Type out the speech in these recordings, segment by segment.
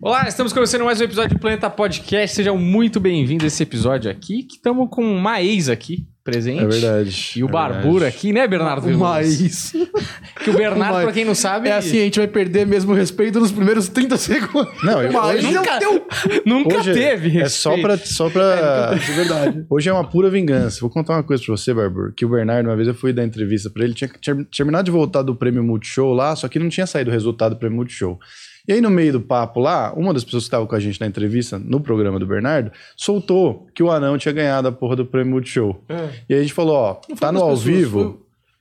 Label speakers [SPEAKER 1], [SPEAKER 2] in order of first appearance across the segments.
[SPEAKER 1] Olá, estamos começando mais um episódio do Planeta Podcast. Sejam muito bem-vindos a esse episódio aqui, que estamos com o Maís aqui presente.
[SPEAKER 2] É verdade.
[SPEAKER 1] E o
[SPEAKER 2] é
[SPEAKER 1] Barbura
[SPEAKER 2] verdade.
[SPEAKER 1] aqui, né, Bernardo?
[SPEAKER 2] O Maís.
[SPEAKER 1] Que o Bernardo,
[SPEAKER 2] o Maís.
[SPEAKER 1] pra quem não sabe,
[SPEAKER 2] É assim, a gente vai perder mesmo respeito nos primeiros 30 segundos.
[SPEAKER 3] Não, eu-
[SPEAKER 2] o Maís
[SPEAKER 3] hoje-
[SPEAKER 2] é o teu.
[SPEAKER 1] nunca
[SPEAKER 3] Hoje
[SPEAKER 1] teve.
[SPEAKER 3] É só
[SPEAKER 1] respeito.
[SPEAKER 3] pra. Só pra...
[SPEAKER 2] É verdade.
[SPEAKER 3] Hoje é uma pura vingança. Vou contar uma coisa pra você, Barbur. Que o Bernardo, uma vez eu fui dar entrevista pra ele, tinha que ter- terminado de voltar do prêmio Multishow lá, só que não tinha saído o resultado do prêmio Multishow. E aí, no meio do papo lá, uma das pessoas que estava com a gente na entrevista, no programa do Bernardo, soltou que o Anão tinha ganhado a porra do prêmio Multishow. E aí a gente falou: ó,
[SPEAKER 2] É. Não foi
[SPEAKER 3] tá no
[SPEAKER 2] das
[SPEAKER 3] ao
[SPEAKER 2] pessoas,
[SPEAKER 3] vivo.
[SPEAKER 2] foi-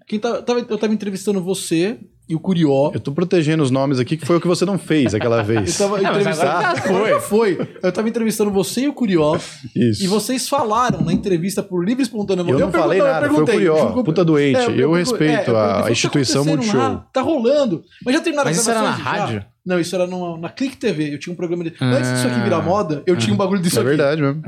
[SPEAKER 2] Quem tá- tava- eu tava entrevistando você e o Curió.
[SPEAKER 3] Eu tô protegendo os nomes aqui, que foi o que você não fez aquela vez.
[SPEAKER 2] Eu tava
[SPEAKER 1] mas
[SPEAKER 2] entrevistando.
[SPEAKER 1] agora já foi.
[SPEAKER 2] Agora já foi. Eu tava entrevistando você e o Curió.
[SPEAKER 3] Isso.
[SPEAKER 2] E vocês falaram na entrevista por livre e espontânea
[SPEAKER 3] Eu, não falei nada, foi o Curió. Puta doente.
[SPEAKER 2] É,
[SPEAKER 3] eu, respeito a, instituição Multishow.
[SPEAKER 2] show. Tá rolando. Mas já terminaram
[SPEAKER 1] Mas
[SPEAKER 2] as
[SPEAKER 1] isso era na
[SPEAKER 2] gravações já?
[SPEAKER 1] rádio?
[SPEAKER 2] Não, isso era numa- na Click TV. Eu tinha um programa de.
[SPEAKER 1] Ah.
[SPEAKER 2] Antes disso aqui virar moda, eu tinha um bagulho disso
[SPEAKER 3] É
[SPEAKER 2] aqui.
[SPEAKER 3] verdade mesmo.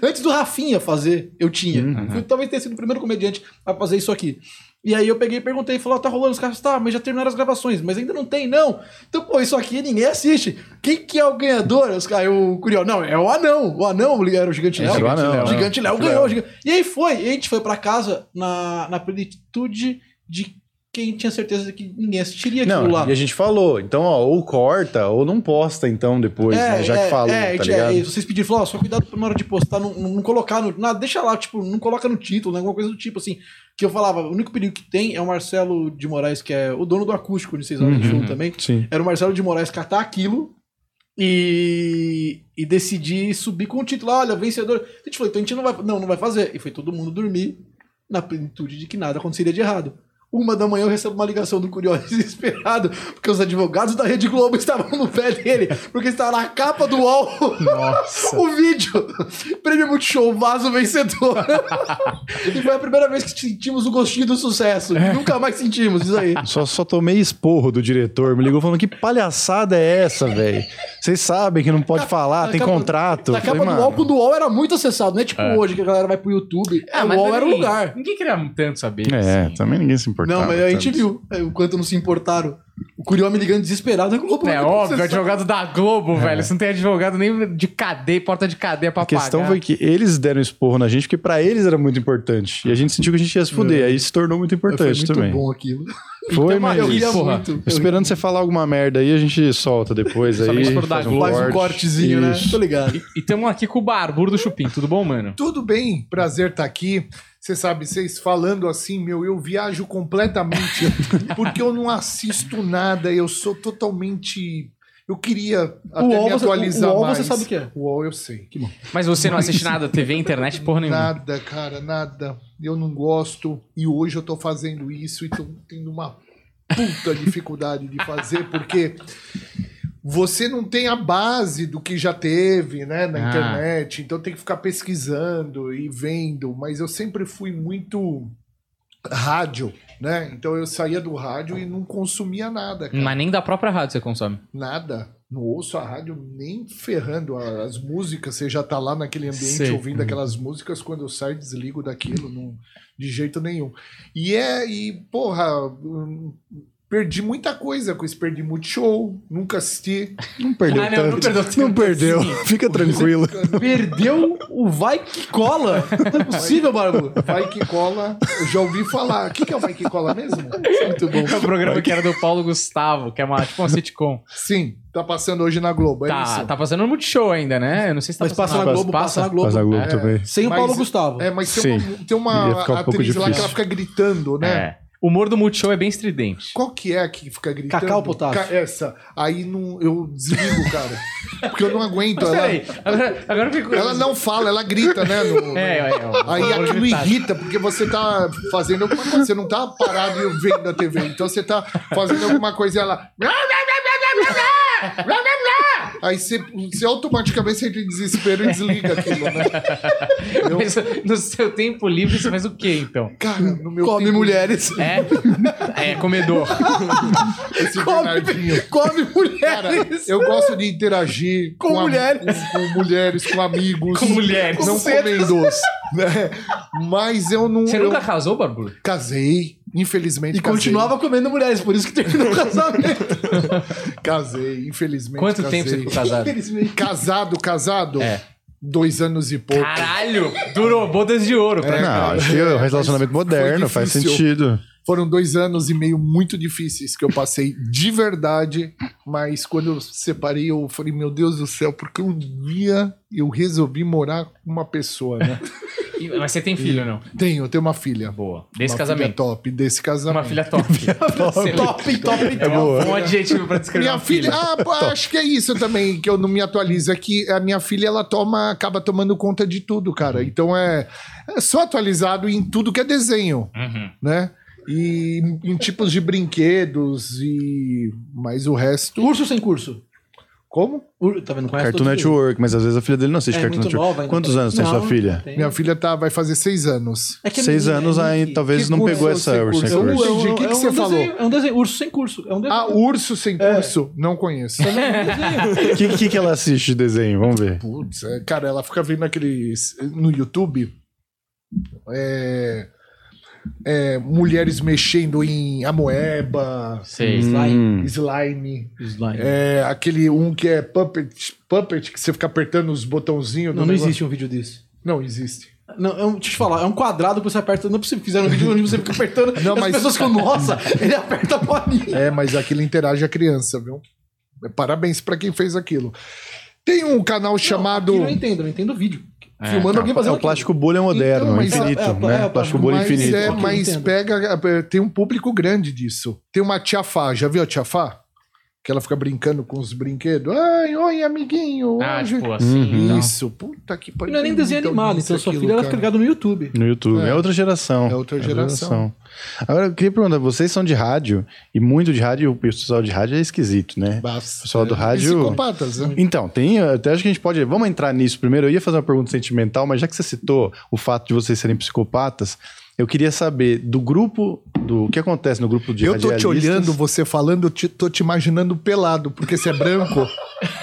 [SPEAKER 2] Antes do Rafinha fazer, eu tinha.
[SPEAKER 3] Uhum.
[SPEAKER 2] Fui- talvez tenha sido o primeiro comediante a fazer isso aqui. E aí eu peguei e perguntei, falou, ó, tá rolando os caras, tá, mas já terminaram as gravações, mas ainda não tem, não. Então, pô, isso aqui ninguém assiste. Quem que é o ganhador? Os caras, o Curió, não, é o Anão. O Anão era o Gigante
[SPEAKER 3] Era
[SPEAKER 2] Léo.
[SPEAKER 3] É o Anão,
[SPEAKER 2] O Gigante Léo
[SPEAKER 3] né?
[SPEAKER 2] ganhou. o Gigante- E aí foi, e a gente foi pra casa na, na plenitude de quem tinha certeza de que ninguém assistiria aquilo
[SPEAKER 3] Não,
[SPEAKER 2] lá.
[SPEAKER 3] e a gente falou, então, ó, ou corta ou não posta, então, depois, né? Já que falou,
[SPEAKER 2] é,
[SPEAKER 3] tá
[SPEAKER 2] é,
[SPEAKER 3] ligado?
[SPEAKER 2] é, vocês pediram, falaram, ó, só cuidado na hora de postar, não, não não colocar no. Nada, deixa lá, tipo, não coloca no título, né, alguma coisa do tipo, assim. Que eu falava, o único perigo que tem é o Marcelo de Moraes, que é o dono do acústico, onde vocês uhum.
[SPEAKER 3] Uhum.
[SPEAKER 2] show também.
[SPEAKER 3] Sim.
[SPEAKER 2] Era o Marcelo de Moraes catar aquilo e, e decidir subir com o título. Ah, Olha, vencedor. A gente falou, então a gente não vai. Não, não vai fazer. E foi todo mundo dormir na plenitude de que nada aconteceria de errado. Uma da manhã eu recebo uma ligação do Curioso desesperado, porque os advogados da Rede Globo estavam no pé dele, porque estava na capa do UOL
[SPEAKER 1] Nossa.
[SPEAKER 2] o vídeo. Prêmio Multishow, vaso vencedor. e foi a primeira vez que sentimos o gostinho do sucesso. Nunca mais sentimos isso aí.
[SPEAKER 3] Só, só tomei esporro do diretor, me ligou falando que palhaçada é essa, velho? Vocês sabem que não pode falar,
[SPEAKER 2] na
[SPEAKER 3] tem
[SPEAKER 2] capa-
[SPEAKER 3] contrato.
[SPEAKER 2] Na
[SPEAKER 3] Eu
[SPEAKER 2] capa
[SPEAKER 3] falei,
[SPEAKER 2] do
[SPEAKER 3] mano,
[SPEAKER 2] UOL, quando o UOL era muito acessado, não é tipo hoje que a galera vai pro YouTube. É,
[SPEAKER 4] Ah,
[SPEAKER 1] Ah,
[SPEAKER 2] o
[SPEAKER 4] é
[SPEAKER 2] UOL era o
[SPEAKER 1] ninguém-
[SPEAKER 2] lugar.
[SPEAKER 1] Ninguém queria tanto saber.
[SPEAKER 3] É,
[SPEAKER 1] assim.
[SPEAKER 3] também ninguém se importava.
[SPEAKER 2] Não, mas a gente
[SPEAKER 3] tanto.
[SPEAKER 2] viu é, o quanto não se importaram. O Curió me ligando desesperado. Globo,
[SPEAKER 1] É
[SPEAKER 2] vai
[SPEAKER 1] óbvio,
[SPEAKER 2] processar.
[SPEAKER 1] advogado da
[SPEAKER 2] É.
[SPEAKER 1] Globo, velho. Você não tem advogado nem de cadeia, porta de cadeia pra
[SPEAKER 3] A questão
[SPEAKER 1] pagar.
[SPEAKER 3] foi que eles deram esporro na gente, porque pra eles era muito importante. E a gente sentiu que a gente ia se fuder, aí se tornou muito
[SPEAKER 2] Uhum. Foi
[SPEAKER 3] é importante
[SPEAKER 2] muito
[SPEAKER 3] também.
[SPEAKER 2] bom aquilo.
[SPEAKER 3] Foi,
[SPEAKER 1] Então,
[SPEAKER 3] mas...
[SPEAKER 2] eu queria
[SPEAKER 1] porra.
[SPEAKER 2] muito.
[SPEAKER 3] Tô esperando você falar alguma merda aí, a gente solta depois aí.
[SPEAKER 1] Somente por dar
[SPEAKER 3] faz
[SPEAKER 1] Globo.
[SPEAKER 2] Faz um cortezinho, né?
[SPEAKER 3] é Isso.
[SPEAKER 2] Tô ligado.
[SPEAKER 1] E estamos aqui com o Barburo do Chupim. Tudo bom, mano?
[SPEAKER 5] Tudo bem, prazer estar aqui. Você sabe, vocês falando assim, meu, eu viajo completamente porque eu não assisto nada, eu sou totalmente. Eu queria até
[SPEAKER 2] UOL
[SPEAKER 5] me
[SPEAKER 2] você-
[SPEAKER 5] atualizar
[SPEAKER 2] o UOL
[SPEAKER 5] mais.
[SPEAKER 2] você sabe o que é?
[SPEAKER 5] O UOL eu sei.
[SPEAKER 1] Mas você não assiste nada, TV, internet, porra nenhuma.
[SPEAKER 5] Nada, cara, nada. Eu não gosto e hoje eu tô fazendo isso e tô tendo uma puta dificuldade de fazer porque você não tem a base do que já teve, né, na
[SPEAKER 1] Ah.
[SPEAKER 5] internet, então tem que ficar pesquisando e vendo, mas eu sempre fui muito rádio, né? Então eu saía do rádio e não consumia nada, cara.
[SPEAKER 1] Mas nem da própria rádio você consome.
[SPEAKER 5] Nada. Não ouço a rádio nem ferrando a- as músicas. Você já tá lá naquele ambiente
[SPEAKER 1] Sei.
[SPEAKER 5] ouvindo
[SPEAKER 3] Uhum.
[SPEAKER 5] aquelas músicas. Quando eu saio, desligo daquilo. Não, de jeito nenhum. E é, e porra, hum, perdi muita coisa com esse. Perdi muito show, nunca assisti.
[SPEAKER 3] Não perdeu
[SPEAKER 1] Ah, não,
[SPEAKER 3] tanto.
[SPEAKER 1] não perdeu tanto
[SPEAKER 3] Não perdeu. Fica tranquilo.
[SPEAKER 2] Perdeu o vai que cola. Não é possível, Barbu.
[SPEAKER 5] Vai que cola, eu já ouvi falar. O que, que é o Vai que cola mesmo?
[SPEAKER 2] Muito bom.
[SPEAKER 1] É o programa que era do Paulo Gustavo, que é uma, tipo uma sitcom.
[SPEAKER 5] Sim, tá passando hoje na Globo. É
[SPEAKER 1] tá,
[SPEAKER 5] isso.
[SPEAKER 1] tá passando no Multishow ainda, né? Eu não sei se tá
[SPEAKER 2] Mas passa na
[SPEAKER 1] lá.
[SPEAKER 2] Globo, passa na Globo.
[SPEAKER 3] Faz a Globo
[SPEAKER 5] É.
[SPEAKER 3] também.
[SPEAKER 2] Sem o
[SPEAKER 5] Mas-
[SPEAKER 2] Paulo Gustavo.
[SPEAKER 5] É, mas tem
[SPEAKER 3] Sim.
[SPEAKER 5] uma, tem uma
[SPEAKER 3] Ia ficar um pouco
[SPEAKER 5] atriz lá que
[SPEAKER 3] difícil.
[SPEAKER 5] ela fica gritando, né?
[SPEAKER 1] É. O humor do Multishow é bem estridente.
[SPEAKER 5] Qual que é a que fica gritando?
[SPEAKER 2] Cacau potássio.
[SPEAKER 5] Ca- Essa. Aí não, eu desligo, cara. Porque eu não aguento.
[SPEAKER 1] Mas
[SPEAKER 5] Ela,
[SPEAKER 1] peraí, agora, agora eu fico...
[SPEAKER 5] é? ela não fala, ela grita, né? no-
[SPEAKER 1] É, é, é. o-
[SPEAKER 5] Aí
[SPEAKER 1] o- o-
[SPEAKER 5] aquilo
[SPEAKER 1] irritado.
[SPEAKER 5] irrita, porque você tá fazendo alguma coisa, você não tá parado e vendo a TV. Então você tá fazendo alguma coisa e ela. Aí você, você automaticamente entra em desespero e desliga aquilo, né? Eu-
[SPEAKER 1] Mas no seu tempo livre, você faz o quê, então?
[SPEAKER 5] cara, no meu
[SPEAKER 2] Come
[SPEAKER 5] tempo-
[SPEAKER 2] mulheres.
[SPEAKER 1] É? É, comedor.
[SPEAKER 5] Esse Bernardinho.
[SPEAKER 2] Come, come
[SPEAKER 5] Cara,
[SPEAKER 1] É
[SPEAKER 2] mulheres.
[SPEAKER 5] eu gosto de interagir
[SPEAKER 2] Com
[SPEAKER 5] am-
[SPEAKER 2] mulheres.
[SPEAKER 5] com, com mulheres, com amigos.
[SPEAKER 1] Com mulheres.
[SPEAKER 5] Não
[SPEAKER 2] Com setas.
[SPEAKER 5] comendos. Né? Mas eu não.
[SPEAKER 1] Você
[SPEAKER 5] eu
[SPEAKER 1] nunca casou, Barbudo?
[SPEAKER 5] Casei, infelizmente.
[SPEAKER 2] E continuava comendo mulheres, por isso que terminou o casamento.
[SPEAKER 5] Casei, casei infelizmente.
[SPEAKER 1] Quanto
[SPEAKER 5] casei.
[SPEAKER 1] tempo você ficou casado?
[SPEAKER 2] Infelizmente.
[SPEAKER 5] Casado, casado?
[SPEAKER 1] É.
[SPEAKER 5] Dois anos e pouco.
[SPEAKER 1] Caralho! Durou bodas de ouro. pra-
[SPEAKER 3] não, acho que é um relacionamento
[SPEAKER 5] Mas foi
[SPEAKER 3] moderno, faz
[SPEAKER 5] difícil.
[SPEAKER 3] sentido.
[SPEAKER 5] Foram dois anos e meio muito difíceis que eu passei de verdade, mas quando eu separei, eu falei, meu Deus do céu, porque um dia eu resolvi morar com uma pessoa, né?
[SPEAKER 1] E- Mas você tem filho, não?
[SPEAKER 5] tenho, tenho uma filha.
[SPEAKER 1] Boa. Desse
[SPEAKER 5] uma Filha
[SPEAKER 1] casamento. top.
[SPEAKER 5] top, desse casamento.
[SPEAKER 1] Uma filha top.
[SPEAKER 2] top, top,
[SPEAKER 1] É
[SPEAKER 2] top.
[SPEAKER 1] boa. Um adjetivo pra descrever
[SPEAKER 5] Minha
[SPEAKER 1] uma
[SPEAKER 5] filha, ah, pô, acho que é isso também que eu não me atualizo. É que a minha filha ela toma, acaba tomando conta de tudo, cara.
[SPEAKER 1] Uhum.
[SPEAKER 5] Então é, é só atualizado em tudo que é desenho,
[SPEAKER 1] Uhum.
[SPEAKER 5] né? E em tipos de brinquedos e. Mas o resto.
[SPEAKER 2] Curso sem curso?
[SPEAKER 5] Como?
[SPEAKER 2] Ur- Tá vendo? Conhece
[SPEAKER 3] Cartoon
[SPEAKER 2] todo mundo.
[SPEAKER 3] Network, mas às vezes a filha dele não assiste
[SPEAKER 2] É,
[SPEAKER 3] Cartoon
[SPEAKER 2] muito
[SPEAKER 3] Network.
[SPEAKER 2] nova ainda.
[SPEAKER 3] Quantos anos tem
[SPEAKER 2] Não,
[SPEAKER 3] sua filha?
[SPEAKER 2] tem.
[SPEAKER 5] Minha filha tá, vai fazer seis anos.
[SPEAKER 2] É que é
[SPEAKER 3] Seis
[SPEAKER 2] menina,
[SPEAKER 3] anos
[SPEAKER 2] é
[SPEAKER 3] aí,
[SPEAKER 2] menina.
[SPEAKER 3] talvez
[SPEAKER 5] Que
[SPEAKER 3] não
[SPEAKER 5] curso
[SPEAKER 3] pegou
[SPEAKER 5] é o
[SPEAKER 3] essa
[SPEAKER 5] seu
[SPEAKER 3] Ursa
[SPEAKER 5] curso?
[SPEAKER 3] Curse.
[SPEAKER 5] Eu entendi. O que que
[SPEAKER 2] um
[SPEAKER 5] você
[SPEAKER 2] desenho,
[SPEAKER 5] falou?
[SPEAKER 2] É um desenho, urso sem curso. É um desenho.
[SPEAKER 5] Ah, urso sem curso? Não conheço.
[SPEAKER 3] O que, que, que ela assiste de desenho? Vamos ver.
[SPEAKER 5] Putz, é, cara, ela fica vendo aqueles. No YouTube. é, é, mulheres mexendo em amoeba,
[SPEAKER 1] Sei.
[SPEAKER 3] Hum.
[SPEAKER 5] slime.
[SPEAKER 2] Slime.
[SPEAKER 5] É, aquele um que é puppet, puppet, que você fica apertando os botãozinhos. do
[SPEAKER 2] Não, não
[SPEAKER 5] negócio.
[SPEAKER 2] existe um vídeo desse.
[SPEAKER 5] Não existe.
[SPEAKER 2] Não, é um, deixa eu te falar, é um quadrado que você aperta. Não é possível que fizeram um vídeo onde você fica apertando.
[SPEAKER 5] Não,
[SPEAKER 2] e as
[SPEAKER 5] mas-
[SPEAKER 2] pessoas ficam, nossa, ele aperta a bolinha.
[SPEAKER 5] É, mas aquilo interage a criança, viu? É, Parabéns pra quem fez aquilo. Tem um canal chamado.
[SPEAKER 2] Aquilo Eu entendo, eu entendo o vídeo.
[SPEAKER 1] É,
[SPEAKER 2] Filmando alguém
[SPEAKER 3] É
[SPEAKER 2] fazendo
[SPEAKER 3] o plástico bolha moderno,
[SPEAKER 5] Então, mas-
[SPEAKER 3] infinito,
[SPEAKER 2] é, é,
[SPEAKER 3] né?
[SPEAKER 2] é, é,
[SPEAKER 3] plástico bolha
[SPEAKER 5] mas
[SPEAKER 3] infinito.
[SPEAKER 5] é,
[SPEAKER 2] Ok,
[SPEAKER 5] mas
[SPEAKER 2] entendo.
[SPEAKER 5] pega. eh, Tem um público grande disso. Tem uma tia Fá, já viu a tia Fá? Que ela fica brincando com os brinquedos. Ai, oi, amiguinho.
[SPEAKER 1] Ah,
[SPEAKER 5] hoje- é
[SPEAKER 1] tipo
[SPEAKER 3] Uhum.
[SPEAKER 1] assim. não.
[SPEAKER 5] Isso, puta que
[SPEAKER 2] E
[SPEAKER 5] pariu.
[SPEAKER 2] não é nem desenho animado, então sua filha era carregada no YouTube.
[SPEAKER 3] No YouTube. É, outra geração.
[SPEAKER 5] É outra geração.
[SPEAKER 3] Agora, eu queria perguntar, vocês são de rádio, e muito de rádio, e o pessoal de rádio é esquisito, né?
[SPEAKER 5] Basta.
[SPEAKER 3] Pessoal do rádio-
[SPEAKER 5] Psicopatas, né?
[SPEAKER 3] Então, tem. eu Até acho que a gente pode. Vamos entrar nisso primeiro. Eu ia fazer uma pergunta sentimental, mas já que você citou o fato de vocês serem psicopatas, eu queria saber do grupo. Do o que acontece no grupo de
[SPEAKER 5] eu tô te
[SPEAKER 3] radialistas.
[SPEAKER 5] olhando, você falando, eu te- tô te imaginando pelado, porque você é branco,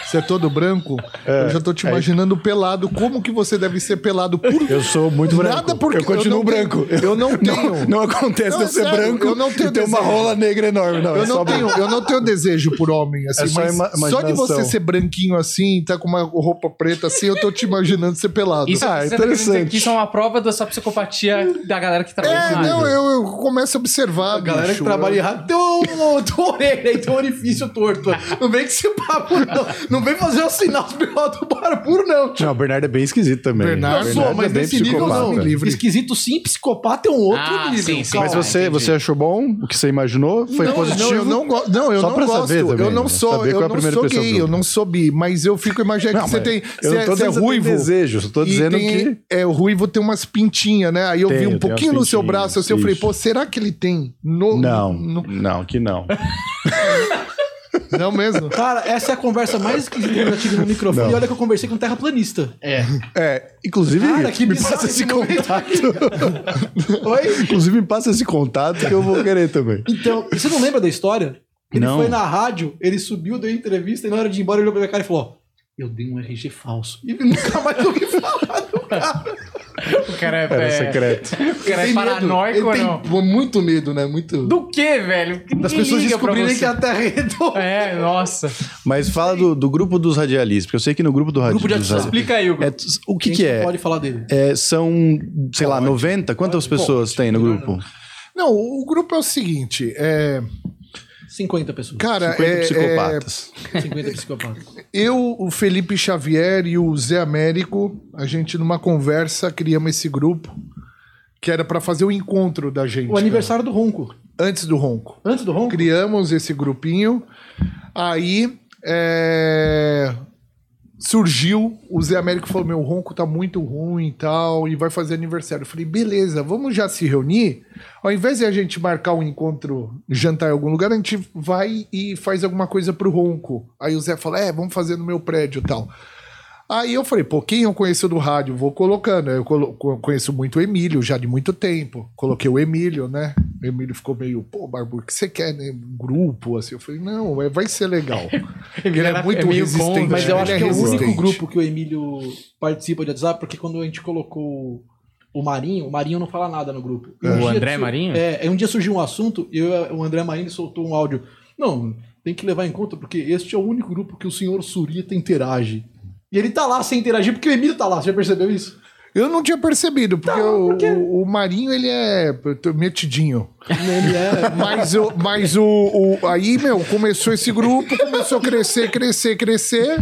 [SPEAKER 5] você é todo branco,
[SPEAKER 3] É,
[SPEAKER 5] eu já tô te
[SPEAKER 3] aí-
[SPEAKER 5] imaginando pelado. Como que você deve ser pelado por
[SPEAKER 3] Eu sou muito branco.
[SPEAKER 5] Nada porque
[SPEAKER 3] eu continuo
[SPEAKER 5] não tenho-
[SPEAKER 3] branco.
[SPEAKER 5] eu não tenho.
[SPEAKER 3] Não, não acontece
[SPEAKER 5] Não,
[SPEAKER 3] de eu
[SPEAKER 5] é
[SPEAKER 3] ser
[SPEAKER 5] sério,
[SPEAKER 3] branco
[SPEAKER 5] eu não tenho
[SPEAKER 3] e ter uma
[SPEAKER 5] desejo.
[SPEAKER 3] rola negra enorme. Não, é
[SPEAKER 5] Eu
[SPEAKER 3] só
[SPEAKER 5] não, tenho, eu não tenho desejo por homem, assim,
[SPEAKER 3] É só
[SPEAKER 5] mas
[SPEAKER 3] ima-
[SPEAKER 5] só de
[SPEAKER 3] imaginação.
[SPEAKER 5] você ser branquinho assim, tá com uma roupa preta assim, eu tô te imaginando ser pelado.
[SPEAKER 1] Isso,
[SPEAKER 3] Ah,
[SPEAKER 1] você tá querendo dizer
[SPEAKER 3] interessante.
[SPEAKER 1] que isso é uma prova da sua psicopatia da galera que tá trabalha
[SPEAKER 5] É,
[SPEAKER 1] nesse
[SPEAKER 5] não,
[SPEAKER 1] nível.
[SPEAKER 5] eu, eu começo a observar.
[SPEAKER 2] A galera que
[SPEAKER 5] bicho,
[SPEAKER 2] trabalha
[SPEAKER 5] eu-
[SPEAKER 2] errado tem um- tem uma orelha aí, tem um orifício torto. Não vem com esse papo, não. Não vem fazer o sinal do pior do barburo, não.
[SPEAKER 5] tipo,
[SPEAKER 3] Não, o Bernardo é bem esquisito também.
[SPEAKER 5] Bernardo,
[SPEAKER 3] O
[SPEAKER 2] Sou,
[SPEAKER 5] Bernardo
[SPEAKER 2] mas
[SPEAKER 3] é bem
[SPEAKER 2] nesse nível
[SPEAKER 3] psicopata.
[SPEAKER 2] não.
[SPEAKER 5] Me livre.
[SPEAKER 2] Esquisito sim, psicopata é um outro
[SPEAKER 1] Ah,
[SPEAKER 2] nível.
[SPEAKER 1] sim, sim.
[SPEAKER 3] Mas
[SPEAKER 1] Calma,
[SPEAKER 3] você,
[SPEAKER 1] entendi.
[SPEAKER 3] você achou bom o que você imaginou? Foi
[SPEAKER 5] não,
[SPEAKER 3] positivo?
[SPEAKER 5] Não, eu não gosto. Não, eu
[SPEAKER 3] Só
[SPEAKER 5] não
[SPEAKER 3] pra
[SPEAKER 5] gosto.
[SPEAKER 3] saber também,
[SPEAKER 5] eu não
[SPEAKER 3] né?
[SPEAKER 5] sou,
[SPEAKER 3] Saber
[SPEAKER 5] eu
[SPEAKER 3] qual é a
[SPEAKER 5] não
[SPEAKER 3] primeira
[SPEAKER 5] sou
[SPEAKER 3] impressão
[SPEAKER 5] gay,
[SPEAKER 3] sua.
[SPEAKER 5] eu não sou bi, mas eu fico imaginando
[SPEAKER 3] Não,
[SPEAKER 5] que você
[SPEAKER 3] mas
[SPEAKER 5] tem.
[SPEAKER 3] eu
[SPEAKER 5] você
[SPEAKER 3] não
[SPEAKER 5] é-
[SPEAKER 3] tô
[SPEAKER 5] você é
[SPEAKER 3] dizendo que você tem
[SPEAKER 5] ruivo.
[SPEAKER 3] desejos, eu tô
[SPEAKER 5] E
[SPEAKER 3] dizendo
[SPEAKER 5] tem-
[SPEAKER 3] que-
[SPEAKER 5] É, o ruivo tem umas pintinhas, né? Aí eu
[SPEAKER 3] Tem,
[SPEAKER 5] vi
[SPEAKER 3] tem
[SPEAKER 5] um
[SPEAKER 3] umas
[SPEAKER 5] pouquinho no seu
[SPEAKER 3] pintinhas,
[SPEAKER 5] braço, assim, eu falei,
[SPEAKER 3] isso.
[SPEAKER 5] pô, será que ele tem? No,
[SPEAKER 3] Não,
[SPEAKER 5] no-
[SPEAKER 3] não, que não.
[SPEAKER 5] não mesmo?
[SPEAKER 2] Cara, essa é a conversa mais esquisita que eu já tive no microfone.
[SPEAKER 3] Não.
[SPEAKER 2] E olha que eu conversei com um terraplanista.
[SPEAKER 1] É.
[SPEAKER 3] É, inclusive,
[SPEAKER 2] Cara, que
[SPEAKER 3] me
[SPEAKER 2] bizarro
[SPEAKER 3] passa esse
[SPEAKER 2] esse momento.
[SPEAKER 3] contato.
[SPEAKER 2] Oi?
[SPEAKER 3] inclusive, me passa esse contato que eu vou querer também.
[SPEAKER 2] Então, você não lembra da história? Ele
[SPEAKER 3] Não.
[SPEAKER 2] foi na rádio, ele subiu, deu entrevista, e na hora de ir embora, ele olhou pra minha cara e falou: ó, eu dei um RG falso. E nunca mais ouvi falar do cara.
[SPEAKER 1] O cara é,
[SPEAKER 3] Era
[SPEAKER 1] é,
[SPEAKER 3] secreto.
[SPEAKER 1] o cara é
[SPEAKER 2] Tem medo.
[SPEAKER 1] paranoico ou
[SPEAKER 2] Ele
[SPEAKER 1] não?
[SPEAKER 2] tem muito medo, né? Muito.
[SPEAKER 1] Do que, velho?
[SPEAKER 2] Das
[SPEAKER 1] Ninguém
[SPEAKER 2] pessoas
[SPEAKER 1] liga pra
[SPEAKER 2] descobrirem
[SPEAKER 1] você.
[SPEAKER 2] que a Terra é redonda.
[SPEAKER 1] É, nossa.
[SPEAKER 3] Mas fala do, do grupo dos radialistas, porque eu sei que no grupo do radi-
[SPEAKER 2] Grupo de
[SPEAKER 3] dos
[SPEAKER 2] WhatsApp.
[SPEAKER 1] Explica aí, Hugo.
[SPEAKER 3] radi- é, t- o que,
[SPEAKER 2] A gente
[SPEAKER 3] que
[SPEAKER 2] não
[SPEAKER 3] é?
[SPEAKER 2] Pode falar dele.
[SPEAKER 3] É, São, sei lá, 90? Quantas pessoas tem no grupo?
[SPEAKER 5] Não, o grupo é o seguinte, é,
[SPEAKER 2] 50 pessoas.
[SPEAKER 5] cara,
[SPEAKER 3] 50
[SPEAKER 5] é, é,
[SPEAKER 3] psicopatas.
[SPEAKER 2] 50 psicopatas.
[SPEAKER 5] eu, o Felipe Xavier e o Zé Américo, a gente numa conversa criamos esse grupo que era pra fazer o encontro da gente.
[SPEAKER 2] O aniversário do Ronco.
[SPEAKER 5] cara, antes do ronco.
[SPEAKER 2] Antes do Ronco?
[SPEAKER 5] Então, criamos esse grupinho. Aí é, surgiu o Zé Américo falou: meu o ronco tá muito ruim e tal, e vai fazer aniversário. Eu falei, beleza, vamos já se reunir. Ao invés de a gente marcar um encontro, jantar em algum lugar, a gente vai e faz alguma coisa pro ronco. Aí o Zé falou: é, vamos fazer no meu prédio e tal. Aí eu falei, pô, quem eu conheço do rádio? Vou colocando. Eu colo- co- conheço muito o Emílio já de muito tempo. Coloquei o Emílio, né? O Emílio ficou meio, pô, Barbuco, o que você quer, né? Grupo, assim. Eu falei, não, é- vai ser legal. Ele é muito
[SPEAKER 1] meio
[SPEAKER 5] resistente.
[SPEAKER 1] contra,
[SPEAKER 2] Mas eu
[SPEAKER 5] Ele
[SPEAKER 2] acho
[SPEAKER 5] é
[SPEAKER 2] que é o único
[SPEAKER 5] resistente.
[SPEAKER 2] grupo que o Emílio participa de WhatsApp, porque quando a gente colocou o Marinho, o Marinho não fala nada no grupo. E um
[SPEAKER 1] O
[SPEAKER 2] dia
[SPEAKER 1] André
[SPEAKER 2] sur-
[SPEAKER 1] Marinho?
[SPEAKER 2] É, é, um dia surgiu um assunto e eu- o André Marinho soltou um áudio. Não, tem que levar em conta, porque este é o único grupo que o senhor Surita interage. E ele tá lá sem interagir, porque o Emílio tá lá, você já percebeu isso?
[SPEAKER 5] Eu não tinha percebido, porque, o-
[SPEAKER 2] porque-
[SPEAKER 5] O, o Marinho, ele é metidinho.
[SPEAKER 2] Ele é.
[SPEAKER 5] Mas, o, mas o, o- Aí, meu, começou esse grupo, começou a crescer, crescer, crescer.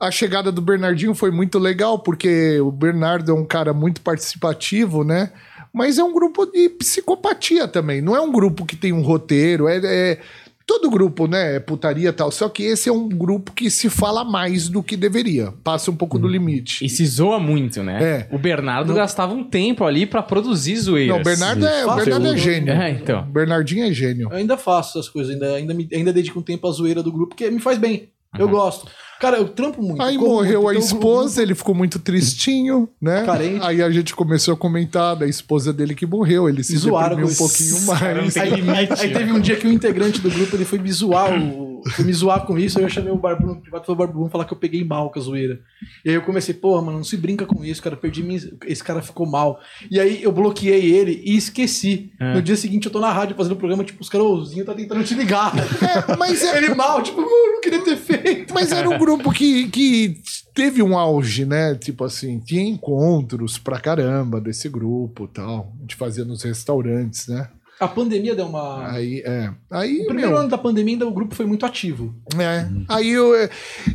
[SPEAKER 5] A chegada do Bernardinho foi muito legal, porque o Bernardo é um cara muito participativo, né? Mas é um grupo de psicopatia também. Não é um grupo que tem um roteiro. É, é- todo grupo, né? É putaria e tal. Só que esse é um grupo que se fala mais do que deveria. Passa um
[SPEAKER 1] Hum.
[SPEAKER 5] pouco do limite.
[SPEAKER 1] E se zoa muito, né?
[SPEAKER 5] É.
[SPEAKER 1] O Bernardo gastava um tempo ali pra produzir zoeiras.
[SPEAKER 5] Não, o Bernardo é, o
[SPEAKER 2] Fala
[SPEAKER 5] Bernardo é
[SPEAKER 2] conteúdo.
[SPEAKER 5] gênio.
[SPEAKER 1] É,
[SPEAKER 5] O
[SPEAKER 1] então.
[SPEAKER 5] Bernardinho é gênio.
[SPEAKER 2] Eu ainda faço essas coisas, ainda, ainda, me- ainda dedico um tempo à zoeira do grupo, porque me faz bem.
[SPEAKER 1] Uhum.
[SPEAKER 2] Eu gosto. Cara, eu trampo muito.
[SPEAKER 5] Aí
[SPEAKER 2] eu como
[SPEAKER 5] morreu
[SPEAKER 2] muito,
[SPEAKER 5] a
[SPEAKER 2] então o grupo-
[SPEAKER 5] esposa, ele ficou muito tristinho, né?
[SPEAKER 2] Carente.
[SPEAKER 5] Aí a gente começou a comentar da esposa dele que morreu, ele se
[SPEAKER 2] Zoaram
[SPEAKER 5] deprimiu
[SPEAKER 2] com
[SPEAKER 5] um
[SPEAKER 2] isso.
[SPEAKER 5] pouquinho
[SPEAKER 1] Cara, não
[SPEAKER 5] mais.
[SPEAKER 1] tem né?
[SPEAKER 2] Aí, aí- aí teve um dia que o integrante do grupo ele foi me zoar, o- foi me zoar com isso, aí eu chamei o Barbudo no privado e falei, Barbudo, vamos falar que eu peguei mal com a zoeira. E aí eu comecei, porra, mano, não se brinca com isso, cara, perdi minha... Esse cara ficou mal. E aí eu bloqueei ele e esqueci.
[SPEAKER 1] É.
[SPEAKER 2] No dia seguinte eu tô na rádio fazendo programa, tipo, os caras, "Ô, o Zinho tá tentando te ligar.
[SPEAKER 5] É, mas, é-
[SPEAKER 2] ele mal, tipo, "Mano, eu não queria ter feito.
[SPEAKER 5] mas era um grupo que, que teve um auge, né? Tipo assim, tinha encontros pra caramba desse grupo e tal. A gente fazia nos restaurantes, né?
[SPEAKER 2] A pandemia deu uma...
[SPEAKER 5] Aí, é. Aí,
[SPEAKER 2] No primeiro
[SPEAKER 5] meu,
[SPEAKER 2] ano da pandemia ainda o grupo foi muito ativo.
[SPEAKER 5] É. Aí eu, é,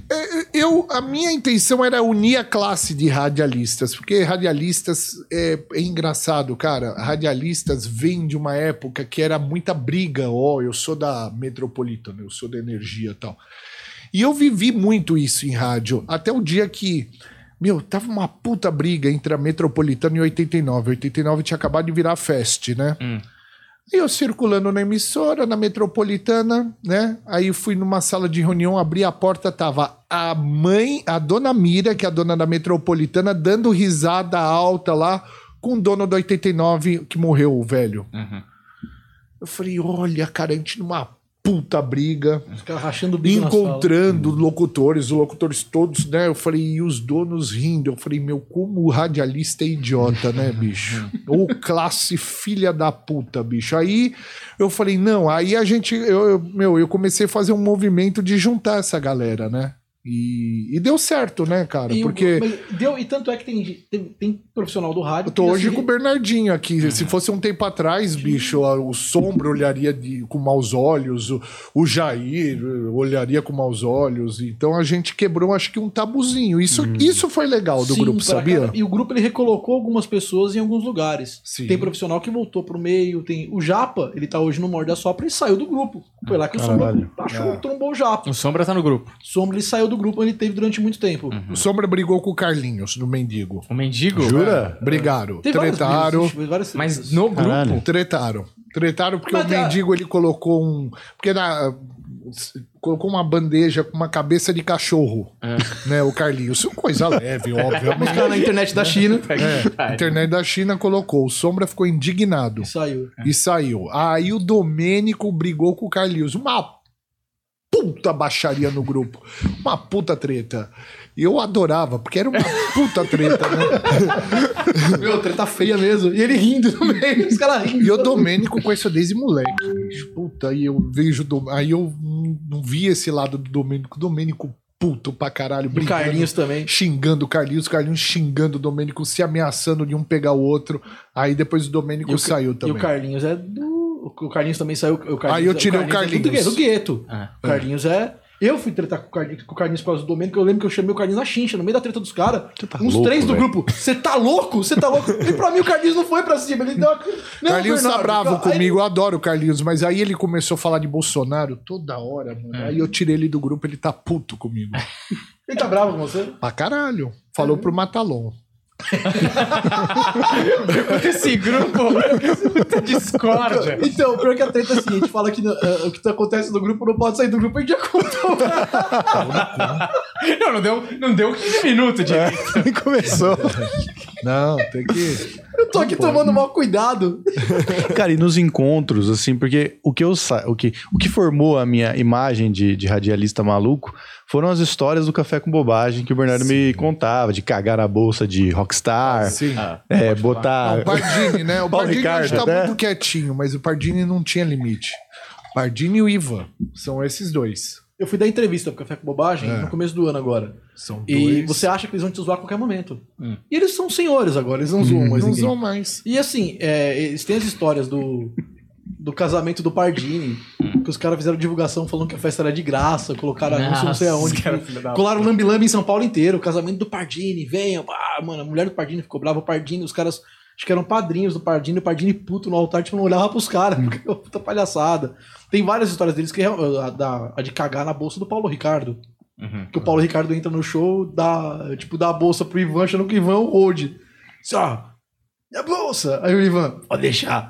[SPEAKER 5] é, eu. A minha intenção era unir a classe de radialistas, porque radialistas é, é engraçado, cara. Radialistas vêm de uma época que era muita briga. Ó, eu sou da metropolitana, eu sou da energia e tal. E eu vivi muito isso em rádio. Até o dia que. Meu, tava uma puta briga entre a Metropolitana e 89. 89 tinha acabado de virar fest, né?
[SPEAKER 1] Hum.
[SPEAKER 5] E eu circulando na emissora, na metropolitana, né? Aí fui numa sala de reunião, abri a porta, tava a mãe, a dona Mira, que é a dona da metropolitana, dando risada alta lá com o dono do 89 que morreu, o velho.
[SPEAKER 1] Uhum.
[SPEAKER 5] Eu falei, olha, cara, a gente numa puta briga
[SPEAKER 2] Os caras rachando o bico na sala.
[SPEAKER 5] encontrando locutores, os locutores todos, né? Eu falei, e os donos rindo. Eu falei, meu, como o radialista é idiota, né, bicho? Ou classe filha da puta, bicho. Aí eu falei, não, aí a gente, eu, eu- meu, eu comecei a fazer um movimento de juntar essa galera, né? E, e deu certo, né, cara?
[SPEAKER 2] E o-
[SPEAKER 5] Porque.
[SPEAKER 2] mas deu, e tanto é que tem, tem, tem profissional do rádio.
[SPEAKER 5] Eu tô
[SPEAKER 2] que
[SPEAKER 5] hoje
[SPEAKER 2] assim, Uhum.
[SPEAKER 5] com o Bernardinho aqui. Se fosse um tempo atrás, bicho, a- o Sombra olharia de- com maus olhos, o, o Jair eh, olharia com maus olhos. Então a gente quebrou, acho que, um tabuzinho. Isso, isso foi legal do
[SPEAKER 2] Uhum. Sim, pra
[SPEAKER 5] grupo, sabia?
[SPEAKER 2] caramba. E o grupo ele recolocou algumas pessoas em alguns lugares.
[SPEAKER 5] Sim.
[SPEAKER 2] Tem profissional que voltou pro meio, tem o Japa, ele tá hoje no Morde a Sopra e saiu do grupo. Foi lá que o Sombra
[SPEAKER 3] Caralho.
[SPEAKER 2] achou,
[SPEAKER 5] É.
[SPEAKER 2] trombou o Japa.
[SPEAKER 1] O Sombra tá no grupo.
[SPEAKER 2] Sombra ele saiu do grupo, ele teve durante muito tempo.
[SPEAKER 5] O Sombra brigou com o Carlinhos, no Mendigo.
[SPEAKER 1] O mendigo.
[SPEAKER 3] Jura?
[SPEAKER 2] é.
[SPEAKER 5] Brigaram.
[SPEAKER 2] Teve várias
[SPEAKER 5] tretaram.
[SPEAKER 2] brigas, várias
[SPEAKER 1] Mas
[SPEAKER 2] brigas.
[SPEAKER 1] no grupo.
[SPEAKER 3] Caralho.
[SPEAKER 5] Tretaram. Tretaram porque
[SPEAKER 2] Mas
[SPEAKER 5] o
[SPEAKER 2] a-
[SPEAKER 5] mendigo ele colocou um. Porque na- colocou uma bandeja com uma cabeça de cachorro. Né, o Carlinhos. Coisa leve, óbvio.
[SPEAKER 2] Os caras na internet da China
[SPEAKER 5] A internet da China colocou. O Sombra ficou indignado
[SPEAKER 2] e saiu.
[SPEAKER 5] e saiu. Aí o Domênico brigou com o Carlinhos. Uma puta baixaria no grupo. Uma puta treta. E eu adorava, porque era uma puta treta, né?
[SPEAKER 2] Meu, treta feia mesmo. E ele rindo no meio, os caras rindo.
[SPEAKER 5] E o Domênico conheço desde moleque, bicho. Puta, e eu vejo... o Dom- Aí eu hum, não vi esse lado do Domênico. Domênico puto pra caralho.
[SPEAKER 2] O
[SPEAKER 5] brigando.
[SPEAKER 2] Carlinhos também.
[SPEAKER 5] xingando o Carlinhos, o Carlinhos xingando o Domênico, se ameaçando de um pegar o outro. Aí depois o Domênico
[SPEAKER 2] E o Ca-
[SPEAKER 5] saiu
[SPEAKER 2] E
[SPEAKER 5] também.
[SPEAKER 2] o Carlinhos é do. O Carlinhos também saiu. O Carlinhos,
[SPEAKER 5] Aí eu tirei o
[SPEAKER 2] é do
[SPEAKER 5] Carlinhos.
[SPEAKER 2] gueto- do gueto.
[SPEAKER 1] Ah.
[SPEAKER 2] O Carlinhos é. Eu fui tretar com o Carlinhos, com o Carlinhos por causa do Domênico. Eu lembro que eu chamei o Carlinhos na chincha, no meio da treta dos caras.
[SPEAKER 5] tá
[SPEAKER 2] uns
[SPEAKER 3] louco,
[SPEAKER 2] três do
[SPEAKER 3] velho.
[SPEAKER 2] grupo. Você tá louco? Você tá louco? E pra mim o Carlinhos não foi pra cima. Ele deu uma...
[SPEAKER 5] O
[SPEAKER 2] Não,
[SPEAKER 5] Carlinhos tá
[SPEAKER 2] Bernardo,
[SPEAKER 5] bravo
[SPEAKER 2] calma. Aí-
[SPEAKER 5] comigo, eu adoro o Carlinhos, mas aí ele começou a falar de Bolsonaro toda hora, mano. Aí eu tirei ele do grupo, ele tá puto comigo. É.
[SPEAKER 2] Ele tá bravo com você?
[SPEAKER 5] pra caralho. Falou pro Matalon.
[SPEAKER 1] Esse grupo. Puta discórdia.
[SPEAKER 2] Então, pior que a treta é assim, a gente fala que eh, o que acontece no grupo não pode sair do grupo, a gente já contou.
[SPEAKER 1] Não, não deu, não deu 15 minutos de.
[SPEAKER 3] Nem começou.
[SPEAKER 5] Não, tem que.
[SPEAKER 2] tô aqui tomando mau cuidado.
[SPEAKER 3] Cara, e nos encontros, assim, porque o que eu sa- o que, o que formou a minha imagem de, de radialista maluco foram as histórias do Café com Bobagem que o Bernardo me contava, de cagar na bolsa de
[SPEAKER 4] Ah,
[SPEAKER 3] rockstar,
[SPEAKER 5] Sim.
[SPEAKER 3] é, botar.
[SPEAKER 5] O Pardini, né? O
[SPEAKER 3] Paulo
[SPEAKER 5] Pardini
[SPEAKER 3] Ricardo,
[SPEAKER 5] hoje tá
[SPEAKER 3] né?
[SPEAKER 5] muito quietinho, mas o Pardini não tinha limite. Pardini e o Ivan são esses dois.
[SPEAKER 2] Eu fui dar entrevista pro Café com Bobagem
[SPEAKER 5] É.
[SPEAKER 2] no começo do ano agora.
[SPEAKER 5] São dois.
[SPEAKER 2] E você acha que eles vão te zoar a qualquer momento. E eles são senhores agora, eles não zoam mais
[SPEAKER 5] não
[SPEAKER 2] ninguém.
[SPEAKER 5] usam mais.
[SPEAKER 2] E assim, é, eles têm as histórias do, do casamento do Pardini, que os caras fizeram divulgação falando que a festa era de graça, colocaram anúncio não sei aonde. Colaram lambi-lambi em São Paulo inteiro, o casamento do Pardini, venham. Ah, mano, a mulher do Pardini ficou brava, o Pardini, os caras acho que eram padrinhos do Pardini, o Pardini puto no altar, tipo, não olhava pros caras, porque é uma puta palhaçada. Tem várias histórias deles, que é a, da- a de cagar na bolsa do Paulo Ricardo.
[SPEAKER 4] Uhum.
[SPEAKER 2] Que o Paulo Ricardo entra no show, dá, tipo, dá a bolsa pro Ivan, achando que o Ivan é o Old. Assim, ó, minha bolsa. Aí o Ivan, pode deixar.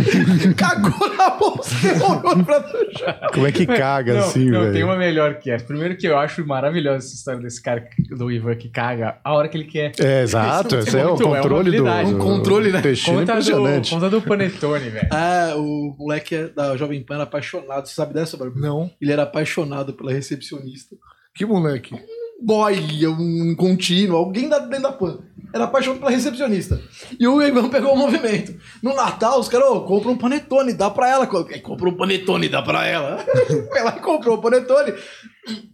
[SPEAKER 2] Cagou na bolsa, demorou pra deixar.
[SPEAKER 3] Como é que caga,
[SPEAKER 4] Não,
[SPEAKER 3] assim,
[SPEAKER 4] não,
[SPEAKER 3] velho?
[SPEAKER 4] tem uma melhor que é. Primeiro que eu acho maravilhosa essa história desse cara que- do Ivan que caga a hora que ele quer.
[SPEAKER 3] É, exato.
[SPEAKER 4] Isso
[SPEAKER 3] Esse
[SPEAKER 4] é
[SPEAKER 3] é, o
[SPEAKER 4] muito- é uma
[SPEAKER 3] controle do,
[SPEAKER 4] habilidade.
[SPEAKER 3] do.
[SPEAKER 4] Um controle, né?
[SPEAKER 3] Intestino é
[SPEAKER 4] Conta do,
[SPEAKER 3] impressionante.
[SPEAKER 4] conta do Panetone, velho.
[SPEAKER 2] Ah, o moleque é da Jovem Pan era apaixonado. Você sabe dessa, Bárbara?
[SPEAKER 5] Não.
[SPEAKER 2] Ele era apaixonado pela recepcionista.
[SPEAKER 5] Que moleque.
[SPEAKER 2] Boy, um contínuo, alguém da, dentro da Pan. Era apaixonado pela recepcionista. E o Ivan pegou o movimento. No Natal, os caras, ô, compra um panetone, dá pra ela. Co- "É, Compra um panetone, dá pra ela. Foi lá e comprou o panetone.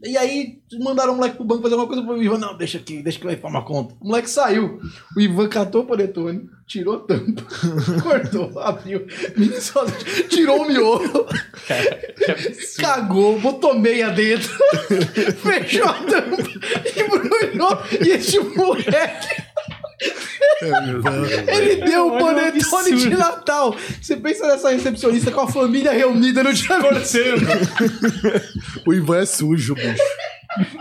[SPEAKER 2] E aí mandaram o moleque pro banco fazer alguma coisa pro Ivan. Não, deixa aqui, deixa que vai formar conta. O moleque saiu. O Ivan catou o panetone, tirou a tampa, cortou, abriu, só- tirou o miolo, cagou, botou meia dentro, fechou a tampa, embrulhou e esse moleque. Ele deu o
[SPEAKER 4] Olha o
[SPEAKER 2] panetone de
[SPEAKER 4] absurdo.
[SPEAKER 2] Natal. Você pensa nessa recepcionista com a família reunida no dia
[SPEAKER 4] Torcendo.
[SPEAKER 5] O Ivan é sujo, bicho.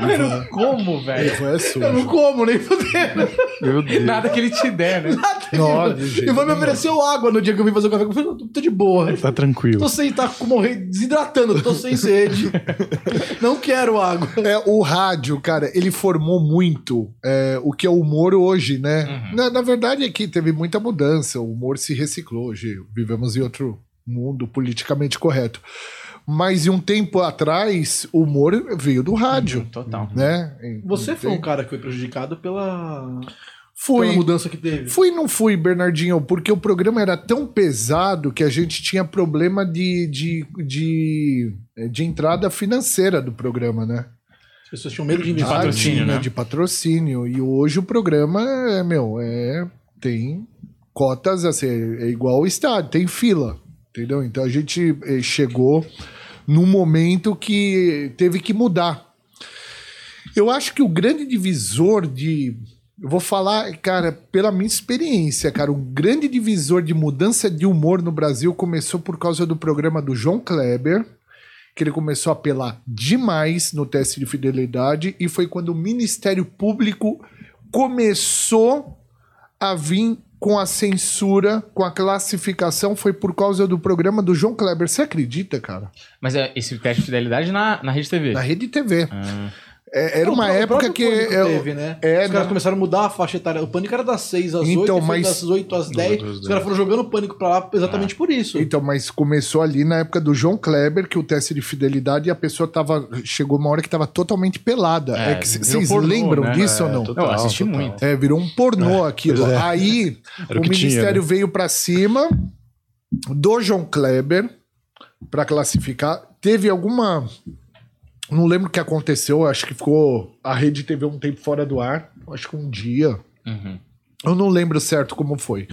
[SPEAKER 5] Uhum.
[SPEAKER 4] Mano, como,
[SPEAKER 5] O
[SPEAKER 4] velho?
[SPEAKER 5] Ivan
[SPEAKER 2] Eu
[SPEAKER 5] é
[SPEAKER 2] não
[SPEAKER 5] sujo.
[SPEAKER 2] como, nem fudendo.
[SPEAKER 3] Meu Deus.
[SPEAKER 4] Nada que ele te der, né?
[SPEAKER 2] Nada,
[SPEAKER 5] Não, de
[SPEAKER 2] Ivan. é
[SPEAKER 5] jeito
[SPEAKER 2] Ivan me
[SPEAKER 5] nenhum.
[SPEAKER 2] ofereceu água no dia que eu vim fazer o café. Eu falei, "Não, tô de boa.
[SPEAKER 3] Tá tranquilo.
[SPEAKER 2] Tô sem, tá com- morrendo, desidratando, tô sem sede. Não quero água.
[SPEAKER 5] É, o rádio, cara, ele formou muito é, o que é o humor hoje, né? Na, na verdade, aqui teve muita mudança. O humor se reciclou hoje. Vivemos em outro mundo politicamente correto. Mas de um tempo atrás, o humor veio do rádio,
[SPEAKER 4] Total.
[SPEAKER 5] né?
[SPEAKER 2] Você foi um
[SPEAKER 5] Entende?
[SPEAKER 2] cara que foi prejudicado pela, pela
[SPEAKER 5] Fui.
[SPEAKER 2] mudança que teve.
[SPEAKER 5] Fui não fui, Bernardinho, porque o programa era tão pesado que a gente tinha problema de, de, de, de entrada financeira do programa, né?
[SPEAKER 2] As pessoas tinham medo de investir.
[SPEAKER 5] Ah,
[SPEAKER 4] patrocínio,
[SPEAKER 5] tinha,
[SPEAKER 4] né?
[SPEAKER 5] De patrocínio. E hoje o programa é, meu, é, tem cotas, assim, é igual ao estádio, tem fila, entendeu? Então a gente eh, chegou num momento que teve que mudar. Eu acho que o grande divisor de. Eu vou falar, cara, pela minha experiência, cara, o grande divisor de mudança de humor no Brasil começou por causa do programa do João Kleber, que ele começou a apelar demais no teste de fidelidade, e foi quando o Ministério Público começou a vir com a censura, com a classificação, foi por causa do programa do João Kleber. Você acredita, cara?
[SPEAKER 4] Mas é, esse teste de fidelidade na, na Rede TV.
[SPEAKER 5] Na Rede TV.
[SPEAKER 4] Ah.
[SPEAKER 5] É, era
[SPEAKER 2] O
[SPEAKER 5] uma
[SPEAKER 2] pró- o
[SPEAKER 5] época
[SPEAKER 2] próprio
[SPEAKER 5] que.
[SPEAKER 2] pânico
[SPEAKER 5] eu-
[SPEAKER 2] Teve, né?
[SPEAKER 5] é,
[SPEAKER 2] os caras
[SPEAKER 5] não-
[SPEAKER 2] começaram a mudar a faixa etária. O pânico era das 6 às 8,
[SPEAKER 5] Então,
[SPEAKER 2] depois
[SPEAKER 5] mas-
[SPEAKER 2] das 8 às 10.
[SPEAKER 3] Deus,
[SPEAKER 2] Os caras foram jogando o pânico pra lá exatamente por isso.
[SPEAKER 5] Então, mas começou ali na época do João Kleber, que o teste de fidelidade e a pessoa tava. Chegou uma hora que tava totalmente pelada.
[SPEAKER 4] É,
[SPEAKER 5] É, que
[SPEAKER 4] virou
[SPEAKER 5] vocês
[SPEAKER 4] pornô,
[SPEAKER 5] lembram
[SPEAKER 4] né?
[SPEAKER 5] disso ou não?
[SPEAKER 3] total,
[SPEAKER 4] Não, eu assisti
[SPEAKER 3] total.
[SPEAKER 4] muito.
[SPEAKER 5] É, virou um pornô aquilo.
[SPEAKER 3] pois é.
[SPEAKER 5] Aí
[SPEAKER 3] Era
[SPEAKER 5] o,
[SPEAKER 3] o que tinha, né?
[SPEAKER 5] ministério veio pra cima do João Kleber pra classificar. Teve alguma. Não lembro o que aconteceu, acho que ficou. A rede teve um tempo fora do ar, acho que um dia.
[SPEAKER 4] Uhum.
[SPEAKER 5] Eu não lembro certo como foi.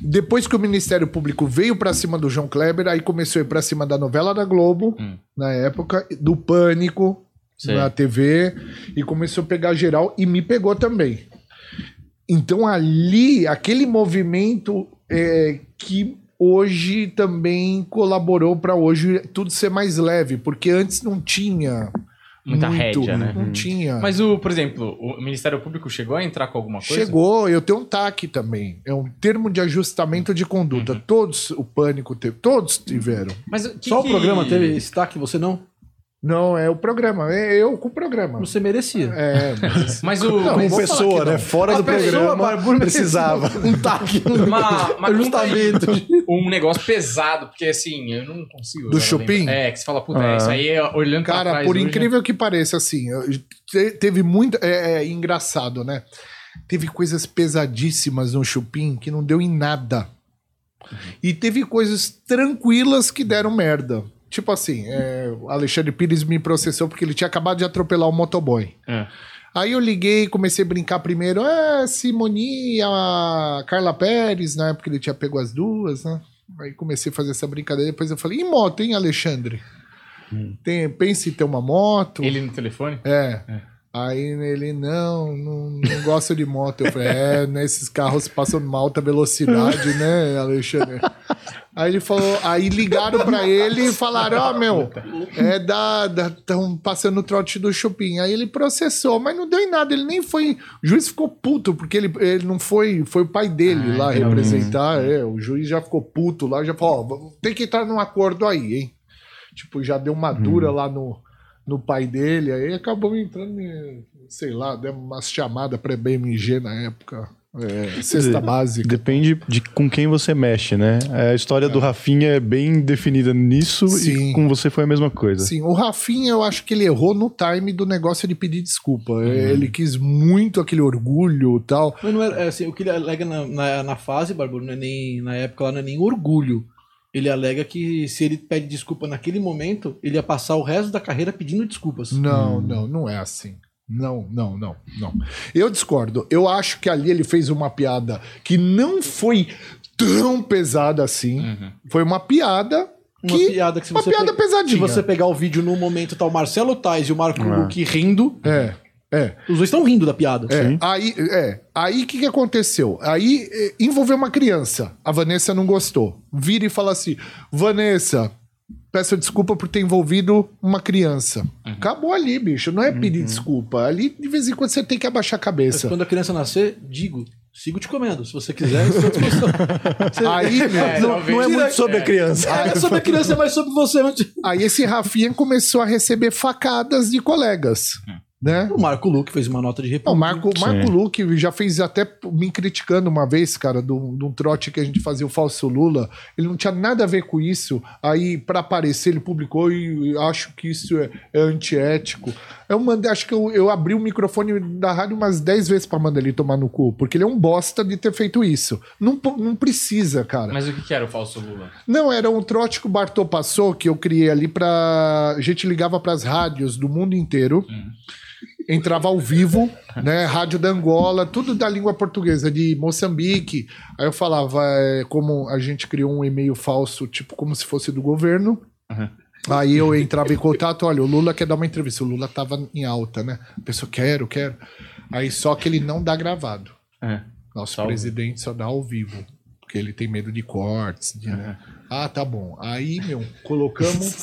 [SPEAKER 5] Depois que o Ministério Público veio pra cima do João Kleber, aí começou a ir pra cima da novela da Globo,
[SPEAKER 4] Hum.
[SPEAKER 5] na época, do Pânico,
[SPEAKER 4] Sei.
[SPEAKER 5] na TV, e começou a pegar geral e me pegou também. Então ali, aquele movimento é, que hoje também colaborou pra hoje tudo ser mais leve, porque antes não tinha
[SPEAKER 4] Muita
[SPEAKER 5] muito,
[SPEAKER 4] rédea, né?
[SPEAKER 5] Não tinha.
[SPEAKER 4] Mas, o, por exemplo, o Ministério Público chegou a entrar com alguma coisa?
[SPEAKER 5] Chegou, eu tenho um TAC também. É um termo de ajustamento de conduta.
[SPEAKER 4] Uhum.
[SPEAKER 5] Todos, o pânico teve, todos tiveram.
[SPEAKER 4] Mas o que
[SPEAKER 2] Só
[SPEAKER 4] que-
[SPEAKER 2] o programa teve esse taque, você não?
[SPEAKER 5] Não, é o programa. É eu com o programa.
[SPEAKER 2] Você merecia.
[SPEAKER 5] É,
[SPEAKER 1] Mas o.
[SPEAKER 5] Não,
[SPEAKER 3] Como
[SPEAKER 5] vou falar
[SPEAKER 3] pessoa,
[SPEAKER 5] que não.
[SPEAKER 3] né? Fora
[SPEAKER 2] A
[SPEAKER 3] do
[SPEAKER 2] pessoa,
[SPEAKER 3] programa,
[SPEAKER 2] Barbu,
[SPEAKER 3] precisava.
[SPEAKER 2] Um taque. um-
[SPEAKER 1] Uma, uma
[SPEAKER 2] Justamente.
[SPEAKER 1] um negócio pesado, porque assim, eu não consigo.
[SPEAKER 5] Do
[SPEAKER 1] agora
[SPEAKER 5] Chopin?
[SPEAKER 1] lembrar. É, que você fala, puta,
[SPEAKER 3] Ah.
[SPEAKER 1] é isso aí, olhando pra
[SPEAKER 5] Cara,
[SPEAKER 1] trás
[SPEAKER 5] por
[SPEAKER 4] é
[SPEAKER 1] hoje,
[SPEAKER 4] né?"
[SPEAKER 5] incrível que pareça, assim, eu- te- teve muito. É, é engraçado, né? Teve coisas pesadíssimas no Chupim que não deu em nada. E teve coisas tranquilas que deram merda. Tipo assim, é, o Alexandre Pires me processou porque ele tinha acabado de atropelar o motoboy.
[SPEAKER 1] É.
[SPEAKER 5] Aí eu liguei, comecei a brincar primeiro. É, Simoni, a Carla Pérez, na época ele tinha pego as duas, né? Aí comecei a fazer essa brincadeira. Depois eu falei, e moto, hein, Alexandre? Tem, pense em ter uma moto.
[SPEAKER 1] Ele no telefone?
[SPEAKER 5] É. Aí ele, não, não, não gosto de moto. Eu falei, é, nesses carros passam uma alta velocidade, né, Alexandre? Aí ele falou, aí ligaram pra ele e falaram, ó, meu, é da, da, tão passando o trote do Chupim. Aí ele processou, mas não deu em nada, ele nem foi, o juiz ficou puto, porque ele, ele não foi, foi o pai dele lá representar, é, o juiz já ficou puto lá, já falou, ó, vamos- tem que entrar num acordo aí, hein? Tipo, já deu uma dura lá no, no pai dele, aí acabou entrando, em, sei lá, né, deu umas chamadas pra BMG na época. É, cesta básica.
[SPEAKER 3] Depende de com quem você mexe, né? A história do Rafinha é bem definida nisso
[SPEAKER 5] Sim.
[SPEAKER 3] e com você foi a mesma coisa.
[SPEAKER 5] Sim, o Rafinha, eu acho que ele errou no time do negócio de pedir desculpa. É, Ele quis muito aquele orgulho e tal.
[SPEAKER 2] Mas não é, é assim, o que ele alega na, na, na fase, Barbu, não é nem, na época lá, não é nem orgulho. Ele alega que se ele pede desculpa naquele momento, ele ia passar o resto da carreira pedindo desculpas.
[SPEAKER 5] Não, não, não é assim. Não, não, não, não. Eu discordo. Eu acho que ali ele fez uma piada que não foi tão pesada assim. Foi uma piada
[SPEAKER 2] Uma
[SPEAKER 5] que.
[SPEAKER 2] piada que se
[SPEAKER 5] uma
[SPEAKER 2] você,
[SPEAKER 5] piada
[SPEAKER 2] pe- se
[SPEAKER 5] pesadinha.
[SPEAKER 2] você pegar o vídeo no momento, tá o Marcelo Tais e o Marco
[SPEAKER 3] Ah.
[SPEAKER 2] Luque rindo.
[SPEAKER 5] É, é.
[SPEAKER 2] Os dois estão rindo da piada.
[SPEAKER 5] É,
[SPEAKER 3] Sim.
[SPEAKER 5] aí, é, aí o que, que aconteceu? Aí eh, envolveu uma criança. A Vanessa não gostou. Vira e fala assim: Vanessa, peço desculpa por ter envolvido uma criança. Acabou ali, bicho. Não é pedir desculpa. Ali, de vez em quando, você tem que abaixar a
[SPEAKER 2] Mas
[SPEAKER 5] cabeça.
[SPEAKER 2] quando a criança nascer, digo, sigo te comendo. Se você quiser, estou à disposição. Você-
[SPEAKER 5] Aí, meu,
[SPEAKER 1] É, talvez- é.
[SPEAKER 5] Ah,
[SPEAKER 3] criança.
[SPEAKER 2] É sobre a criança, mas sobre você. mas-
[SPEAKER 5] aí esse Rafinha começou a receber facadas de colegas. Né?
[SPEAKER 2] O Marco Luque fez uma nota de
[SPEAKER 5] Não,
[SPEAKER 2] repúdio.
[SPEAKER 5] o Marco, o Marco
[SPEAKER 3] Sim.
[SPEAKER 5] Luque já fez até p- me criticando uma vez, cara, de um de um trote que a gente fazia o Falso Lula. Ele não tinha nada a ver com isso. Aí, pra aparecer, ele publicou e acho que isso é, é antiético. Eu mandei, acho que eu, eu abri o microfone da rádio umas 10 vezes pra mandar ele tomar no cu, porque ele é um bosta de ter feito isso. Não, po- não precisa, cara.
[SPEAKER 1] Mas o que que era o falso Lula?
[SPEAKER 5] Não, era um trote que o Bartô passou, que eu criei ali pra. A gente ligava pras rádios do mundo inteiro. Entrava ao vivo, né? Rádio da Angola, tudo da língua portuguesa, de Moçambique. Aí eu falava, é, como a gente criou um e-mail falso, tipo, como se fosse do governo. Aí eu entrava em contato, olha, o Lula quer dar uma entrevista. O Lula tava em alta, né? A pessoa, quero, quero. Aí só que ele não dá gravado.
[SPEAKER 1] É.
[SPEAKER 5] Nosso
[SPEAKER 1] Só ao
[SPEAKER 5] presidente só dá ao vivo. Porque ele tem medo de cortes. de- Ah, tá bom. Aí, meu, colocamos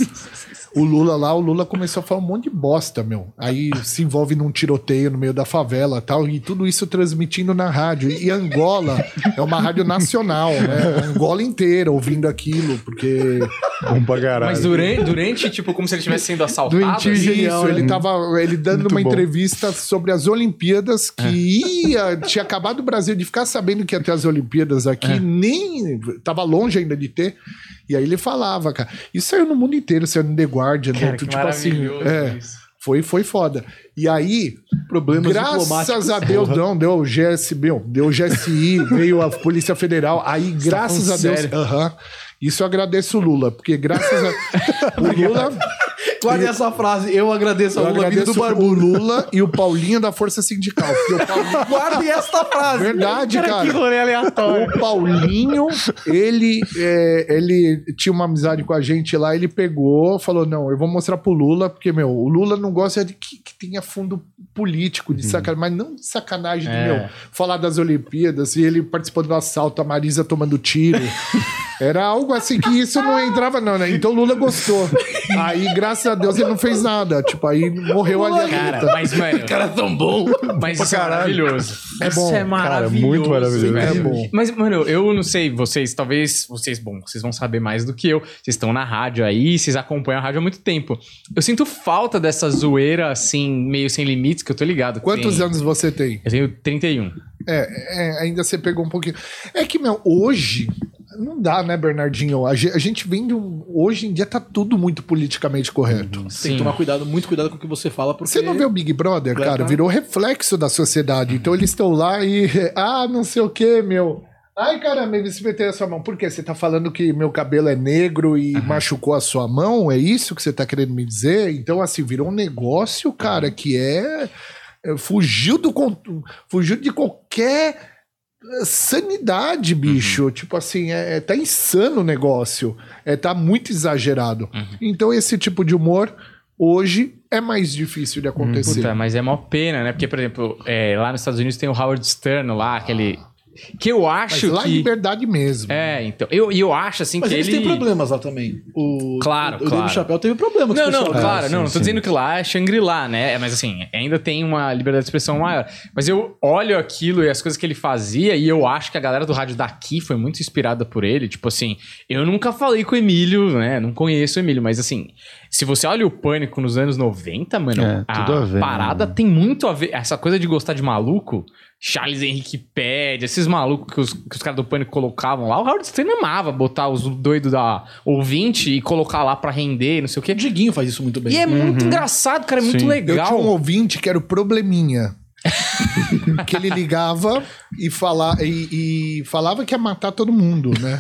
[SPEAKER 5] o Lula lá. O Lula começou a falar um monte de bosta, meu. Aí se envolve num tiroteio no meio da favela tal. E tudo isso transmitindo na rádio. E Angola é uma rádio nacional, né? Angola inteira ouvindo aquilo, porque
[SPEAKER 3] Bom pra caralho.
[SPEAKER 1] Mas durante, durante, tipo, como se ele estivesse sendo assaltado?
[SPEAKER 5] Doentio
[SPEAKER 1] assim?
[SPEAKER 5] genial, ele tava ele dando
[SPEAKER 3] Muito
[SPEAKER 5] uma
[SPEAKER 3] bom.
[SPEAKER 5] entrevista sobre as Olimpíadas que
[SPEAKER 1] É.
[SPEAKER 5] ia tinha acabado o Brasil de ficar sabendo que ia ter as Olimpíadas aqui,
[SPEAKER 1] É.
[SPEAKER 5] nem tava longe ainda de ter. E aí ele falava, cara. Isso saiu no mundo inteiro, saiu no The Guardian,
[SPEAKER 1] Cara,
[SPEAKER 5] né?
[SPEAKER 1] que
[SPEAKER 5] tipo assim,
[SPEAKER 1] maravilhoso
[SPEAKER 5] é,
[SPEAKER 1] isso.
[SPEAKER 5] foi foi foda. E aí,
[SPEAKER 2] Problemas
[SPEAKER 5] graças a Deus, não, deu o GSB, deu o GSI, veio a Polícia Federal. Aí, graças a
[SPEAKER 1] tá falando
[SPEAKER 5] Deus,
[SPEAKER 1] sério?
[SPEAKER 5] aham. isso eu agradeço o Lula, porque graças a o Lula
[SPEAKER 2] Guarde essa frase. Eu agradeço
[SPEAKER 5] eu
[SPEAKER 2] ao Lula, vida
[SPEAKER 5] agradeço
[SPEAKER 2] do Barbu.
[SPEAKER 5] o Lula e o Paulinho da Força Sindical. porque o Paulinho-
[SPEAKER 2] Guarde esta frase.
[SPEAKER 5] verdade,
[SPEAKER 1] Que
[SPEAKER 5] cara.
[SPEAKER 1] rolê aleatório.
[SPEAKER 5] O Paulinho, ele, é, ele tinha uma amizade com a gente lá, ele pegou, falou: não, eu vou mostrar pro Lula, porque, meu, o Lula não gosta de que, que tenha fundo político, de sacanagem, mas não de sacanagem de,
[SPEAKER 1] É.
[SPEAKER 5] meu, falar das Olimpíadas e ele participando do assalto, a Marisa tomando tiro. Era algo assim que isso não entrava, não, né? Então o Lula gostou. Aí, graças a Deus, ele não fez nada. Tipo, aí morreu ali a
[SPEAKER 4] Cara, é
[SPEAKER 5] treta.
[SPEAKER 4] mas, mano,
[SPEAKER 3] Cara, tão bom.
[SPEAKER 4] mas isso é
[SPEAKER 3] caralho.
[SPEAKER 4] maravilhoso.
[SPEAKER 5] É bom,
[SPEAKER 4] Isso é
[SPEAKER 3] Cara,
[SPEAKER 4] maravilhoso.
[SPEAKER 3] muito maravilhoso.
[SPEAKER 4] velho.
[SPEAKER 5] É bom.
[SPEAKER 4] Mas, mano, eu não sei, vocês, talvez, vocês, bom, vocês vão saber mais do que eu. Vocês estão na rádio aí, vocês acompanham a rádio há muito tempo. Eu sinto falta dessa zoeira, assim, meio sem limites, que eu tô ligado. que
[SPEAKER 5] Quantos
[SPEAKER 4] tem.
[SPEAKER 5] anos você tem?
[SPEAKER 4] Eu tenho 31.
[SPEAKER 5] É, é, ainda você pegou um pouquinho. É que, meu, hoje. Não dá, né, Bernardinho? A ge- a gente vem de um. Hoje em dia tá tudo muito politicamente correto.
[SPEAKER 2] Tem que tomar cuidado, muito cuidado com o que você fala, Uhum. porque.
[SPEAKER 5] Você não vê o Big Brother,
[SPEAKER 2] Claro.
[SPEAKER 5] cara? Virou reflexo da sociedade. Então eles estão lá e. Ah, não sei o que, meu. Ai, caramba, eles meteram a sua mão. Por quê? Você tá falando que meu cabelo é negro e machucou a sua mão? É isso que você tá querendo me dizer? Então, assim, virou um negócio, cara, que é. é, Fugiu do. con- Fugiu de qualquer eh, sanidade, bicho.
[SPEAKER 4] Uhum.
[SPEAKER 5] Tipo assim, é, é- tá insano o negócio. É, tá muito exagerado.
[SPEAKER 4] Uhum.
[SPEAKER 5] Então, esse tipo de humor hoje é mais difícil de acontecer.
[SPEAKER 4] Puta, mas é mó pena, né? Porque, por exemplo, é, lá nos Estados Unidos tem o Howard Stern lá, aquele.
[SPEAKER 2] Ah.
[SPEAKER 4] Que eu
[SPEAKER 5] Mas
[SPEAKER 4] acho
[SPEAKER 5] lá é
[SPEAKER 4] que.
[SPEAKER 5] liberdade mesmo.
[SPEAKER 4] É, então. Eu, e eu acho, assim,
[SPEAKER 2] Mas
[SPEAKER 4] que
[SPEAKER 2] eles
[SPEAKER 4] ele.
[SPEAKER 2] têm problemas lá também. O,
[SPEAKER 4] Claro,
[SPEAKER 2] o, o
[SPEAKER 4] claro.
[SPEAKER 2] David Chapéu teve problema com
[SPEAKER 4] Não,
[SPEAKER 2] esse
[SPEAKER 4] não,
[SPEAKER 2] pessoal.
[SPEAKER 4] claro,
[SPEAKER 3] Ah, sim,
[SPEAKER 4] não, não tô
[SPEAKER 3] sim.
[SPEAKER 4] dizendo que lá é Shangri-La, né? Mas assim, ainda tem uma liberdade de expressão maior. Mas eu olho aquilo e as coisas que ele fazia e eu acho que a galera do rádio daqui foi muito inspirada por ele. Tipo assim, eu nunca falei com o Emílio, né? Não conheço o Emílio, mas assim, se você olha o Pânico nos anos 90, mano,
[SPEAKER 3] É, tudo
[SPEAKER 4] a,
[SPEAKER 3] a ver, né,
[SPEAKER 4] parada tem muito a ver. Essa coisa de gostar de maluco, Charles Henrique Pede, esses malucos que os, que os caras do Pânico colocavam lá, o Howard Stern amava botar os doidos da ouvinte e colocar lá pra render, não sei o quê.
[SPEAKER 2] O Diguinho faz isso muito bem.
[SPEAKER 4] E é muito engraçado, cara, é muito
[SPEAKER 3] Sim.
[SPEAKER 5] Eu tinha
[SPEAKER 4] legal.
[SPEAKER 5] um ouvinte que era o Probleminha. que ele ligava e, fala, e, e falava que ia matar todo mundo, né?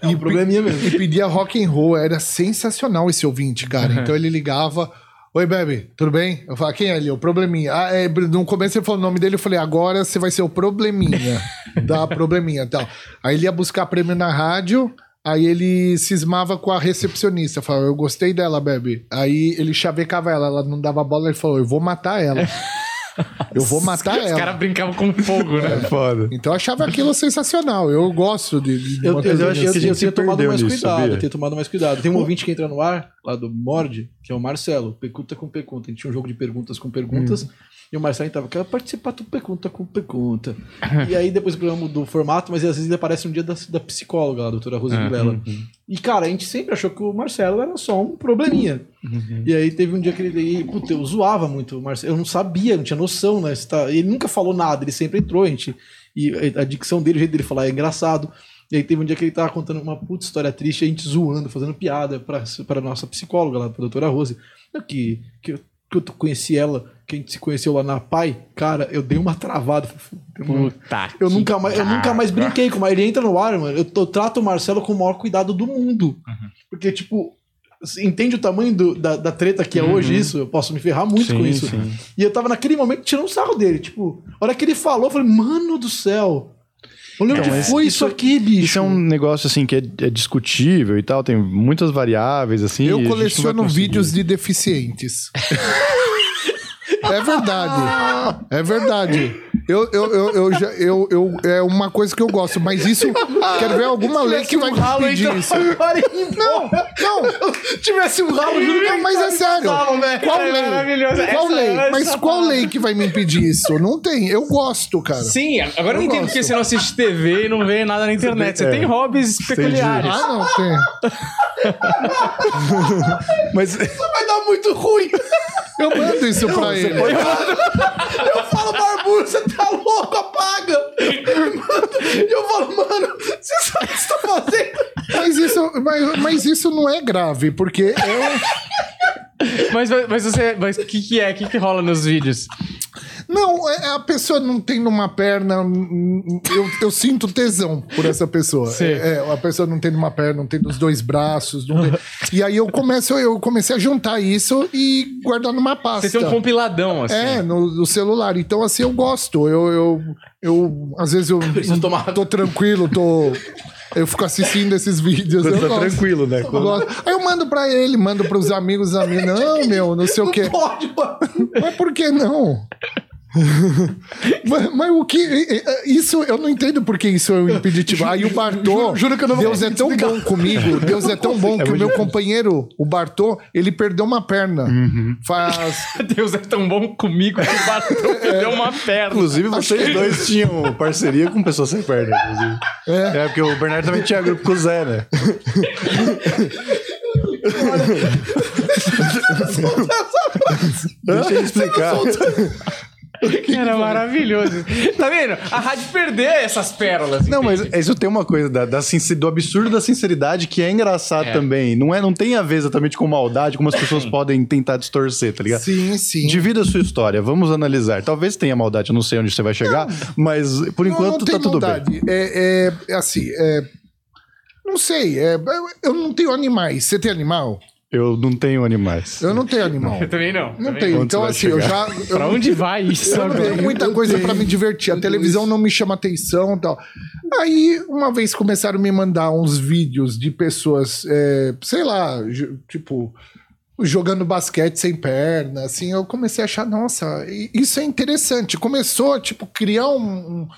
[SPEAKER 2] É um probleminha mesmo.
[SPEAKER 5] E pedia rock and roll. Era sensacional esse ouvinte, cara. Então ele ligava. Oi, Bebe, tudo bem? Eu falava, quem é ali? O Probleminha. Ah, é, no começo ele falou o nome dele, eu falei, agora você vai ser o Probleminha. da Probleminha e tal. Aí ele ia buscar prêmio na rádio, aí ele cismava com a recepcionista. Falava, eu gostei dela, Bebe. Aí ele chavecava ela, ela não dava bola, ele falou, eu vou matar ela. Eu vou matar
[SPEAKER 4] Os
[SPEAKER 5] ela.
[SPEAKER 4] caras brincavam com fogo, né?
[SPEAKER 3] É foda.
[SPEAKER 5] Então eu achava aquilo sensacional. Eu gosto de. de
[SPEAKER 2] Eu,
[SPEAKER 5] uma
[SPEAKER 2] eu,
[SPEAKER 5] coisa
[SPEAKER 2] eu,
[SPEAKER 3] acho que a
[SPEAKER 2] assim, eu,
[SPEAKER 3] gente se
[SPEAKER 2] tinha tomado
[SPEAKER 3] perdeu
[SPEAKER 2] mais
[SPEAKER 3] nisso,
[SPEAKER 2] cuidado,
[SPEAKER 3] sabia?
[SPEAKER 2] eu tinha tomado mais cuidado. Tem um ouvinte que entra no ar, lá do Mord, que é o Marcelo, Pergunta com Pergunta. A gente tinha um jogo de perguntas com perguntas,
[SPEAKER 4] Hum.
[SPEAKER 2] e o Marcelo entrava, quero participar do Pergunta com Pergunta. e aí depois o programa mudou o formato, mas às vezes ele aparece um dia da, da psicóloga lá, a doutora Rose
[SPEAKER 3] Ah,
[SPEAKER 2] Vilela.
[SPEAKER 3] uhum.
[SPEAKER 2] E cara, a gente sempre achou que o Marcelo era só um probleminha.
[SPEAKER 3] Uhum.
[SPEAKER 2] E aí teve um dia que ele. E, puta, eu zoava muito o Marcelo. Eu não sabia, não tinha noção, né? se tá- Ele nunca falou nada, ele sempre entrou, a gente. E a dicção dele, o jeito dele falar é engraçado. E aí teve um dia que ele tava contando uma puta história triste, a gente zoando, fazendo piada pra, pra nossa psicóloga lá, pra doutora Rose. Não, Que, que, eu- que eu conheci ela, que a gente se conheceu lá na PAI, cara, eu dei uma travada. falei, "Puta, mano,
[SPEAKER 4] Puta.
[SPEAKER 2] Eu
[SPEAKER 4] que
[SPEAKER 2] nunca, mais, eu
[SPEAKER 4] cara.
[SPEAKER 2] nunca mais brinquei com o Ele entra no ar, mano. Eu, tô- eu trato o Marcelo com o maior cuidado do mundo.
[SPEAKER 4] Uhum.
[SPEAKER 2] Porque, tipo, você entende o tamanho do- da, da treta que é
[SPEAKER 4] Uhum.
[SPEAKER 2] hoje isso? Eu posso me ferrar muito com isso. E eu tava naquele momento tirando um sarro dele. Tipo, a hora que ele falou, eu falei, mano do céu. Olha o
[SPEAKER 3] Então,
[SPEAKER 2] que
[SPEAKER 3] mas
[SPEAKER 2] foi isso, aqui, bicho.
[SPEAKER 3] Isso é um negócio assim que é, é discutível e tal, tem muitas variáveis assim. e a
[SPEAKER 5] Eu
[SPEAKER 3] gente não vai
[SPEAKER 5] coleciono
[SPEAKER 3] conseguir.
[SPEAKER 5] vídeos de deficientes. é verdade. É verdade. Eu, eu, eu, eu, já- eu, eu- é uma coisa que eu gosto, mas isso. Quero ver alguma lei que vai
[SPEAKER 2] ralo
[SPEAKER 5] impedir
[SPEAKER 2] então,
[SPEAKER 5] isso.
[SPEAKER 2] para aí,
[SPEAKER 5] Não, não,
[SPEAKER 2] tivesse um ralo, juro que
[SPEAKER 5] não, mas é sério. Qual lei? Qual lei? Mas qual lei que vai me impedir isso? Não tem. Eu gosto, cara.
[SPEAKER 4] Sim, agora eu, entendo
[SPEAKER 5] gosto.
[SPEAKER 4] porque você não assiste TV e não vê nada na internet. Você
[SPEAKER 3] É.
[SPEAKER 4] tem hobbies peculiares.
[SPEAKER 5] Ah, não, tem.
[SPEAKER 3] Mas
[SPEAKER 2] vai dar muito ruim.
[SPEAKER 5] Eu mando isso pra ele.
[SPEAKER 2] Eu falo, barbudo, você tá louco, apaga. E eu falo, mano, você sabe o que você tá fazendo?
[SPEAKER 5] Mas isso, mas, mas isso não é grave, porque é um eu.
[SPEAKER 4] Mas, mas você. Mas o que, que é? O que, que rola nos vídeos?
[SPEAKER 5] Não, é- a pessoa não tem numa perna. hum, hum, Eu, eu sinto tesão por essa pessoa. É, é, a pessoa não tem numa perna, não tem nos dois braços. não tem- E aí eu começo, eu comecei a juntar isso e guardar numa pasta.
[SPEAKER 4] Você tem um compiladão, assim.
[SPEAKER 5] Então, É, no, no celular. Então, assim, eu gosto. Eu, eu, eu às vezes eu
[SPEAKER 2] Preciso tomar
[SPEAKER 5] tô tranquilo, tô. Eu fico assistindo esses vídeos.
[SPEAKER 3] Quando
[SPEAKER 5] eu
[SPEAKER 3] tá
[SPEAKER 5] gosto.
[SPEAKER 3] tranquilo, né?
[SPEAKER 5] Eu gosto. Aí eu mando pra ele, mando pros amigos, amigos. Não, meu, não sei o quê.
[SPEAKER 2] Pode, mano.
[SPEAKER 5] Mas por que não? mas, mas o que. eh, eh, Isso eu não entendo porque isso é um impeditivo. Aí o Bartô.
[SPEAKER 2] ju- juro que eu não vou
[SPEAKER 5] Deus é tão bom comigo. Deus é tão bom que o meu companheiro, o Bartô, ele perdeu uma perna. Faz.
[SPEAKER 4] Deus é tão bom comigo que o Bartô me deu uma perna.
[SPEAKER 3] Inclusive, vocês dois tinham parceria com pessoas sem perna, inclusive. É. porque o Bernardo também tinha grupo com o Zé, né? Deixa ele explicar.
[SPEAKER 4] Era maravilhoso. Tá vendo? A rádio perdeu essas pérolas.
[SPEAKER 3] Não, mas isso tem uma coisa da, da sinci- do absurdo da sinceridade que é engraçado também. Não, é, não tem a ver exatamente com maldade, como as pessoas podem tentar distorcer, tá ligado?
[SPEAKER 5] Sim, sim.
[SPEAKER 3] Divida a sua história, vamos analisar. Talvez tenha maldade, eu não sei onde você vai chegar, mas por enquanto tá tudo bem.
[SPEAKER 5] bem. É, é, é assim, é, não sei, é, eu não tenho animais. Você tem animal?
[SPEAKER 3] Eu não tenho animais.
[SPEAKER 5] Eu não tenho animal.
[SPEAKER 4] Eu também não.
[SPEAKER 5] Não
[SPEAKER 4] também
[SPEAKER 5] tenho.
[SPEAKER 3] Onde
[SPEAKER 5] Então,
[SPEAKER 3] você
[SPEAKER 5] assim,
[SPEAKER 3] vai
[SPEAKER 5] eu já. Eu
[SPEAKER 4] Pra
[SPEAKER 5] não
[SPEAKER 4] onde vai isso né?
[SPEAKER 5] Eu não
[SPEAKER 4] agora?
[SPEAKER 5] tenho muita coisa pra me divertir. A televisão não me chama atenção e tal. Aí, uma vez começaram a me mandar uns vídeos de pessoas, é, sei lá, jo- tipo, jogando basquete sem perna, assim. Eu comecei a achar, nossa, i- isso é interessante. Começou, tipo, criar um,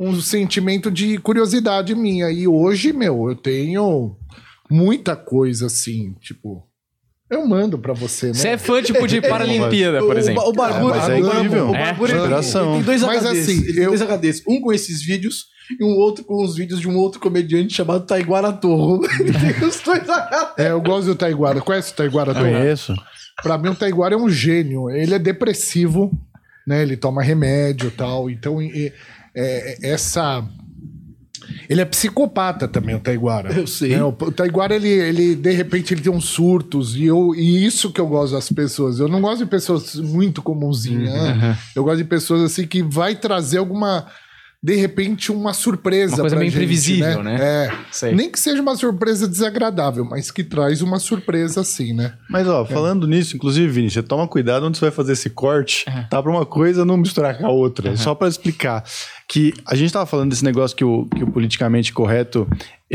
[SPEAKER 5] um, um sentimento de curiosidade minha. E hoje, meu, eu tenho muita coisa assim, tipo. Eu mando pra você, né?
[SPEAKER 4] Você é fã, tipo, de Paralimpíada, por exemplo.
[SPEAKER 2] O, o Barbudo,
[SPEAKER 3] né, É, mas é
[SPEAKER 2] o Barbudo-
[SPEAKER 3] incrível.
[SPEAKER 2] o Barbudo,
[SPEAKER 3] É,
[SPEAKER 2] ele-
[SPEAKER 3] inspiração.
[SPEAKER 2] ele tem dois
[SPEAKER 5] Mas
[SPEAKER 2] HDs,
[SPEAKER 5] assim,
[SPEAKER 2] ele tem
[SPEAKER 5] eu-
[SPEAKER 2] dois HDs. Um com esses vídeos e um outro com os vídeos de um outro comediante chamado Taiguara Torro. ele tem os dois HDs.
[SPEAKER 5] É, eu gosto do Taiguara. Conhece o Taiguara? Tom?
[SPEAKER 3] Conheço.
[SPEAKER 5] Pra mim, o Taiguara é um gênio. Ele é depressivo, né? Ele toma remédio e tal. Então, e- é- é- essa. Ele é psicopata também, o Taiguara.
[SPEAKER 2] Eu sei.
[SPEAKER 5] Né? O, o Taiguara, ele, ele, de repente, ele tem uns surtos. E, eu, e isso que eu gosto das pessoas. Eu não gosto de pessoas muito comunzinhas.
[SPEAKER 4] Uhum.
[SPEAKER 5] né? Eu gosto de pessoas assim que vai trazer alguma. De repente, uma surpresa.
[SPEAKER 4] Uma coisa
[SPEAKER 5] pra
[SPEAKER 4] meio
[SPEAKER 5] gente,
[SPEAKER 4] imprevisível, né?
[SPEAKER 5] É.
[SPEAKER 4] Sei.
[SPEAKER 5] Nem que seja uma surpresa desagradável, mas que traz uma surpresa assim, né?
[SPEAKER 3] Mas, ó, falando nisso, inclusive, Vini, você toma cuidado onde você vai fazer esse corte, tá? Pra uma coisa não misturar com a outra. Só pra explicar que a gente tava falando desse negócio que o, que o politicamente correto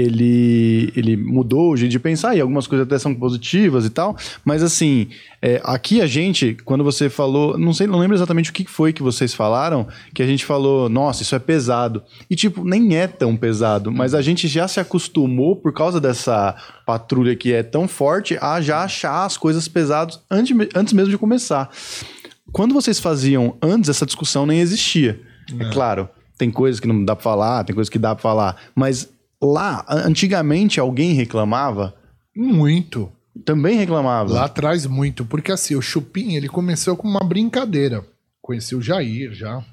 [SPEAKER 3] ele, ele mudou o jeito de pensar e algumas coisas até são positivas e tal, mas assim, é, aqui a gente, quando você falou, não sei, não lembro exatamente o que foi que vocês falaram, que a gente falou, nossa, isso é pesado. E tipo, nem é tão pesado, mas a gente já se acostumou por causa dessa patrulha que é tão forte a já achar as coisas pesadas antes, me- antes mesmo de começar. Quando vocês faziam antes, essa discussão nem existia. É claro, tem coisas que não dá pra falar, tem coisas que dá pra falar, mas lá, a- antigamente alguém reclamava,
[SPEAKER 5] Muito.
[SPEAKER 3] também reclamava.
[SPEAKER 5] Lá atrás, muito. Porque assim, o Chupim, ele começou com uma brincadeira. Conheci o Jair já.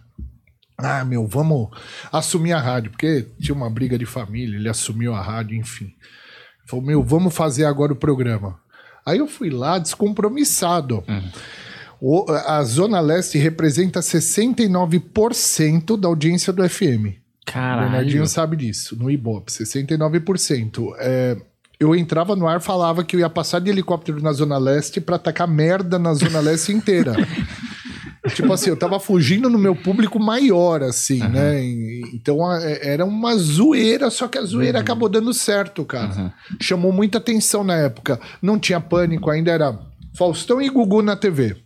[SPEAKER 5] Ah, meu, vamos assumir a rádio. Porque tinha uma briga de família, ele assumiu a rádio, enfim. Falou, meu, vamos fazer agora o programa. Aí eu fui lá descompromissado. O- a Zona Leste representa 69% da audiência do FM. O Bernardinho
[SPEAKER 4] Caralho.
[SPEAKER 5] sabe disso, no Ibope, 69%. É, eu entrava no ar falava que eu ia passar de helicóptero na Zona Leste pra atacar merda na Zona Leste inteira. tipo assim, eu tava fugindo no meu público maior, assim, né? E- Então a- é- era uma zoeira, só que a zoeira acabou dando certo, cara. Chamou muita atenção na época. Não tinha pânico, ainda era Faustão e Gugu na TV.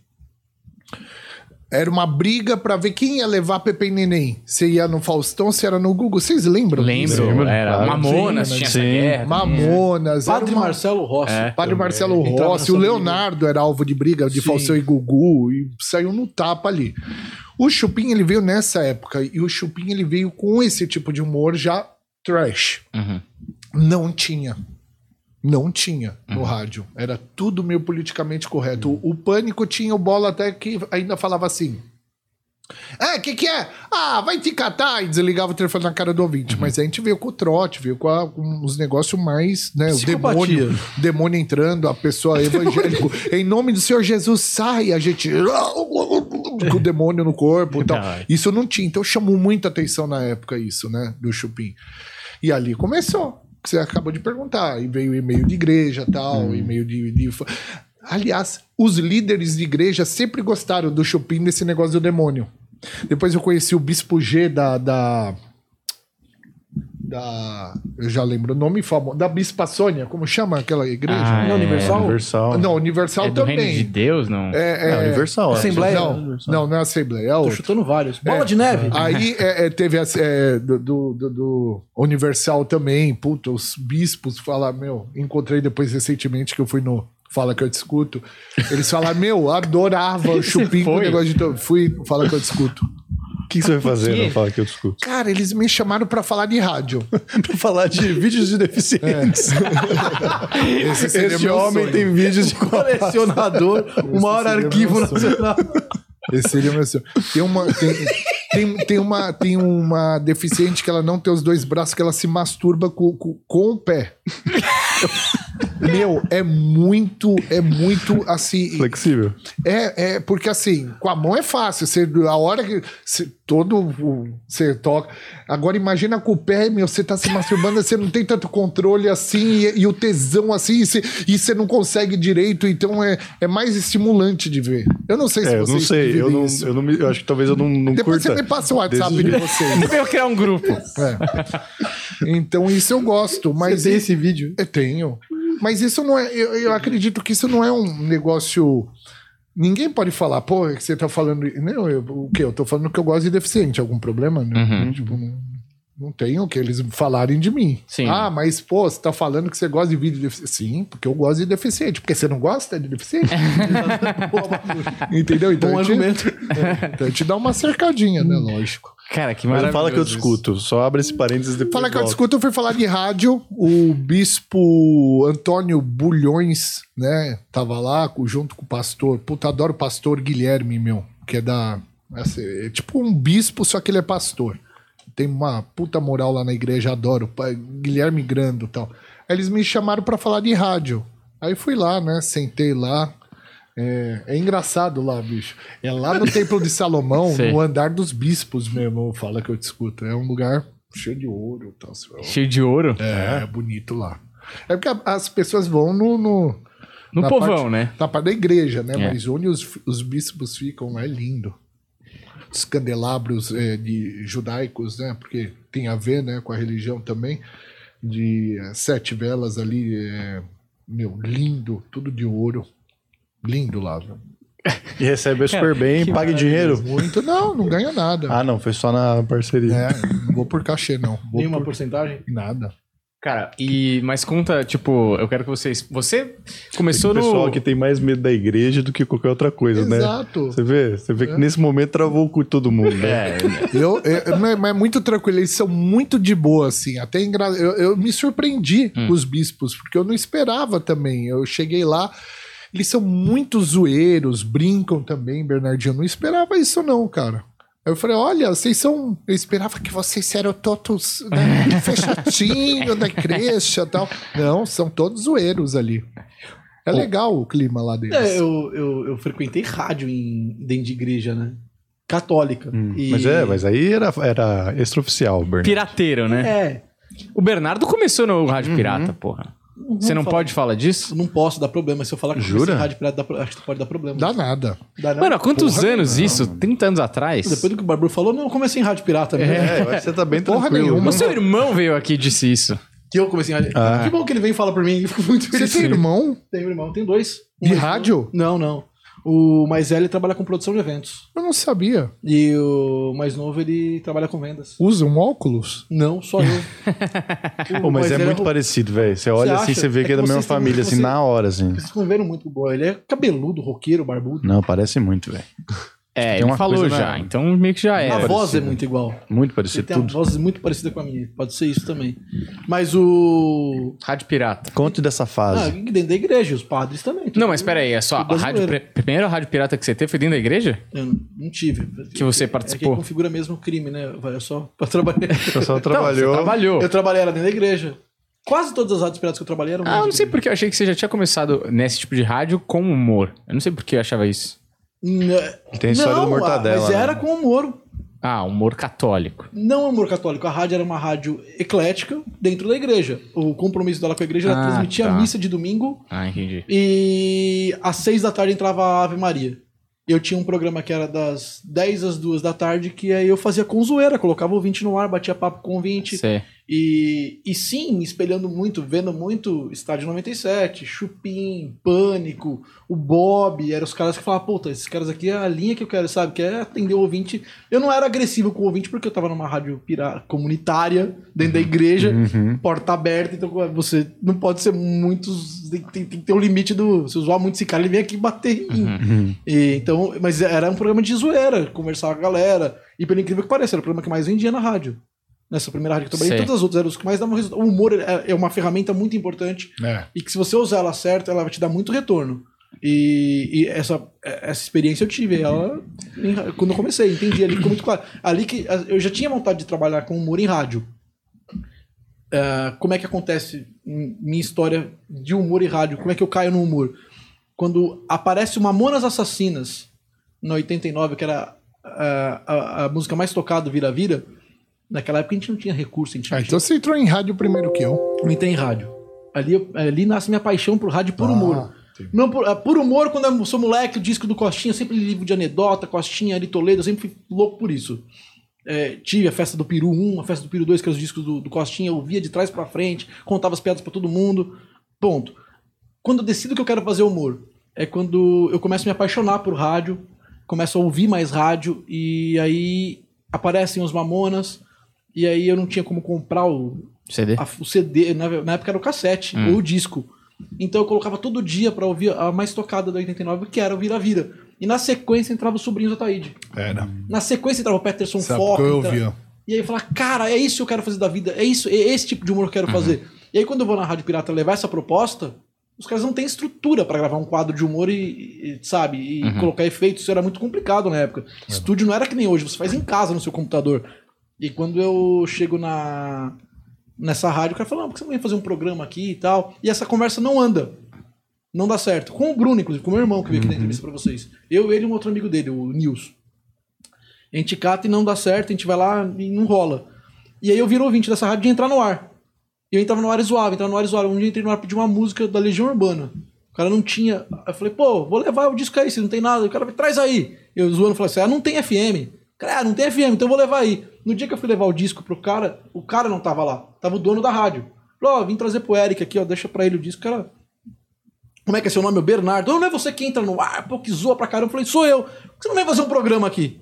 [SPEAKER 5] Era uma briga pra ver quem ia levar Pepe e Neném. Se ia no Faustão, se era no Gugu. Vocês lembram? disso?
[SPEAKER 4] Lembro. É,
[SPEAKER 3] Lembro,
[SPEAKER 4] Era
[SPEAKER 3] claro.
[SPEAKER 4] Mamonas,
[SPEAKER 5] Sim,
[SPEAKER 4] tinha essa
[SPEAKER 3] sim.
[SPEAKER 4] guerra.
[SPEAKER 5] Mamonas. era
[SPEAKER 2] Padre
[SPEAKER 5] uma-
[SPEAKER 2] Marcelo Rossi.
[SPEAKER 3] É.
[SPEAKER 5] Padre Marcelo
[SPEAKER 2] Entrava
[SPEAKER 5] Rossi. O
[SPEAKER 2] nessa
[SPEAKER 5] Leonardo era alvo de briga de
[SPEAKER 2] Sim.
[SPEAKER 5] Falsão e Gugu. E saiu no tapa ali. O Chupim, ele veio nessa época. E o Chupim, ele veio com esse tipo de humor já trash.
[SPEAKER 4] Uhum.
[SPEAKER 5] Não tinha. Não tinha no rádio. Era tudo meio politicamente correto. O, o pânico tinha o bola até que ainda falava assim. É, o que, que é? Ah, vai te catar! E desligava o telefone na cara do ouvinte. Mas a gente veio com o trote, veio com, a- com os negócios mais, né? O
[SPEAKER 2] Psicopatia.
[SPEAKER 5] demônio, demônio entrando, a pessoa evangélico. em nome do Senhor Jesus, sai! A gente. com o demônio no corpo e tal.
[SPEAKER 4] é.
[SPEAKER 5] Isso não tinha. Então chamou muita atenção na época, isso, né? Do Chupim. E ali começou. que Você acabou de perguntar. E veio e-mail de igreja tal,
[SPEAKER 4] Hum.
[SPEAKER 5] e-mail de, de. fa- Aliás, os líderes de igreja sempre gostaram do Chupim desse negócio do demônio. Depois eu conheci o Bispo G da. da... da. Eu já lembro o nome famoso. Da Bispa Sônia, como chama aquela igreja?
[SPEAKER 4] Ah, é.
[SPEAKER 2] Não, Universal?
[SPEAKER 3] Universal.
[SPEAKER 5] Não, Universal
[SPEAKER 4] É do reino de
[SPEAKER 5] também.
[SPEAKER 4] Deus, não?
[SPEAKER 5] É, é-
[SPEAKER 3] É, Universal. é.
[SPEAKER 2] Assembleia.
[SPEAKER 5] Não, não, não é Assembleia. É
[SPEAKER 2] Tô
[SPEAKER 5] outro.
[SPEAKER 2] chutando vários. Bola de neve.
[SPEAKER 5] Aí é, é, teve as, é, do, do- do- do Universal também, puta, os bispos falaram, meu, encontrei depois recentemente que eu fui no Fala Que Eu Discuto, eles falaram, meu, adorava o chupim com o
[SPEAKER 4] foi?
[SPEAKER 5] negócio de... to- Fui no Fala Que Eu Discuto.
[SPEAKER 3] O que, que você vai fazer? Não fala que eu discuto.
[SPEAKER 5] Cara, eles me chamaram pra falar de rádio.
[SPEAKER 3] pra falar de vídeos de deficientes. Esse,
[SPEAKER 5] Esse É, seria meu
[SPEAKER 3] homem
[SPEAKER 5] sonho.
[SPEAKER 3] tem vídeos de
[SPEAKER 2] Colecionador, o maior
[SPEAKER 5] seria
[SPEAKER 2] arquivo
[SPEAKER 5] meu sonho.
[SPEAKER 2] nacional.
[SPEAKER 5] Esse seria meu sonho. Tem uma... Tem, tem, tem uma, tem uma deficiente que ela não tem os dois braços, que ela se masturba com, com, com o pé. Meu, é muito, é muito assim.
[SPEAKER 3] flexível.
[SPEAKER 5] É, é, porque assim, com a mão é fácil. Você, a hora que você, todo o- você toca. Agora imagina com o pé, meu, você tá se masturbando, você não tem tanto controle assim, e, e o tesão assim, e você, e você não consegue direito, então é, é mais estimulante de ver. Eu não sei se
[SPEAKER 3] É, eu
[SPEAKER 5] vocês
[SPEAKER 3] não sei. Eu
[SPEAKER 5] vivem
[SPEAKER 3] não,
[SPEAKER 5] isso.
[SPEAKER 3] eu não me- eu acho que talvez eu não, não
[SPEAKER 5] Depois
[SPEAKER 3] curta.
[SPEAKER 5] você me passa o WhatsApp
[SPEAKER 3] desse
[SPEAKER 5] de
[SPEAKER 3] jeito.
[SPEAKER 5] vocês.
[SPEAKER 4] Eu criar um grupo.
[SPEAKER 5] É. Então isso eu gosto, mas
[SPEAKER 2] Você tem esse vídeo?
[SPEAKER 5] eu tenho. Mas isso não é. Eu, eu acredito que isso não é um negócio. Ninguém pode falar, pô, é que você tá falando. Não, eu, o quê? Eu tô falando que eu gosto de deficiente. Algum problema? né?
[SPEAKER 4] Uhum.
[SPEAKER 5] Tipo, não, não tenho o que eles falarem de mim.
[SPEAKER 4] Sim.
[SPEAKER 5] Ah, mas, pô, você tá falando que você gosta de vídeo de deficiente. Sim, porque eu gosto de deficiente. Porque você não gosta de deficiente? Entendeu? Então,
[SPEAKER 2] Bom
[SPEAKER 5] eu te,
[SPEAKER 2] argumento.
[SPEAKER 5] então eu te dá uma cercadinha, né? Lógico.
[SPEAKER 4] Cara, que
[SPEAKER 3] Mas não
[SPEAKER 4] maravilhoso.
[SPEAKER 3] fala que eu
[SPEAKER 4] isso.
[SPEAKER 3] discuto. Só abre esse parênteses depois.
[SPEAKER 5] Fala que eu
[SPEAKER 3] volta.
[SPEAKER 5] discuto, eu fui falar de rádio. O bispo Antônio Bulhões, né? Tava lá co- junto com o pastor. Puta, adoro o pastor Guilherme, meu. Que é da. assim, é tipo um bispo, só que ele é pastor. Tem uma puta moral lá na igreja, adoro. pa- Guilherme Grando e tal. Aí eles me chamaram pra falar de rádio. Aí fui lá, né? Sentei lá. É, é engraçado lá, bicho. É lá no Templo de Salomão,
[SPEAKER 4] Sei.
[SPEAKER 5] no andar dos bispos mesmo. Fala que eu te escuto. É um lugar cheio de ouro e tal. assim,
[SPEAKER 4] Cheio de ouro.
[SPEAKER 5] É, é bonito lá. É porque a- as pessoas vão no, no-
[SPEAKER 4] No
[SPEAKER 5] Na
[SPEAKER 4] povão,
[SPEAKER 5] parte-
[SPEAKER 4] né?
[SPEAKER 5] na parte da igreja, né?
[SPEAKER 4] É.
[SPEAKER 5] Mas onde os, os bispos ficam lá é lindo. Os candelabros é, de judaicos, né? Porque tem a ver né, com a religião também. De é, sete velas ali. é, meu, lindo. Tudo de ouro. Lindo lá, viu?
[SPEAKER 3] E recebe super bem, paga em dinheiro.
[SPEAKER 5] Muito não, não ganha nada.
[SPEAKER 3] Ah, não, foi só na parceria.
[SPEAKER 5] É, não vou por cachê, não. Vou
[SPEAKER 2] Nenhuma
[SPEAKER 5] por
[SPEAKER 2] porcentagem?
[SPEAKER 5] nada.
[SPEAKER 4] Cara, e mas conta, tipo, eu quero que vocês. Você começou
[SPEAKER 3] O pessoal
[SPEAKER 4] no.
[SPEAKER 3] que tá tem mais medo da igreja do que qualquer outra coisa, né?
[SPEAKER 5] Exato. É.
[SPEAKER 3] Você vê? Você vê que nesse momento travou o cu de todo mundo, né?
[SPEAKER 4] É,
[SPEAKER 5] Eu, eu- mas- mas é muito tranquilo, eles são muito de boa, assim. Até engra... eu, eu me surpreendi
[SPEAKER 2] Hum.
[SPEAKER 5] com os bispos, porque eu não esperava também. Eu cheguei lá, eles são muito zoeiros, brincam também, Bernardinho. Eu não esperava isso, não, cara. Aí Eu falei, olha, vocês são. Eu esperava que vocês eram todos né, fechadinho da igreja e tal. Não, são todos zoeiros ali. É legal o clima lá deles.
[SPEAKER 2] É, eu, eu, eu frequentei rádio em, dentro de igreja, né? Católica.
[SPEAKER 3] Hum,
[SPEAKER 2] E-
[SPEAKER 3] Mas é, mas aí era, era extraoficial, Bernardo.
[SPEAKER 4] pirateiro, né?
[SPEAKER 2] É.
[SPEAKER 4] O Bernardo começou no Rádio
[SPEAKER 3] Uhum.
[SPEAKER 4] Pirata, porra. Você não
[SPEAKER 2] falar.
[SPEAKER 4] pode falar disso?
[SPEAKER 2] Não posso dar problema. Se eu falar que eu
[SPEAKER 3] Jura?
[SPEAKER 2] comecei rádio pirata, dá pro- acho que pode dar problema.
[SPEAKER 5] Dá nada.
[SPEAKER 2] Dá não?
[SPEAKER 4] Mano, há quantos
[SPEAKER 5] Porra
[SPEAKER 4] anos isso? 30 anos atrás?
[SPEAKER 2] Depois do que o Barbu falou, não, eu comecei em rádio pirata mesmo.
[SPEAKER 3] É, eu acho que você tá bem
[SPEAKER 5] Porra
[SPEAKER 3] tranquilo.
[SPEAKER 5] nenhuma.
[SPEAKER 4] O seu irmão veio aqui e disse isso.
[SPEAKER 2] Que eu comecei em rádio.
[SPEAKER 3] Ah.
[SPEAKER 2] Que bom que ele vem e fala por mim. Eu fico muito
[SPEAKER 5] Você
[SPEAKER 2] feliz.
[SPEAKER 5] tem irmão
[SPEAKER 2] Tenho irmão, tem dois.
[SPEAKER 5] de
[SPEAKER 2] mais
[SPEAKER 5] rádio?
[SPEAKER 2] novo- Não, não. O mais velho trabalha com produção de eventos.
[SPEAKER 5] Eu não sabia.
[SPEAKER 2] E o mais novo, ele trabalha com vendas.
[SPEAKER 5] Usam um óculos?
[SPEAKER 2] Não, só eu. O
[SPEAKER 3] Pô, mas
[SPEAKER 2] mais
[SPEAKER 3] é
[SPEAKER 2] velho
[SPEAKER 3] muito
[SPEAKER 2] o-
[SPEAKER 3] parecido, velho. Você olha assim,
[SPEAKER 2] acha?
[SPEAKER 3] você vê
[SPEAKER 2] É
[SPEAKER 3] que
[SPEAKER 2] que
[SPEAKER 3] é da
[SPEAKER 2] vocês
[SPEAKER 3] mesma
[SPEAKER 2] tão-
[SPEAKER 3] família, assim,
[SPEAKER 2] vocês-
[SPEAKER 3] na hora, assim.
[SPEAKER 2] Vocês conviveram muito com o boy. Ele é cabeludo, roqueiro, barbudo.
[SPEAKER 3] Não, parece muito, velho.
[SPEAKER 4] É,
[SPEAKER 3] Tem
[SPEAKER 4] ele
[SPEAKER 3] uma
[SPEAKER 4] falou
[SPEAKER 3] coisa
[SPEAKER 4] já,
[SPEAKER 3] na-
[SPEAKER 4] então meio que já
[SPEAKER 2] a
[SPEAKER 4] era.
[SPEAKER 2] voz é
[SPEAKER 3] parecido.
[SPEAKER 2] muito igual.
[SPEAKER 3] Muito
[SPEAKER 2] Ele
[SPEAKER 3] parecido,
[SPEAKER 2] tem uma
[SPEAKER 3] tudo.
[SPEAKER 2] voz muito parecida com a minha. Pode ser isso também. Mas o.
[SPEAKER 4] Rádio Pirata.
[SPEAKER 3] Conte dessa
[SPEAKER 2] Ah,
[SPEAKER 3] fase.
[SPEAKER 2] dentro da igreja, os padres também.
[SPEAKER 4] Não, mas pera aí, é só. A
[SPEAKER 2] Tudo
[SPEAKER 4] rádio,
[SPEAKER 2] brasileiro.
[SPEAKER 4] pri- primeiro rádio pirata que você teve foi dentro da igreja?
[SPEAKER 2] Eu não tive.
[SPEAKER 4] Que você
[SPEAKER 2] É
[SPEAKER 4] participou.
[SPEAKER 2] que configura mesmo o crime, né? Vai só pra trabalhar.
[SPEAKER 3] O pessoal trabalhou.
[SPEAKER 4] Então, Você trabalhou.
[SPEAKER 2] eu trabalhei era dentro da igreja. Quase todas as rádios piratas que eu trabalhei eram.
[SPEAKER 4] Ah, eu
[SPEAKER 2] dentro
[SPEAKER 4] não
[SPEAKER 2] da
[SPEAKER 4] sei porque eu achei que você já tinha começado nesse tipo de rádio com humor. Eu não sei porque eu achava isso.
[SPEAKER 2] igreja. N-
[SPEAKER 3] Tem a história
[SPEAKER 2] não,
[SPEAKER 3] do Mortadela.
[SPEAKER 2] ah, Mas era
[SPEAKER 3] né?
[SPEAKER 2] com humor.
[SPEAKER 4] Ah, humor católico.
[SPEAKER 2] Não é um amor católico. A rádio era uma rádio eclética dentro da igreja. O compromisso dela com a igreja era
[SPEAKER 4] Ah,
[SPEAKER 2] transmitir
[SPEAKER 4] tá.
[SPEAKER 2] a missa de domingo
[SPEAKER 4] Ah, entendi.
[SPEAKER 2] E às seis da tarde entrava a Ave Maria. Eu tinha um programa que era das 10 às 2 da tarde, que aí eu fazia com zoeira, colocava o ouvinte no ar, batia papo com o ouvinte.
[SPEAKER 4] Você...
[SPEAKER 2] E, e sim, me espelhando muito, vendo muito Estádio 97, Chupim, Pânico, o Bob, eram os caras que falavam, puta, esses caras aqui é a linha que eu quero, sabe? Que é atender o ouvinte. Eu não era agressivo com o ouvinte porque eu tava numa rádio pira- comunitária, dentro da igreja,
[SPEAKER 3] Uhum.
[SPEAKER 2] porta aberta, então você não pode ser muito. Tem, tem- tem que ter um limite do. Se usar muito esse cara, ele vem aqui bater em mim.
[SPEAKER 4] Uhum.
[SPEAKER 3] Uhum.
[SPEAKER 2] E, então, mas era um programa de zoeira, conversar com a galera. E pelo incrível que pareça, era o programa que mais vendia na rádio. Nessa primeira rádio que eu trabalhei,
[SPEAKER 4] Sei.
[SPEAKER 2] todas as outras eram os que mais davam resultado. O humor é é uma ferramenta muito importante
[SPEAKER 5] É.
[SPEAKER 2] e que se você usar ela certo, ela vai te dar muito retorno. E, e essa, essa experiência eu tive ela em- quando eu comecei, entendi ali, ficou muito claro. Ali que ah, eu já tinha vontade de trabalhar com humor em rádio. Ah, como é que acontece em- minha história de humor e rádio? Como é que eu caio no humor? Quando aparece o Mamonas Assassinas na 89, que era ah, a, a música mais tocada, Vira-Vira, naquela época a gente não tinha recurso, a gente não
[SPEAKER 5] Ah, então você entrou em rádio primeiro que eu.
[SPEAKER 2] não tem rádio. Ali, eu- ali nasce minha paixão por rádio e por
[SPEAKER 5] Ah,
[SPEAKER 2] humor.
[SPEAKER 5] entendi.
[SPEAKER 2] Não, por, ah, por humor, quando eu sou moleque, o disco do Costinha, sempre li livro de anedota, Costinha, Ari Toledo, eu sempre fui louco por isso. É, tive a festa do Peru 1, a festa do Peru 2, que eram os discos do, do Costinha, eu via de trás pra frente, contava as piadas pra todo mundo. Ponto. Quando eu decido que eu quero fazer humor, é quando eu começo a me apaixonar por rádio, começo a ouvir mais rádio, e aí aparecem os mamonas, e aí eu não tinha como comprar o,
[SPEAKER 4] CD.
[SPEAKER 2] a- o CD, na, na época era o cassete ou o disco. Então eu colocava todo dia pra ouvir a mais tocada da 89, que era o Vira Vira. E na sequência entrava o Sobrinhos do Ataíde.
[SPEAKER 5] Era.
[SPEAKER 2] Na sequência entrava o Peterson
[SPEAKER 5] Sabe
[SPEAKER 2] Um
[SPEAKER 5] é
[SPEAKER 2] Foco. então.
[SPEAKER 5] que eu
[SPEAKER 2] entra-
[SPEAKER 5] ouvia.
[SPEAKER 2] E aí eu falava, cara, é isso que eu quero fazer da vida, é isso, é esse tipo de humor que eu quero fazer. E aí quando eu vou na Rádio Pirata levar essa proposta, os caras não têm estrutura pra gravar um quadro de humor e, e, sabe, e colocar efeitos, isso era muito complicado na época. Estúdio não era que nem hoje, você faz em casa no seu computador. E quando eu chego na, nessa rádio, o cara fala, não, por que você não vem fazer um programa aqui e tal? E essa conversa não anda. Não dá certo. Com o Bruno, inclusive, com o meu irmão que veio aqui na entrevista pra vocês. Eu, ele e um outro amigo dele, o Nils. A gente cata e não dá certo, a gente vai lá e não rola. E aí eu viro ouvinte dessa rádio de entrar no ar. E eu entrava no ar e zoava, entrava no ar e zoava. Um dia eu entrei no ar e pedi uma música da Legião Urbana. O cara não tinha. Eu falei, pô, vou levar o disco aí, se não tem nada. O cara traz aí. Eu zoando, falei assim, ah, não tem FM. Cara, ah, não tem FM, então eu vou levar aí. No dia que eu fui levar o disco pro cara, o cara não tava lá. Tava o dono da rádio. Falou, ó, vim trazer pro Eric aqui, ó, deixa pra ele o disco. O cara, como é que é seu nome? O Bernardo. "Ah, Não é você que entra no ar, pô, que zoa pra caramba. Eu falei, sou eu. Por que você não vem fazer um programa aqui?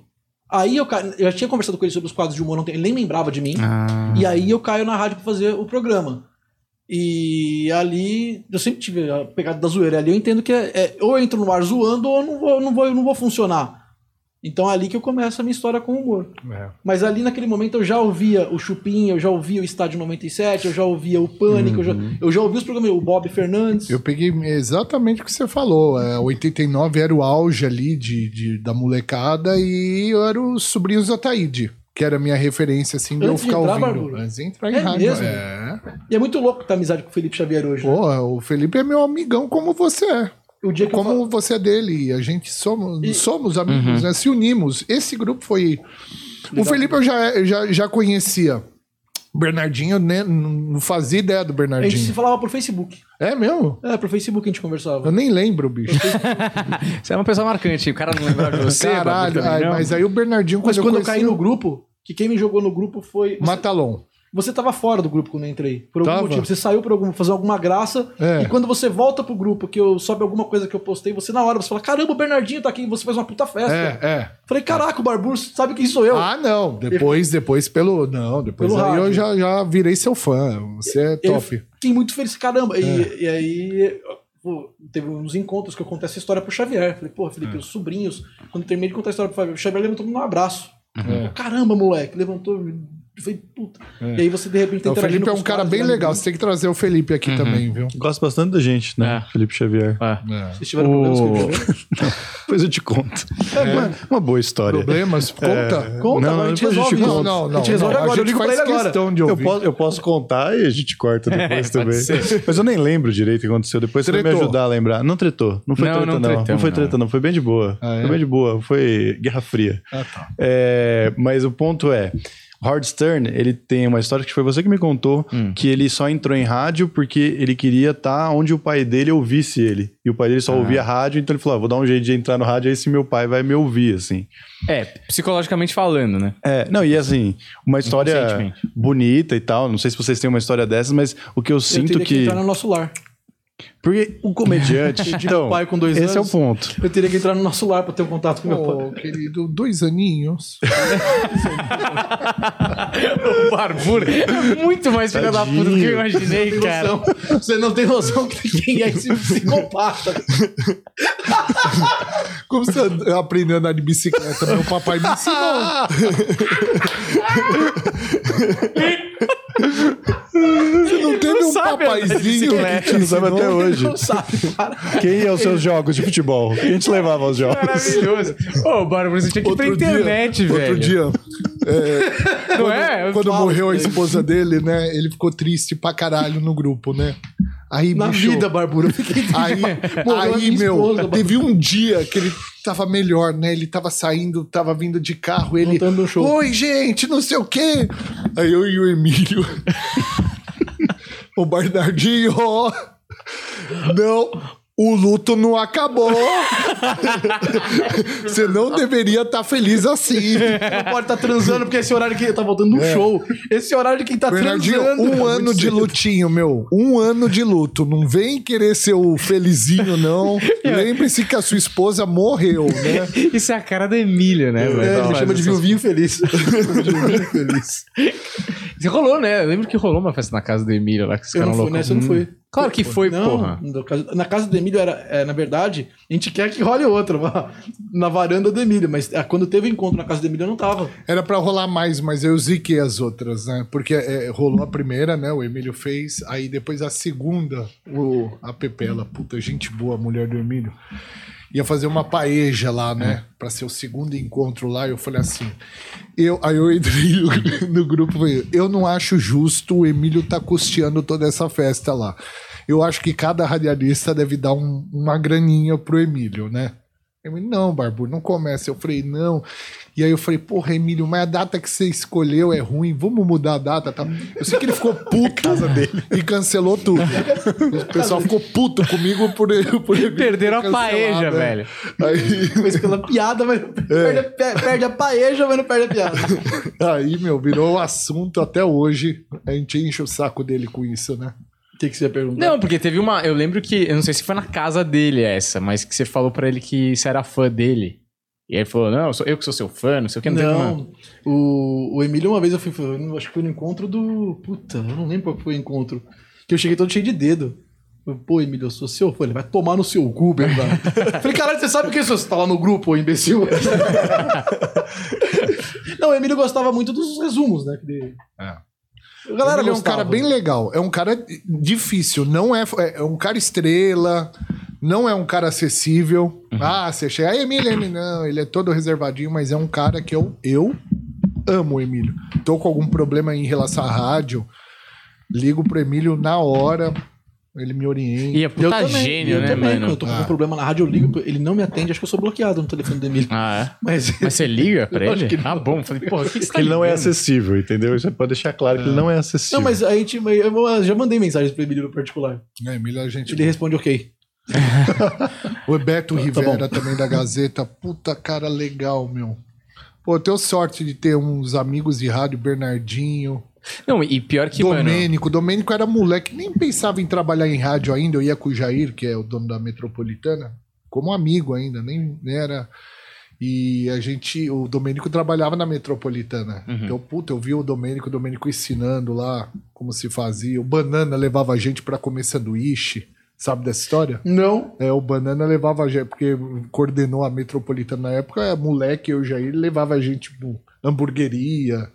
[SPEAKER 2] Aí eu, ca- eu já tinha conversado com ele sobre os quadros de humor, não tem- ele nem lembrava de
[SPEAKER 5] Ah.
[SPEAKER 4] Ah.
[SPEAKER 2] mim. E aí eu caio na rádio pra fazer o programa. E ali, eu sempre tive a pegada da zoeira. Ali eu entendo que é, é- ou eu entro no ar zoando ou eu não vou, não vou, eu não vou funcionar. Então é ali que eu começo a minha história com o humor. Mas ali naquele momento eu já ouvia o Chupim, eu já ouvia o Estádio 97, eu já ouvia o Pânico, eu, já, eu já ouvia os programas, o Bob Fernandes.
[SPEAKER 5] Uhum. Eu peguei exatamente o que você falou. É, 89 era o auge ali de, de- da molecada e eu era o sobrinhos do Ataíde, que era a minha referência, assim, de eu
[SPEAKER 2] Antes de
[SPEAKER 5] ficar
[SPEAKER 2] entrar,
[SPEAKER 5] ouvindo.
[SPEAKER 2] Barbura?
[SPEAKER 5] Antes de entrar em
[SPEAKER 2] É
[SPEAKER 5] rádio.
[SPEAKER 2] mesmo?
[SPEAKER 5] É.
[SPEAKER 2] E é muito louco estar amizade com o Felipe Xavier hoje. né?
[SPEAKER 5] Pô, o Felipe é meu amigão como você é.
[SPEAKER 2] O dia que eu
[SPEAKER 5] Como você é dele. E A gente somos,
[SPEAKER 2] E-
[SPEAKER 5] somos amigos, né? Se unimos. Esse grupo foi. O
[SPEAKER 2] Legal.
[SPEAKER 5] Felipe eu já, eu já, já conhecia. Bernardinho, né? Não fazia ideia do
[SPEAKER 2] A gente se
[SPEAKER 5] Bernardinho.
[SPEAKER 2] falava por Facebook.
[SPEAKER 5] É mesmo?
[SPEAKER 2] É, pro Facebook a gente conversava.
[SPEAKER 5] Eu nem lembro, bicho.
[SPEAKER 4] Você é uma pessoa marcante, o cara não lembrava de
[SPEAKER 2] é
[SPEAKER 4] você.
[SPEAKER 5] Caralho,
[SPEAKER 4] Babu, também
[SPEAKER 5] ai,
[SPEAKER 4] não.
[SPEAKER 5] mas é- aí o Bernardinho,
[SPEAKER 2] Mas
[SPEAKER 5] quando,
[SPEAKER 2] quando eu,
[SPEAKER 5] eu
[SPEAKER 2] caí
[SPEAKER 5] conheci,
[SPEAKER 2] no grupo, que quem me jogou no grupo foi. Você,
[SPEAKER 5] Matalon.
[SPEAKER 2] você tava fora do grupo quando eu entrei. Por algum
[SPEAKER 5] Tava.
[SPEAKER 2] motivo. Você saiu por algum, fazer alguma graça.
[SPEAKER 5] É.
[SPEAKER 2] E quando você volta pro grupo, que eu sobe alguma coisa que eu postei, você na hora você fala: Caramba, o Bernardinho tá aqui, e você faz uma puta festa.
[SPEAKER 5] É, é.
[SPEAKER 2] Falei, caraca, o Barbur sabe quem sou eu.
[SPEAKER 5] Ah, não. Depois, depois pelo. Não, depois
[SPEAKER 2] Pelo
[SPEAKER 5] aí eu
[SPEAKER 2] rádio.
[SPEAKER 5] já, já virei seu fã. Você é
[SPEAKER 2] Eu
[SPEAKER 5] top. É.
[SPEAKER 2] fiquei muito feliz, caramba. E, e aí, pô, teve uns encontros que eu contei essa história pro Xavier. Falei, porra,
[SPEAKER 5] É.
[SPEAKER 2] Felipe, os sobrinhos, quando eu terminei de contar a história pro Xavier, o Xavier levantou um abraço.
[SPEAKER 5] É.
[SPEAKER 2] Caramba, moleque, levantou. Eu falei, puta.
[SPEAKER 5] É.
[SPEAKER 2] E aí você de repente tá
[SPEAKER 5] O
[SPEAKER 2] interagindo
[SPEAKER 5] Felipe é
[SPEAKER 2] com os
[SPEAKER 5] um cara
[SPEAKER 2] caras,
[SPEAKER 5] bem
[SPEAKER 2] né?
[SPEAKER 5] legal. Você tem que trazer o Felipe aqui também, viu?
[SPEAKER 3] Gosto bastante da gente, né? Felipe Xavier.
[SPEAKER 4] Ah.
[SPEAKER 5] É.
[SPEAKER 2] Vocês tiveram problemas com o Xavier?
[SPEAKER 3] Depois eu te conto. É uma, uma boa história.
[SPEAKER 5] Problemas? Conta.
[SPEAKER 2] Conta,
[SPEAKER 3] Não,
[SPEAKER 2] agora
[SPEAKER 3] depois a
[SPEAKER 2] a gente
[SPEAKER 3] gente
[SPEAKER 2] resolve isso.
[SPEAKER 5] conta. Não, não, não,
[SPEAKER 2] A gente resolve
[SPEAKER 5] não, a
[SPEAKER 2] agora, eu
[SPEAKER 5] gente
[SPEAKER 2] ligo pra
[SPEAKER 5] faz
[SPEAKER 2] ele agora.
[SPEAKER 5] questão de
[SPEAKER 3] Eu
[SPEAKER 5] ouvir.
[SPEAKER 3] posso, eu posso contar e a gente corta depois também. Mas eu nem lembro direito o que aconteceu. Depois você vai me
[SPEAKER 5] Tretou.
[SPEAKER 3] ajudar a lembrar. Não tretou. Não foi
[SPEAKER 4] Não,
[SPEAKER 3] treta,
[SPEAKER 4] não
[SPEAKER 3] não. Não,
[SPEAKER 4] tretamos,
[SPEAKER 3] foi
[SPEAKER 4] não.
[SPEAKER 3] treta, não. Foi bem de boa.
[SPEAKER 5] Ah, é?
[SPEAKER 3] Foi bem de boa. Foi Guerra Fria. É, mas o ponto é. Howard Stern, ele tem uma história que foi você que me contou,
[SPEAKER 4] Hum.
[SPEAKER 3] que ele só entrou em rádio porque ele queria estar onde o pai dele ouvisse ele. E o pai dele só ouvia rádio, então ele falou: ah, vou dar um jeito de entrar no rádio, aí se meu pai vai me ouvir, assim.
[SPEAKER 4] É, psicologicamente falando, né?
[SPEAKER 3] É, não, e assim, uma história
[SPEAKER 4] Inconscientemente.
[SPEAKER 3] bonita e tal. Não sei se vocês têm uma história dessas, mas o que eu
[SPEAKER 2] eu
[SPEAKER 3] sinto
[SPEAKER 2] teria que...
[SPEAKER 3] que.
[SPEAKER 2] entrar no nosso lar.
[SPEAKER 3] Porque o comediante. então,
[SPEAKER 2] pai com dois
[SPEAKER 3] esse é o
[SPEAKER 2] anos.
[SPEAKER 3] ponto.
[SPEAKER 2] Eu teria que entrar no nosso lar pra ter um contato com meu pai.
[SPEAKER 5] Pô, querido, dois aninhos.
[SPEAKER 4] Barbudo é muito mais filha da puta do que eu imaginei,
[SPEAKER 5] Então,
[SPEAKER 4] cara.
[SPEAKER 2] Noção. Você não tem noção que quem é esse psicopata.
[SPEAKER 5] Como você anda- aprendeu a andar de bicicleta? Meu papai me ensinou. Você não teve
[SPEAKER 4] não
[SPEAKER 5] um
[SPEAKER 4] sabe andar de
[SPEAKER 5] papaizinho que
[SPEAKER 4] bicicleta.
[SPEAKER 5] te
[SPEAKER 3] Não sabe
[SPEAKER 5] ensinou?
[SPEAKER 2] é
[SPEAKER 3] até hoje.
[SPEAKER 2] Não sabe, para.
[SPEAKER 3] Quem ia aos seus jogos de futebol? Quem te levava aos jogos?
[SPEAKER 4] Maravilhoso. Ô, Barbudo, você tinha que ir pra
[SPEAKER 5] Outro dia-
[SPEAKER 4] internet, velho.
[SPEAKER 5] Outro dia,
[SPEAKER 4] Não é?
[SPEAKER 5] quando
[SPEAKER 4] Fala.
[SPEAKER 5] morreu a esposa dele, né? Ele ficou triste pra caralho no grupo, né? Aí,
[SPEAKER 2] Na
[SPEAKER 5] bicho,
[SPEAKER 2] vida, Barbura. eu fiquei-
[SPEAKER 5] Aí,
[SPEAKER 2] Morreu a
[SPEAKER 5] aí
[SPEAKER 2] minha
[SPEAKER 5] meu,
[SPEAKER 2] esposa,
[SPEAKER 5] teve um dia que ele tava melhor, né? Ele tava saindo, tava vindo de carro, ele.
[SPEAKER 2] Montando um show.
[SPEAKER 5] Oi, gente, não sei o quê. Aí eu e o Emílio. o Bernardinho. Não. O luto não acabou. Você não deveria estar feliz assim.
[SPEAKER 2] Não pode estar transando, porque esse horário que tá voltando no show. Esse horário de quem tá
[SPEAKER 5] Bernardinho,
[SPEAKER 2] transando.
[SPEAKER 5] um ano de lutinho, meu. Um ano de luto. Não vem querer ser o felizinho, não. Lembre-se que a sua esposa morreu, né?
[SPEAKER 4] Isso é a cara da Emília, né, velho?
[SPEAKER 2] É,
[SPEAKER 4] Ela
[SPEAKER 2] ele
[SPEAKER 4] faz
[SPEAKER 2] chama de
[SPEAKER 4] essas-
[SPEAKER 2] viuvinho feliz.
[SPEAKER 4] Isso Rolou, né? Eu lembro que rolou uma festa na casa da Emília lá que os
[SPEAKER 2] Eu
[SPEAKER 4] caras
[SPEAKER 2] não fui,
[SPEAKER 4] loucos. Hum.
[SPEAKER 2] nessa eu não fui.
[SPEAKER 4] Claro que foi,
[SPEAKER 2] não,
[SPEAKER 4] porra.
[SPEAKER 2] no caso- na casa do Emílio era, é, na verdade, a gente quer que role outra, na varanda do Emílio, mas ah, quando teve o encontro na casa do Emílio eu não tava.
[SPEAKER 5] Era pra rolar mais, mas eu ziquei as outras, né? Porque é, rolou a primeira, né? O Emílio fez. Aí depois a segunda, o, a Pepela, puta, gente boa, mulher do Emílio, ia fazer uma paeja lá, né? Pra ser o segundo encontro lá. Eu falei assim. Eu, aí eu entrei no, no grupo e falei, eu não acho justo o Emílio tá custeando toda essa festa lá. Eu acho que cada radialista deve dar um- uma graninha pro Emílio, né? Eu falei, não, Barbu, não começa. Eu falei, não. E aí eu falei, porra, Emílio, mas a data que você escolheu é ruim, vamos mudar a data, tá? Eu sei que ele ficou puto e cancelou tudo. O pessoal ficou puto comigo por, por ele ter
[SPEAKER 4] Perderam a
[SPEAKER 5] cancelado,
[SPEAKER 4] paeja,
[SPEAKER 5] né?
[SPEAKER 4] velho.
[SPEAKER 5] Aí,
[SPEAKER 2] Mas pela piada, mas perde, a, pe- perde a paeja, mas não perde a piada.
[SPEAKER 5] aí, meu, virou assunto até hoje. A gente enche o saco dele com isso, né?
[SPEAKER 2] O que, que você ia perguntar?
[SPEAKER 4] Não, porque teve uma. Eu lembro que. Eu não sei se foi na casa dele essa, mas que você falou pra ele que você era fã dele. E aí ele falou: Não, eu, sou, eu que sou seu fã, não sei o que, não, tem como-
[SPEAKER 2] Não, o, o Emílio, uma vez eu fui, foi- acho que foi no encontro do. Puta, eu não lembro qual foi o encontro. Que eu cheguei todo cheio de dedo. Eu, Pô, Emílio, eu sou seu fã. Ele vai tomar no seu cu, Bernardo. Falei, caralho, você sabe o que é isso? Você tá lá no grupo, ô imbecil? não, o Emílio gostava muito dos resumos, né? Que dele. É. A galera
[SPEAKER 5] Ele é um
[SPEAKER 2] gostava.
[SPEAKER 5] cara bem legal. É um cara difícil. Não é, é um cara estrela. Não é um cara acessível. Ah, você chega. Ah, Emílio, Emílio. Não, ele é todo reservadinho, mas é um cara que eu, eu amo o Emílio. Tô com algum problema em relação à rádio. Ligo pro Emílio na hora. Ele me orienta.
[SPEAKER 4] E é puta
[SPEAKER 2] Eu também,
[SPEAKER 4] gênio,
[SPEAKER 2] eu
[SPEAKER 4] né,
[SPEAKER 2] também,
[SPEAKER 4] mano?
[SPEAKER 2] Quando eu tô com algum
[SPEAKER 5] Ah.
[SPEAKER 2] problema na rádio, eu ligo, ele não me atende, acho que eu sou bloqueado no telefone do Emílio.
[SPEAKER 4] Ah, é?
[SPEAKER 2] Mas,
[SPEAKER 4] Mas você liga pra
[SPEAKER 2] Eu acho
[SPEAKER 4] ele?
[SPEAKER 2] que não.
[SPEAKER 4] Ah, bom. Eu Falei, porra, o que, que você tá
[SPEAKER 3] Ele não é
[SPEAKER 4] ligando?
[SPEAKER 3] acessível, entendeu? Você pode deixar claro que ele não é acessível.
[SPEAKER 2] não, mas a gente. Eu já mandei mensagens pro Emílio no particular.
[SPEAKER 5] É, Emílio é gente.
[SPEAKER 2] Ele responde ok.
[SPEAKER 5] O Beto
[SPEAKER 2] bom.
[SPEAKER 5] Rivera também da Gazeta. Puta cara legal, meu. Pô, eu tenho sorte de ter uns amigos de rádio, Bernardinho.
[SPEAKER 4] Não, e pior que, mano.
[SPEAKER 5] Domênico. Domênico era moleque, nem pensava em trabalhar em rádio ainda. Eu ia com o Jair, que é o dono da metropolitana, como amigo ainda, nem nem era. E a gente, o Domênico trabalhava na metropolitana.
[SPEAKER 2] Uhum.
[SPEAKER 5] Então, puta, eu vi o Domênico, o Domênico ensinando lá como se fazia. O Banana levava a gente pra comer sanduíche. Sabe dessa história?
[SPEAKER 2] Não.
[SPEAKER 5] É, o Banana levava a gente, porque coordenou a metropolitana na época, é, moleque, eu já ele levava a gente no hamburgueria.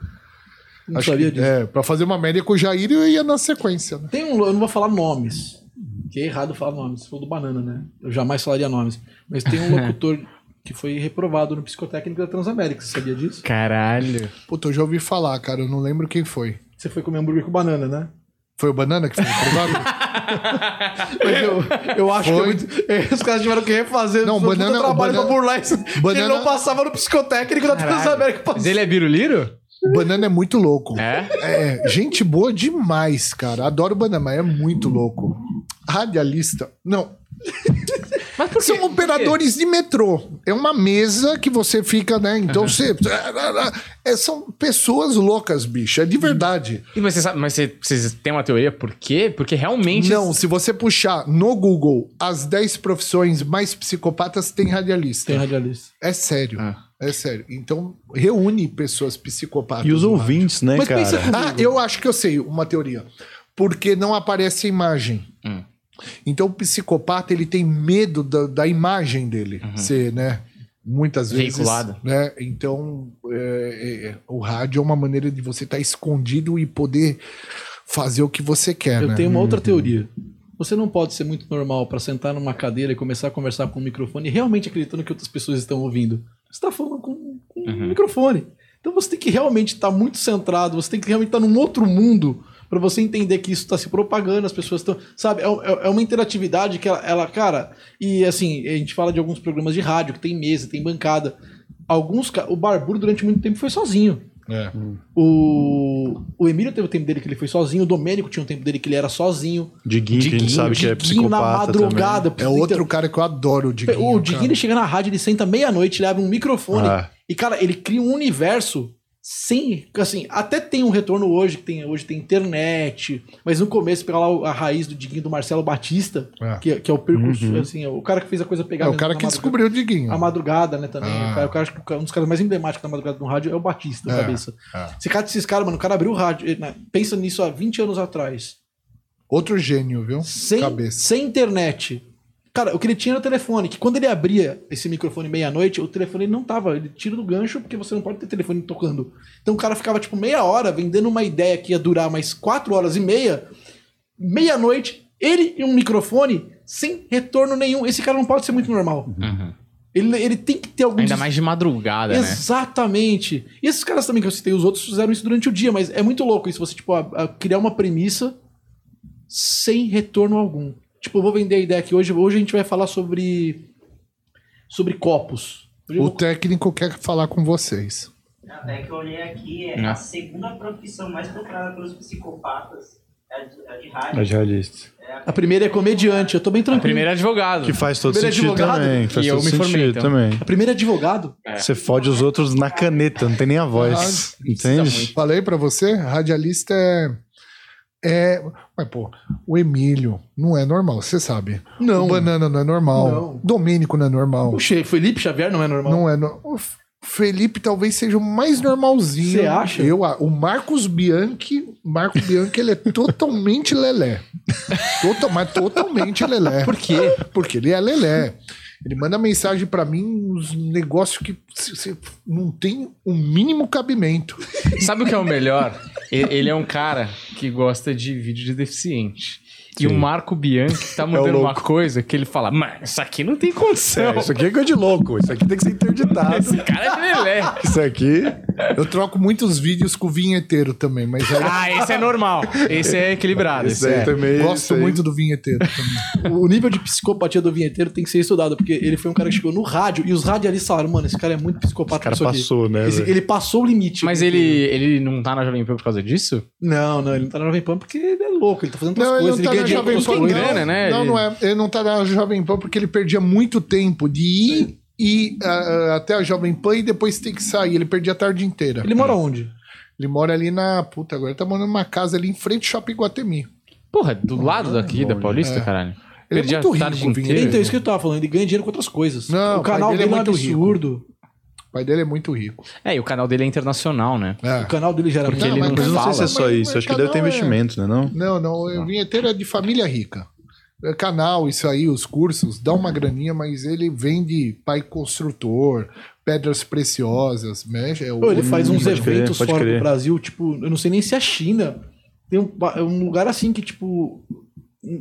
[SPEAKER 2] Não sabia disso.
[SPEAKER 5] É, pra fazer uma média com o Jair eu ia na sequência, né?
[SPEAKER 2] Tem um, eu não vou falar nomes, que é errado falar nomes. Você falou do Banana, né? Eu jamais falaria nomes. Mas tem um locutor que foi reprovado no psicotécnico da Transamérica, você sabia disso?
[SPEAKER 4] Caralho.
[SPEAKER 5] Puta, eu já ouvi falar, cara, eu não lembro quem foi.
[SPEAKER 2] Você foi comer hambúrguer com banana, né?
[SPEAKER 5] Foi o Banana que foi aprovado?
[SPEAKER 2] Mas eu, eu acho
[SPEAKER 5] Foi.
[SPEAKER 2] que é muito- os caras tiveram que refazer.
[SPEAKER 5] Não,
[SPEAKER 2] um puta
[SPEAKER 5] Banana-
[SPEAKER 2] trabalho
[SPEAKER 5] Banana-
[SPEAKER 2] pra burlar isso. que Ele
[SPEAKER 5] Banana-
[SPEAKER 2] não passava no psicotécnico da
[SPEAKER 4] Caralho.
[SPEAKER 2] Transamérica.
[SPEAKER 4] Mas ele é biruliro?
[SPEAKER 5] O Banana é muito louco.
[SPEAKER 4] É?
[SPEAKER 5] É, gente boa demais, cara. Adoro o Banana, mas é muito louco. Radialista. Não,
[SPEAKER 4] Mas por
[SPEAKER 5] São operadores de metrô. É uma mesa que você fica, né? Então você. É, são pessoas loucas, bicho. É de verdade.
[SPEAKER 4] E Mas você sabe, mas você- vocês têm uma teoria por quê? Porque realmente.
[SPEAKER 5] Não, se você puxar no Google as 10 profissões mais psicopatas, tem radialista.
[SPEAKER 2] Tem um radialista.
[SPEAKER 5] É sério. É sério. Então, reúne pessoas psicopatas.
[SPEAKER 3] E os
[SPEAKER 5] no
[SPEAKER 3] ouvintes, né,
[SPEAKER 2] Mas
[SPEAKER 3] cara?
[SPEAKER 2] pensa
[SPEAKER 5] rádio. Ah, eu acho que eu sei uma teoria. Porque não aparece a imagem.
[SPEAKER 4] Hum.
[SPEAKER 5] Então, o psicopata, ele tem medo da, da imagem dele
[SPEAKER 2] Uhum.
[SPEAKER 5] ser, né? Muitas vezes.
[SPEAKER 4] Veiculada.
[SPEAKER 5] Né? Então, é, é, é, o rádio é uma maneira de você estar escondido e poder fazer o que você quer,
[SPEAKER 2] Eu
[SPEAKER 5] né?
[SPEAKER 2] tenho uma outra teoria. Você não pode ser muito normal pra sentar numa cadeira e começar a conversar com o microfone realmente acreditando que outras pessoas estão ouvindo. Você tá falando com, com um microfone. Então você tem que realmente estar muito centrado, você tem que realmente estar num outro mundo pra você entender que isso tá se propagando, as pessoas estão. Sabe, é, é- é uma interatividade que ela, ela, cara. E assim, a gente fala de alguns programas de rádio que tem mesa, tem bancada. Alguns. ca- O Barburo durante muito tempo foi sozinho.
[SPEAKER 5] É.
[SPEAKER 2] O, o Emílio teve o tempo dele que ele foi sozinho, o Domênico tinha um tempo dele que ele era sozinho.
[SPEAKER 3] Diguinho, que a gente
[SPEAKER 4] Diguinho,
[SPEAKER 3] sabe que é
[SPEAKER 2] Diguinho na
[SPEAKER 3] psicopata também.
[SPEAKER 2] madrugada.
[SPEAKER 5] É outro cara que eu adoro, o Diguinho.
[SPEAKER 2] Então, O Diguinho
[SPEAKER 5] cara.
[SPEAKER 2] ele chega na rádio, ele senta meia-noite, leva um microfone.
[SPEAKER 3] Ah,
[SPEAKER 2] E, cara, ele cria um universo sem. Assim, até tem um retorno hoje, que tem, hoje tem internet. Mas no começo, pegar lá o- a raiz do Diguinho do Marcelo Batista,
[SPEAKER 5] É.
[SPEAKER 2] que, que é o percursor,
[SPEAKER 3] Uhum.
[SPEAKER 2] assim, é o cara que fez a coisa pegar.
[SPEAKER 5] É o
[SPEAKER 2] mesmo
[SPEAKER 5] cara
[SPEAKER 2] na
[SPEAKER 5] que
[SPEAKER 2] madrugada.
[SPEAKER 5] descobriu o Diguinho.
[SPEAKER 2] A madrugada, né, também.
[SPEAKER 5] Ah.
[SPEAKER 2] O cara- o cara, acho que um dos caras mais emblemáticos da madrugada no rádio é o Batista,
[SPEAKER 5] É,
[SPEAKER 2] cabeça.
[SPEAKER 5] é.
[SPEAKER 2] Esse cara desses caras, mano, o cara abriu o rádio. ele, né, pensa nisso há 20 anos atrás.
[SPEAKER 5] Outro gênio, viu?
[SPEAKER 2] Sem,
[SPEAKER 5] Cabeça.
[SPEAKER 2] sem internet. Cara, o que ele tinha era o telefone, que quando ele abria esse microfone meia-noite, o telefone não tava. Ele tira do gancho, porque você não pode ter telefone tocando. Então o cara ficava, tipo, meia hora vendendo uma ideia que ia durar mais quatro horas e meia. Meia-noite, ele e um microfone sem retorno nenhum. Esse cara não pode ser muito normal.
[SPEAKER 4] Uhum.
[SPEAKER 2] Ele, ele tem que ter algum
[SPEAKER 4] Ainda mais de madrugada, né?
[SPEAKER 2] Exatamente. E esses caras também que eu citei, os outros fizeram isso durante o dia, mas é muito louco isso, você, tipo, a- a criar uma premissa sem retorno algum. Tipo, eu vou vender a ideia aqui hoje, hoje a gente vai falar sobre sobre copos. Hoje eu
[SPEAKER 5] O
[SPEAKER 2] vou-
[SPEAKER 5] técnico quer falar com vocês.
[SPEAKER 6] Até que eu olhei aqui, é
[SPEAKER 4] Né?
[SPEAKER 6] a segunda profissão mais procurada pelos psicopatas. É a de, a de
[SPEAKER 3] Ah,
[SPEAKER 6] rádio.
[SPEAKER 3] radialista.
[SPEAKER 2] A primeira é comediante, eu tô bem
[SPEAKER 4] A
[SPEAKER 2] tranquilo.
[SPEAKER 4] primeira é advogado.
[SPEAKER 3] Que faz todo
[SPEAKER 2] Primeiro
[SPEAKER 3] sentido
[SPEAKER 2] advogado,
[SPEAKER 3] também. Faz
[SPEAKER 4] é e eu
[SPEAKER 3] todo
[SPEAKER 4] me
[SPEAKER 3] sentido
[SPEAKER 4] formei, então.
[SPEAKER 3] também.
[SPEAKER 2] A primeira é advogado.
[SPEAKER 3] Você fode os outros na caneta, não tem
[SPEAKER 4] Ah,
[SPEAKER 3] nem a voz.
[SPEAKER 4] tá
[SPEAKER 3] entende?
[SPEAKER 5] Falei pra você, radialista é. É. Mas, pô, o Emílio não é normal, você sabe. Não. O Banana não é normal.
[SPEAKER 2] Não.
[SPEAKER 5] Domênico não é normal.
[SPEAKER 2] O Che- Felipe Xavier não é normal.
[SPEAKER 5] Não é. No... O F- Felipe talvez seja o mais normalzinho.
[SPEAKER 2] Você acha?
[SPEAKER 5] Eu, a- o Marcos Bianchi. Marcos Bianchi, ele é totalmente lelé. Total, mas totalmente lelé.
[SPEAKER 2] Por quê?
[SPEAKER 5] Porque ele é lelé. Ele manda mensagem pra mim, uns negócios que c- c- não tem o mínimo cabimento.
[SPEAKER 4] Sabe o que é o melhor? E- Ele é um cara que gosta de vídeo de deficiente. E o Marco Bianchi tá mandando uma
[SPEAKER 3] louco.
[SPEAKER 4] coisa que ele fala: Mano, isso aqui não tem condição.
[SPEAKER 3] É, isso aqui é coisa de louco. Isso aqui tem que ser interditado.
[SPEAKER 4] Esse cara é lelé.
[SPEAKER 3] Isso aqui.
[SPEAKER 5] Eu troco muitos vídeos com o vinheteiro também, mas aí-
[SPEAKER 4] Ah, esse é normal. Esse é equilibrado.
[SPEAKER 3] Isso
[SPEAKER 4] Esse é.
[SPEAKER 3] aí também. isso
[SPEAKER 5] gosto
[SPEAKER 3] aí.
[SPEAKER 5] muito do vinheteiro também.
[SPEAKER 2] O nível de psicopatia do vinheteiro tem que ser estudado, porque ele foi um cara que chegou no rádio e os radialistas falaram, mano, esse cara é muito psicopata.
[SPEAKER 3] O cara
[SPEAKER 2] com isso aqui."
[SPEAKER 3] passou, né?
[SPEAKER 2] Esse-
[SPEAKER 3] velho?
[SPEAKER 2] ele passou o limite.
[SPEAKER 4] Mas ele, ele não tá na Jovem Pan por causa disso?
[SPEAKER 2] Não, não, ele não tá na Jovem Pan porque ele é louco, ele tá fazendo outras coisas, ele, ganha dinheiro com
[SPEAKER 4] Pan,
[SPEAKER 2] outras coisas.
[SPEAKER 4] grana, né?
[SPEAKER 5] Não,
[SPEAKER 4] Ele-
[SPEAKER 5] não é. Ele não tá na Jovem Pan porque ele perdia muito tempo de ir e ah, ah, até a Jovem Pan e depois ter que sair. Ele perdia a tarde inteira.
[SPEAKER 2] Ele mora onde?
[SPEAKER 5] Ele mora ali na. Puta, agora ele tá morando numa casa ali em frente ao Shopping Guatemi.
[SPEAKER 4] Porra, do lado daqui, da Paulista, caralho.
[SPEAKER 5] Ele
[SPEAKER 4] Perdi
[SPEAKER 5] é muito
[SPEAKER 4] a tarde
[SPEAKER 5] rico, o
[SPEAKER 4] inteira.
[SPEAKER 5] vinheteiro.
[SPEAKER 2] Então, isso que eu tava falando, ele ganha dinheiro com outras coisas.
[SPEAKER 5] Não,
[SPEAKER 2] o canal dele
[SPEAKER 5] pai dele
[SPEAKER 2] é
[SPEAKER 5] é
[SPEAKER 2] um
[SPEAKER 5] muito rico.
[SPEAKER 2] absurdo.
[SPEAKER 5] O pai dele é muito rico.
[SPEAKER 4] É, e o canal dele é internacional, né?
[SPEAKER 5] É.
[SPEAKER 2] O canal dele já era
[SPEAKER 4] Porque
[SPEAKER 2] muito
[SPEAKER 4] ele
[SPEAKER 5] mas
[SPEAKER 4] não
[SPEAKER 3] Mas eu não sei se é
[SPEAKER 4] fala.
[SPEAKER 3] só
[SPEAKER 5] Mas-
[SPEAKER 3] isso.
[SPEAKER 5] mas
[SPEAKER 3] Acho que deve ter
[SPEAKER 5] canal é-
[SPEAKER 3] investimento, né? Não?
[SPEAKER 5] Não, não. O vinheteiro é de família rica. É Canal, isso aí, os cursos, dá uma graninha, mas ele vende pai construtor, pedras preciosas, mexe. é o-
[SPEAKER 2] Pô, ele
[SPEAKER 4] Hum,
[SPEAKER 2] faz uns
[SPEAKER 3] Pode crer,
[SPEAKER 2] eventos
[SPEAKER 3] pode
[SPEAKER 2] fora do
[SPEAKER 3] crer.
[SPEAKER 2] Brasil, tipo, eu não sei nem se é a China. Tem um, pa- um lugar assim que, tipo,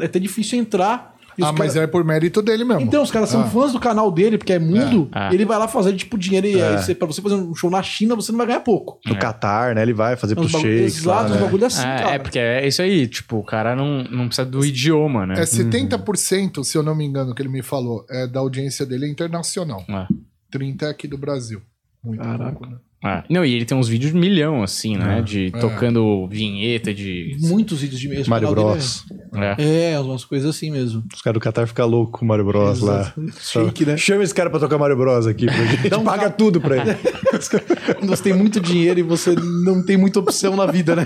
[SPEAKER 2] é até difícil entrar. e os
[SPEAKER 5] Ah, mas
[SPEAKER 2] cara-
[SPEAKER 5] é por mérito dele mesmo.
[SPEAKER 2] Então, os caras são
[SPEAKER 5] Ah.
[SPEAKER 2] fãs do canal dele, porque é mundo.
[SPEAKER 4] É, é.
[SPEAKER 2] Ele vai lá fazer, tipo, dinheiro. E
[SPEAKER 3] É.
[SPEAKER 2] aí, você- pra você fazer um show na China, você não vai ganhar pouco.
[SPEAKER 3] No
[SPEAKER 4] É.
[SPEAKER 3] Catar, né? Ele vai fazer
[SPEAKER 2] É
[SPEAKER 3] pro
[SPEAKER 2] uns bagulho-
[SPEAKER 3] Shakes lá,
[SPEAKER 2] Exato, uns
[SPEAKER 3] né?
[SPEAKER 2] bagulho assim,
[SPEAKER 4] é,
[SPEAKER 2] cara.
[SPEAKER 4] é, porque é isso aí. Tipo, o cara não, não precisa do idioma, né?
[SPEAKER 5] É 70%, se eu não me engano, que ele me falou, é da audiência dele é internacional.
[SPEAKER 4] É.
[SPEAKER 5] 30% é aqui do Brasil. Muito
[SPEAKER 2] Caraca.
[SPEAKER 5] pouco, né?
[SPEAKER 4] Ah, Não, e ele tem uns vídeos de milhão, assim, né? de
[SPEAKER 5] é.
[SPEAKER 4] tocando vinheta de.
[SPEAKER 2] Muitos vídeos de mesmo.
[SPEAKER 3] Mario
[SPEAKER 2] canal dele
[SPEAKER 3] Bros.
[SPEAKER 4] É.
[SPEAKER 2] É, é, umas coisas assim mesmo.
[SPEAKER 3] Os caras do Qatar ficam loucos com o Mario Bros lá. Só-
[SPEAKER 2] Chique, né?
[SPEAKER 3] Chama esse cara pra tocar Mario Bros aqui, porque a gente paga tudo pra ele.
[SPEAKER 2] Quando você tem muito dinheiro e você não tem muita opção na vida, né?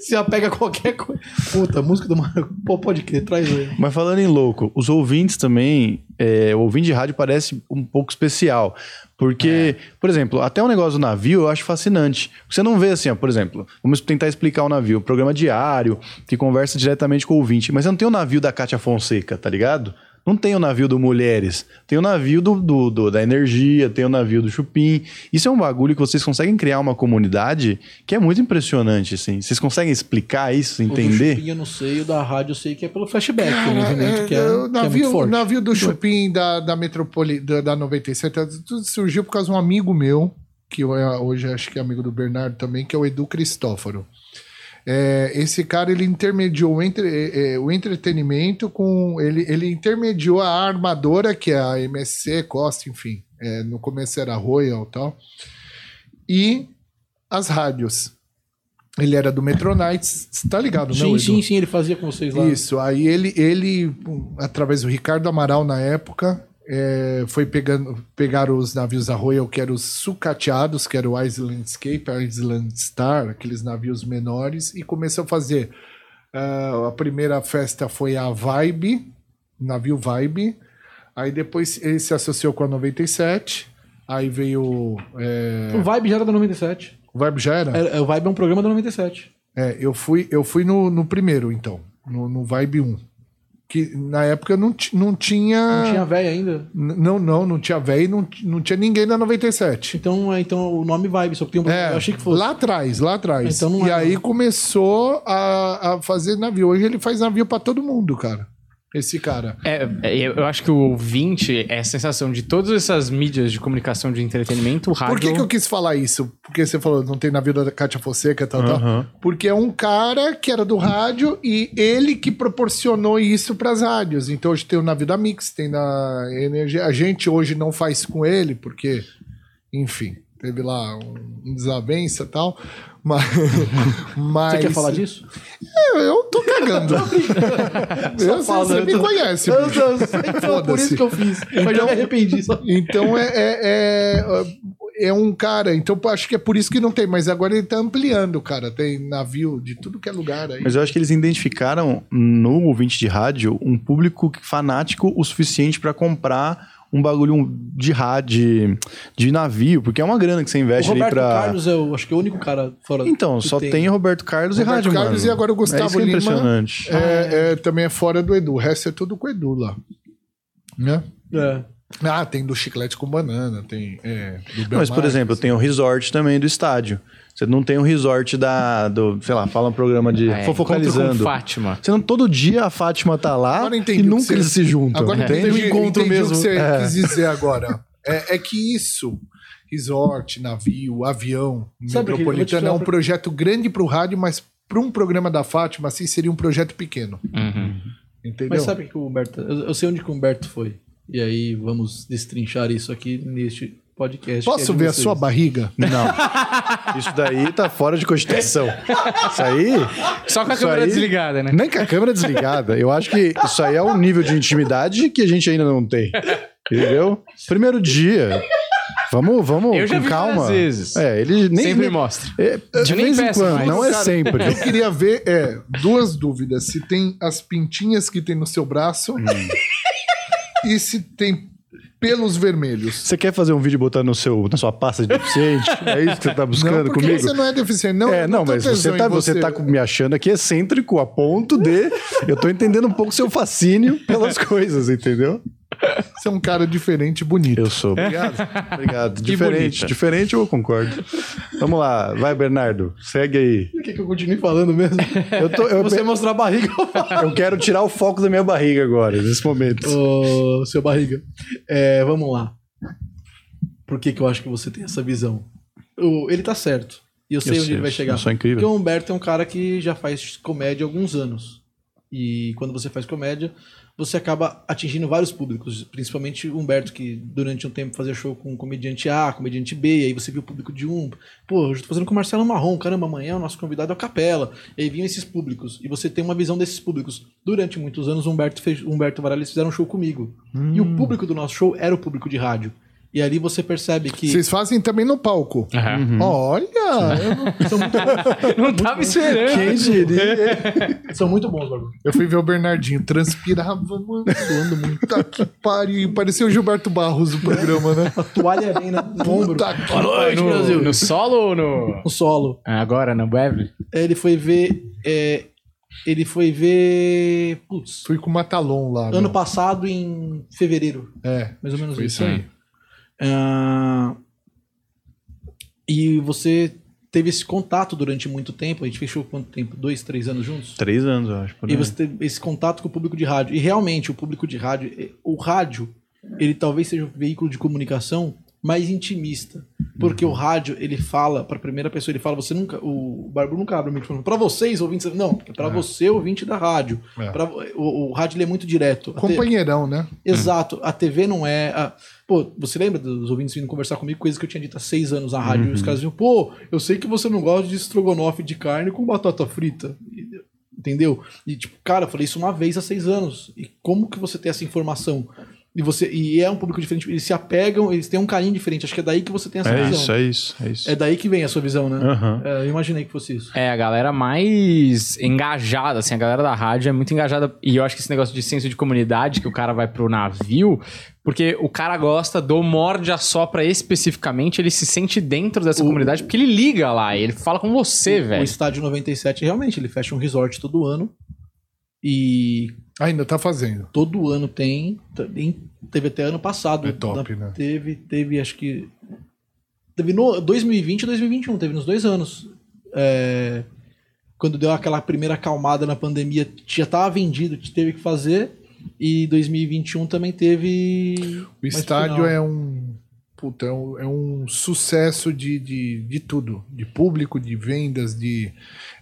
[SPEAKER 2] Se apega a qualquer coisa. Puta, a música do Mario. Pô, pode crer, traz aí.
[SPEAKER 3] Mas falando em louco, os ouvintes também, é, o ouvinte de rádio parece um pouco especial. Porque, por exemplo, até o negócio do navio eu acho fascinante. Você não vê assim, ó, por exemplo, vamos tentar explicar o navio, programa diário, que conversa diretamente com o ouvinte. Mas você não tem o navio da Cátia Fonseca, tá ligado? Não tem o navio do Mulheres, tem o navio do, do- do- da Energia, tem o navio do Chupim. Isso é um bagulho que vocês conseguem criar uma comunidade que é muito impressionante, assim. Vocês conseguem explicar isso,
[SPEAKER 2] O do
[SPEAKER 3] entender?
[SPEAKER 2] Chupim eu não sei, o da rádio eu sei que é pelo flashback,
[SPEAKER 5] Cara,
[SPEAKER 2] obviamente,
[SPEAKER 5] é,
[SPEAKER 2] que é,
[SPEAKER 5] o
[SPEAKER 2] que é
[SPEAKER 5] navio, né?
[SPEAKER 2] muito
[SPEAKER 5] o
[SPEAKER 2] forte.
[SPEAKER 5] navio do Chupim da, da Metropoli, da, da 97, tudo é, surgiu por causa de um amigo meu, que eu, é- hoje acho que é amigo do Bernardo também, que é o Edu Cristóforo. É, esse cara ele intermediou entre, é, é, o entretenimento com. Ele, ele intermediou a armadora, que é a MSC, Costa, enfim. É, no começo era Royal e tal. E as rádios. Ele era do Metronites, tá ligado, né, o
[SPEAKER 2] Sim,
[SPEAKER 5] Edu?
[SPEAKER 2] sim, sim, ele fazia com vocês lá.
[SPEAKER 5] Isso, aí ele, ele, pum, através do Ricardo Amaral na época, é, foi pegando, pegaram os navios da Royal, que eram os sucateados, que era o Island Escape, Island Star, aqueles navios menores, e começou a fazer. ah, a primeira festa foi a Vibe, navio Vibe, aí depois ele se associou com a 97, aí veio. é,
[SPEAKER 2] O Vibe já era da 97.
[SPEAKER 5] o Vibe já era?
[SPEAKER 2] É, é, o Vibe é um programa da 97.
[SPEAKER 5] É, eu fui, eu fui no, no primeiro, então. No, no Vibe 1. Que na época não, ti- não tinha.
[SPEAKER 2] Não tinha véia ainda.
[SPEAKER 5] N- Não, não, não tinha véio e não, ti- não tinha ninguém da 97.
[SPEAKER 2] Então, é, então o nome Vibe, só que tem um.
[SPEAKER 5] É,
[SPEAKER 2] eu achei que fosse.
[SPEAKER 5] lá atrás, lá atrás.
[SPEAKER 2] Então não
[SPEAKER 5] e
[SPEAKER 2] é,
[SPEAKER 5] aí
[SPEAKER 2] não.
[SPEAKER 5] começou a, a fazer navio. Hoje ele faz navio pra todo mundo, cara. Esse cara.
[SPEAKER 4] É, é, eu eu acho que o ouvinte é a sensação de todas essas mídias de comunicação de entretenimento, o rádio.
[SPEAKER 5] Por que, que eu quis falar isso? Porque você falou, não tem navio da Cátia Fonseca e tal,
[SPEAKER 2] tá?
[SPEAKER 5] tal.
[SPEAKER 3] Aham.
[SPEAKER 5] Porque é um cara que era do rádio e ele que proporcionou isso para as rádios. Então hoje tem o navio da Mix, tem na Energia. A gente hoje não faz com ele, porque, enfim, teve lá um, um desavença e tal. Mas. mas Ah,
[SPEAKER 2] Você quer falar disso?
[SPEAKER 5] Eu, eu tô cagando. Eu- você
[SPEAKER 2] fala,
[SPEAKER 5] você
[SPEAKER 2] eu
[SPEAKER 5] me
[SPEAKER 2] tô-
[SPEAKER 5] conhece.
[SPEAKER 2] Eu-
[SPEAKER 5] bicho.
[SPEAKER 2] eu- então, por isso que eu fiz. Mas já me arrependi. Só.
[SPEAKER 5] Então é, é, é, é um cara. Então acho que é por isso que não tem. Mas agora ele tá ampliando, cara. Tem navio de tudo que é lugar aí.
[SPEAKER 3] Mas eu acho que eles identificaram no ouvinte de rádio um público fanático o suficiente pra comprar um bagulho de rádio, de navio, porque é uma grana que você
[SPEAKER 2] O
[SPEAKER 3] investe ali
[SPEAKER 2] Roberto
[SPEAKER 3] pra.
[SPEAKER 2] Carlos é o, acho que é o único cara fora.
[SPEAKER 3] então,
[SPEAKER 2] que
[SPEAKER 3] só tem, Roberto Carlos e
[SPEAKER 5] Roberto
[SPEAKER 3] rádio,
[SPEAKER 5] Carlos
[SPEAKER 3] mano.
[SPEAKER 5] e agora o Gustavo
[SPEAKER 3] é isso que é
[SPEAKER 5] Lima.
[SPEAKER 3] impressionante.
[SPEAKER 5] É, é, também é fora do Edu. O resto é tudo com o Edu lá. Né?
[SPEAKER 2] É.
[SPEAKER 5] Ah, tem do chiclete com banana, tem. É, do
[SPEAKER 3] Não, mas, por
[SPEAKER 5] Belmar.
[SPEAKER 3] exemplo, tem o resort também do estádio. Você não tem o resort da. Do, sei lá, fala um programa de.
[SPEAKER 4] É, encontro com
[SPEAKER 3] fofocalizando.
[SPEAKER 4] Fátima.
[SPEAKER 3] Você não, todo dia a Fátima tá lá
[SPEAKER 5] Agora eu entendi
[SPEAKER 3] e
[SPEAKER 5] o que
[SPEAKER 3] nunca
[SPEAKER 5] você-
[SPEAKER 3] eles se juntam.
[SPEAKER 5] Agora
[SPEAKER 3] entende?
[SPEAKER 5] entendi,
[SPEAKER 2] Um encontro
[SPEAKER 5] encontro
[SPEAKER 2] mesmo.
[SPEAKER 5] mesmo. o que você
[SPEAKER 3] É.
[SPEAKER 5] quis dizer agora. É, é que isso, resort, navio, avião,
[SPEAKER 2] Sabe, Rick, eu vou te
[SPEAKER 5] metropolitano,
[SPEAKER 2] falar
[SPEAKER 5] é um
[SPEAKER 2] pra-
[SPEAKER 5] projeto grande pro rádio, mas para um programa da Fátima, assim, seria um projeto pequeno. Entendeu?
[SPEAKER 2] Mas sabe que o Humberto. Eu, eu sei onde que o Humberto foi. E aí vamos destrinchar isso aqui neste podcast. que
[SPEAKER 5] Posso
[SPEAKER 2] é de
[SPEAKER 5] ver a
[SPEAKER 2] vocês.
[SPEAKER 5] sua barriga?
[SPEAKER 3] Não. Isso daí tá fora de cogitação. Isso aí.
[SPEAKER 4] Só com a
[SPEAKER 3] Isso
[SPEAKER 4] câmera
[SPEAKER 3] aí-
[SPEAKER 4] desligada, né?
[SPEAKER 3] Nem com a câmera desligada. Eu acho que isso aí é um nível de intimidade que a gente ainda não tem. Entendeu? Primeiro dia. Vamos, vamos,
[SPEAKER 4] Eu já
[SPEAKER 3] com
[SPEAKER 4] vi
[SPEAKER 3] calma.
[SPEAKER 4] várias vezes.
[SPEAKER 3] É, ele nem.
[SPEAKER 4] Sempre
[SPEAKER 3] nem-
[SPEAKER 4] mostra.
[SPEAKER 3] é, de
[SPEAKER 4] Eu nem
[SPEAKER 3] vez em
[SPEAKER 4] peço
[SPEAKER 3] quando,
[SPEAKER 4] mais.
[SPEAKER 3] não é
[SPEAKER 5] Cara,
[SPEAKER 3] sempre.
[SPEAKER 5] Eu queria ver é, duas dúvidas: se tem as pintinhas que tem no seu braço
[SPEAKER 3] Hum.
[SPEAKER 5] e se tem pelos vermelhos.
[SPEAKER 3] Você quer fazer um vídeo botando no seu, na sua pasta de deficiente? É isso que você tá buscando
[SPEAKER 5] porque
[SPEAKER 3] comigo?
[SPEAKER 5] você não é deficiente, não.
[SPEAKER 3] é,
[SPEAKER 5] eu
[SPEAKER 3] não,
[SPEAKER 5] tô
[SPEAKER 3] mas
[SPEAKER 5] tesão
[SPEAKER 3] você
[SPEAKER 5] em
[SPEAKER 3] tá, você tá me achando aqui excêntrico a ponto de. Eu tô entendendo um pouco seu fascínio pelas coisas, entendeu?
[SPEAKER 5] Você é um cara diferente e bonito.
[SPEAKER 3] Eu sou.
[SPEAKER 2] É.
[SPEAKER 3] Obrigado. Obrigado. diferente,
[SPEAKER 4] bonita.
[SPEAKER 3] diferente eu concordo. Vamos lá, vai Bernardo, segue aí.
[SPEAKER 2] Por que, que eu continuei falando mesmo?
[SPEAKER 3] Eu, tô- eu-
[SPEAKER 2] Você mostrar a barriga.
[SPEAKER 3] eu quero tirar o foco da minha barriga agora, nesse momento.
[SPEAKER 2] Ô, seu barriga. É, vamos lá. Por que, que eu acho que você tem essa visão? O- ele tá certo. E eu sei onde ele vai chegar.
[SPEAKER 3] Só
[SPEAKER 2] Porque
[SPEAKER 3] incrível.
[SPEAKER 2] o Humberto é um cara que já faz comédia há alguns anos. E quando você faz comédia, você acaba atingindo vários públicos, principalmente o Humberto, que durante um tempo fazia show com comediante A, comediante B, e aí você viu o público de um. Pô, eu tô fazendo com o Marcelo Marrom, caramba, amanhã o nosso convidado é o Capela. E aí vinham esses públicos, e você tem uma visão desses públicos. Durante muitos anos, o Humberto, fez, o Humberto Varalhes fizeram um show comigo. E o público do nosso show era o público de rádio. E ali você percebe que.
[SPEAKER 5] Vocês fazem também no palco.
[SPEAKER 3] Hum.
[SPEAKER 5] Olha, eu, não-
[SPEAKER 4] Não tava esperando.
[SPEAKER 2] Quem diria? São muito bons, Barbu.
[SPEAKER 5] eu fui ver o Bernardinho, transpirava, mano, suando muito. Tá que pariu. Parecia o Gilberto Barros do programa, né?
[SPEAKER 2] A toalha vem na- no ombro,
[SPEAKER 5] Puta que
[SPEAKER 4] No, no solo ou no.
[SPEAKER 2] no solo.
[SPEAKER 4] Ah, Agora, no Beverly?
[SPEAKER 2] Ele foi ver. é, ele foi ver. Putz,
[SPEAKER 5] Fui com o Matalon lá.
[SPEAKER 2] ano
[SPEAKER 5] meu.
[SPEAKER 2] passado, em fevereiro,
[SPEAKER 5] É,
[SPEAKER 2] mais ou
[SPEAKER 3] Tipo
[SPEAKER 2] menos
[SPEAKER 5] foi isso aí.
[SPEAKER 2] Ah, e você teve esse contato durante muito tempo. A gente fechou quanto tempo? Dois, três anos juntos?
[SPEAKER 3] Três anos, eu acho. por
[SPEAKER 2] E
[SPEAKER 3] aí.
[SPEAKER 2] você teve esse contato com o público de rádio. E realmente, o público de rádio, eh, o rádio, ele talvez seja o veículo de comunicação mais intimista. Porque
[SPEAKER 3] Uhum.
[SPEAKER 2] o rádio, ele fala para a primeira pessoa, ele fala, você nunca, o Barbu nunca abre o microfone. Para vocês, ouvintes, não, é para você, ouvinte da rádio.
[SPEAKER 5] É.
[SPEAKER 2] Pra- o, o rádio ele é muito direto. A te-
[SPEAKER 5] Companheirão, né?
[SPEAKER 3] Hum.
[SPEAKER 2] Exato, a TV não é. a- Pô, você lembra dos ouvintes vindo conversar comigo, coisas que eu tinha dito há seis anos na rádio,
[SPEAKER 3] Uhum.
[SPEAKER 2] e os caras diziam, pô, eu sei que você não gosta de estrogonofe de carne com batata frita. E- Entendeu? E tipo, cara, eu falei isso uma vez há seis anos. E como que você tem essa informação? E você e é um público diferente, eles se apegam, eles têm um carinho diferente. Acho que é daí que você tem essa
[SPEAKER 5] Então,
[SPEAKER 3] É
[SPEAKER 2] visão.
[SPEAKER 3] isso, é isso, é isso. Ah.
[SPEAKER 2] É daí que vem a sua visão, né?
[SPEAKER 3] Aham.
[SPEAKER 2] É, eu imaginei que fosse isso.
[SPEAKER 4] É, a galera mais engajada, assim, a galera da rádio é muito engajada. E eu acho que esse negócio de senso de comunidade, que o cara vai pro navio, porque o cara gosta do morde a sopra especificamente, ele se sente dentro dessa
[SPEAKER 2] O-
[SPEAKER 4] comunidade, porque ele liga lá, ele fala com você,
[SPEAKER 2] o, o
[SPEAKER 4] velho.
[SPEAKER 2] estádio 97 realmente ele fecha um resort todo ano. E
[SPEAKER 5] Ainda tá fazendo.
[SPEAKER 2] todo ano tem, tem- teve até ano passado.
[SPEAKER 5] É top, né?
[SPEAKER 2] Teve, teve, acho que. Teve no 2020 e 2021, teve nos dois anos. É, quando deu aquela primeira acalmada na pandemia, já tava vendido, teve que fazer. E 2021 também teve.
[SPEAKER 5] O estádio é um. Puta, é um, é um sucesso de, de, de tudo. De público, de vendas, de.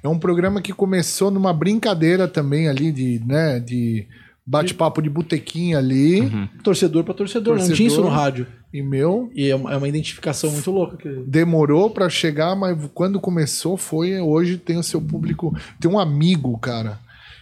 [SPEAKER 5] É um programa que começou numa brincadeira também ali de, né, de bate-papo de botequinha ali.
[SPEAKER 2] Torcedor pra torcedor, né? não tinha isso no
[SPEAKER 5] Torcedor.
[SPEAKER 2] rádio.
[SPEAKER 5] E meu,
[SPEAKER 2] E é uma, é uma identificação muito louca. que-
[SPEAKER 5] demorou pra chegar, mas quando começou foi. Hoje tem o seu público. Tem um amigo, cara,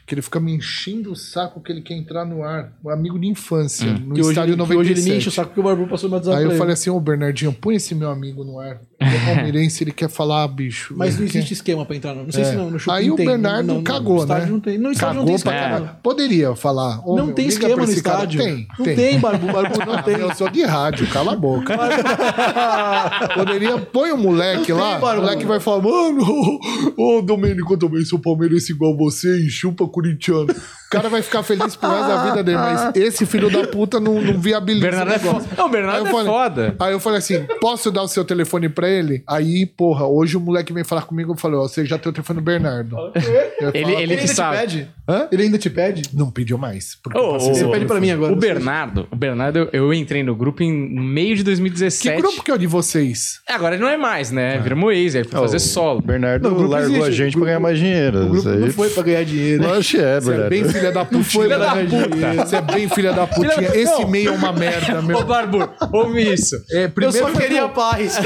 [SPEAKER 5] que ele fica me enchendo o saco que ele quer entrar no ar. Um amigo de infância, no
[SPEAKER 2] que hoje,
[SPEAKER 5] estádio
[SPEAKER 2] ele- que hoje ele me
[SPEAKER 5] 97.
[SPEAKER 2] enche o saco que o Barbu passou meu
[SPEAKER 5] Aí
[SPEAKER 2] desafio.
[SPEAKER 5] eu falei assim, ô Bernardinho, põe esse meu amigo no ar. Ele é palmeirense, ele quer falar, bicho.
[SPEAKER 2] Mas não
[SPEAKER 5] Ele
[SPEAKER 2] existe esquema pra entrar, não. Não sei
[SPEAKER 5] É.
[SPEAKER 2] se não, no shopping
[SPEAKER 5] Aí o
[SPEAKER 2] tem, não-
[SPEAKER 5] Bernardo
[SPEAKER 2] não, não,
[SPEAKER 5] cagou,
[SPEAKER 2] no estádio
[SPEAKER 5] né?
[SPEAKER 2] Não tem, no
[SPEAKER 5] quer...
[SPEAKER 2] estádio
[SPEAKER 5] Cagou
[SPEAKER 2] não tem
[SPEAKER 5] pra
[SPEAKER 2] esquema.
[SPEAKER 5] caralho. Poderia falar. ô,
[SPEAKER 2] não
[SPEAKER 5] meu,
[SPEAKER 2] tem
[SPEAKER 5] liga
[SPEAKER 2] esquema
[SPEAKER 5] pra
[SPEAKER 2] no
[SPEAKER 5] esse cara.
[SPEAKER 2] estádio.
[SPEAKER 5] Tem,
[SPEAKER 2] não
[SPEAKER 5] tem.
[SPEAKER 2] tem, Barbu, Barbu não
[SPEAKER 5] Ah,
[SPEAKER 2] tem.
[SPEAKER 5] Eu sou de rádio, cala a boca. Poderia, põe o moleque
[SPEAKER 2] Não tem,
[SPEAKER 5] lá,
[SPEAKER 2] Barba.
[SPEAKER 5] o moleque vai falar, mano, ô Domênico, eu também sou palmeirense igual você e chupa corintiano. O cara vai ficar feliz por resto da vida dele, mas esse filho da puta não, não viabiliza
[SPEAKER 4] Bernardo
[SPEAKER 5] o
[SPEAKER 4] é
[SPEAKER 5] negócio.
[SPEAKER 4] foda. Não,
[SPEAKER 5] Aí eu
[SPEAKER 4] Bernardo é
[SPEAKER 5] falei-
[SPEAKER 4] foda.
[SPEAKER 5] Aí eu falei assim: posso dar o seu telefone pra ele? Aí, porra, hoje o moleque vem falar comigo e falou: ó, você já tem o telefone do Bernardo. Eu
[SPEAKER 4] Ele,
[SPEAKER 5] falo,
[SPEAKER 4] ele que sabe.
[SPEAKER 2] pede?
[SPEAKER 5] Hã?
[SPEAKER 2] Ele ainda te pede?
[SPEAKER 5] Não pediu mais. Porque
[SPEAKER 4] Ô,
[SPEAKER 5] passei
[SPEAKER 4] ô,
[SPEAKER 5] sem
[SPEAKER 4] ô,
[SPEAKER 2] Pede
[SPEAKER 5] telefone.
[SPEAKER 2] pra mim agora.
[SPEAKER 4] O Bernardo, o Bernardo, eu- eu entrei no grupo em no meio de
[SPEAKER 5] Que
[SPEAKER 4] 2017.
[SPEAKER 5] grupo que é o de vocês?
[SPEAKER 4] É, Agora ele não é mais, né? Virou Moisés, ele foi fazer
[SPEAKER 3] O
[SPEAKER 4] solo.
[SPEAKER 3] Bernardo
[SPEAKER 2] Não, o grupo
[SPEAKER 3] largou a
[SPEAKER 2] existe.
[SPEAKER 3] gente
[SPEAKER 2] O
[SPEAKER 3] pra ganhar mais dinheiro.
[SPEAKER 2] O grupo
[SPEAKER 3] isso aí.
[SPEAKER 2] não foi pra ganhar dinheiro. né?
[SPEAKER 3] Lógico que é,
[SPEAKER 5] Você é
[SPEAKER 3] Bernardo.
[SPEAKER 5] bem filha da putinha.
[SPEAKER 4] da
[SPEAKER 5] né,
[SPEAKER 4] puta.
[SPEAKER 5] gente? Você é bem filha da putinha. Esse meio é uma merda,
[SPEAKER 4] Ô,
[SPEAKER 5] meu.
[SPEAKER 4] Barbu, ouve isso.
[SPEAKER 5] É,
[SPEAKER 2] Eu
[SPEAKER 5] primeiro
[SPEAKER 2] só queria paz.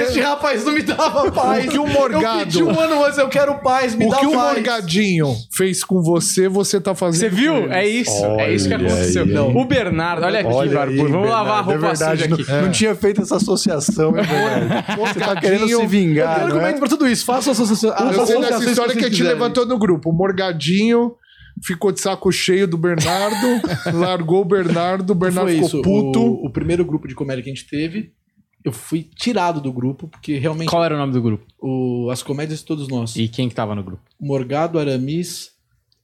[SPEAKER 2] Este rapaz não me dava paz.
[SPEAKER 5] O que
[SPEAKER 2] Eu
[SPEAKER 5] o
[SPEAKER 2] um pedi
[SPEAKER 5] Morgado-
[SPEAKER 2] um ano antes, eu quero paz, me
[SPEAKER 5] o
[SPEAKER 2] dá
[SPEAKER 5] que o
[SPEAKER 2] paz.
[SPEAKER 5] Morgadinho fez com você, você tá
[SPEAKER 4] Você
[SPEAKER 5] fazendo.
[SPEAKER 4] viu? É isso. é isso que
[SPEAKER 3] Olha
[SPEAKER 4] aconteceu.
[SPEAKER 3] aí.
[SPEAKER 4] O Bernardo, olha aqui,
[SPEAKER 3] Olha
[SPEAKER 4] Barbu.
[SPEAKER 3] aí,
[SPEAKER 4] Vamos lavar a
[SPEAKER 3] Bernardo, é
[SPEAKER 4] roupa
[SPEAKER 3] verdade,
[SPEAKER 4] suja aqui.
[SPEAKER 3] não- Não tinha feito essa associação, é verdade. Você tá querendo se
[SPEAKER 2] Eu tenho
[SPEAKER 3] vingar, não
[SPEAKER 2] argumento
[SPEAKER 3] é?
[SPEAKER 2] pra tudo isso. Faça as associações.
[SPEAKER 5] né? Eu sei dessa história que te levantou no grupo. O Morgadinho ficou de saco cheio do Bernardo, largou o Bernardo, o Bernardo
[SPEAKER 2] Foi
[SPEAKER 5] ficou
[SPEAKER 2] isso.
[SPEAKER 5] puto.
[SPEAKER 2] O, o primeiro grupo de comédia que a gente teve, eu fui tirado do grupo, porque realmente
[SPEAKER 4] Qual era o nome do grupo?
[SPEAKER 2] o- as comédias de todos nós.
[SPEAKER 4] E quem que tava no grupo?
[SPEAKER 2] Morgado, Aramis,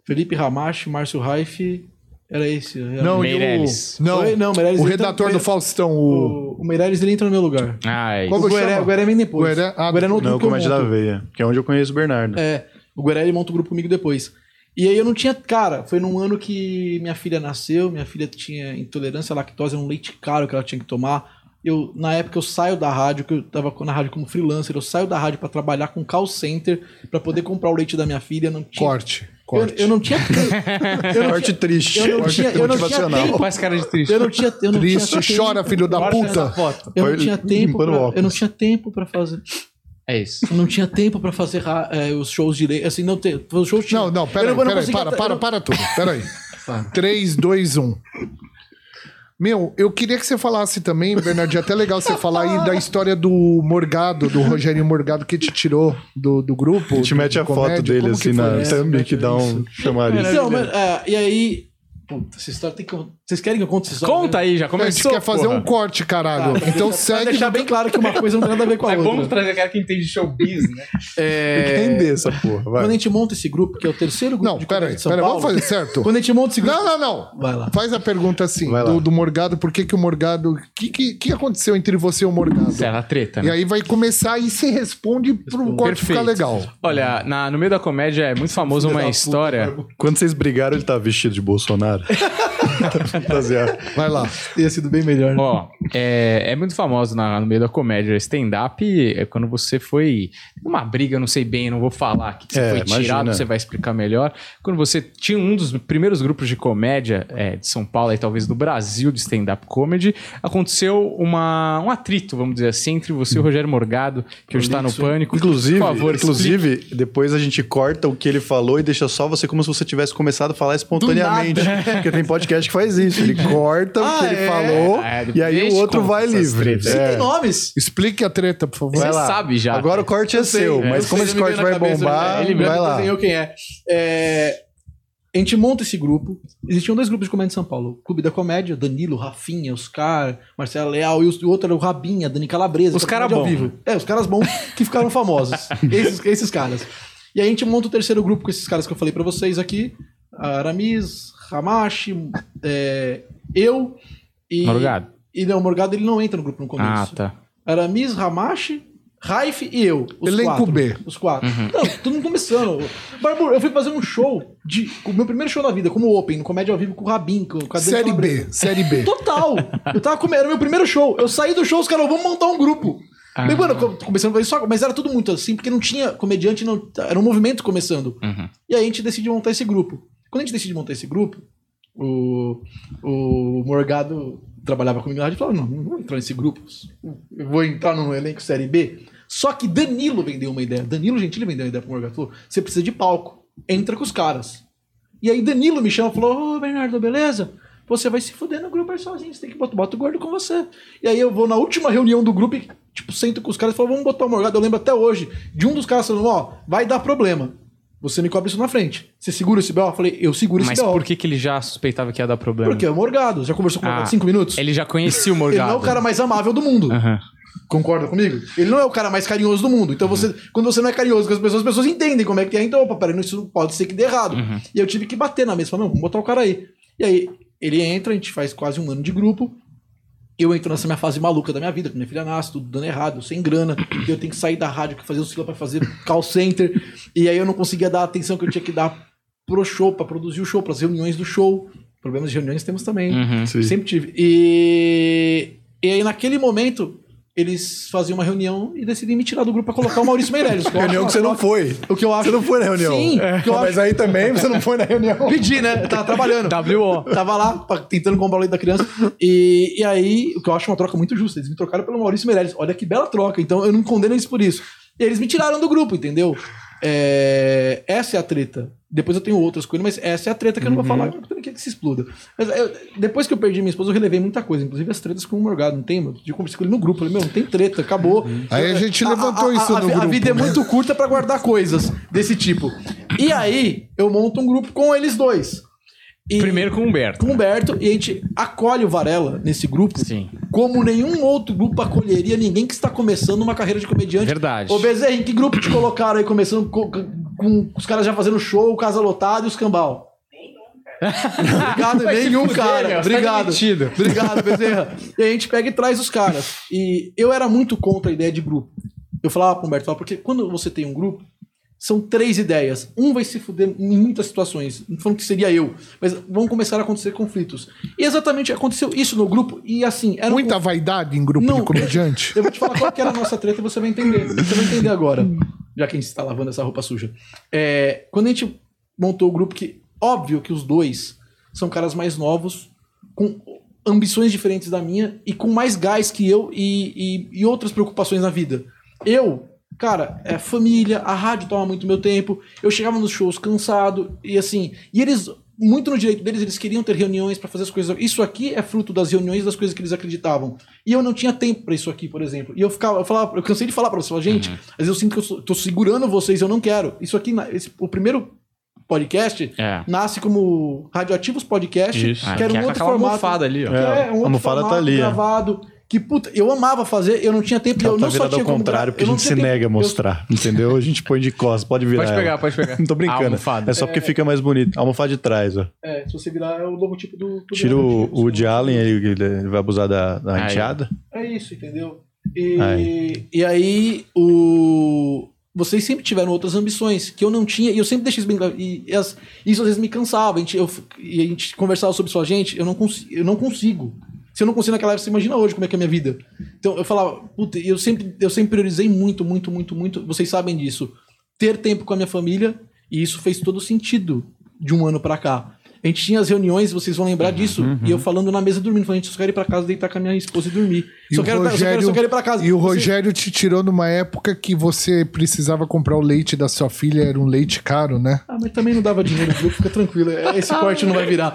[SPEAKER 2] Felipe Ramache, Márcio Raif. Era esse. era-
[SPEAKER 5] Não,
[SPEAKER 4] Meireles.
[SPEAKER 5] e o, não,
[SPEAKER 2] Oi? Não, Meirelles,
[SPEAKER 5] o
[SPEAKER 2] ele
[SPEAKER 5] redator
[SPEAKER 2] tá-
[SPEAKER 5] do Faustão, o,
[SPEAKER 2] O, o Meirelles ele entra no meu lugar.
[SPEAKER 4] Ai.
[SPEAKER 5] Tipo- Qual-
[SPEAKER 2] o
[SPEAKER 5] Como
[SPEAKER 2] Gueré,
[SPEAKER 5] chama?
[SPEAKER 2] o Gueré vem depois.
[SPEAKER 5] Gueré- ah,
[SPEAKER 2] o Gueré não é
[SPEAKER 3] Não, o Comédia da
[SPEAKER 2] monto.
[SPEAKER 3] Veia, que é onde eu conheço o Bernardo.
[SPEAKER 2] É, o Gueré ele monta o grupo comigo depois. E aí eu não tinha. Cara, foi num ano que minha filha nasceu, minha filha tinha intolerância à lactose, era um leite caro que ela tinha que tomar. Eu, na época eu saio da rádio, que eu tava na rádio como freelancer, eu saio da rádio pra trabalhar com call center pra poder comprar o leite da minha filha, não tinha Eu,
[SPEAKER 5] corte.
[SPEAKER 3] Corte.
[SPEAKER 2] eu não tinha. Eu não
[SPEAKER 3] Corte
[SPEAKER 2] tinha,
[SPEAKER 3] triste.
[SPEAKER 2] eu não
[SPEAKER 3] Corte
[SPEAKER 2] tinha- eu não tinha
[SPEAKER 3] motivacional.
[SPEAKER 2] tempo.
[SPEAKER 4] Faz cara de triste.
[SPEAKER 2] eu não tinha, eu não
[SPEAKER 5] Triste,
[SPEAKER 2] tinha tempo-
[SPEAKER 5] chora, filho da
[SPEAKER 2] Corta
[SPEAKER 5] puta.
[SPEAKER 2] essa foto. Eu não
[SPEAKER 3] Foi
[SPEAKER 2] tinha tempo.
[SPEAKER 3] limpando
[SPEAKER 2] pra-
[SPEAKER 3] o óculos.
[SPEAKER 2] eu não tinha tempo pra fazer.
[SPEAKER 4] É isso.
[SPEAKER 2] Eu não tinha tempo pra fazer ra- eh, os shows direito. Assim, não tem. Os shows tinha.
[SPEAKER 5] Não, não,
[SPEAKER 2] Eu
[SPEAKER 5] peraí,
[SPEAKER 2] não- eu não
[SPEAKER 5] peraí,
[SPEAKER 2] consegui
[SPEAKER 5] para,
[SPEAKER 2] até-
[SPEAKER 5] para,
[SPEAKER 2] eu-
[SPEAKER 5] para tudo. Peraí. 3, 2, 1. Meu, eu queria que você falasse também, Bernardinho, até legal você falar aí da história do Morgado, do Rogério Morgado que te tirou do, do grupo.
[SPEAKER 3] A gente
[SPEAKER 5] do-
[SPEAKER 3] mete
[SPEAKER 5] do
[SPEAKER 3] a foto
[SPEAKER 5] comédia.
[SPEAKER 3] dele
[SPEAKER 5] Como que
[SPEAKER 3] assim
[SPEAKER 5] foi
[SPEAKER 3] na
[SPEAKER 5] isso?
[SPEAKER 3] thumb que dá um chamariz.
[SPEAKER 2] Então, mas, ah, e aí. Puta, essa história tem que. Vocês querem que eu conte essa história?
[SPEAKER 4] Conta aí, já
[SPEAKER 3] é
[SPEAKER 5] A gente
[SPEAKER 4] começou.
[SPEAKER 5] quer fazer
[SPEAKER 4] porra.
[SPEAKER 5] um corte, caralho. então
[SPEAKER 2] Pra
[SPEAKER 5] segue.
[SPEAKER 2] deixar bem claro que uma coisa não tem nada a ver com a
[SPEAKER 4] É bom
[SPEAKER 2] outra.
[SPEAKER 4] trazer cara que entende showbiz, né? É.
[SPEAKER 3] Entender essa porra,
[SPEAKER 2] Quando a
[SPEAKER 3] vai.
[SPEAKER 2] gente monta esse grupo, que é o terceiro grupo
[SPEAKER 5] Não,
[SPEAKER 2] de
[SPEAKER 5] peraí,
[SPEAKER 2] comédia de São
[SPEAKER 5] peraí,
[SPEAKER 2] Paulo.
[SPEAKER 5] vamos fazer certo.
[SPEAKER 2] Quando a gente monta esse grupo.
[SPEAKER 5] Não, não, não.
[SPEAKER 2] Vai lá.
[SPEAKER 5] Faz a pergunta assim,
[SPEAKER 3] Vai lá.
[SPEAKER 5] do, do Morgado, por que, que o Morgado. O que, que, que aconteceu entre você e o Morgado?
[SPEAKER 4] Será treta,
[SPEAKER 5] E
[SPEAKER 4] né?
[SPEAKER 5] aí vai começar e se responde pro corte
[SPEAKER 4] Perfeito.
[SPEAKER 5] ficar legal.
[SPEAKER 4] Olha, na- no meio da comédia é muito famosa uma história.
[SPEAKER 3] Quando vocês brigaram, ele tava vestido de Bolsonaro. Tá Rapaziada.
[SPEAKER 5] Vai lá.
[SPEAKER 2] Teria sido bem melhor. né?
[SPEAKER 4] Ó, é, é muito famoso na- no meio da comédia. Stand-up é quando você foi. Uma briga, eu não sei bem, eu não vou falar que você
[SPEAKER 3] É,
[SPEAKER 4] foi tirado,
[SPEAKER 3] imagina.
[SPEAKER 4] você vai explicar melhor. Quando você tinha um dos primeiros grupos de comédia é, de São Paulo e talvez do Brasil de stand-up comedy, aconteceu uma, um atrito, vamos dizer assim, entre você e o Rogério Morgado, que hoje está no pânico.
[SPEAKER 3] Hum. Inclusive,
[SPEAKER 4] Por favor,
[SPEAKER 3] inclusive depois a gente corta o que ele falou e deixa só você como se você tivesse começado a falar espontaneamente. Porque tem podcast que faz isso. Ele corta o que
[SPEAKER 2] Ah,
[SPEAKER 3] ele
[SPEAKER 2] é?
[SPEAKER 3] falou
[SPEAKER 4] É,
[SPEAKER 3] e aí
[SPEAKER 4] deixa
[SPEAKER 3] o outro
[SPEAKER 4] com
[SPEAKER 3] vai
[SPEAKER 4] essas
[SPEAKER 3] livre.
[SPEAKER 4] tretas.
[SPEAKER 2] Você
[SPEAKER 3] É.
[SPEAKER 2] tem nomes.
[SPEAKER 5] Explique a treta, por favor.
[SPEAKER 4] Vai
[SPEAKER 3] Vai lá.
[SPEAKER 4] sabe já.
[SPEAKER 3] Agora o corte é seu,
[SPEAKER 4] é.
[SPEAKER 3] mas
[SPEAKER 2] Eu
[SPEAKER 3] como
[SPEAKER 2] sei,
[SPEAKER 3] esse
[SPEAKER 2] me veio
[SPEAKER 3] corte
[SPEAKER 2] na
[SPEAKER 3] vai
[SPEAKER 2] cabeça,
[SPEAKER 3] bombar,
[SPEAKER 2] ele mesmo
[SPEAKER 3] vai lá.
[SPEAKER 2] desenhou quem é. É, A gente monta esse grupo. Existiam dois grupos de comédia em São Paulo. O Clube da Comédia, Danilo, Rafinha, Oscar, Marcelo Leal. E os- o outro era o Rabinha, Dani Calabresa.
[SPEAKER 4] Os
[SPEAKER 2] que é
[SPEAKER 4] cara
[SPEAKER 2] comédia ao
[SPEAKER 4] bom.
[SPEAKER 2] vivo. É, os caras bons que ficaram famosos. esses, esses caras. E aí a gente monta o terceiro grupo com esses caras que eu falei pra vocês aqui. Aramis, Hamashi, é, eu e...
[SPEAKER 4] Morgado.
[SPEAKER 2] E não, o Morgado ele não entra no grupo no começo.
[SPEAKER 4] Ah, tá.
[SPEAKER 2] Aramis, Hamashi, Raif e eu. Os
[SPEAKER 5] Elenco
[SPEAKER 2] quatro.
[SPEAKER 5] B.
[SPEAKER 2] Os quatro. Não, todo mundo começando. Barbu, eu fui fazer um show de. O meu primeiro show na vida, como Open, no Comédia ao Vivo com o Rabin, com, com a Dani
[SPEAKER 5] Série
[SPEAKER 2] Calabresa.
[SPEAKER 5] B, série B.
[SPEAKER 2] Total! Eu tava com. Era o meu primeiro show. Eu saí do show, os caras, vamos montar um grupo.
[SPEAKER 4] Ah.
[SPEAKER 2] Daí, mano, eu co- começando a fazer só. Mas era tudo muito assim, porque não tinha comediante, não, era um movimento começando.
[SPEAKER 4] Uhum.
[SPEAKER 2] E aí a gente decidiu montar esse grupo. Quando a gente decidiu montar esse grupo, o, o Morgado trabalhava comigo na rádio e falou: não, não vou entrar nesse grupo. Eu vou entrar num elenco Série B. Só que Danilo vendeu uma ideia. Danilo Gentili vendeu uma ideia pro Morgado. Falou: você precisa de palco. Entra com os caras. E aí Danilo me chama e falou: Ô Bernardo, beleza? Você vai se fuder no grupo aí sozinho, você tem que botar bota o gordo com você. E aí eu vou na última reunião do grupo e, tipo, sento com os caras e falo, vamos botar o Morgado. Eu lembro até hoje de um dos caras falando, ó, vai dar problema. Você me cobre isso na frente. Você segura esse B.O.? Eu falei, eu seguro
[SPEAKER 4] Mas
[SPEAKER 2] esse B.O.
[SPEAKER 4] por que, que ele já suspeitava que ia dar problema?
[SPEAKER 2] Porque é o Morgado. Já conversou com o Morgado
[SPEAKER 4] Ah,
[SPEAKER 2] cinco minutos?
[SPEAKER 4] Ele já conhecia o
[SPEAKER 2] Ele
[SPEAKER 4] Morgado. Ah.
[SPEAKER 2] não é o cara mais amável do mundo.
[SPEAKER 4] Aham.
[SPEAKER 2] Concorda comigo? Ele não é o cara mais carinhoso do mundo. Então, você, quando você não é carinhoso com as pessoas, as pessoas entendem como é que é. Então, opa, peraí, isso pode ser que dê errado.
[SPEAKER 4] Uhum.
[SPEAKER 2] E eu tive que bater na mesa. Falei, não, vamos botar o cara aí. E aí, ele entra, a gente faz quase um ano de grupo. Eu entro nessa minha fase maluca da minha vida, com minha filha nasce, tudo dando errado, sem grana. e eu tenho que sair da rádio, que fazer o Sila pra fazer call center. E aí eu não conseguia dar a atenção que eu tinha que dar pro show, pra produzir o show, pras reuniões do show. Problemas de reuniões temos também.
[SPEAKER 4] Uhum.
[SPEAKER 3] Sim.
[SPEAKER 2] Sempre tive. E, e aí, naquele momento, eles faziam uma reunião e decidem me tirar do grupo pra colocar o Maurício Meirelles. que eu
[SPEAKER 3] Reunião
[SPEAKER 2] acho-
[SPEAKER 3] que você não foi.
[SPEAKER 2] O que eu acho.
[SPEAKER 3] Você não foi na reunião.
[SPEAKER 2] Sim,
[SPEAKER 3] É.
[SPEAKER 2] que eu
[SPEAKER 3] Mas
[SPEAKER 2] acho-
[SPEAKER 3] aí também você não Tá foi na reunião.
[SPEAKER 2] Pedi, né? Eu tava trabalhando.
[SPEAKER 4] W.O.
[SPEAKER 2] Tava lá pra- tentando comprar o leite da criança. E, e aí, o que eu acho uma troca muito justa. Eles me trocaram pelo Maurício Meirelles. Olha que bela troca. Então, eu não condeno eles por isso. E eles me tiraram do grupo, entendeu? É, essa é a treta. Depois eu tenho outras com ele, mas essa é a treta que eu não vou falar. porque Eu não quero que se exploda. Mas eu- depois que eu perdi minha esposa, eu relevei muita coisa. Inclusive as tretas com o Morgado. Não tem, mano. Eu conversei com ele no grupo. Falei, meu, não tem treta. Acabou.
[SPEAKER 5] Uhum. Aí a gente levantou isso
[SPEAKER 2] a,
[SPEAKER 5] no
[SPEAKER 2] vi-
[SPEAKER 5] grupo,
[SPEAKER 2] A vida é
[SPEAKER 5] né?
[SPEAKER 2] muito curta pra guardar coisas desse tipo. E aí, eu monto um grupo com eles dois. E-
[SPEAKER 4] Primeiro com o Humberto.
[SPEAKER 2] com o Humberto e a gente acolhe o Varela nesse grupo
[SPEAKER 4] Sim.
[SPEAKER 2] como nenhum outro grupo acolheria ninguém que está começando uma carreira de comediante.
[SPEAKER 4] Verdade.
[SPEAKER 2] Ô Bezerrinho, que grupo te colocaram aí começando co- co- com, os caras já fazendo show, casa lotada e os cambal? Obrigado,
[SPEAKER 4] Vai se
[SPEAKER 2] nenhum
[SPEAKER 4] fuder, meu,
[SPEAKER 2] cara.
[SPEAKER 4] você tá
[SPEAKER 2] Obrigado.
[SPEAKER 4] demitido.
[SPEAKER 2] Obrigado, Bezerra. E a gente pega e traz os caras. E eu era muito contra a ideia de grupo. Eu falava pro Humberto, falava, porque quando você tem um grupo, são três ideias. Um vai se fuder em muitas situações. Não falando que seria eu, mas vão começar a acontecer conflitos. E exatamente aconteceu isso no grupo. E assim, era um
[SPEAKER 5] Muita vaidade em grupo de
[SPEAKER 2] Não.
[SPEAKER 5] comediante.
[SPEAKER 2] eu vou te falar qual que era a nossa treta e você tá vai entender. Você vai entender agora. Já que a gente está lavando essa roupa suja. É, quando a gente montou o grupo que, óbvio que os dois são caras mais novos, com ambições diferentes da minha e com mais gás que eu e, e, e outras preocupações na vida. Eu, cara, é família, a rádio toma muito meu tempo, eu chegava nos shows cansado e assim, e eles muito no direito deles, eles queriam ter reuniões para fazer as coisas. Isso aqui é fruto das reuniões, das coisas que eles acreditavam. E eu não tinha tempo para isso aqui, por exemplo. E eu ficava, eu falava, eu cansei de falar para vocês, falava, gente, às vezes eu sinto que eu sou- tô segurando vocês, eu não quero. Isso aqui, na- esse- o primeiro podcast
[SPEAKER 4] É.
[SPEAKER 2] nasce como Radioativos Podcast,
[SPEAKER 3] Isso.
[SPEAKER 4] Ah,
[SPEAKER 2] Quero
[SPEAKER 4] que
[SPEAKER 2] um
[SPEAKER 4] é com
[SPEAKER 2] outro
[SPEAKER 4] aquela
[SPEAKER 2] formato.
[SPEAKER 4] almofada ali, ó.
[SPEAKER 2] que é, um
[SPEAKER 3] a
[SPEAKER 2] outro
[SPEAKER 3] almofada
[SPEAKER 2] formato
[SPEAKER 3] tá ali, ó.
[SPEAKER 2] gravado. Que puta, eu amava fazer, eu não tinha tempo, e eu
[SPEAKER 3] Ela tá
[SPEAKER 2] não só
[SPEAKER 3] virada
[SPEAKER 2] tinha
[SPEAKER 3] ao
[SPEAKER 2] como gra-
[SPEAKER 3] contrário, porque
[SPEAKER 2] eu
[SPEAKER 3] a
[SPEAKER 2] não
[SPEAKER 3] gente se
[SPEAKER 2] tinha tempo-
[SPEAKER 3] nega a
[SPEAKER 2] eu-
[SPEAKER 3] mostrar, entendeu? A gente põe de costas, pode virar.
[SPEAKER 4] Pode
[SPEAKER 3] ela.
[SPEAKER 4] pegar, pode pegar.
[SPEAKER 3] Não é. tô brincando.
[SPEAKER 4] Almofada.
[SPEAKER 3] É só porque fica mais bonito. A almofada de trás, ó.
[SPEAKER 2] É, se você virar, é o logotipo do. do
[SPEAKER 3] Tira o,
[SPEAKER 2] Radioativos.
[SPEAKER 3] o de Allen, ele, ele vai abusar da, da
[SPEAKER 4] Aí.
[SPEAKER 3] enteada.
[SPEAKER 2] É isso, entendeu? E
[SPEAKER 3] Aí.
[SPEAKER 2] aí, e aí o... vocês sempre tiveram outras ambições que eu não tinha, e eu sempre deixei isso bem claro. E, e as- isso às vezes me cansava. A gente, eu, f- e a gente conversava sobre isso, falava, gente, eu não, consi- eu não consigo. Se eu não consigo naquela época, você imagina hoje como é que é a minha vida. Então eu falava, puta, eu sempre, eu sempre priorizei muito, muito, muito, muito. Vocês sabem disso. Ter tempo com a minha família, e isso fez todo sentido de um ano pra cá. A gente tinha as reuniões, vocês vão
[SPEAKER 5] Uhum.
[SPEAKER 2] lembrar disso, e eu falando na mesa dormindo, falando, gente, eu só quero ir pra casa deitar com a minha esposa e dormir.
[SPEAKER 5] E
[SPEAKER 2] só,
[SPEAKER 5] o
[SPEAKER 2] quero, tá- só, quero,
[SPEAKER 5] Rogério-
[SPEAKER 2] só quero ir pra casa.
[SPEAKER 5] E o
[SPEAKER 2] Você-
[SPEAKER 5] Rogério te tirou numa época que você precisava comprar o leite da sua filha, era um leite caro, né?
[SPEAKER 2] Ah, mas também não dava dinheiro, viu? Fica tranquilo, é- esse corte não vai virar.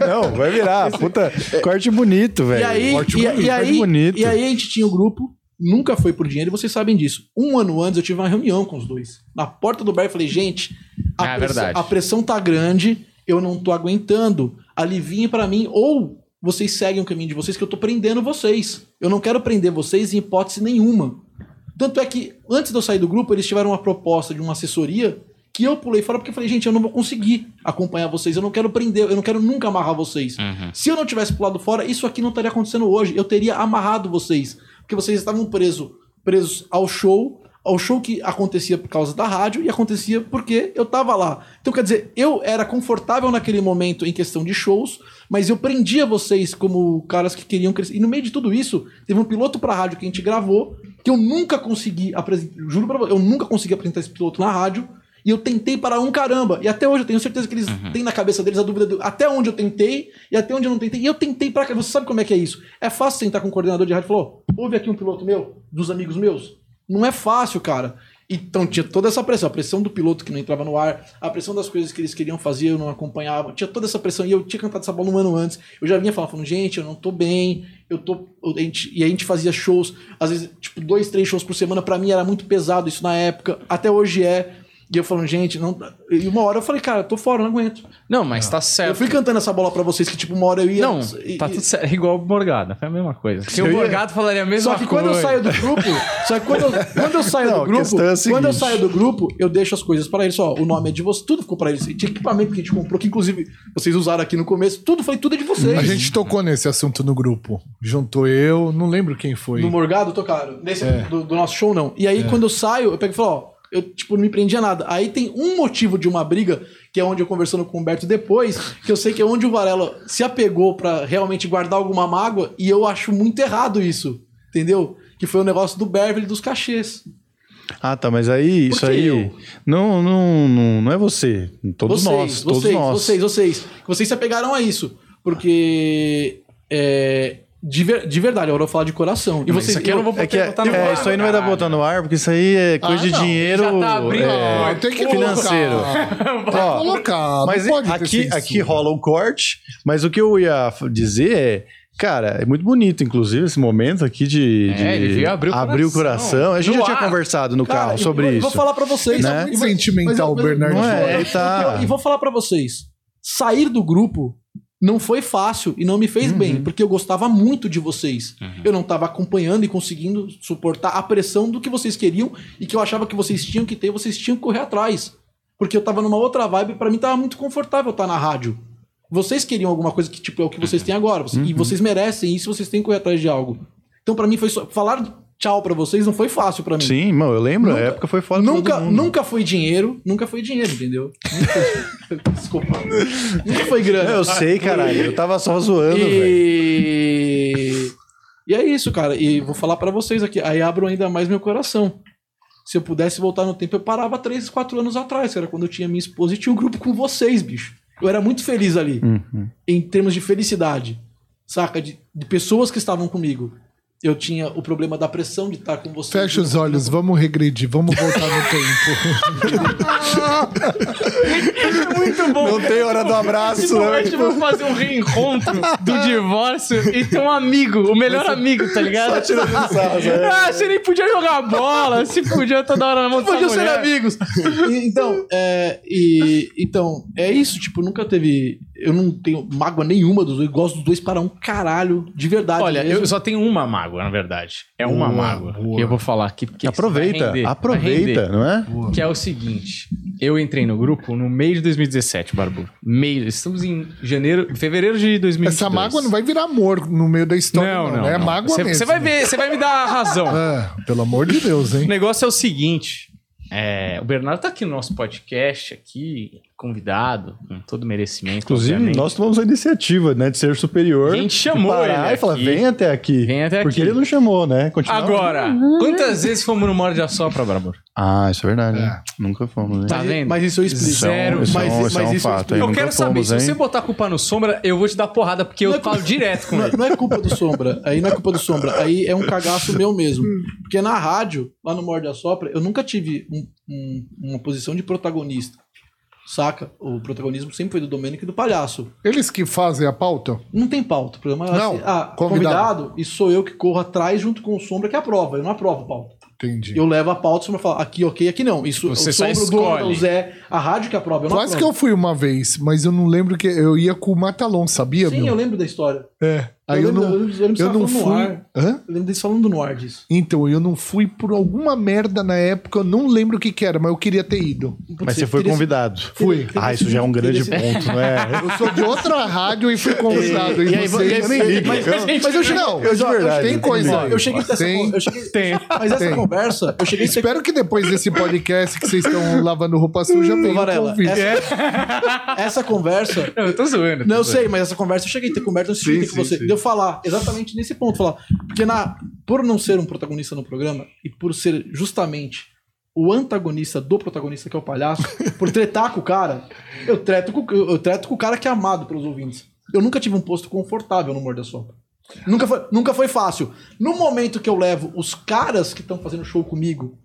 [SPEAKER 3] Não, vai virar. Puta, corte bonito, velho.
[SPEAKER 2] E aí,
[SPEAKER 3] corte
[SPEAKER 2] e,
[SPEAKER 3] bonito,
[SPEAKER 2] e
[SPEAKER 3] corte
[SPEAKER 2] aí,
[SPEAKER 3] bonito.
[SPEAKER 2] e aí a gente tinha o grupo, nunca foi por dinheiro, e vocês sabem disso. Um ano antes eu tive uma reunião com os dois. Na porta do bar eu falei, gente, a,
[SPEAKER 4] Ah, é
[SPEAKER 2] pressão,
[SPEAKER 4] verdade.
[SPEAKER 2] a pressão tá grande, eu não tô aguentando. Aliviem pra mim, ou vocês seguem o caminho de vocês, que eu tô prendendo vocês. Eu não quero prender vocês em hipótese nenhuma. Tanto é que, antes de eu sair do grupo, eles tiveram uma proposta de uma assessoria que eu pulei fora porque eu falei, gente, eu não vou conseguir acompanhar vocês, eu não quero prender, eu não quero nunca amarrar vocês.
[SPEAKER 4] Uhum.
[SPEAKER 2] Se eu não tivesse pulado fora, isso aqui não estaria acontecendo hoje. Eu teria amarrado vocês. Porque vocês estavam presos, presos ao show, ao show que acontecia por causa da rádio e acontecia porque eu tava lá. Então, quer dizer, eu era confortável naquele momento em questão de shows, mas eu prendia vocês como caras que queriam crescer. E no meio de tudo isso, teve um piloto pra rádio que a gente gravou, que eu nunca consegui apresentar. Juro pra você, eu nunca consegui apresentar esse piloto na rádio. E eu tentei parar um caramba. E até hoje eu tenho certeza que eles têm na cabeça deles a dúvida do até onde eu tentei e até onde eu não tentei. E eu tentei pra caramba. Você sabe como é que é isso? É fácil sentar com um coordenador de rádio e falar: "Ô, houve aqui um piloto meu, dos amigos meus. Não é fácil, cara. Então tinha toda essa pressão, a pressão do piloto que não entrava no ar, a pressão das coisas que eles queriam fazer, eu não acompanhava, tinha toda essa pressão e eu tinha cantado essa bola um ano antes. Eu já vinha falando, falando, gente, eu não tô bem, eu tô. eu- a gente- e a gente fazia shows, às vezes, tipo, dois, três shows por semana, pra mim era muito pesado isso na época, até hoje é. E eu falando, gente, não. E uma hora eu falei, cara, eu tô fora, não aguento.
[SPEAKER 4] Não, mas tá
[SPEAKER 2] Eu
[SPEAKER 4] certo.
[SPEAKER 2] fui cantando essa bola pra vocês que, tipo, uma hora eu ia.
[SPEAKER 4] Não,
[SPEAKER 2] e-
[SPEAKER 4] tá
[SPEAKER 2] e-
[SPEAKER 4] tudo certo. É igual o Morgado, foi a mesma coisa. Se
[SPEAKER 3] Eu
[SPEAKER 4] o
[SPEAKER 3] ia-
[SPEAKER 4] Morgado falaria a mesma
[SPEAKER 2] Só
[SPEAKER 4] coisa.
[SPEAKER 2] que quando eu saio do grupo, só que quando eu, quando eu saio
[SPEAKER 3] Não, a
[SPEAKER 2] do grupo,
[SPEAKER 3] questão é a
[SPEAKER 2] quando eu
[SPEAKER 3] seguinte.
[SPEAKER 2] saio do grupo, eu deixo as coisas para eles, ó, o nome é de vocês, tudo ficou para eles, e tinha equipamento que a gente comprou que inclusive vocês usaram aqui no começo, tudo foi tudo é de vocês.
[SPEAKER 5] A gente tocou nesse assunto no grupo. Juntou eu, não lembro quem foi.
[SPEAKER 2] No Morgado tocaram. Nesse do, do nosso show, não. E aí, quando eu saio, eu pego e falo, ó, eu, tipo, não me prendia nada. Aí tem um motivo de uma briga, que é onde eu conversando com o Humberto depois, que eu sei que é onde o Varela se apegou pra realmente guardar alguma mágoa, e eu acho muito errado isso. Entendeu? Que foi o negócio do Beverly dos cachês.
[SPEAKER 3] Ah, tá, mas aí, isso
[SPEAKER 2] quê?
[SPEAKER 3] aí. eu- Não, não, não, não é você. Todos
[SPEAKER 2] vocês,
[SPEAKER 3] nós, todos
[SPEAKER 2] vocês,
[SPEAKER 3] nós.
[SPEAKER 2] vocês, vocês. Vocês se apegaram a isso. Porque. É, de, ver- de verdade, agora eu vou falar de coração. E
[SPEAKER 4] Mas
[SPEAKER 2] vocês,
[SPEAKER 4] isso aqui eu não vou
[SPEAKER 3] É que
[SPEAKER 4] poder
[SPEAKER 3] é,
[SPEAKER 4] botar no
[SPEAKER 3] é,
[SPEAKER 4] ar,
[SPEAKER 3] isso aí não vai dar pra
[SPEAKER 4] caralho.
[SPEAKER 3] botar no ar, porque isso aí
[SPEAKER 2] Ah,
[SPEAKER 3] é coisa de
[SPEAKER 5] não,
[SPEAKER 3] dinheiro.
[SPEAKER 4] já tá abrindo,
[SPEAKER 3] é,
[SPEAKER 5] Ah, tem que
[SPEAKER 3] financeiro.
[SPEAKER 5] Colocar. Tem
[SPEAKER 3] Ó,
[SPEAKER 5] que
[SPEAKER 2] Ah,
[SPEAKER 5] colocar.
[SPEAKER 3] Mas
[SPEAKER 5] não pode ter
[SPEAKER 3] aqui,
[SPEAKER 5] censura.
[SPEAKER 2] né?
[SPEAKER 3] aqui rola o corte, mas o que eu ia f- dizer é. Cara, é muito bonito, inclusive, esse momento aqui de, de
[SPEAKER 4] É, ele veio abrir o
[SPEAKER 3] abrir
[SPEAKER 4] coração.
[SPEAKER 3] coração. A gente
[SPEAKER 4] No
[SPEAKER 3] já tinha
[SPEAKER 4] ar.
[SPEAKER 3] conversado no
[SPEAKER 2] Cara,
[SPEAKER 3] carro
[SPEAKER 2] e
[SPEAKER 3] sobre
[SPEAKER 2] eu,
[SPEAKER 3] isso.
[SPEAKER 2] Vou falar pra vocês.
[SPEAKER 3] né?
[SPEAKER 2] sabe?
[SPEAKER 5] Muito um sentimental,
[SPEAKER 2] mas eu-
[SPEAKER 5] Bernardo.
[SPEAKER 3] Não é,
[SPEAKER 5] Fora.
[SPEAKER 3] ele tá.
[SPEAKER 2] Então, E vou falar pra vocês, sair do grupo não foi fácil e não me
[SPEAKER 3] Uhum.
[SPEAKER 2] fez bem, porque eu gostava muito de vocês. Eu não tava acompanhando e conseguindo suportar a pressão do que vocês queriam e que eu achava que vocês tinham que ter, vocês tinham que correr atrás. Porque eu tava numa outra vibe, pra mim tava muito confortável estar na rádio. Vocês queriam alguma coisa que tipo é o que
[SPEAKER 3] Uhum.
[SPEAKER 2] vocês têm agora, e vocês merecem isso, vocês têm que correr atrás de algo. Então pra mim foi só falar tchau pra vocês não foi fácil pra mim.
[SPEAKER 3] Sim, mano, eu lembro, a
[SPEAKER 2] Nunca-
[SPEAKER 3] época foi foda. pra
[SPEAKER 2] Nunca,
[SPEAKER 3] todo mundo.
[SPEAKER 2] nunca foi dinheiro, nunca foi dinheiro, entendeu? Nunca- Desculpa. Nunca foi grana.
[SPEAKER 3] É, Eu sei, caralho. Eu tava só zoando, velho.
[SPEAKER 2] E... e é isso, cara. E vou falar pra vocês aqui. Aí abro ainda mais meu coração. Se eu pudesse voltar no tempo, eu parava 3, 4 anos atrás, que era quando eu tinha minha esposa e tinha um grupo com vocês, bicho. Eu era muito feliz ali,
[SPEAKER 3] Uhum.
[SPEAKER 2] em termos de felicidade, saca? De, de pessoas que estavam comigo. Eu tinha o problema da pressão de estar com vocês.
[SPEAKER 5] Fecha os olhos, vamos regredir, vamos voltar no tempo.
[SPEAKER 1] Muito bom.
[SPEAKER 3] Não tem hora do abraço,
[SPEAKER 1] Então,
[SPEAKER 3] né?
[SPEAKER 1] a
[SPEAKER 2] é-
[SPEAKER 1] gente vai fazer um reencontro do divórcio e tem um amigo, o melhor
[SPEAKER 2] é-
[SPEAKER 1] amigo, tá ligado?
[SPEAKER 3] tirando sarro, né?
[SPEAKER 1] Ah, você nem podia jogar bola, se podia toda hora na mão
[SPEAKER 2] Podiam ser
[SPEAKER 1] amigo.
[SPEAKER 2] amigos. E, então, é, e, então, é isso. Tipo, nunca teve. Eu não tenho mágoa nenhuma dos dois. Gosto dos dois para um caralho, de verdade.
[SPEAKER 4] Olha,
[SPEAKER 2] mesmo.
[SPEAKER 4] eu só tenho uma mágoa, na verdade. É uma
[SPEAKER 5] Boa,
[SPEAKER 4] mágoa.
[SPEAKER 5] boa.
[SPEAKER 4] que eu vou falar aqui. Porque isso
[SPEAKER 3] Aproveita,
[SPEAKER 4] vai render, vai
[SPEAKER 3] aproveita,
[SPEAKER 4] render.
[SPEAKER 3] não é?
[SPEAKER 4] Que é o seguinte. Eu entrei no grupo no meio de 2017, Barbu. Meio. Estamos em janeiro, fevereiro de 2017.
[SPEAKER 5] Essa mágoa não vai virar amor no meio da história, não.
[SPEAKER 4] Não, não.
[SPEAKER 5] é
[SPEAKER 4] não.
[SPEAKER 5] mágoa
[SPEAKER 4] Você-
[SPEAKER 5] mesmo.
[SPEAKER 4] Você vai ver, você vai me dar a razão.
[SPEAKER 5] Ah, pelo amor de Deus,
[SPEAKER 4] O
[SPEAKER 5] hein?
[SPEAKER 4] negócio é o seguinte. é, o Bernardo tá aqui no nosso podcast, aqui, convidado, com todo merecimento.
[SPEAKER 3] Inclusive,
[SPEAKER 4] obviamente.
[SPEAKER 3] nós tomamos a iniciativa, né, de ser superior.
[SPEAKER 4] A gente chamou
[SPEAKER 3] de parar
[SPEAKER 4] ele
[SPEAKER 3] e falar,
[SPEAKER 4] aqui.
[SPEAKER 3] vem até aqui.
[SPEAKER 4] Vem até
[SPEAKER 3] Porque
[SPEAKER 4] aqui.
[SPEAKER 3] ele não chamou, né? Continua.
[SPEAKER 4] Agora, quantas vezes fomos no Morde a Sopra, Barbur?
[SPEAKER 3] Ah, isso é verdade.
[SPEAKER 5] É.
[SPEAKER 3] né? Nunca fomos, né?
[SPEAKER 4] Tá
[SPEAKER 2] Mas-
[SPEAKER 4] vendo?
[SPEAKER 2] Mas isso eu explico.
[SPEAKER 4] Zero.
[SPEAKER 3] Isso é um-
[SPEAKER 2] Mas,
[SPEAKER 3] isso é
[SPEAKER 2] mas
[SPEAKER 3] um
[SPEAKER 2] isso eu
[SPEAKER 3] fato,
[SPEAKER 2] explico.
[SPEAKER 3] hein?
[SPEAKER 4] Eu
[SPEAKER 3] nunca
[SPEAKER 4] quero saber,
[SPEAKER 3] fomos,
[SPEAKER 4] se você
[SPEAKER 3] hein?
[SPEAKER 4] botar a culpa no Sombra, eu vou te dar porrada, porque eu falo direto com
[SPEAKER 2] Não,
[SPEAKER 4] ele.
[SPEAKER 2] não é culpa do Sombra. Aí não é culpa do Sombra. Aí é um cagaço meu mesmo. Porque na rádio, lá no Morde a Sopra, eu nunca tive um- um- uma posição de protagonista. Saca? O protagonismo sempre foi do Domênico e do Palhaço.
[SPEAKER 5] Eles que fazem a pauta?
[SPEAKER 2] Não tem pauta. O programa é
[SPEAKER 5] Não,
[SPEAKER 2] assim, ah,
[SPEAKER 5] convidado.
[SPEAKER 2] convidado. e sou eu que corro atrás junto com o Sombra que aprova. Eu não aprovo a pauta.
[SPEAKER 5] Entendi.
[SPEAKER 2] Eu levo a pauta e o Sombra fala aqui ok, aqui não. Isso
[SPEAKER 4] Você
[SPEAKER 2] o
[SPEAKER 4] só
[SPEAKER 2] Sombra, o Dona,
[SPEAKER 4] escolhe.
[SPEAKER 2] o Zé, a rádio que aprova. é Eu não
[SPEAKER 5] Quase que
[SPEAKER 2] aprovo.
[SPEAKER 5] eu fui uma vez, mas eu não lembro que eu ia com o Matalon, sabia,
[SPEAKER 2] Sim, eu
[SPEAKER 5] meu?
[SPEAKER 2] lembro da história.
[SPEAKER 5] É. Aí eu,
[SPEAKER 2] lembro,
[SPEAKER 5] não,
[SPEAKER 2] lembro- lembro de
[SPEAKER 5] eu
[SPEAKER 2] você
[SPEAKER 5] não
[SPEAKER 2] falando no
[SPEAKER 5] fui.
[SPEAKER 2] ar.
[SPEAKER 5] Hã?
[SPEAKER 2] Eu lembro deles falando no ar disso.
[SPEAKER 5] Então, eu não fui por alguma merda na época, eu não lembro o que, que era, mas eu queria ter ido.
[SPEAKER 2] Putz,
[SPEAKER 3] Mas você foi
[SPEAKER 2] teria-
[SPEAKER 3] convidado.
[SPEAKER 5] Fui.
[SPEAKER 3] Ah, isso já é um grande
[SPEAKER 2] teria-
[SPEAKER 3] ponto, não é?
[SPEAKER 5] Eu sou de outra rádio e fui convidado. E,
[SPEAKER 3] aí,
[SPEAKER 5] vocês-
[SPEAKER 3] eu nem ligo.
[SPEAKER 5] Mas,
[SPEAKER 3] Eu-
[SPEAKER 5] mas eu cheguei. Não,
[SPEAKER 3] eu de verdade,
[SPEAKER 5] tem
[SPEAKER 3] eu
[SPEAKER 5] coisa.
[SPEAKER 3] ligo.
[SPEAKER 2] Eu cheguei a ter essa
[SPEAKER 5] Tem.
[SPEAKER 2] con- eu cheguei- Mas essa
[SPEAKER 5] Tem.
[SPEAKER 2] conversa, eu cheguei a ter
[SPEAKER 5] Espero que depois desse podcast que vocês estão lavando roupa suja, venha o
[SPEAKER 2] Varela.
[SPEAKER 5] convite.
[SPEAKER 2] Essa, essa conversa
[SPEAKER 4] Não, eu tô zoando.
[SPEAKER 2] Não, eu sei, mas essa conversa eu cheguei a ter conversa eu cheguei a ter
[SPEAKER 5] tá Sim,
[SPEAKER 2] com
[SPEAKER 5] sim,
[SPEAKER 2] você.
[SPEAKER 5] sim.
[SPEAKER 2] De eu falar exatamente nesse ponto, falar. Porque na, por não ser um protagonista no programa e por ser justamente o antagonista do protagonista, que é o palhaço, por tretar com o cara, eu treto com, eu eu treto com o cara que é amado pelos ouvintes. Eu nunca tive um posto confortável no Morda Sopa. Nunca foi, nunca foi fácil. No momento que eu levo os caras que estão fazendo show comigo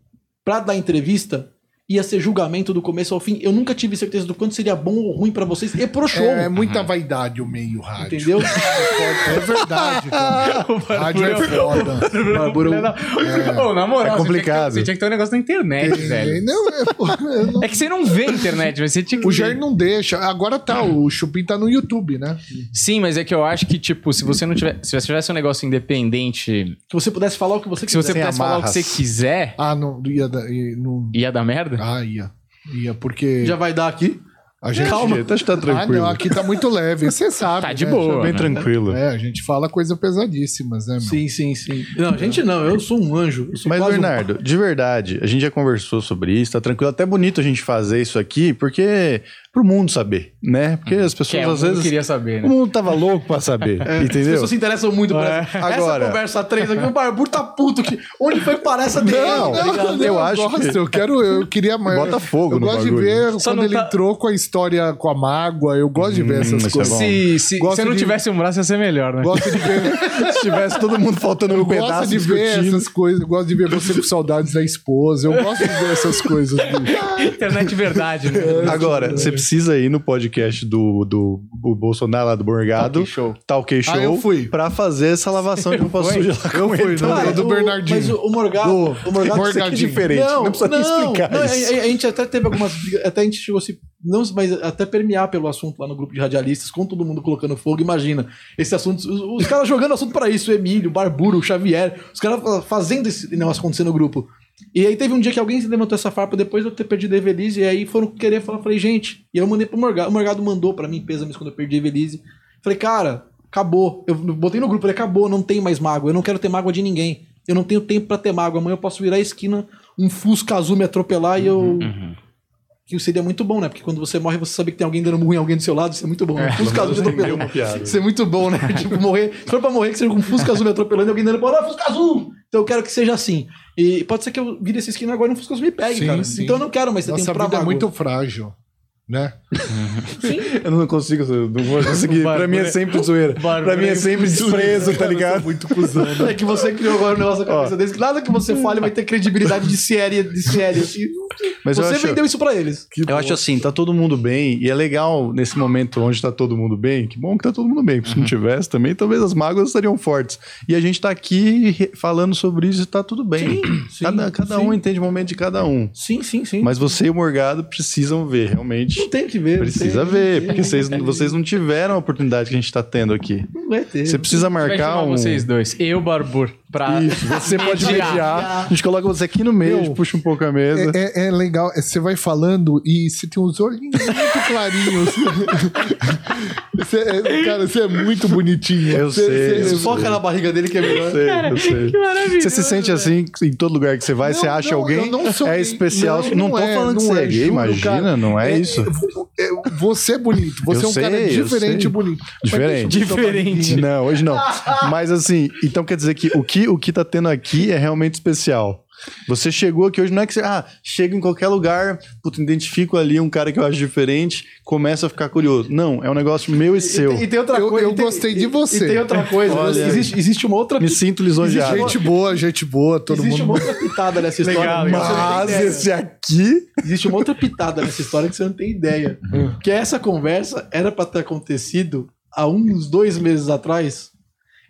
[SPEAKER 2] pra dar entrevista, ia ser julgamento do começo ao fim. Eu nunca tive certeza do quanto seria bom ou ruim pra vocês e pro show.
[SPEAKER 5] É, é
[SPEAKER 3] Uhum.
[SPEAKER 5] muita vaidade o meio rádio.
[SPEAKER 2] Entendeu?
[SPEAKER 5] É verdade. cara. rádio é foda.
[SPEAKER 2] Barburo-
[SPEAKER 4] Ô, na moral,
[SPEAKER 3] É complicado.
[SPEAKER 4] Você tinha, que ter, você tinha que ter um negócio na internet, velho.
[SPEAKER 5] Não, é foda.
[SPEAKER 4] É que você não vê a internet, mas você tinha que
[SPEAKER 5] O
[SPEAKER 4] ver.
[SPEAKER 5] Jair não deixa. Agora tá, o Chupim tá no YouTube, né?
[SPEAKER 4] Sim, mas é que eu acho que, tipo, se você não tiver. Se você tivesse um negócio independente,
[SPEAKER 2] Que você pudesse falar o que você
[SPEAKER 4] se você
[SPEAKER 2] quiser.
[SPEAKER 3] Sem
[SPEAKER 4] pudesse falar o que
[SPEAKER 3] amarras.
[SPEAKER 4] você quiser,
[SPEAKER 5] Ah, não ia. dar- ia- Não,
[SPEAKER 4] ia dar merda?
[SPEAKER 5] ah, ia. Ia, porque.
[SPEAKER 2] Já vai dar aqui.
[SPEAKER 5] a gente.
[SPEAKER 3] Calma. Tá, tá
[SPEAKER 5] Ah,
[SPEAKER 3] tranquilo.
[SPEAKER 5] não, aqui tá muito leve. Você sabe.
[SPEAKER 4] Tá de
[SPEAKER 5] né?
[SPEAKER 4] boa.
[SPEAKER 3] Ah, é, Bem
[SPEAKER 4] né?
[SPEAKER 3] tranquilo.
[SPEAKER 5] É, a gente fala coisa pesadíssimas, né, meu?
[SPEAKER 2] Sim, sim, sim. Não, gente não, eu sou um anjo. Eu sou
[SPEAKER 3] Mas,
[SPEAKER 2] quase um-
[SPEAKER 3] Bernardo, de verdade, a gente já conversou sobre isso, tá tranquilo. Até bonito a gente fazer isso aqui, porque pro mundo saber, né? Porque as
[SPEAKER 4] Que
[SPEAKER 3] pessoas
[SPEAKER 4] é, eu
[SPEAKER 3] às vezes.
[SPEAKER 4] queria saber, né?
[SPEAKER 3] O mundo tava louco pra saber,
[SPEAKER 2] As
[SPEAKER 3] entendeu?
[SPEAKER 2] pessoas se interessam muito por essa,
[SPEAKER 3] Agora.
[SPEAKER 2] essa conversa três aqui. O Barburo tá puto. Que, onde foi parar essa DM?
[SPEAKER 5] Não,
[SPEAKER 2] tá ligado?
[SPEAKER 5] não, não,
[SPEAKER 3] Eu acho
[SPEAKER 5] gosto,
[SPEAKER 3] que-
[SPEAKER 5] eu quero, eu queria mais.
[SPEAKER 3] Bota fogo
[SPEAKER 5] Eu
[SPEAKER 3] no
[SPEAKER 5] gosto de
[SPEAKER 3] bagulho.
[SPEAKER 5] ver
[SPEAKER 4] Só
[SPEAKER 5] quando
[SPEAKER 4] não
[SPEAKER 5] ele
[SPEAKER 4] tá-
[SPEAKER 5] entrou com a história com a mágoa, eu gosto de ver
[SPEAKER 3] Hum,
[SPEAKER 5] essas
[SPEAKER 3] isso é
[SPEAKER 5] coisas.
[SPEAKER 3] bom.
[SPEAKER 4] Se, se,
[SPEAKER 5] Gosto
[SPEAKER 4] se eu não
[SPEAKER 5] de-
[SPEAKER 4] tivesse um braço, ia ser melhor, né?
[SPEAKER 5] Gosto de ver,
[SPEAKER 3] Se tivesse todo mundo faltando um
[SPEAKER 5] gosto
[SPEAKER 3] pedaço
[SPEAKER 5] de ver
[SPEAKER 3] discutindo.
[SPEAKER 5] essas coisas, eu gosto de ver você com saudades da esposa, eu gosto de ver essas coisas. bicho.
[SPEAKER 4] Internet verdade,
[SPEAKER 3] É.
[SPEAKER 4] né?
[SPEAKER 3] Agora, você precisa ir no podcast do, do, do Bolsonaro lá do Borgado,
[SPEAKER 4] Show.
[SPEAKER 3] Talk okay Show,
[SPEAKER 5] Ah, eu fui.
[SPEAKER 3] pra fazer essa lavação de roupa
[SPEAKER 4] Foi?
[SPEAKER 3] suja lá com ele.
[SPEAKER 5] não,
[SPEAKER 2] Cara,
[SPEAKER 5] do
[SPEAKER 2] o-
[SPEAKER 5] Bernardinho.
[SPEAKER 2] Mas o, o Morgado.
[SPEAKER 5] Do
[SPEAKER 2] Ah, o Morgado
[SPEAKER 3] Isso aqui é diferente, não, precisa nem explicar
[SPEAKER 2] não, a-
[SPEAKER 3] isso.
[SPEAKER 2] A, a gente até teve algumas. brigas, Até a gente chegou a se. Não, mas até permear pelo assunto lá no grupo de radialistas, com todo mundo colocando fogo, imagina. Esse assunto. Os, os caras jogando assunto pra isso, o Emílio, o Barburo, o Xavier, os caras fa- fazendo esse negócio acontecer no grupo. E aí teve um dia que alguém se levantou essa farpa depois de eu ter perdido a Evelise, e aí foram querer falar, falei, gente, e aí eu mandei pro Morgado. O Morgado mandou pra mim pêsames quando eu perdi a Evelise. Falei, cara, acabou. Eu botei no grupo, falei, acabou, não tem mais mágoa. Eu não quero ter mágoa de ninguém. Eu não
[SPEAKER 5] Uhum,
[SPEAKER 2] tenho tempo pra ter mágoa. Amanhã eu posso virar a esquina, um Fusca azul me atropelar e eu. Que seria muito bom, né? Porque quando você morre, você sabe que tem alguém dando murro em alguém do seu lado, isso é muito bom. né? Fusca azul me
[SPEAKER 3] Ah, Entendeu
[SPEAKER 2] atropelando.
[SPEAKER 3] uma piada.
[SPEAKER 2] Isso é muito bom, né? tipo, morrer. Se for pra morrer, que seja com um Fusca azul me atropelando e alguém dando bola, "Ah, Fusca azul! Então eu quero que seja assim. E pode ser que eu vire essa skin agora e um Fusca azul me pegue,
[SPEAKER 5] Sim,
[SPEAKER 2] cara.
[SPEAKER 5] sim.
[SPEAKER 2] Então eu não quero, mas você
[SPEAKER 5] Nossa
[SPEAKER 2] tem um pra
[SPEAKER 5] vida é
[SPEAKER 2] vago.
[SPEAKER 5] muito frágil, né?
[SPEAKER 3] Eu não consigo, eu não vou conseguir. pra mim é
[SPEAKER 5] né?
[SPEAKER 3] sempre zoeira. Pra mim é sempre desprezo, tá ligado? Muito cuzão.
[SPEAKER 2] É que você criou agora um negócio na cabeça deles. que Nada que você fale vai ter credibilidade de série, de série. assim.
[SPEAKER 3] Mas eu
[SPEAKER 2] Você
[SPEAKER 3] acho,
[SPEAKER 2] vendeu isso pra eles.
[SPEAKER 3] eu acho assim, tá todo mundo bem, e é legal nesse momento onde tá todo mundo bem, que bom que tá todo mundo bem, porque se não tivesse também, talvez as mágoas estariam fortes. E a gente tá aqui re- falando sobre isso e tá tudo bem.
[SPEAKER 2] Sim,
[SPEAKER 3] Cada, cada um entende o momento de cada um.
[SPEAKER 2] Sim, sim, sim.
[SPEAKER 3] Mas você e o Morgado precisam ver, realmente.
[SPEAKER 2] Não tem que ver. não
[SPEAKER 3] Precisa
[SPEAKER 2] tem,
[SPEAKER 3] ver,
[SPEAKER 2] não
[SPEAKER 3] porque
[SPEAKER 2] tem,
[SPEAKER 3] vocês,
[SPEAKER 2] não tem.
[SPEAKER 3] vocês não tiveram a oportunidade que a gente tá tendo aqui.
[SPEAKER 2] Não vai ter.
[SPEAKER 3] Você precisa
[SPEAKER 4] Vai
[SPEAKER 3] marcar
[SPEAKER 4] chamar
[SPEAKER 3] um.
[SPEAKER 4] vocês dois. Eu, Barbur. Pra...
[SPEAKER 3] Isso, você pode
[SPEAKER 4] Mediar.
[SPEAKER 3] mediar. A gente coloca você aqui no meio, a gente puxa um pouco a mesa.
[SPEAKER 5] É, é- é legal, é, você vai falando e você tem uns olhinhos muito clarinhos. Você é- cara, você é muito bonitinho.
[SPEAKER 3] Eu
[SPEAKER 5] Você- é
[SPEAKER 3] sei,
[SPEAKER 5] você-
[SPEAKER 3] eu
[SPEAKER 2] Foca na barriga dele que é
[SPEAKER 3] Eu
[SPEAKER 2] melhor.
[SPEAKER 3] sei, eu sei.
[SPEAKER 4] maravilhoso,
[SPEAKER 3] Você se sente assim em todo lugar que você vai,
[SPEAKER 5] Não,
[SPEAKER 3] você acha
[SPEAKER 5] não,
[SPEAKER 3] alguém.
[SPEAKER 5] eu não sou
[SPEAKER 3] é
[SPEAKER 5] gay.
[SPEAKER 3] especial. Não,
[SPEAKER 5] Não, não
[SPEAKER 3] tô
[SPEAKER 5] é,
[SPEAKER 3] falando que
[SPEAKER 5] não
[SPEAKER 3] você é,
[SPEAKER 5] é,
[SPEAKER 3] gay,
[SPEAKER 5] juro,
[SPEAKER 3] imagina,
[SPEAKER 5] cara.
[SPEAKER 3] não é,
[SPEAKER 5] É,
[SPEAKER 3] isso?
[SPEAKER 5] é, Você é bonito, você
[SPEAKER 3] Eu
[SPEAKER 5] é um cara
[SPEAKER 3] sei, eu
[SPEAKER 5] diferente
[SPEAKER 3] sei.
[SPEAKER 5] e bonito. Mas
[SPEAKER 3] Diferente.
[SPEAKER 5] deixa eu botar uma
[SPEAKER 4] Diferente.
[SPEAKER 5] linha.
[SPEAKER 3] Não, hoje não. Mas assim, então quer dizer que o que o que tá tendo aqui é realmente especial. Você chegou aqui hoje, não é que você. Ah, chega em qualquer lugar, puta, identifico ali um cara que eu acho diferente, começa a ficar curioso. Não, é um negócio meu e seu.
[SPEAKER 2] E, e tem outra
[SPEAKER 5] Eu-
[SPEAKER 2] coisa.
[SPEAKER 5] eu
[SPEAKER 2] e tem-
[SPEAKER 5] gostei de
[SPEAKER 2] e-
[SPEAKER 5] você.
[SPEAKER 2] E tem outra coisa.
[SPEAKER 3] Olha.
[SPEAKER 2] existe, existe uma outra.
[SPEAKER 3] Me sinto lisonjeado.
[SPEAKER 5] Gente boa, gente boa, todo
[SPEAKER 2] existe
[SPEAKER 5] mundo.
[SPEAKER 2] uma outra pitada nessa história.
[SPEAKER 4] Legal,
[SPEAKER 2] que você não tem
[SPEAKER 3] Mas
[SPEAKER 2] ideia.
[SPEAKER 3] esse aqui.
[SPEAKER 2] Existe uma outra pitada nessa história que você não tem ideia.
[SPEAKER 5] Hum.
[SPEAKER 2] que essa conversa era pra ter acontecido há uns dois meses atrás.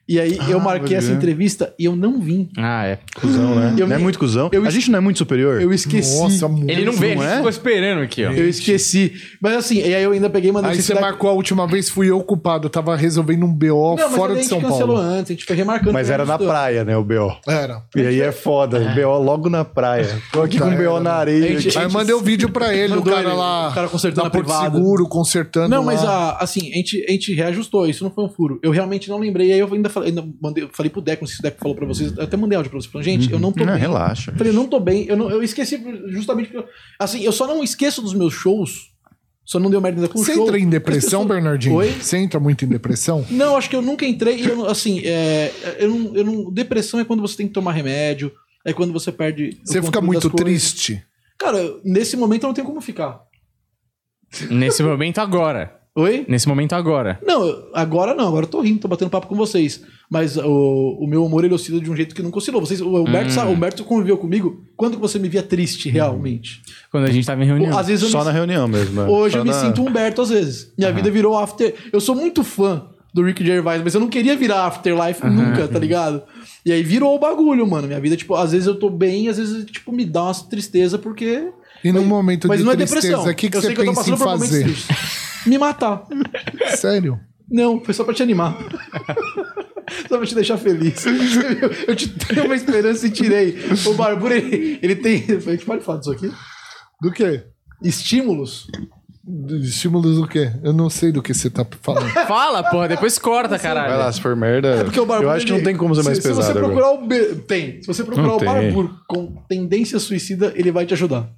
[SPEAKER 2] E aí eu
[SPEAKER 3] Ah,
[SPEAKER 2] marquei
[SPEAKER 3] vai
[SPEAKER 2] essa
[SPEAKER 3] ver.
[SPEAKER 2] entrevista e eu não vim.
[SPEAKER 4] Ah, é.
[SPEAKER 3] Cusão, né?
[SPEAKER 2] Eu
[SPEAKER 3] não é
[SPEAKER 2] me-
[SPEAKER 3] muito cuzão.
[SPEAKER 2] eu
[SPEAKER 3] a
[SPEAKER 2] me-
[SPEAKER 3] gente não é muito superior.
[SPEAKER 2] Eu esqueci.
[SPEAKER 5] Nossa, muito.
[SPEAKER 4] Ele não vê,
[SPEAKER 3] Não
[SPEAKER 4] ele
[SPEAKER 3] é?
[SPEAKER 4] ficou esperando aqui, ó.
[SPEAKER 2] Eu esqueci. Mas assim, e aí eu ainda peguei e mandei
[SPEAKER 5] Aí
[SPEAKER 2] esse
[SPEAKER 5] você
[SPEAKER 2] daqui-
[SPEAKER 5] marcou a última vez, fui eu culpado. Eu tava resolvendo um BO
[SPEAKER 2] Não, mas
[SPEAKER 5] fora
[SPEAKER 2] aí
[SPEAKER 5] de
[SPEAKER 2] a gente
[SPEAKER 5] São
[SPEAKER 2] cancelou
[SPEAKER 5] Paulo.
[SPEAKER 2] antes, a gente foi remarcando.
[SPEAKER 3] Mas era na praia, né, o B.O.
[SPEAKER 5] Era.
[SPEAKER 3] E aí é foda, o B.O. logo na praia. Tô aqui com
[SPEAKER 5] Puta,
[SPEAKER 3] B.O. na areia.
[SPEAKER 2] Gente,
[SPEAKER 3] aqui.
[SPEAKER 5] Aí mandei o vídeo pra ele, o
[SPEAKER 2] Mandou
[SPEAKER 5] cara
[SPEAKER 2] ele,
[SPEAKER 5] lá.
[SPEAKER 2] o cara consertando
[SPEAKER 5] na
[SPEAKER 2] a
[SPEAKER 5] Porto
[SPEAKER 2] privada.
[SPEAKER 5] Seguro, consertando.
[SPEAKER 2] Não, mas
[SPEAKER 5] lá.
[SPEAKER 2] a- assim, a gente, a gente reajustou, isso não foi um furo. Eu realmente não lembrei, aí eu ainda falei, ainda mandei, eu falei pro Deco, não sei se o Deco falou pra vocês, eu até mandei áudio pra vocês, falando, gente, eu não tô
[SPEAKER 3] Não,
[SPEAKER 2] bem.
[SPEAKER 3] relaxa.
[SPEAKER 2] Eu falei, eu não tô bem, eu, não, eu esqueci justamente porque, eu- assim, eu só não esqueço dos meus shows, só não deu merda ainda com o
[SPEAKER 5] Você
[SPEAKER 2] show.
[SPEAKER 5] entra em
[SPEAKER 2] As
[SPEAKER 5] depressão,
[SPEAKER 2] pessoas-
[SPEAKER 5] Bernardinho?
[SPEAKER 2] Oi?
[SPEAKER 5] Você entra muito em depressão?
[SPEAKER 2] Não, acho que eu nunca entrei. E eu, não- assim, é, eu, não, eu não. Depressão é quando você tem que tomar remédio, é quando você perde. o
[SPEAKER 5] Você fica
[SPEAKER 2] controle das
[SPEAKER 5] muito
[SPEAKER 2] coisas.
[SPEAKER 5] triste.
[SPEAKER 2] Cara, nesse momento eu não tenho como ficar.
[SPEAKER 4] Nesse momento agora.
[SPEAKER 2] Oi?
[SPEAKER 4] Nesse momento agora.
[SPEAKER 2] Não, eu- agora não, agora eu tô rindo, tô batendo papo com vocês. Mas o, o meu humor ele oscila de um jeito que nunca oscilou. Vocês, o
[SPEAKER 3] Hum.
[SPEAKER 2] Humberto, sabe, o Humberto conviveu comigo quando que você me via triste realmente.
[SPEAKER 4] Quando a gente tava em reunião.
[SPEAKER 2] Às vezes eu
[SPEAKER 3] Só
[SPEAKER 2] me-
[SPEAKER 3] na reunião mesmo.
[SPEAKER 5] Tá
[SPEAKER 3] né?
[SPEAKER 2] Hoje
[SPEAKER 3] Só
[SPEAKER 2] eu me
[SPEAKER 3] na-
[SPEAKER 2] sinto
[SPEAKER 5] ah.
[SPEAKER 2] Humberto às vezes. Minha vida virou after. Eu sou muito fã do Rick Gervais, mas eu não queria virar afterlife nunca, tá ligado? E aí virou o bagulho, mano. Minha vida, tipo, às vezes eu tô bem, às vezes, tipo, me dá uma tristeza porque.
[SPEAKER 5] E num momento
[SPEAKER 2] Mas
[SPEAKER 5] de
[SPEAKER 2] não é
[SPEAKER 5] tristeza,
[SPEAKER 2] depressão.
[SPEAKER 5] o que, que
[SPEAKER 2] eu
[SPEAKER 5] você
[SPEAKER 2] sei que eu tô
[SPEAKER 5] pensa em
[SPEAKER 2] passando por momentos
[SPEAKER 5] fazer?
[SPEAKER 2] tristes. Me matar.
[SPEAKER 5] Sério?
[SPEAKER 2] Não, foi só pra te animar. só pra te deixar feliz. Você viu? Eu te dei uma esperança e tirei. O Barbura, ele, ele tem. A gente pode falar disso aqui?
[SPEAKER 5] Do quê?
[SPEAKER 2] Estímulos.
[SPEAKER 5] Do- Estímulos do quê? Eu não sei do que você tá falando.
[SPEAKER 4] Fala, porra, depois corta,
[SPEAKER 3] Vai lá,
[SPEAKER 4] caralho.
[SPEAKER 3] se for merda.
[SPEAKER 2] É Porque o Barburo,
[SPEAKER 3] eu acho que não
[SPEAKER 2] ele-
[SPEAKER 3] tem como ser mais
[SPEAKER 2] se,
[SPEAKER 3] pesado.
[SPEAKER 2] Se você
[SPEAKER 3] agora.
[SPEAKER 2] procurar o B- Tem. Se você procurar
[SPEAKER 3] Não
[SPEAKER 2] o
[SPEAKER 3] tem.
[SPEAKER 2] Barburo com tendência suicida, ele vai te ajudar.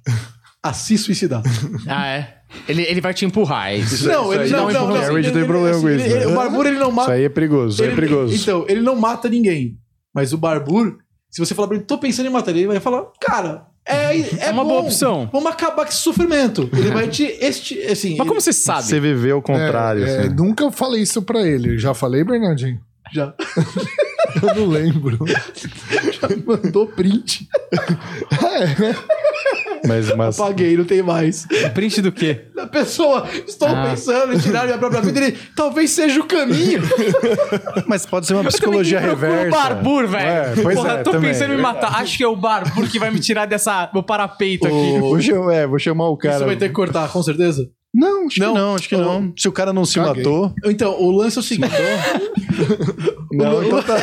[SPEAKER 2] A se suicidar.
[SPEAKER 4] Ah, é? Ele, ele vai te empurrar, é isso.
[SPEAKER 2] não,
[SPEAKER 3] isso aí um
[SPEAKER 2] ele não,
[SPEAKER 3] não
[SPEAKER 2] não,
[SPEAKER 3] importa.
[SPEAKER 2] não.
[SPEAKER 3] O Reed
[SPEAKER 2] Ele-
[SPEAKER 3] tem
[SPEAKER 2] ele-
[SPEAKER 3] problema com
[SPEAKER 2] ele-
[SPEAKER 3] isso,
[SPEAKER 2] ele-
[SPEAKER 3] né?
[SPEAKER 2] O Barburo ele não
[SPEAKER 3] Isso
[SPEAKER 2] mata.
[SPEAKER 3] aí é perigoso, isso aí é
[SPEAKER 2] ele-
[SPEAKER 3] perigoso.
[SPEAKER 2] Então, ele não mata ninguém. Mas o Barburo, se você falar pra ele, tô pensando em matar ele, ele vai falar, cara. É, é,
[SPEAKER 4] É uma
[SPEAKER 2] bom.
[SPEAKER 4] boa opção.
[SPEAKER 2] Vamos acabar com esse sofrimento. Ele vai te. Este, assim,
[SPEAKER 4] Mas como
[SPEAKER 2] ele-
[SPEAKER 4] você sabe?
[SPEAKER 3] Você viveu ao contrário.
[SPEAKER 5] É, é,
[SPEAKER 3] assim.
[SPEAKER 5] nunca falei isso pra ele. Já falei, Bernardinho?
[SPEAKER 2] já
[SPEAKER 5] Eu não lembro.
[SPEAKER 2] mandou print.
[SPEAKER 5] É, né?
[SPEAKER 3] Mas, mas
[SPEAKER 2] Paguei, não tem mais.
[SPEAKER 4] É Print do quê?
[SPEAKER 2] A pessoa, estou
[SPEAKER 4] Ah.
[SPEAKER 2] pensando em tirar minha própria vida. Ele, talvez seja o caminho.
[SPEAKER 3] Mas pode ser uma psicologia reversa.
[SPEAKER 4] O um Barbur, velho.
[SPEAKER 3] É, pois
[SPEAKER 4] porra,
[SPEAKER 3] é,
[SPEAKER 4] tô
[SPEAKER 3] também.
[SPEAKER 4] pensando em me matar. Acho que é o Barbur que vai me tirar dessa. meu parapeito aqui.
[SPEAKER 3] Vou, chamar, é, vou chamar o cara.
[SPEAKER 2] Isso vai ter que cortar, com certeza.
[SPEAKER 3] Não, acho
[SPEAKER 2] Não.
[SPEAKER 3] que não, acho que não. Se o cara não se
[SPEAKER 5] Caguei.
[SPEAKER 3] matou.
[SPEAKER 2] Então, o lance é o seguinte.
[SPEAKER 3] Não, então tá.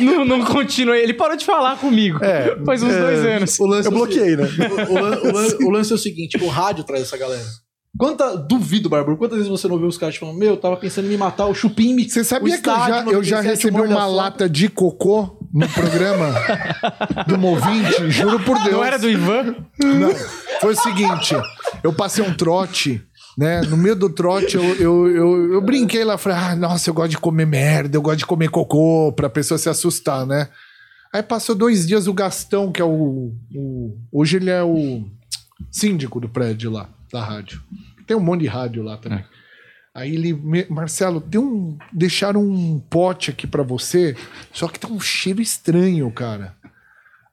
[SPEAKER 4] Não, não continua. Ele parou de falar comigo.
[SPEAKER 3] É,
[SPEAKER 4] Faz uns
[SPEAKER 3] é.
[SPEAKER 4] dois anos.
[SPEAKER 2] o lance
[SPEAKER 3] Eu
[SPEAKER 2] é o
[SPEAKER 3] bloqueei, né?
[SPEAKER 2] seguinte, O, o lan- o lan- o lance é o seguinte: o rádio traz essa galera. Quanta, duvido, Barbaro, quantas vezes você não ouviu os caras te falando, meu, eu tava pensando em me matar, o Chupim me.
[SPEAKER 5] Você sabia
[SPEAKER 2] o
[SPEAKER 5] que eu já,
[SPEAKER 2] estádio é
[SPEAKER 5] eu já
[SPEAKER 2] 97
[SPEAKER 5] recebi
[SPEAKER 2] morde a
[SPEAKER 5] uma
[SPEAKER 2] sopa?
[SPEAKER 5] lata de cocô no programa do Movinte? Juro por Deus.
[SPEAKER 4] Não era do Ivan?
[SPEAKER 5] Não. Foi o seguinte, eu passei um trote, né? No meio do trote, eu, eu, eu, eu brinquei lá, falei, ah, nossa, eu gosto de comer merda, eu gosto de comer cocô, pra pessoa se assustar, né? Aí passou dois dias o Gastão, que é o. o- hoje ele é o síndico do prédio lá, da rádio. Tem um monte de rádio lá também.
[SPEAKER 3] É.
[SPEAKER 5] Aí ele, "Me- Marcelo, tem um, deixaram um pote aqui pra você, só que tá um cheiro estranho, cara.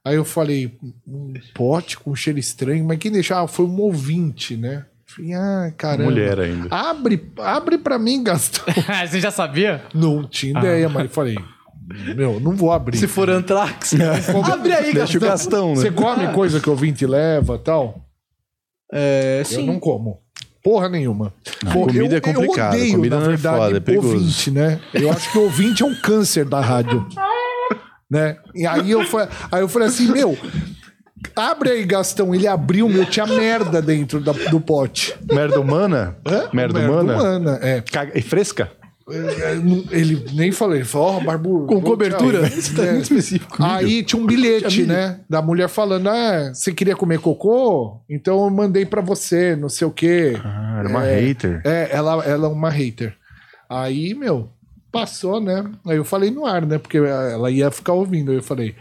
[SPEAKER 5] Aí eu falei, um pote com cheiro estranho, mas quem deixou? Ah, foi um ouvinte, né? Falei, ah, caramba.
[SPEAKER 3] Mulher ainda.
[SPEAKER 5] Abre, abre pra mim, Gastão.
[SPEAKER 4] Ah, Você já sabia?
[SPEAKER 5] Não
[SPEAKER 3] Ah.
[SPEAKER 5] tinha ideia, mas eu falei, meu, não vou abrir.
[SPEAKER 2] Se for Antrax, abre aí,
[SPEAKER 3] Deixa o
[SPEAKER 2] Gastão.
[SPEAKER 3] Gastão,
[SPEAKER 5] Você
[SPEAKER 3] né?
[SPEAKER 5] come coisa que o ouvinte leva tal?
[SPEAKER 2] É,
[SPEAKER 5] Eu
[SPEAKER 2] sim.
[SPEAKER 5] não como. Porra nenhuma. Pô,
[SPEAKER 3] comida é complicado, comida não é foda, é perigoso.
[SPEAKER 5] ouvinte, né? Eu acho que ouvinte é um câncer da rádio. né? E aí eu, fa- aí eu falei assim, meu, abre aí, Gastão. Ele abriu, meu, tinha merda dentro da- do pote.
[SPEAKER 3] Merda humana?
[SPEAKER 5] Hã?
[SPEAKER 3] Merda humana?
[SPEAKER 5] é.
[SPEAKER 3] Caga- E fresca?
[SPEAKER 5] É, não- Ele nem falou, ele falou, ó, barbudo.
[SPEAKER 3] Com
[SPEAKER 5] vou-
[SPEAKER 3] cobertura?
[SPEAKER 5] tchau.
[SPEAKER 3] Isso tá muito específico.
[SPEAKER 5] É. Aí tinha um bilhete, né? Da mulher falando: ah, você queria comer cocô? Então eu mandei pra você, não sei o quê.
[SPEAKER 3] Ah, era uma
[SPEAKER 5] É.
[SPEAKER 3] hater.
[SPEAKER 5] É, ela, ela é uma hater. Aí, meu, passou, né? Aí eu falei no ar, né? Porque ela ia ficar ouvindo. Aí eu falei.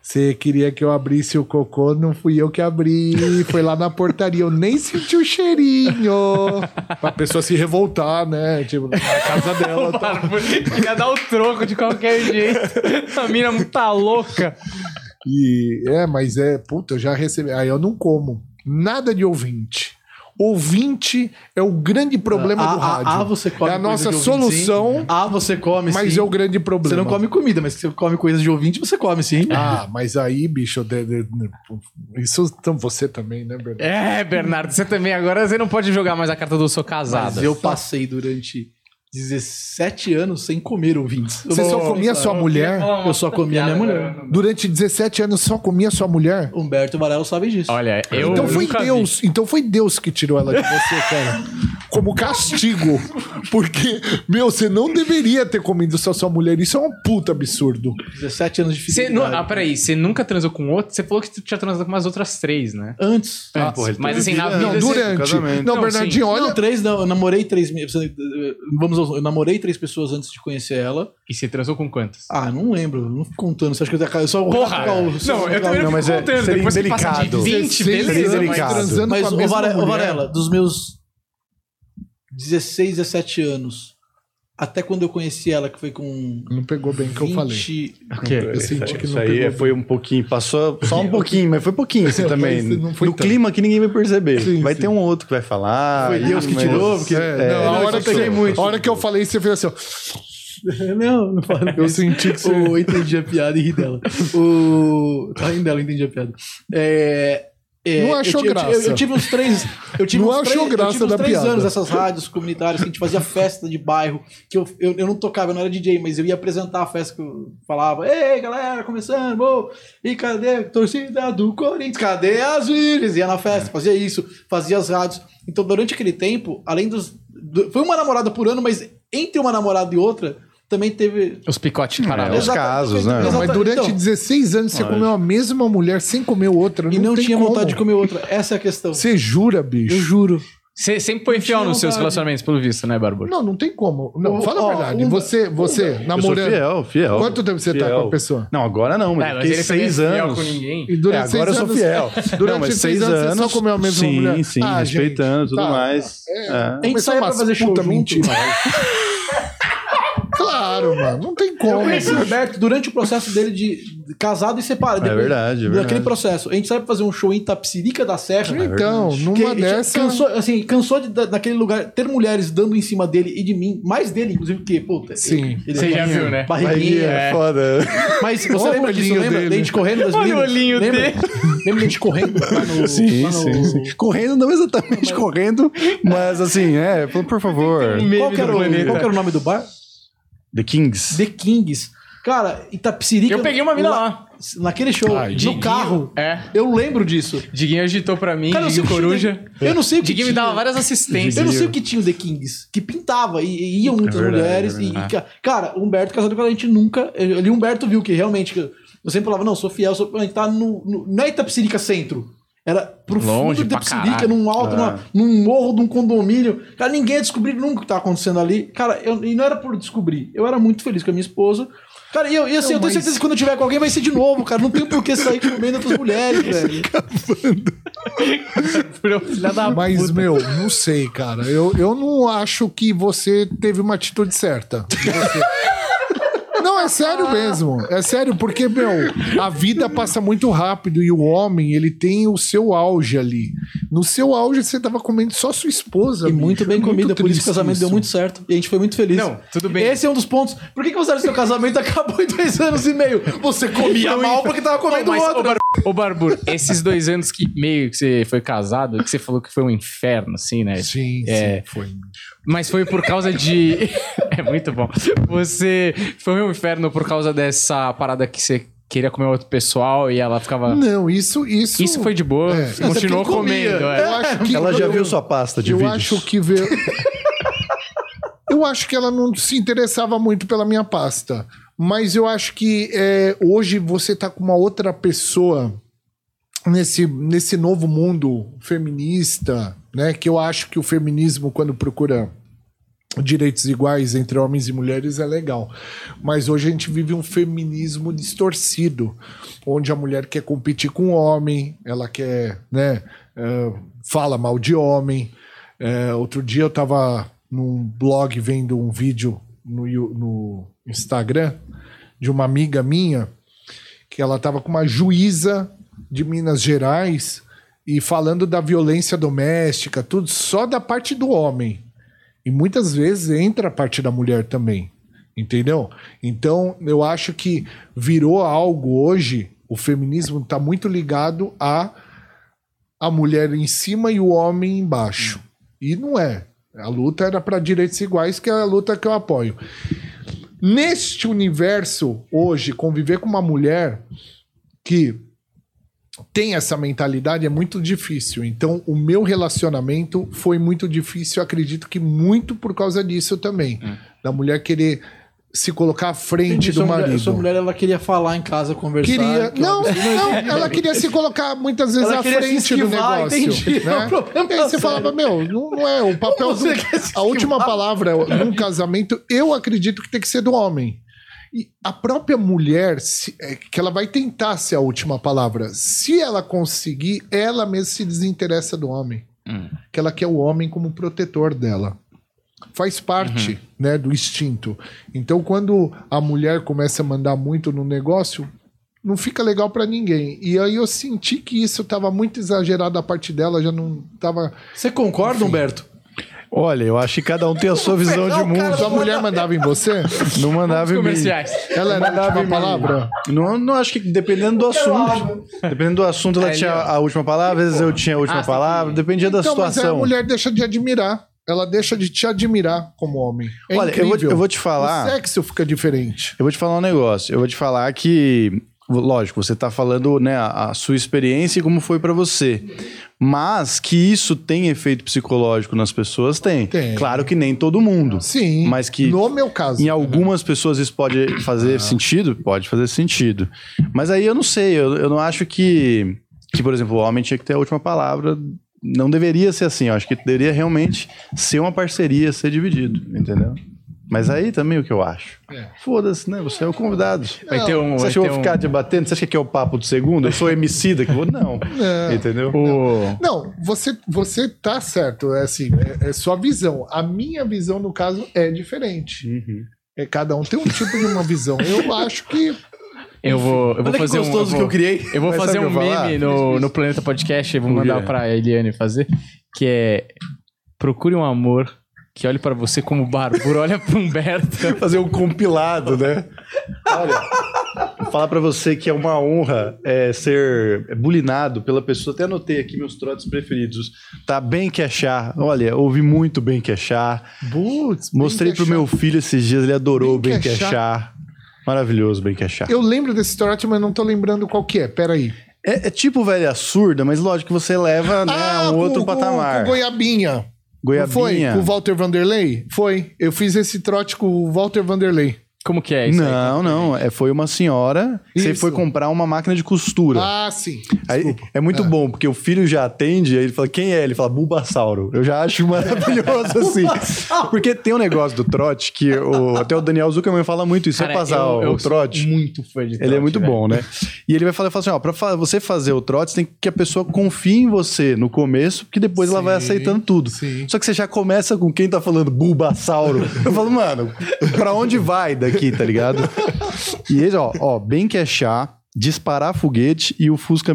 [SPEAKER 5] Você queria que eu abrisse o cocô, não fui eu que abri. Foi lá na portaria, eu nem senti o cheirinho. pra pessoa se revoltar, né? Tipo, na casa dela. tá?
[SPEAKER 4] Ia dar o troco de qualquer jeito. Essa mina tá louca.
[SPEAKER 5] E é, mas é, puta, eu já recebi. Aí eu não como. Nada de ouvinte. Ouvinte é o grande problema
[SPEAKER 2] Ah,
[SPEAKER 5] do
[SPEAKER 2] ah,
[SPEAKER 5] rádio.
[SPEAKER 2] ah, você come
[SPEAKER 5] é a
[SPEAKER 2] coisa
[SPEAKER 5] nossa
[SPEAKER 2] de ouvinte,
[SPEAKER 5] solução,
[SPEAKER 2] sim. Ah, você come
[SPEAKER 5] mas
[SPEAKER 2] sim.
[SPEAKER 5] é o grande
[SPEAKER 2] Você
[SPEAKER 5] problema.
[SPEAKER 2] não come comida, mas se você come coisas de ouvinte, você come sim.
[SPEAKER 5] Ah, mas aí, bicho, de- de- de- isso então, você também, né, Bernardo?
[SPEAKER 4] É, Bernardo, você também agora você não pode jogar mais a carta do sou
[SPEAKER 2] Mas
[SPEAKER 4] casada.
[SPEAKER 2] eu passei durante 17 anos sem comer ouvintes.
[SPEAKER 5] Você só comia sua mulher?
[SPEAKER 2] Eu só comia minha mulher.
[SPEAKER 5] Durante 17 anos só comia sua mulher?
[SPEAKER 2] Humberto Varela sabe disso.
[SPEAKER 4] Olha, eu
[SPEAKER 5] então foi
[SPEAKER 4] nunca vi.
[SPEAKER 5] Deus, então foi Deus que tirou ela de você, cara. Como castigo. Porque, meu, você não deveria ter comido só sua mulher. Isso é um puta absurdo.
[SPEAKER 2] 17 anos de
[SPEAKER 4] Você nu...
[SPEAKER 2] fidelidade.
[SPEAKER 4] Ah, peraí, você nunca transou com outro? Você falou que você já transou com umas outras três, né?
[SPEAKER 2] Antes.
[SPEAKER 3] Ah, porra, ele
[SPEAKER 4] Mas
[SPEAKER 3] teve
[SPEAKER 4] assim, na
[SPEAKER 3] vida-
[SPEAKER 4] vida
[SPEAKER 5] Não,
[SPEAKER 4] Esse
[SPEAKER 5] durante.
[SPEAKER 3] casamento.
[SPEAKER 5] Não,
[SPEAKER 4] Não,
[SPEAKER 5] Bernardinho,
[SPEAKER 4] sim.
[SPEAKER 5] olha.
[SPEAKER 2] Não, três não. Eu namorei três. me- você- eh, Vamos aos- Eu namorei três pessoas antes de conhecer ela.
[SPEAKER 4] E você transou com quantas?
[SPEAKER 2] Ah, não lembro. Não fico contando. Você acha que eu tenho só o
[SPEAKER 4] Porra!
[SPEAKER 2] Rafael-
[SPEAKER 4] Não, eu também
[SPEAKER 3] Não,
[SPEAKER 4] não
[SPEAKER 3] mas
[SPEAKER 4] fico
[SPEAKER 3] é-
[SPEAKER 4] contando.
[SPEAKER 3] seria
[SPEAKER 4] Depois que passa de
[SPEAKER 3] indelicado.
[SPEAKER 4] 20,
[SPEAKER 5] Seis
[SPEAKER 4] beleza.
[SPEAKER 5] anos
[SPEAKER 4] mas-
[SPEAKER 3] delicado.
[SPEAKER 5] transando
[SPEAKER 2] Mas
[SPEAKER 5] com a
[SPEAKER 2] o
[SPEAKER 5] mesma
[SPEAKER 2] Vare- ô,
[SPEAKER 5] mulher.
[SPEAKER 2] Varela, dos meus 16, 17 anos, até quando eu conheci ela, que foi com
[SPEAKER 5] Não pegou bem o que eu falei.
[SPEAKER 2] 20
[SPEAKER 5] Eu senti que
[SPEAKER 3] Isso
[SPEAKER 5] não pegou
[SPEAKER 3] aí
[SPEAKER 5] bem.
[SPEAKER 3] foi um pouquinho, passou só um pouquinho, mas foi pouquinho assim
[SPEAKER 5] Mas
[SPEAKER 3] também.
[SPEAKER 5] não foi
[SPEAKER 3] No
[SPEAKER 5] tanto.
[SPEAKER 3] clima que ninguém vai perceber.
[SPEAKER 5] então. Sim,
[SPEAKER 3] vai
[SPEAKER 5] sim.
[SPEAKER 3] ter um outro que vai falar.
[SPEAKER 2] Foi Deus que
[SPEAKER 3] mas-
[SPEAKER 2] tirou, porque-
[SPEAKER 5] É, não, a,
[SPEAKER 2] eu
[SPEAKER 5] hora
[SPEAKER 2] só
[SPEAKER 5] que,
[SPEAKER 2] peguei muito.
[SPEAKER 5] a hora que eu falei, você fez assim, ó.
[SPEAKER 2] Não, não fala.
[SPEAKER 5] Eu senti que você.
[SPEAKER 2] Ô, eu entendi a piada e ri dela. O... Tá rindo dela, eu entendi a piada. É, é,
[SPEAKER 5] Não
[SPEAKER 2] eu
[SPEAKER 5] achou
[SPEAKER 2] ti- eu, ti-
[SPEAKER 5] graça.
[SPEAKER 2] Eu, eu tive uns três. Eu tive
[SPEAKER 5] Não
[SPEAKER 2] uns
[SPEAKER 5] achou
[SPEAKER 2] três,
[SPEAKER 5] graça
[SPEAKER 2] eu tive uns
[SPEAKER 5] da
[SPEAKER 2] três
[SPEAKER 5] piada.
[SPEAKER 2] anos essas rádios comunitárias que a gente fazia festa de bairro. Que eu, eu, eu não tocava, eu não era DJ, mas eu ia apresentar a festa que eu falava. Ei, galera, começando, bom. E cadê a torcida do Corinthians? Cadê as vilhas? Ia na festa, fazia isso, fazia as rádios. Então, durante aquele tempo, além dos. do- foi uma namorada por ano, mas entre uma namorada e outra, também teve.
[SPEAKER 4] Os picotes de
[SPEAKER 3] É, os
[SPEAKER 4] paralelos.
[SPEAKER 2] Exatamente.
[SPEAKER 3] casos, né?
[SPEAKER 5] Não, mas
[SPEAKER 2] Exata-
[SPEAKER 5] durante
[SPEAKER 2] então,
[SPEAKER 5] 16 anos você
[SPEAKER 3] Lógico.
[SPEAKER 5] comeu a mesma mulher sem comer outra.
[SPEAKER 2] E não
[SPEAKER 5] tem
[SPEAKER 2] tinha
[SPEAKER 5] como.
[SPEAKER 2] vontade de comer outra. Essa é a questão.
[SPEAKER 5] Você jura, bicho?
[SPEAKER 2] Eu juro.
[SPEAKER 4] Você sempre foi fiel
[SPEAKER 2] tinha
[SPEAKER 4] nos seus
[SPEAKER 2] vontade.
[SPEAKER 4] relacionamentos, pelo visto, né, Bárbara?
[SPEAKER 5] Não, não tem como. Não,
[SPEAKER 2] Ó, um-
[SPEAKER 5] fala a verdade.
[SPEAKER 2] uma-
[SPEAKER 5] você, você
[SPEAKER 3] Eu sou
[SPEAKER 5] namorando.
[SPEAKER 3] fiel, fiel.
[SPEAKER 5] Quanto tempo você tá
[SPEAKER 3] Fiel.
[SPEAKER 5] com a pessoa?
[SPEAKER 3] Não, agora não, mas,
[SPEAKER 4] É,
[SPEAKER 3] eu fiquei
[SPEAKER 4] também é
[SPEAKER 3] seis
[SPEAKER 4] fiel
[SPEAKER 3] anos.
[SPEAKER 4] com ninguém.
[SPEAKER 5] E
[SPEAKER 3] É, agora eu sou fiel.
[SPEAKER 5] Durante
[SPEAKER 3] não, mas
[SPEAKER 5] seis
[SPEAKER 3] seis
[SPEAKER 5] anos você
[SPEAKER 3] anos.
[SPEAKER 5] só comeu a mesma
[SPEAKER 3] sim,
[SPEAKER 5] mulher?
[SPEAKER 3] Sim,
[SPEAKER 5] Ah, gente,
[SPEAKER 3] respeitando e tudo
[SPEAKER 5] tá.
[SPEAKER 3] mais. É.
[SPEAKER 2] A gente
[SPEAKER 5] Começou
[SPEAKER 2] saía pra
[SPEAKER 5] umas
[SPEAKER 2] fazer show
[SPEAKER 5] puta
[SPEAKER 2] junto.
[SPEAKER 5] mentira. Claro, mano. Não tem
[SPEAKER 4] Então,
[SPEAKER 5] como.
[SPEAKER 2] Eu conheci o Roberto É um durante o processo dele de de casado e separado.
[SPEAKER 3] É verdade, é
[SPEAKER 2] Naquele
[SPEAKER 3] verdade.
[SPEAKER 2] processo. A gente sabe fazer um show em Tapsirica da Serra.
[SPEAKER 5] Então,
[SPEAKER 2] que
[SPEAKER 5] numa
[SPEAKER 2] a gente
[SPEAKER 5] dessa.
[SPEAKER 2] cansou, assim, cansou de, da- daquele lugar ter mulheres dando em cima dele e de mim, mais dele, inclusive, porque, puta.
[SPEAKER 5] Sim.
[SPEAKER 2] ele-
[SPEAKER 4] Você já
[SPEAKER 2] barriguinha,
[SPEAKER 4] viu, né?
[SPEAKER 2] Barriguinha.
[SPEAKER 3] É foda.
[SPEAKER 2] Mas você
[SPEAKER 5] Olha o
[SPEAKER 2] lembra disso,
[SPEAKER 5] olhinho
[SPEAKER 2] lembra?
[SPEAKER 5] dele.
[SPEAKER 2] Da gente correndo das
[SPEAKER 4] Olha o
[SPEAKER 2] meninas?
[SPEAKER 4] olhinho
[SPEAKER 2] lembra?
[SPEAKER 4] dele.
[SPEAKER 2] Lembra da gente correndo lá no. lá
[SPEAKER 3] Sim,
[SPEAKER 2] no-
[SPEAKER 3] sim, sim. Correndo, não exatamente Tá correndo, mas assim, é, por por favor.
[SPEAKER 2] Qual que, era o, qual que era o nome do bar?
[SPEAKER 3] The Kings.
[SPEAKER 2] The Kings. Cara, Itapsirica.
[SPEAKER 4] Eu peguei uma mina lá.
[SPEAKER 2] Naquele show,
[SPEAKER 5] Ai,
[SPEAKER 2] no carro.
[SPEAKER 4] É.
[SPEAKER 2] Eu lembro disso.
[SPEAKER 4] Ah, Diguinho agitou pra mim,
[SPEAKER 2] Cara, eu sei
[SPEAKER 4] Diguinho
[SPEAKER 2] o que
[SPEAKER 4] Coruja.
[SPEAKER 2] tinha. Eu não sei o que
[SPEAKER 4] Diguinho me
[SPEAKER 2] tinha.
[SPEAKER 4] dava várias
[SPEAKER 2] Eu não
[SPEAKER 4] assistências.
[SPEAKER 2] sei o que tinha o The Kings, que pintava e, e iam muitas
[SPEAKER 3] verdade,
[SPEAKER 2] mulheres.
[SPEAKER 3] é
[SPEAKER 2] e- e ca- cara, o Humberto casado com ela, a gente nunca. Ali o Humberto viu que realmente. Eu sempre falava, não, sou fiel, sou, a gente tá no, no, na é Itapsirica Centro. Era pro
[SPEAKER 4] Longe
[SPEAKER 2] fundo de
[SPEAKER 4] pra
[SPEAKER 2] Psirica,
[SPEAKER 4] caralho.
[SPEAKER 2] num alto,
[SPEAKER 3] É.
[SPEAKER 2] numa- num morro de um condomínio. Cara, ninguém ia descobrir nunca o que tá acontecendo ali. Cara, eu, e não era por descobrir. Eu era muito feliz com a minha esposa. Cara, e eu, e assim,
[SPEAKER 5] Não,
[SPEAKER 2] eu tenho
[SPEAKER 5] mas-
[SPEAKER 2] certeza que quando eu tiver com alguém vai ser de novo, cara. Não tem por que sair comendo outras mulheres, velho.
[SPEAKER 1] Filha da
[SPEAKER 5] Mas, meu, não sei, cara. Eu, eu não acho que você teve uma atitude certa. Você- Não, é sério mesmo. É sério, porque, meu, a vida passa muito rápido e o homem, ele tem o seu auge ali. No seu auge, você tava comendo só sua esposa. É
[SPEAKER 2] E muito bem comida, por isso o casamento deu muito certo. E a gente foi muito feliz.
[SPEAKER 4] Não, tudo bem.
[SPEAKER 2] Esse é um dos pontos. Por que, que você acha que seu casamento acabou em dois anos e meio? Você comia mal porque tava comendo
[SPEAKER 4] mas,
[SPEAKER 2] outro.
[SPEAKER 4] ô, Bar- ô, Barbur, esses dois anos que meio que você foi casado, que você falou que foi um inferno, assim, né?
[SPEAKER 5] Sim,
[SPEAKER 4] É.
[SPEAKER 5] sim, foi.
[SPEAKER 4] Mas foi por causa de. é muito bom. Você. Foi um inferno por causa dessa parada que você queria comer outro pessoal e ela ficava.
[SPEAKER 5] Não, isso, isso...
[SPEAKER 4] Isso foi de boa.
[SPEAKER 5] É.
[SPEAKER 4] Você continuou
[SPEAKER 2] porque ele
[SPEAKER 4] comendo.
[SPEAKER 5] Eu
[SPEAKER 4] É.
[SPEAKER 5] acho que...
[SPEAKER 3] Ela já
[SPEAKER 5] eu-
[SPEAKER 3] viu sua pasta de
[SPEAKER 5] eu
[SPEAKER 3] vídeos?
[SPEAKER 5] acho que ver. eu acho que ela não se interessava muito pela minha pasta. Mas eu acho que é, hoje você tá com uma outra pessoa nesse, nesse novo mundo feminista, né? Que eu acho que o feminismo, quando procura direitos iguais entre homens e mulheres, é legal. Mas hoje a gente vive um feminismo distorcido, onde a mulher quer competir com o homem, ela quer, né? eh, fala mal de homem. É, outro dia eu tava num blog vendo um vídeo no, Yu- no Instagram de uma amiga minha que ela tava com uma juíza de Minas Gerais e falando da violência doméstica, tudo só da parte do homem. E muitas vezes entra a parte da mulher também. Entendeu? Então, eu acho que virou algo hoje, o feminismo está muito ligado a a mulher em cima e o homem embaixo. E não é. A luta era para direitos iguais, que é a luta que eu apoio. Neste universo, hoje, conviver com uma mulher que tem essa mentalidade é muito difícil. Então, o meu relacionamento foi muito difícil, acredito que muito por causa disso também. Da mulher querer se colocar à frente
[SPEAKER 2] Entendi,
[SPEAKER 5] do
[SPEAKER 2] sua,
[SPEAKER 5] marido.
[SPEAKER 2] mulher, sua mulher, ela queria falar em casa, conversar.
[SPEAKER 5] Queria.
[SPEAKER 2] que
[SPEAKER 5] Não,
[SPEAKER 2] ela-
[SPEAKER 5] não, ela queria se colocar muitas vezes
[SPEAKER 2] Ela
[SPEAKER 5] à
[SPEAKER 2] queria se
[SPEAKER 5] frente do
[SPEAKER 2] esquivar,
[SPEAKER 5] negócio.
[SPEAKER 2] entendi.
[SPEAKER 5] Né?
[SPEAKER 2] O problema
[SPEAKER 5] E aí
[SPEAKER 2] é
[SPEAKER 5] você
[SPEAKER 2] sério.
[SPEAKER 5] falava, meu, não, não é. O papel.
[SPEAKER 2] Você
[SPEAKER 5] do-
[SPEAKER 2] quer se esquivar?
[SPEAKER 5] a última palavra num casamento, eu acredito que tem que ser do homem. E a própria mulher, se- é, que ela vai tentar ser a última palavra. Se ela conseguir, ela mesma se desinteressa do homem. Que ela quer o homem como protetor dela faz parte né, do instinto. Então, quando a mulher começa a mandar muito no negócio, não fica legal pra ninguém. E aí eu senti que isso tava muito exagerado da parte dela, já não tava.
[SPEAKER 2] Você concorda, Humberto?
[SPEAKER 3] Olha, eu acho que cada um tem a sua visão de mundo.
[SPEAKER 5] Sua mulher mandava em você?
[SPEAKER 3] Não mandava em mim.
[SPEAKER 4] Comerciais.
[SPEAKER 5] Ela era a
[SPEAKER 3] Mandava em
[SPEAKER 5] última
[SPEAKER 3] mim.
[SPEAKER 5] palavra?
[SPEAKER 3] Não, não acho que dependendo do assunto. Dependendo do assunto, ela
[SPEAKER 4] É,
[SPEAKER 3] tinha
[SPEAKER 4] ali,
[SPEAKER 3] a última palavra, às vezes eu tinha a última
[SPEAKER 4] Ah, você
[SPEAKER 3] palavra, dependia da
[SPEAKER 5] Então, mas aí a
[SPEAKER 3] situação.
[SPEAKER 5] mulher deixa de admirar. Ela deixa de te admirar como homem. É
[SPEAKER 3] Olha, eu vou,
[SPEAKER 5] incrível. é
[SPEAKER 3] eu vou te falar.
[SPEAKER 5] O sexo fica diferente.
[SPEAKER 3] Eu vou te falar um negócio. Eu vou te falar que, lógico, você tá falando né, a, a sua experiência e como foi pra você. Mas que isso tem efeito psicológico nas pessoas, tem.
[SPEAKER 5] Tem.
[SPEAKER 3] Claro que nem todo mundo.
[SPEAKER 5] Sim.
[SPEAKER 3] Mas que-
[SPEAKER 5] No meu caso.
[SPEAKER 3] Em algumas pessoas isso pode fazer sentido? Pode fazer sentido. Mas aí eu não sei, eu, eu não acho que, que, por exemplo, o homem tinha que ter a última palavra. Não deveria ser assim, eu acho que deveria realmente ser uma parceria, ser dividido, entendeu? Mas aí também o que eu acho.
[SPEAKER 5] É.
[SPEAKER 3] Foda-se, né? Você é o convidado.
[SPEAKER 4] Vai ter um.
[SPEAKER 3] Você
[SPEAKER 4] Vai
[SPEAKER 3] acha que eu
[SPEAKER 4] ter
[SPEAKER 3] vou
[SPEAKER 4] um...
[SPEAKER 3] ficar debatendo? Você acha que é o papo do segundo? Eu sou emicida que vou. Não.
[SPEAKER 5] Não.
[SPEAKER 3] Entendeu?
[SPEAKER 4] É. O...
[SPEAKER 5] Não, você, você tá certo. É assim, é, é sua visão. A minha visão, no caso, é diferente.
[SPEAKER 3] Uhum.
[SPEAKER 5] É, cada um tem um tipo de uma visão. Eu acho que.
[SPEAKER 4] Eu vou, eu vou
[SPEAKER 3] Olha
[SPEAKER 4] fazer um. eu vou-
[SPEAKER 3] criei.
[SPEAKER 4] Eu vou
[SPEAKER 3] Mas
[SPEAKER 4] fazer
[SPEAKER 3] sabe
[SPEAKER 4] um
[SPEAKER 3] o que eu vou
[SPEAKER 4] meme
[SPEAKER 3] falar?
[SPEAKER 4] no, no Planeta Podcast e vou
[SPEAKER 3] O
[SPEAKER 4] mandar
[SPEAKER 3] quê?
[SPEAKER 4] pra Eliane fazer, que é procure um amor que olhe pra você como barburo, olha pro Humberto.
[SPEAKER 3] fazer um compilado, né? Olha, vou falar pra você que é uma honra é, ser bulinado pela pessoa. Até anotei aqui meus trotes preferidos. Tá bem que achar. Olha, ouvi muito bem que achar.
[SPEAKER 5] Putz, bem
[SPEAKER 3] Mostrei
[SPEAKER 5] que
[SPEAKER 3] pro
[SPEAKER 5] achar.
[SPEAKER 3] meu filho esses dias, ele adorou
[SPEAKER 5] Bem
[SPEAKER 3] bem
[SPEAKER 5] que é
[SPEAKER 3] que achar. Maravilhoso, bem que é achar.
[SPEAKER 5] Eu lembro desse trote, mas não tô lembrando qual que é. Peraí.
[SPEAKER 3] É, é tipo velha surda, mas lógico que você leva né, a um
[SPEAKER 5] Ah, com-
[SPEAKER 3] outro
[SPEAKER 5] com-
[SPEAKER 3] patamar.
[SPEAKER 5] Com goiabinha. Não
[SPEAKER 3] Goiabinha.
[SPEAKER 5] Foi? Com o Walter Vanderlei? Foi. Eu fiz esse trote com o Walter Vanderlei.
[SPEAKER 4] Como que é isso? aí?
[SPEAKER 3] não, não. É, foi uma senhora. Você
[SPEAKER 5] Isso.
[SPEAKER 3] foi comprar uma máquina de costura.
[SPEAKER 5] Ah, sim.
[SPEAKER 3] Aí, é muito bom, porque o filho já atende, aí ele fala, quem é? Ele fala, Bulbasauro. Eu já acho maravilhoso, assim. Porque tem um negócio do trote que o- até o Daniel Zuckerman fala muito isso.
[SPEAKER 4] Cara,
[SPEAKER 3] é passar
[SPEAKER 4] eu-
[SPEAKER 3] o,
[SPEAKER 4] eu
[SPEAKER 3] o trote.
[SPEAKER 4] sou muito fã de
[SPEAKER 5] Então,
[SPEAKER 3] Ele é muito
[SPEAKER 4] velho.
[SPEAKER 3] bom, né? E ele vai falar, fala assim, ó, pra fa- você fazer o trote, você tem que a pessoa confie em você no começo, porque depois ela vai
[SPEAKER 5] Sim,
[SPEAKER 3] aceitando tudo.
[SPEAKER 5] sim.
[SPEAKER 3] Só que você já começa com quem tá falando Bulbasauro. Eu falo, mano, pra onde vai daqui, tá ligado? E ele, ó, ó, bem queixar, disparar foguete e o Fusca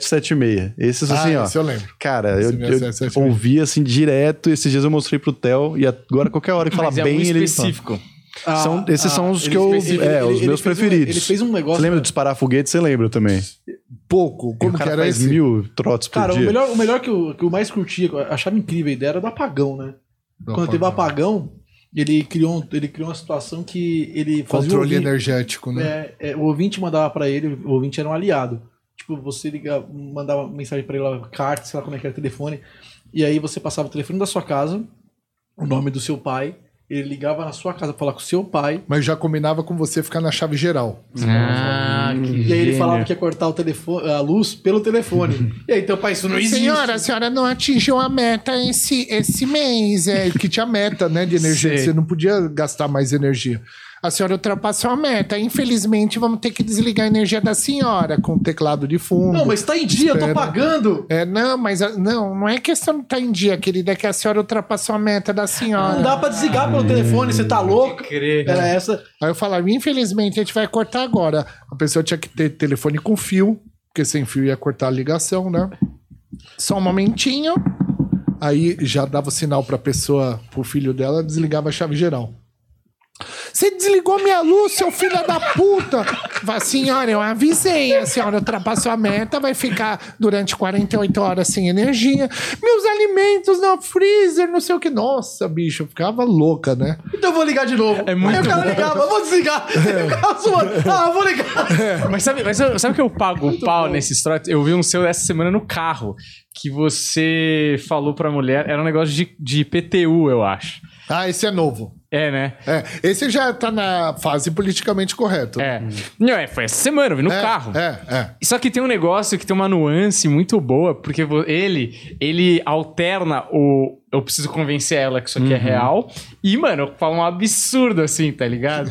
[SPEAKER 3] 6776. Esses assim,
[SPEAKER 5] ah,
[SPEAKER 3] ó.
[SPEAKER 5] esse eu lembro.
[SPEAKER 3] Cara, eu,
[SPEAKER 5] Esse 6776.
[SPEAKER 3] eu ouvi assim direto, esses dias eu mostrei pro Theo, e agora qualquer hora que falar
[SPEAKER 4] Mas é
[SPEAKER 3] bem,
[SPEAKER 4] um
[SPEAKER 3] ele.
[SPEAKER 4] específico.
[SPEAKER 3] São- esses são os
[SPEAKER 2] ele
[SPEAKER 3] que eu-
[SPEAKER 2] fez- Ah, ele-
[SPEAKER 3] é, os
[SPEAKER 2] ele
[SPEAKER 3] meus
[SPEAKER 2] fez um-
[SPEAKER 3] preferidos.
[SPEAKER 2] ele fez um
[SPEAKER 3] Você
[SPEAKER 2] negócio.
[SPEAKER 3] lembra de disparar foguete? Você lembra também?
[SPEAKER 5] Pouco. Como
[SPEAKER 3] o
[SPEAKER 5] que
[SPEAKER 3] cara
[SPEAKER 5] era
[SPEAKER 3] faz
[SPEAKER 5] esse?
[SPEAKER 3] mil trotes por
[SPEAKER 2] Cara, o
[SPEAKER 3] dia.
[SPEAKER 2] melhor, o melhor que, eu, que eu mais curtia, que eu achava incrível a ideia, era do apagão, né? Quando teve o apagão, ele criou, um- ele criou uma situação que ele fazia um o
[SPEAKER 5] Controle
[SPEAKER 2] ouvinte-
[SPEAKER 5] energético,
[SPEAKER 4] Uhum.
[SPEAKER 5] né?
[SPEAKER 2] É, é, o ouvinte mandava pra ele, o ouvinte era um aliado. Tipo, você ligava, mandava mensagem pra ele, lá, carta, sei lá como é que era, telefone. E aí você passava o telefone da sua casa, o nome do seu pai, ele ligava na sua casa pra falar com o seu pai.
[SPEAKER 5] Mas já combinava com você ficar na chave geral.
[SPEAKER 4] Ah, que
[SPEAKER 2] E aí ele
[SPEAKER 4] gênio.
[SPEAKER 2] falava que ia cortar o telefone, a luz pelo telefone. e aí teu pai, isso não existe.
[SPEAKER 5] Senhora, a senhora não atingiu a meta esse, esse mês. É, que tinha meta, né, de energia. que
[SPEAKER 4] Sei.
[SPEAKER 5] Você não podia gastar mais energia. A senhora ultrapassou a meta. Infelizmente, vamos ter que desligar a energia da senhora com o teclado de fundo.
[SPEAKER 2] Não, mas tá em dia, eu tô
[SPEAKER 5] Espera.
[SPEAKER 2] pagando.
[SPEAKER 5] É, não, mas a- não, não é questão de estar em dia, querida, é que a senhora ultrapassou a meta da senhora.
[SPEAKER 2] Não dá pra desligar pelo telefone, você tá louco? Era essa.
[SPEAKER 5] Aí eu falava, infelizmente, a gente vai cortar agora. A pessoa tinha que ter telefone com fio, porque sem fio ia cortar a ligação, né? Só um momentinho. Aí já dava o sinal pra pessoa, pro filho dela, desligava a chave geral. Você desligou minha luz, seu filho da puta! Fala, senhora, eu avisei. A senhora ultrapassou a meta, vai ficar durante 48 horas sem energia. Meus alimentos no freezer, não sei o que. Nossa, bicho, eu ficava louca, né?
[SPEAKER 2] Então eu vou ligar de novo.
[SPEAKER 4] É muito É.
[SPEAKER 2] Aí o cara ligava, eu vou desligar. Eu ficava zoando. Ah, eu vou ligar.
[SPEAKER 3] É.
[SPEAKER 4] Mas sabe, mas sabe sabe que eu pago o pau nesse trote? Eu vi um seu essa semana no carro, que você falou pra mulher, era um negócio de, de PTU, eu acho.
[SPEAKER 5] Ah, esse é novo.
[SPEAKER 4] É, né?
[SPEAKER 5] É, esse já tá na fase politicamente correto.
[SPEAKER 4] É.
[SPEAKER 3] Hum.
[SPEAKER 4] Não, é, foi essa semana, eu vi no
[SPEAKER 5] É,
[SPEAKER 4] carro.
[SPEAKER 5] É, é.
[SPEAKER 4] Só que tem um negócio que tem uma nuance muito boa, porque vo- ele, ele alterna o eu preciso convencer ela que isso aqui é real. E, mano, eu falo um absurdo assim, tá ligado?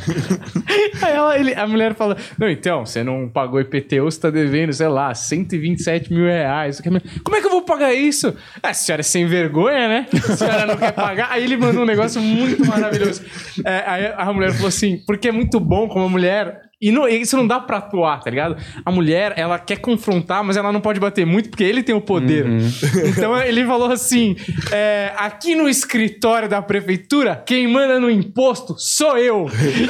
[SPEAKER 4] Aí ela- ele- a mulher fala: Não, então, você não pagou IPTU, você tá devendo, sei lá, 127 mil reais. Eu quero- Como é que eu vou pagar isso? Ah, a senhora é sem vergonha, né? A senhora não quer pagar. Aí ele mandou um negócio muito maravilhoso. É, aí a mulher falou assim: Porque é muito bom como a mulher. E não- e isso não dá pra atuar, tá ligado? A mulher, ela quer confrontar, mas ela não pode bater muito porque ele tem o poder.
[SPEAKER 5] Uhum.
[SPEAKER 4] Então ele falou assim: é, aqui no escritório da prefeitura, quem manda no imposto sou eu.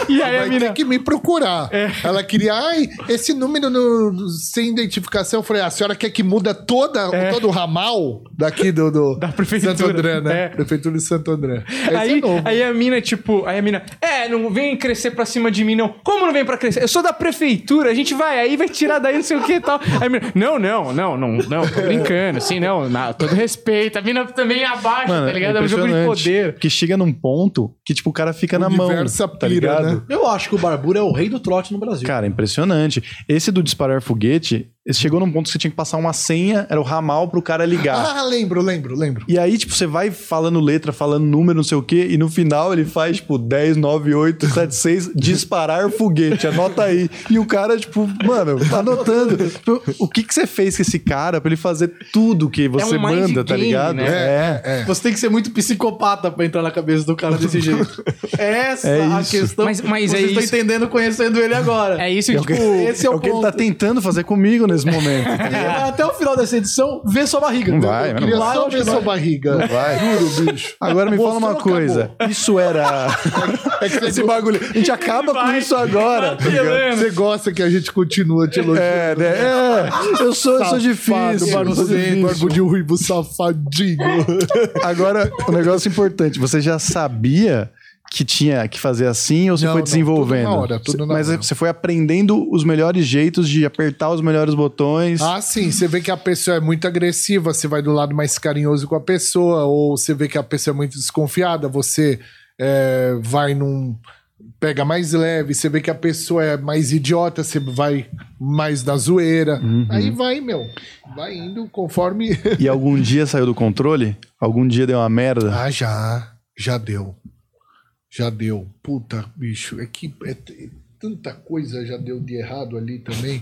[SPEAKER 4] E aí a
[SPEAKER 5] Vai
[SPEAKER 4] É, mina. É.
[SPEAKER 5] ter que me procurar. Ela queria, ai, esse número no- no- sem identificação. Eu falei, a senhora quer que muda toda, todo o ramal daqui do, do
[SPEAKER 4] É. Da prefeitura.
[SPEAKER 5] Santo André, né?
[SPEAKER 4] É.
[SPEAKER 5] Prefeitura de Santo André. Esse é
[SPEAKER 4] Aí,
[SPEAKER 5] novo.
[SPEAKER 4] aí a mina, tipo, aí a mina, é, não vem crescer pra cima de mim, não. Como não vem pra crescer? Eu sou da prefeitura, a gente vai, aí vai tirar daí, não sei o que e tal. Aí a mina, não, não, não, não, não, tô brincando, assim, não, na, todo respeito. A mina também abaixo,
[SPEAKER 3] Mano,
[SPEAKER 4] tá ligado? É um jogo de
[SPEAKER 3] impressionante,
[SPEAKER 4] poder.
[SPEAKER 3] Que chega num ponto que, tipo, o cara fica na mão.
[SPEAKER 5] universo
[SPEAKER 3] tá
[SPEAKER 5] pira,
[SPEAKER 3] ligado?
[SPEAKER 5] né?
[SPEAKER 2] Eu acho que o Barbura é o rei do trote no Brasil.
[SPEAKER 3] Cara, impressionante. Esse do disparar foguete, esse chegou num ponto que você tinha que passar uma senha, era o ramal pro cara ligar.
[SPEAKER 5] Ah, lembro, lembro, lembro.
[SPEAKER 3] E aí, tipo, você vai falando letra, falando número, não sei o quê, e no final ele faz, tipo, 10, 9, 8, 7, 6, disparar foguete, anota aí. E o cara, tipo, mano, tá anotando. Tipo, O que que você fez com esse cara pra ele fazer tudo que você
[SPEAKER 4] É um mind
[SPEAKER 3] manda, tá
[SPEAKER 4] game,
[SPEAKER 3] ligado?
[SPEAKER 4] né?
[SPEAKER 3] É, é.
[SPEAKER 2] Você tem que ser muito psicopata pra entrar na cabeça do cara desse jeito. É essa
[SPEAKER 3] É
[SPEAKER 2] a
[SPEAKER 3] isso.
[SPEAKER 2] questão.
[SPEAKER 4] Mas- mas é
[SPEAKER 2] Vocês estão
[SPEAKER 4] isso.
[SPEAKER 2] entendendo conhecendo ele agora.
[SPEAKER 4] É isso,
[SPEAKER 3] o
[SPEAKER 4] tipo,
[SPEAKER 3] que-
[SPEAKER 2] Esse é o,
[SPEAKER 3] é o que ele
[SPEAKER 2] ponto.
[SPEAKER 3] tá tentando fazer comigo nesse momento.
[SPEAKER 2] E Até o final dessa edição, vê sua barriga.
[SPEAKER 3] Não vai,
[SPEAKER 2] Eu
[SPEAKER 3] não
[SPEAKER 2] queria
[SPEAKER 3] vai.
[SPEAKER 2] só
[SPEAKER 5] Só
[SPEAKER 2] ver
[SPEAKER 5] ver
[SPEAKER 2] sua
[SPEAKER 5] sua barriga.
[SPEAKER 3] né? Vai.
[SPEAKER 5] Juro, bicho.
[SPEAKER 3] Agora me fala uma
[SPEAKER 5] Mostrou,
[SPEAKER 3] coisa.
[SPEAKER 5] acabou.
[SPEAKER 3] Isso era.
[SPEAKER 5] É que você,
[SPEAKER 3] Esse bagulho. A gente acaba com
[SPEAKER 4] Vai.
[SPEAKER 3] isso agora. tá ligado?
[SPEAKER 5] você gosta que a gente continua te elogiando.
[SPEAKER 3] É, né? É. Eu sou, eu sou difícil. eu sou
[SPEAKER 5] Barbudinho,
[SPEAKER 3] difícil.
[SPEAKER 5] barbudinho ruivo safadinho.
[SPEAKER 3] Agora, um negócio importante. Você já sabia que tinha que fazer assim ou você
[SPEAKER 5] Não,
[SPEAKER 3] foi
[SPEAKER 5] não,
[SPEAKER 3] desenvolvendo?
[SPEAKER 5] tudo na hora, tudo na
[SPEAKER 3] Mas
[SPEAKER 5] hora.
[SPEAKER 3] você foi aprendendo os melhores jeitos de apertar os melhores botões.
[SPEAKER 5] Ah, sim. Você vê que a pessoa é muito agressiva, você vai do lado mais carinhoso com a pessoa, ou você vê que a pessoa é muito desconfiada, você é, vai num. pega mais leve, você vê que a pessoa é mais idiota, você vai mais da zoeira. Aí vai, meu. Vai indo conforme.
[SPEAKER 3] E algum dia saiu do controle? Algum dia deu uma merda?
[SPEAKER 5] ah, já. Já deu. Já deu. Puta, bicho. É que é t- tanta coisa já deu de errado ali também.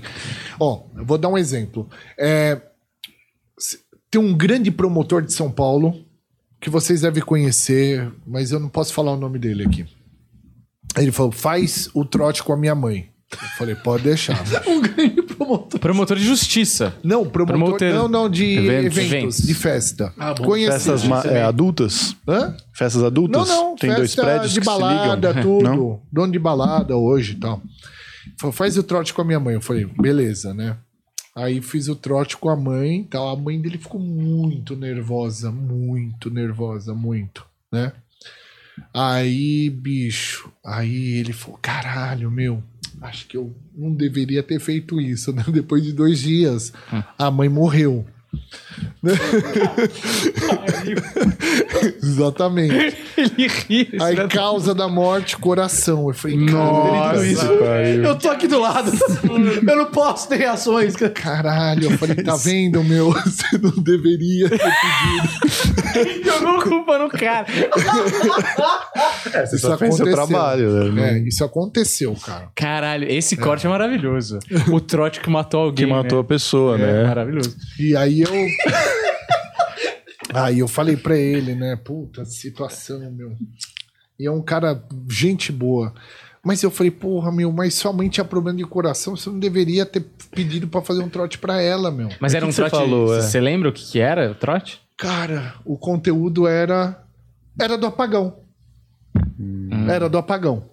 [SPEAKER 5] Ó, eu vou dar um exemplo. É, se- tem um grande promotor de São Paulo que vocês devem conhecer, mas eu não posso falar o nome dele aqui. Ele falou: faz o trote com a minha mãe. Eu falei, pode deixar.
[SPEAKER 2] Um grande promotor.
[SPEAKER 4] Promotor de justiça.
[SPEAKER 5] Não, promotor.
[SPEAKER 4] Promoter.
[SPEAKER 5] Não, não, de
[SPEAKER 3] Eventos.
[SPEAKER 5] eventos,
[SPEAKER 4] Eventos.
[SPEAKER 5] de festa.
[SPEAKER 2] Ah, bom.
[SPEAKER 5] Conheci.
[SPEAKER 3] Festas ma- é, adultas?
[SPEAKER 5] Hã?
[SPEAKER 3] Festas adultas?
[SPEAKER 5] Não, não.
[SPEAKER 3] Tem
[SPEAKER 5] festa
[SPEAKER 3] dois prédios
[SPEAKER 5] de
[SPEAKER 3] que
[SPEAKER 5] balada,
[SPEAKER 3] se ligam?
[SPEAKER 5] tudo.
[SPEAKER 3] Não?
[SPEAKER 5] Dono de balada hoje e tal. Falou, faz o trote com a minha mãe. Eu falei, beleza, né? Aí fiz o trote com a mãe e tal. A mãe dele ficou muito nervosa, muito nervosa, muito, né? Aí, bicho, aí ele falou, caralho, meu, acho que eu não deveria ter feito isso, né? Depois de dois dias, a mãe morreu. Exatamente.
[SPEAKER 4] Ele ri.
[SPEAKER 5] Aí, causa da morte, coração. Eu falei,
[SPEAKER 3] Nossa,
[SPEAKER 5] caralho,
[SPEAKER 3] pariu.
[SPEAKER 2] Eu tô aqui do lado. eu não posso ter reações. cara.
[SPEAKER 5] Caralho, eu falei, tá vendo, meu? Você não deveria.
[SPEAKER 4] Jogou culpa no cara.
[SPEAKER 3] É, você
[SPEAKER 5] Isso
[SPEAKER 3] só fez seu
[SPEAKER 5] aconteceu.
[SPEAKER 3] trabalho. né?
[SPEAKER 5] É, isso aconteceu, cara.
[SPEAKER 4] Caralho, esse corte é maravilhoso. O trote que matou
[SPEAKER 3] Que
[SPEAKER 4] alguém.
[SPEAKER 3] matou a pessoa,
[SPEAKER 4] né? É
[SPEAKER 3] né?
[SPEAKER 4] maravilhoso.
[SPEAKER 5] E aí eu. Aí eu falei pra ele, né? Puta situação, meu. E é um cara, gente boa. Mas eu falei, porra, meu, mas sua mãe tinha problema de coração, você não deveria ter pedido pra fazer um trote pra ela, meu.
[SPEAKER 4] Mas era
[SPEAKER 3] que
[SPEAKER 4] um
[SPEAKER 3] que você
[SPEAKER 4] trote.
[SPEAKER 3] falou, é?
[SPEAKER 4] Você lembra o que, que era o trote?
[SPEAKER 5] Cara, o conteúdo era era do apagão. Era do apagão.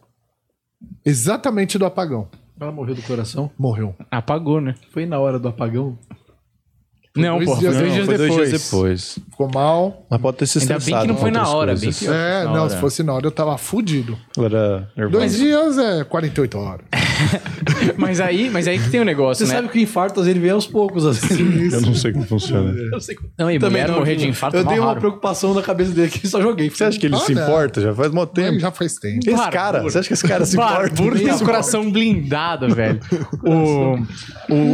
[SPEAKER 5] Exatamente do apagão.
[SPEAKER 2] Ela morreu do coração.
[SPEAKER 5] Morreu.
[SPEAKER 4] Apagou, né?
[SPEAKER 2] Foi na hora do apagão.
[SPEAKER 4] não,
[SPEAKER 5] dois
[SPEAKER 4] porra, foi
[SPEAKER 5] dias-
[SPEAKER 4] dois
[SPEAKER 5] não,
[SPEAKER 4] dias
[SPEAKER 3] foi
[SPEAKER 4] depois.
[SPEAKER 3] dois dias depois.
[SPEAKER 5] Ficou mal.
[SPEAKER 3] Mas pode ter se
[SPEAKER 4] Ainda bem
[SPEAKER 3] estressado.
[SPEAKER 4] que não
[SPEAKER 3] com
[SPEAKER 4] foi na
[SPEAKER 3] outras
[SPEAKER 4] hora, bem
[SPEAKER 3] coisas.
[SPEAKER 4] pior.
[SPEAKER 5] É,
[SPEAKER 4] Na
[SPEAKER 5] não,
[SPEAKER 4] hora.
[SPEAKER 5] se fosse na hora eu tava fudido.
[SPEAKER 3] Ela Era nervosa.
[SPEAKER 5] Dois dias é 48 horas.
[SPEAKER 4] Mas aí, mas aí que tem o negócio,
[SPEAKER 2] Você
[SPEAKER 4] né?
[SPEAKER 2] sabe que o infarto, às vezes, ele vem aos poucos. Às vezes.
[SPEAKER 3] Eu não sei como funciona.
[SPEAKER 2] Eu sei que-
[SPEAKER 4] Não, e
[SPEAKER 2] Também
[SPEAKER 4] mulher
[SPEAKER 2] não,
[SPEAKER 4] morrer
[SPEAKER 2] eu-
[SPEAKER 4] de infarto é
[SPEAKER 2] Eu
[SPEAKER 4] mó
[SPEAKER 2] tenho uma
[SPEAKER 4] raro.
[SPEAKER 2] preocupação na cabeça dele aqui, só joguei.
[SPEAKER 3] Você acha que ele
[SPEAKER 5] Ah,
[SPEAKER 3] se
[SPEAKER 5] não.
[SPEAKER 3] importa? Já faz mó
[SPEAKER 5] Mas
[SPEAKER 3] tempo.
[SPEAKER 5] já faz tempo.
[SPEAKER 3] Esse
[SPEAKER 4] Barbudo.
[SPEAKER 3] cara, você acha que esse cara se importa?
[SPEAKER 4] Barbudo tem um o coração blindado, velho. O...
[SPEAKER 3] Uhum.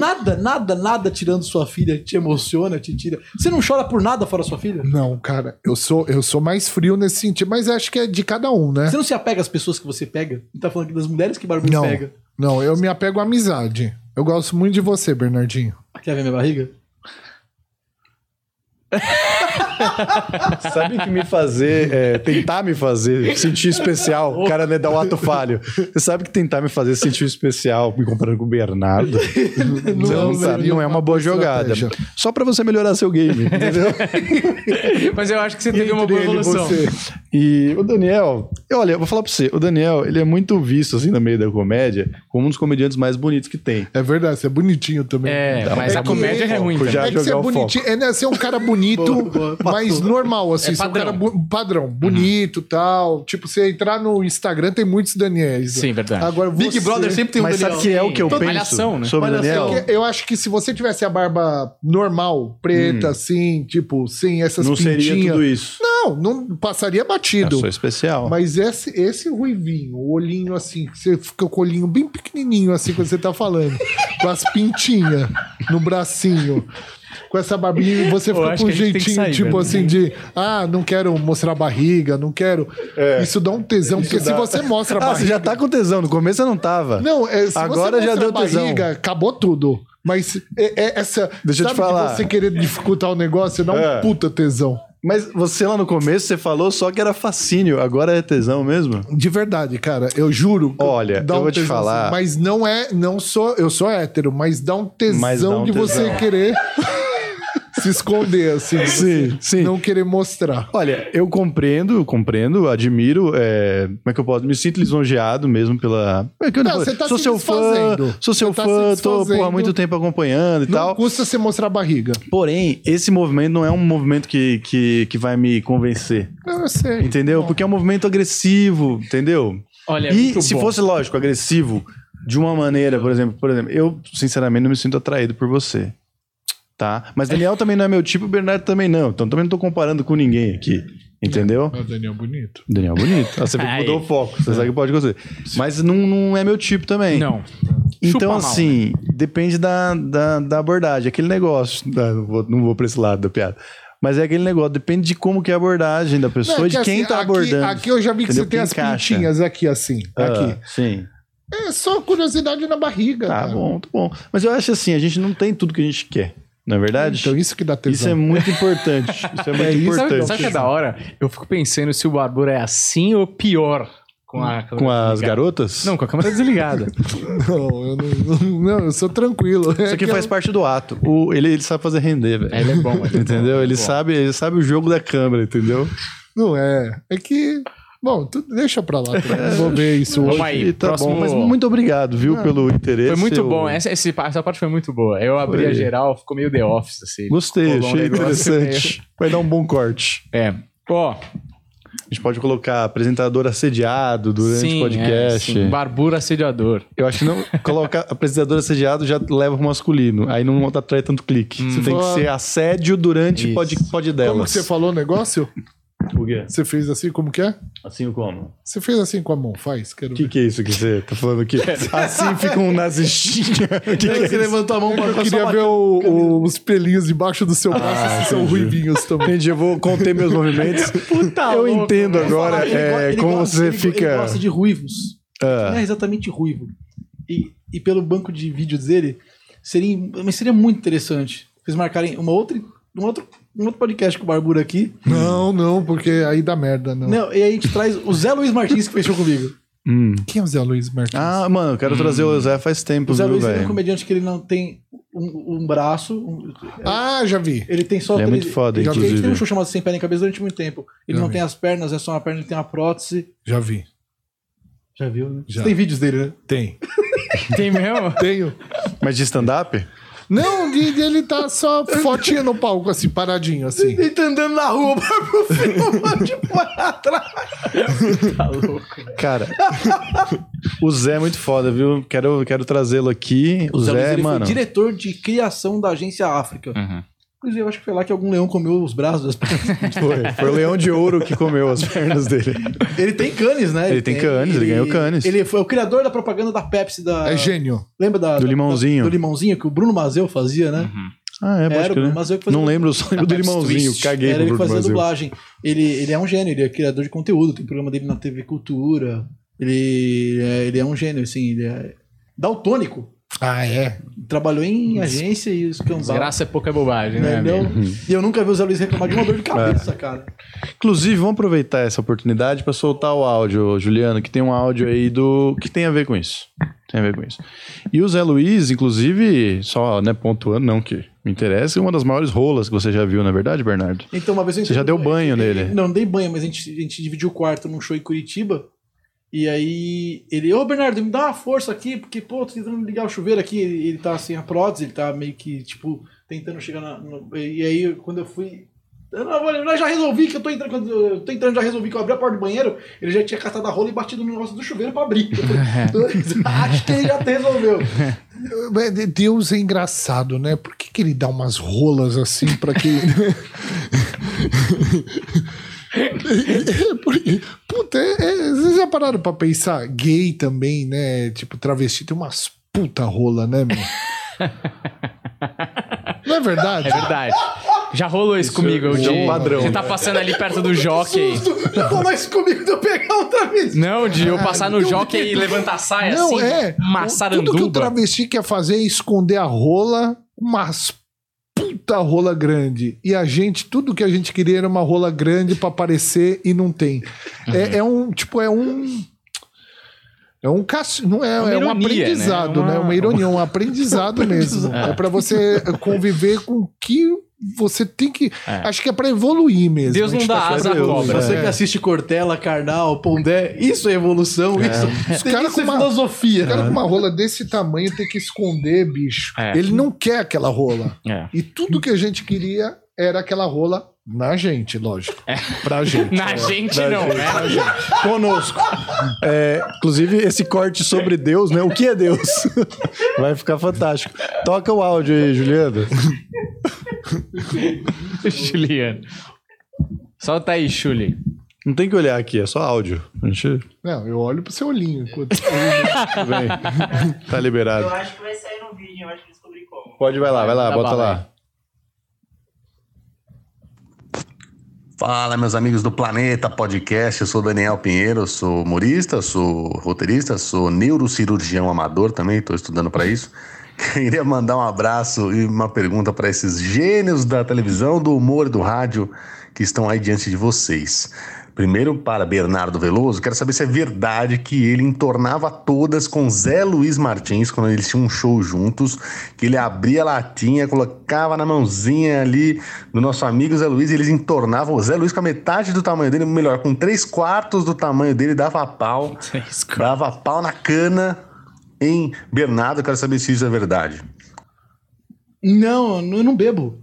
[SPEAKER 2] Nada, nada, nada tirando sua filha te emociona, te tira. Você não chora por nada fora sua
[SPEAKER 3] É.
[SPEAKER 2] filha?
[SPEAKER 5] Não, cara, eu sou eu sou mais frio nesse sentido, mas acho que é de cada um, né?
[SPEAKER 2] Você não se apega às pessoas que você pega? Não tá falando aqui das mulheres que barbudo
[SPEAKER 5] Não.
[SPEAKER 2] pega.
[SPEAKER 5] Não, eu me apego à amizade. Eu gosto muito de você, Bernardinho.
[SPEAKER 2] Quer ver é minha barriga?
[SPEAKER 3] Sabe que me fazer, é, tentar me fazer sentir especial, o cara né, dá um ato falho. Você sabe que tentar me fazer sentir especial, me comparando com o Bernardo, não, não, sabe, não é uma boa jogada.
[SPEAKER 5] estratégia.
[SPEAKER 3] Só pra você melhorar seu game, entendeu?
[SPEAKER 4] Mas eu acho que você teve É uma
[SPEAKER 5] Entre
[SPEAKER 4] boa
[SPEAKER 5] ele e
[SPEAKER 4] evolução.
[SPEAKER 5] você.
[SPEAKER 3] E o Daniel, eu, olha, eu vou falar pra você, o Daniel, ele é muito visto, assim, no meio da comédia, como um dos comediantes mais bonitos que tem.
[SPEAKER 5] É verdade, você é bonitinho também.
[SPEAKER 4] É, mas
[SPEAKER 5] é
[SPEAKER 4] a
[SPEAKER 5] que-
[SPEAKER 4] comédia é ruim,
[SPEAKER 3] Já-
[SPEAKER 4] velho.
[SPEAKER 5] é que você é
[SPEAKER 3] jogar o
[SPEAKER 5] bonitinho. É, né, você é um cara bonito,
[SPEAKER 2] Boa, boa,
[SPEAKER 5] mas
[SPEAKER 2] passou.
[SPEAKER 5] normal, assim.
[SPEAKER 4] É
[SPEAKER 5] você É um
[SPEAKER 4] padrão.
[SPEAKER 5] cara bu- padrão,
[SPEAKER 3] Uhum.
[SPEAKER 5] bonito e tal. Tipo, você entrar no Instagram, tem muitos Daniels.
[SPEAKER 4] Sim, verdade.
[SPEAKER 5] Agora,
[SPEAKER 2] Big
[SPEAKER 5] você-
[SPEAKER 2] Brother sempre tem um
[SPEAKER 3] Mas
[SPEAKER 2] Daniel.
[SPEAKER 3] sabe que é o que eu
[SPEAKER 4] Toda
[SPEAKER 3] penso
[SPEAKER 4] malhação, né?
[SPEAKER 3] sobre o Daniel?
[SPEAKER 2] é
[SPEAKER 5] Porque Eu acho que se você tivesse a barba normal, preta, assim, tipo, sem essas
[SPEAKER 3] Hum. Não
[SPEAKER 5] pintinhas...
[SPEAKER 3] seria tudo isso.
[SPEAKER 5] Não, não passaria
[SPEAKER 3] Eu
[SPEAKER 5] batido.
[SPEAKER 3] sou especial.
[SPEAKER 5] Mas esse, esse ruivinho, o olhinho assim, que você fica com o olhinho bem pequenininho assim quando você tá falando, com as pintinhas no bracinho, com essa barbinha, e você fica
[SPEAKER 4] acho
[SPEAKER 5] com um
[SPEAKER 4] que a gente tem que
[SPEAKER 5] jeitinho
[SPEAKER 4] sair,
[SPEAKER 5] tipo
[SPEAKER 4] velho.
[SPEAKER 5] assim de, ah, não quero mostrar a barriga, não quero. Isso dá um tesão, porque se você mostra a
[SPEAKER 3] É. Ah,
[SPEAKER 5] barriga.
[SPEAKER 3] você já tá com tesão, no começo eu não tava.
[SPEAKER 5] Não, é, se
[SPEAKER 3] Agora
[SPEAKER 5] você
[SPEAKER 3] já
[SPEAKER 5] mostra
[SPEAKER 3] deu
[SPEAKER 5] a barriga, acabou tudo. Mas é, é essa.
[SPEAKER 3] Deixa eu te
[SPEAKER 5] sabe de
[SPEAKER 3] falar.
[SPEAKER 5] você querer dificultar o negócio, dá um
[SPEAKER 3] É.
[SPEAKER 5] puta tesão.
[SPEAKER 3] Mas você lá no começo, você falou só que era fascínio, agora é tesão mesmo?
[SPEAKER 5] De verdade, cara, eu juro.
[SPEAKER 3] Olha,
[SPEAKER 5] dá
[SPEAKER 3] eu vou te
[SPEAKER 5] tesão,
[SPEAKER 3] falar.
[SPEAKER 5] assim, Mas não é, não sou, eu sou hétero, mas dá um tesão
[SPEAKER 3] Mas dá um
[SPEAKER 5] de
[SPEAKER 3] tesão.
[SPEAKER 5] você querer se esconder, assim.
[SPEAKER 3] Sim, sim.
[SPEAKER 5] Não querer mostrar.
[SPEAKER 3] Olha, eu compreendo, eu compreendo, admiro, é, como é que eu posso? Me sinto lisonjeado mesmo pela... É que eu
[SPEAKER 5] Ah, você tá
[SPEAKER 3] sou
[SPEAKER 5] se
[SPEAKER 3] seu fã,
[SPEAKER 5] desfazendo.
[SPEAKER 3] sou seu
[SPEAKER 5] Você tá
[SPEAKER 3] fã,
[SPEAKER 5] se
[SPEAKER 3] tô porra, há
[SPEAKER 5] desfazendo.
[SPEAKER 3] muito tempo acompanhando e
[SPEAKER 5] Não
[SPEAKER 3] tal.
[SPEAKER 5] custa você mostrar a barriga.
[SPEAKER 3] Porém, esse movimento não é um movimento que, que, que vai me convencer,
[SPEAKER 5] Ah, Eu sei.
[SPEAKER 3] entendeu? Porque é um movimento agressivo, entendeu?
[SPEAKER 4] Olha, é
[SPEAKER 3] e
[SPEAKER 4] muito
[SPEAKER 3] se
[SPEAKER 4] bom.
[SPEAKER 3] fosse, lógico, agressivo, de uma maneira, por exemplo, por exemplo, eu, sinceramente, não me sinto atraído por você. Tá? Mas Daniel também não é meu tipo, o Bernardo também não. Então também não tô comparando com ninguém aqui. Entendeu?
[SPEAKER 7] É o Daniel Bonito.
[SPEAKER 3] Daniel Bonito. Ah, Você
[SPEAKER 4] Aí.
[SPEAKER 3] mudou o foco. Você sabe que pode gostar. Mas não, não é meu tipo também.
[SPEAKER 4] Não. Chupa
[SPEAKER 3] Então,
[SPEAKER 4] mal.
[SPEAKER 3] assim, depende da, da, da abordagem. Aquele negócio. Ah, Não vou, não vou pra esse lado da piada. Mas é aquele negócio, depende de como que é a abordagem da pessoa,
[SPEAKER 5] Não, é
[SPEAKER 3] de
[SPEAKER 5] que
[SPEAKER 3] quem
[SPEAKER 5] assim,
[SPEAKER 3] tá
[SPEAKER 5] aqui-
[SPEAKER 3] abordando.
[SPEAKER 5] Aqui eu já vi que
[SPEAKER 3] Entendeu?
[SPEAKER 5] você tem
[SPEAKER 3] Quem
[SPEAKER 5] as
[SPEAKER 3] encaixa.
[SPEAKER 5] pintinhas aqui, assim.
[SPEAKER 3] Ah,
[SPEAKER 5] Aqui.
[SPEAKER 3] Sim.
[SPEAKER 5] É só curiosidade na barriga.
[SPEAKER 3] Tá
[SPEAKER 4] É.
[SPEAKER 5] cara.
[SPEAKER 3] bom, tá bom. Mas eu acho assim, a gente não tem tudo que a gente quer. Não é verdade?
[SPEAKER 5] Então isso que dá
[SPEAKER 3] isso
[SPEAKER 5] tesão.
[SPEAKER 3] é muito importante. Isso é muito
[SPEAKER 5] isso,
[SPEAKER 3] importante.
[SPEAKER 4] Sabe o que é da hora? Eu fico pensando se o Barbura é assim ou pior com a câmera
[SPEAKER 3] Com as
[SPEAKER 4] desligada.
[SPEAKER 3] garotas?
[SPEAKER 4] Não, com a câmera desligada.
[SPEAKER 5] Não, eu não, não, eu sou tranquilo. É
[SPEAKER 3] Isso aqui faz parte do ato. O, ele, ele sabe fazer render, velho.
[SPEAKER 4] ele é bom. Ele é bom,
[SPEAKER 3] Entendeu? Ele
[SPEAKER 4] bom.
[SPEAKER 3] sabe, ele sabe o jogo da câmera, entendeu?
[SPEAKER 5] Não é. É que. Bom, tu deixa pra lá. também. Não vou ver isso hoje.
[SPEAKER 4] Vamos aí,
[SPEAKER 3] E tá
[SPEAKER 4] próximo.
[SPEAKER 3] bom, mas muito obrigado, viu, pelo interesse.
[SPEAKER 4] Foi muito
[SPEAKER 3] Eu
[SPEAKER 4] bom. é. Essa, esse- essa parte foi muito boa. Eu abri
[SPEAKER 3] Foi.
[SPEAKER 4] a geral, ficou meio The Office, assim.
[SPEAKER 3] Gostei,
[SPEAKER 4] Rolou um
[SPEAKER 3] achei
[SPEAKER 4] negócio
[SPEAKER 3] interessante. Vai dar um bom corte.
[SPEAKER 4] É. Ó,
[SPEAKER 3] A gente pode colocar apresentador assediado durante
[SPEAKER 4] sim,
[SPEAKER 3] o
[SPEAKER 4] é,
[SPEAKER 3] podcast.
[SPEAKER 4] sim. Barbura assediador.
[SPEAKER 3] Eu acho que não. Colocar apresentador assediado já leva pro masculino. Aí não atrai tanto clique. Você tem que ser assédio durante
[SPEAKER 4] Isso.
[SPEAKER 3] pod, pod
[SPEAKER 5] Como que
[SPEAKER 3] delas.
[SPEAKER 5] você falou o negócio?
[SPEAKER 3] O quê?
[SPEAKER 5] Você fez assim, como que é?
[SPEAKER 3] Assim como?
[SPEAKER 5] Você fez assim com a mão, faz, quero
[SPEAKER 3] O que,
[SPEAKER 5] ver.
[SPEAKER 3] que é isso que você tá falando aqui? Assim fica um nazistinha. O que, que é
[SPEAKER 2] Você
[SPEAKER 3] isso?
[SPEAKER 2] levantou a mão pra
[SPEAKER 5] Eu queria ver o- o- os pelinhos debaixo do seu braço, esses são
[SPEAKER 3] Ah, entendi.
[SPEAKER 5] ruivinhos também.
[SPEAKER 3] Entendi, eu vou conter meus movimentos. eu
[SPEAKER 4] louco,
[SPEAKER 3] entendo
[SPEAKER 2] Ele fala
[SPEAKER 3] agora
[SPEAKER 2] que Ah, ele
[SPEAKER 3] é,
[SPEAKER 2] go- ele
[SPEAKER 3] como
[SPEAKER 2] gosta-
[SPEAKER 3] você
[SPEAKER 2] ele go-
[SPEAKER 3] fica.
[SPEAKER 2] Ele gosta de ruivos.
[SPEAKER 3] Ah.
[SPEAKER 2] Não é exatamente ruivo. E, e pelo banco de vídeos dele, seria, mas seria muito interessante vocês marcarem uma outra, um, outro, um outro podcast com o Barbura aqui.
[SPEAKER 5] Não, não, porque aí dá merda, não.
[SPEAKER 2] Não, e aí a gente traz o Zé Luiz Martins que fechou comigo.
[SPEAKER 3] Hum.
[SPEAKER 5] Quem é o Zé Luiz Martins?
[SPEAKER 3] Ah, mano, eu quero trazer o Zé faz tempo,
[SPEAKER 2] O Zé
[SPEAKER 3] viu,
[SPEAKER 2] Luiz é um
[SPEAKER 3] velho?
[SPEAKER 2] comediante que ele não tem um, um braço. um-
[SPEAKER 5] Ah, já vi.
[SPEAKER 2] ele tem só.
[SPEAKER 3] Ele é
[SPEAKER 2] aquele-
[SPEAKER 3] muito foda,
[SPEAKER 2] ele- Ele tem um
[SPEAKER 3] inclusive.
[SPEAKER 2] show chamado Sem Pé nem Cabeça durante muito tempo. Ele
[SPEAKER 5] Já
[SPEAKER 2] não
[SPEAKER 5] vi.
[SPEAKER 2] tem as pernas, é só uma perna, ele tem uma prótese.
[SPEAKER 5] Já vi.
[SPEAKER 2] Já viu, né?
[SPEAKER 5] Já.
[SPEAKER 2] Você tem vídeos dele, né?
[SPEAKER 5] Tem.
[SPEAKER 4] Tem mesmo?
[SPEAKER 5] Tenho.
[SPEAKER 3] Mas de stand-up?
[SPEAKER 5] Não, de- de- ele tá só fotinha no palco, assim, paradinho, assim.
[SPEAKER 2] Ele tá andando na rua pra pro filme, tipo, atrás.
[SPEAKER 3] Cara, o Zé é muito foda, viu? Quero, quero trazê-lo aqui. O,
[SPEAKER 2] O Zé, Luiz,
[SPEAKER 3] Zé,
[SPEAKER 2] ele
[SPEAKER 3] mano.
[SPEAKER 2] foi diretor de criação da agência África.
[SPEAKER 4] Uhum.
[SPEAKER 2] Inclusive, eu acho que foi lá que algum leão comeu os braços das pernas.
[SPEAKER 3] Foi, foi o leão de ouro que comeu as pernas dele.
[SPEAKER 2] Ele tem canes, né?
[SPEAKER 3] Ele tem canes, ele ganhou canes.
[SPEAKER 2] Ele foi o criador da propaganda da Pepsi da.
[SPEAKER 5] É gênio.
[SPEAKER 2] Lembra da.
[SPEAKER 3] Do
[SPEAKER 2] da-
[SPEAKER 3] limãozinho.
[SPEAKER 2] do limãozinho que o Bruno Mazeu fazia, né?
[SPEAKER 3] Ah, é, pode
[SPEAKER 2] Era o Bruno
[SPEAKER 3] crer.
[SPEAKER 2] Mazeu que fazia. um
[SPEAKER 3] Não lembro o sonho do limãozinho. Caguei
[SPEAKER 2] Era
[SPEAKER 3] pro
[SPEAKER 2] ele que
[SPEAKER 3] Bruno
[SPEAKER 2] fazia
[SPEAKER 3] Brasil.
[SPEAKER 2] dublagem. Ele, ele é um gênio, ele é criador de conteúdo, tem programa dele na TV Cultura. Ele é, ele é um gênio, assim, ele é. Daltônico.
[SPEAKER 5] Ah, é.
[SPEAKER 2] Trabalhou em agência e os cambás.
[SPEAKER 4] Desgraça é pouca bobagem, né?
[SPEAKER 2] Entendeu?
[SPEAKER 4] amigo?
[SPEAKER 2] E eu nunca vi o Zé Luiz reclamar de uma dor de cabeça, cara.
[SPEAKER 3] Inclusive, vamos aproveitar essa oportunidade para soltar o áudio, Juliano, que tem um áudio aí do que tem a ver com isso. Tem a ver com isso. E o Zé Luiz, inclusive, só né, pontuando, não que me interessa, é uma das maiores rolas que você já viu, na verdade, Bernardo.
[SPEAKER 2] Então, uma vez eu
[SPEAKER 3] Você já deu banho nele.
[SPEAKER 2] Não, não dei banho, mas a gente, a gente dividiu o quarto num show em Curitiba. E aí ele, ô Bernardo, me dá uma força aqui, porque, pô, tô tentando ligar o chuveiro aqui. Ele, ele tá sem a prótese, ele tá meio que, tipo, tentando chegar na. no- e aí, quando eu fui. Eu, não, olha, eu já resolvi que eu tô entrando. quando Eu tô entrando, já resolvi que eu abri a porta do banheiro, ele já tinha catado a rola e batido no negócio do chuveiro pra abrir. Eu falei, Acho que ele já te resolveu.
[SPEAKER 5] Deus é engraçado, né? Por que, que ele dá umas rolas assim pra quem. É, porque- Puta, é- é- vocês já pararam pra pensar? Gay também, né? Tipo, travesti tem umas puta rola, né, meu? Não é verdade?
[SPEAKER 4] É verdade. Já rolou isso, comigo.
[SPEAKER 3] isso é um
[SPEAKER 4] de-
[SPEAKER 3] padrão,
[SPEAKER 4] Você tá passando ali perto do jockey.
[SPEAKER 2] Não falou isso comigo de eu pegar outra vez.
[SPEAKER 4] Não, de eu passar no
[SPEAKER 5] Não,
[SPEAKER 4] jockey e levantar a saia
[SPEAKER 5] Não,
[SPEAKER 4] assim.
[SPEAKER 5] é.
[SPEAKER 4] maçaranduba.
[SPEAKER 5] Tudo que o travesti quer fazer é esconder a rola, umas puta rola grande. E a gente, tudo que a gente queria era uma rola grande pra aparecer e não tem.
[SPEAKER 4] Uhum.
[SPEAKER 5] É, é um, tipo, é um... É um caço, não é,
[SPEAKER 4] Uma
[SPEAKER 5] é um
[SPEAKER 4] ironia, né?
[SPEAKER 5] aprendizado, né?
[SPEAKER 4] Uma-
[SPEAKER 5] Uma ironia, um aprendizado mesmo. É pra você conviver com o que você tem que. Acho que é pra evoluir mesmo.
[SPEAKER 4] Deus
[SPEAKER 5] A gente
[SPEAKER 4] não dá
[SPEAKER 5] tá
[SPEAKER 4] asa à
[SPEAKER 5] evoluindo.
[SPEAKER 4] cobra.
[SPEAKER 2] É. Você que assiste Cortella, Carnal, Pondé, isso é evolução, isso,
[SPEAKER 5] Os
[SPEAKER 2] tem
[SPEAKER 5] cara
[SPEAKER 2] isso
[SPEAKER 5] com
[SPEAKER 2] é
[SPEAKER 5] uma-
[SPEAKER 2] filosofia.
[SPEAKER 5] O cara com uma rola desse tamanho tem que esconder, bicho.
[SPEAKER 4] É.
[SPEAKER 5] Ele não quer aquela rola.
[SPEAKER 4] É.
[SPEAKER 5] E tudo que a gente queria era aquela rola na gente, lógico.
[SPEAKER 4] É.
[SPEAKER 5] Pra gente.
[SPEAKER 4] Na gente não, né?
[SPEAKER 3] Conosco. É, inclusive, esse corte sobre Deus, né? O que é Deus? Vai ficar fantástico. Toca o áudio aí, Juliano.
[SPEAKER 4] Juliano. Solta aí, Chuli.
[SPEAKER 3] Não tem que olhar aqui, é só áudio. A gente
[SPEAKER 5] Não, eu olho pro seu olhinho. enquanto-
[SPEAKER 3] tudo bem. tá
[SPEAKER 6] Eu
[SPEAKER 3] liberado.
[SPEAKER 6] acho que vai sair no vídeo, eu acho que descobri como.
[SPEAKER 3] Pode, vai lá, Tá vai lá,
[SPEAKER 4] Dá
[SPEAKER 3] bota
[SPEAKER 4] bala
[SPEAKER 3] lá.
[SPEAKER 7] Fala, meus amigos do Planeta Podcast. Eu sou Daniel Pinheiro, sou humorista, sou roteirista, sou neurocirurgião amador também, estou estudando para isso. Queria mandar um abraço e uma pergunta para esses gênios da televisão, do humor e do rádio que estão aí diante de vocês. Primeiro, para Bernardo Veloso, quero saber se é verdade que ele entornava todas com Zé Luiz Martins quando eles tinham um show juntos, que ele abria a latinha, colocava na mãozinha ali do nosso amigo Zé Luiz e eles entornavam o Zé Luiz com a metade do tamanho dele, melhor, com três quartos do tamanho dele, dava pau, dava pau na cana em Bernardo. Quero saber se isso é verdade.
[SPEAKER 2] Não, eu não- eu não bebo.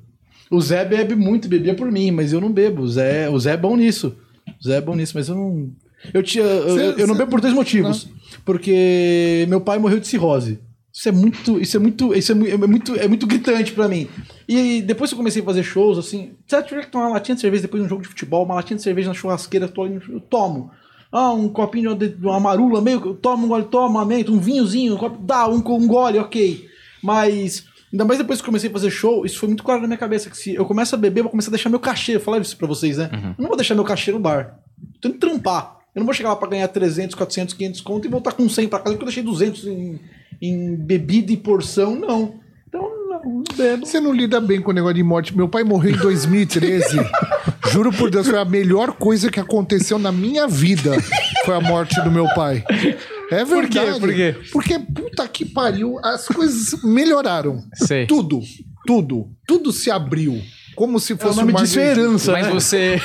[SPEAKER 2] O Zé bebe muito, bebia por mim, mas eu não bebo. O Zé, o Zé é bom nisso. O Zé é bom nisso, mas eu não. Eu, tinha, eu,
[SPEAKER 5] Cê-
[SPEAKER 2] eu- eu não
[SPEAKER 5] cê-
[SPEAKER 2] bebo por dois motivos. Porque meu pai morreu de cirrose. Isso é muito. Isso é muito. Isso é mu- é muito, é muito gritante pra mim. E depois que eu comecei a fazer shows, assim. Você tiver que tomar uma latinha de cerveja depois de um jogo de futebol, uma latinha de cerveja na churrasqueira, eu tô ali no- eu tomo. Ah, um copinho de de uma marula, meio. que eu Tomo um gole, toma, aumenta, um vinhozinho, um copo, dá, um, co- um gole, ok. Mas. Ainda mais depois que eu comecei a fazer show, isso foi muito claro na minha cabeça. Que se eu começo a beber, eu vou começar a deixar meu cachê. Eu falava isso pra vocês, né? Eu não vou deixar meu cachê no bar. Eu tenho que trampar. Eu não vou chegar lá pra ganhar 300, 400, 500 conto e voltar com 100 pra casa porque eu deixei 200 em, em bebida e porção, não. Então, não, não bebo.
[SPEAKER 5] Você não lida bem com o negócio de morte. Meu pai morreu em 2013. Juro por Deus, foi a melhor coisa que aconteceu na minha vida. Foi a morte do meu pai. É verdade.
[SPEAKER 4] Por quê?
[SPEAKER 5] Porque, puta que pariu, as coisas melhoraram.
[SPEAKER 4] Sei.
[SPEAKER 5] Tudo, tudo, tudo se abriu. Como se
[SPEAKER 2] o
[SPEAKER 5] fosse
[SPEAKER 2] nome
[SPEAKER 5] uma
[SPEAKER 2] disso
[SPEAKER 5] grande-
[SPEAKER 2] é herança,
[SPEAKER 4] Mas
[SPEAKER 2] né?
[SPEAKER 4] você.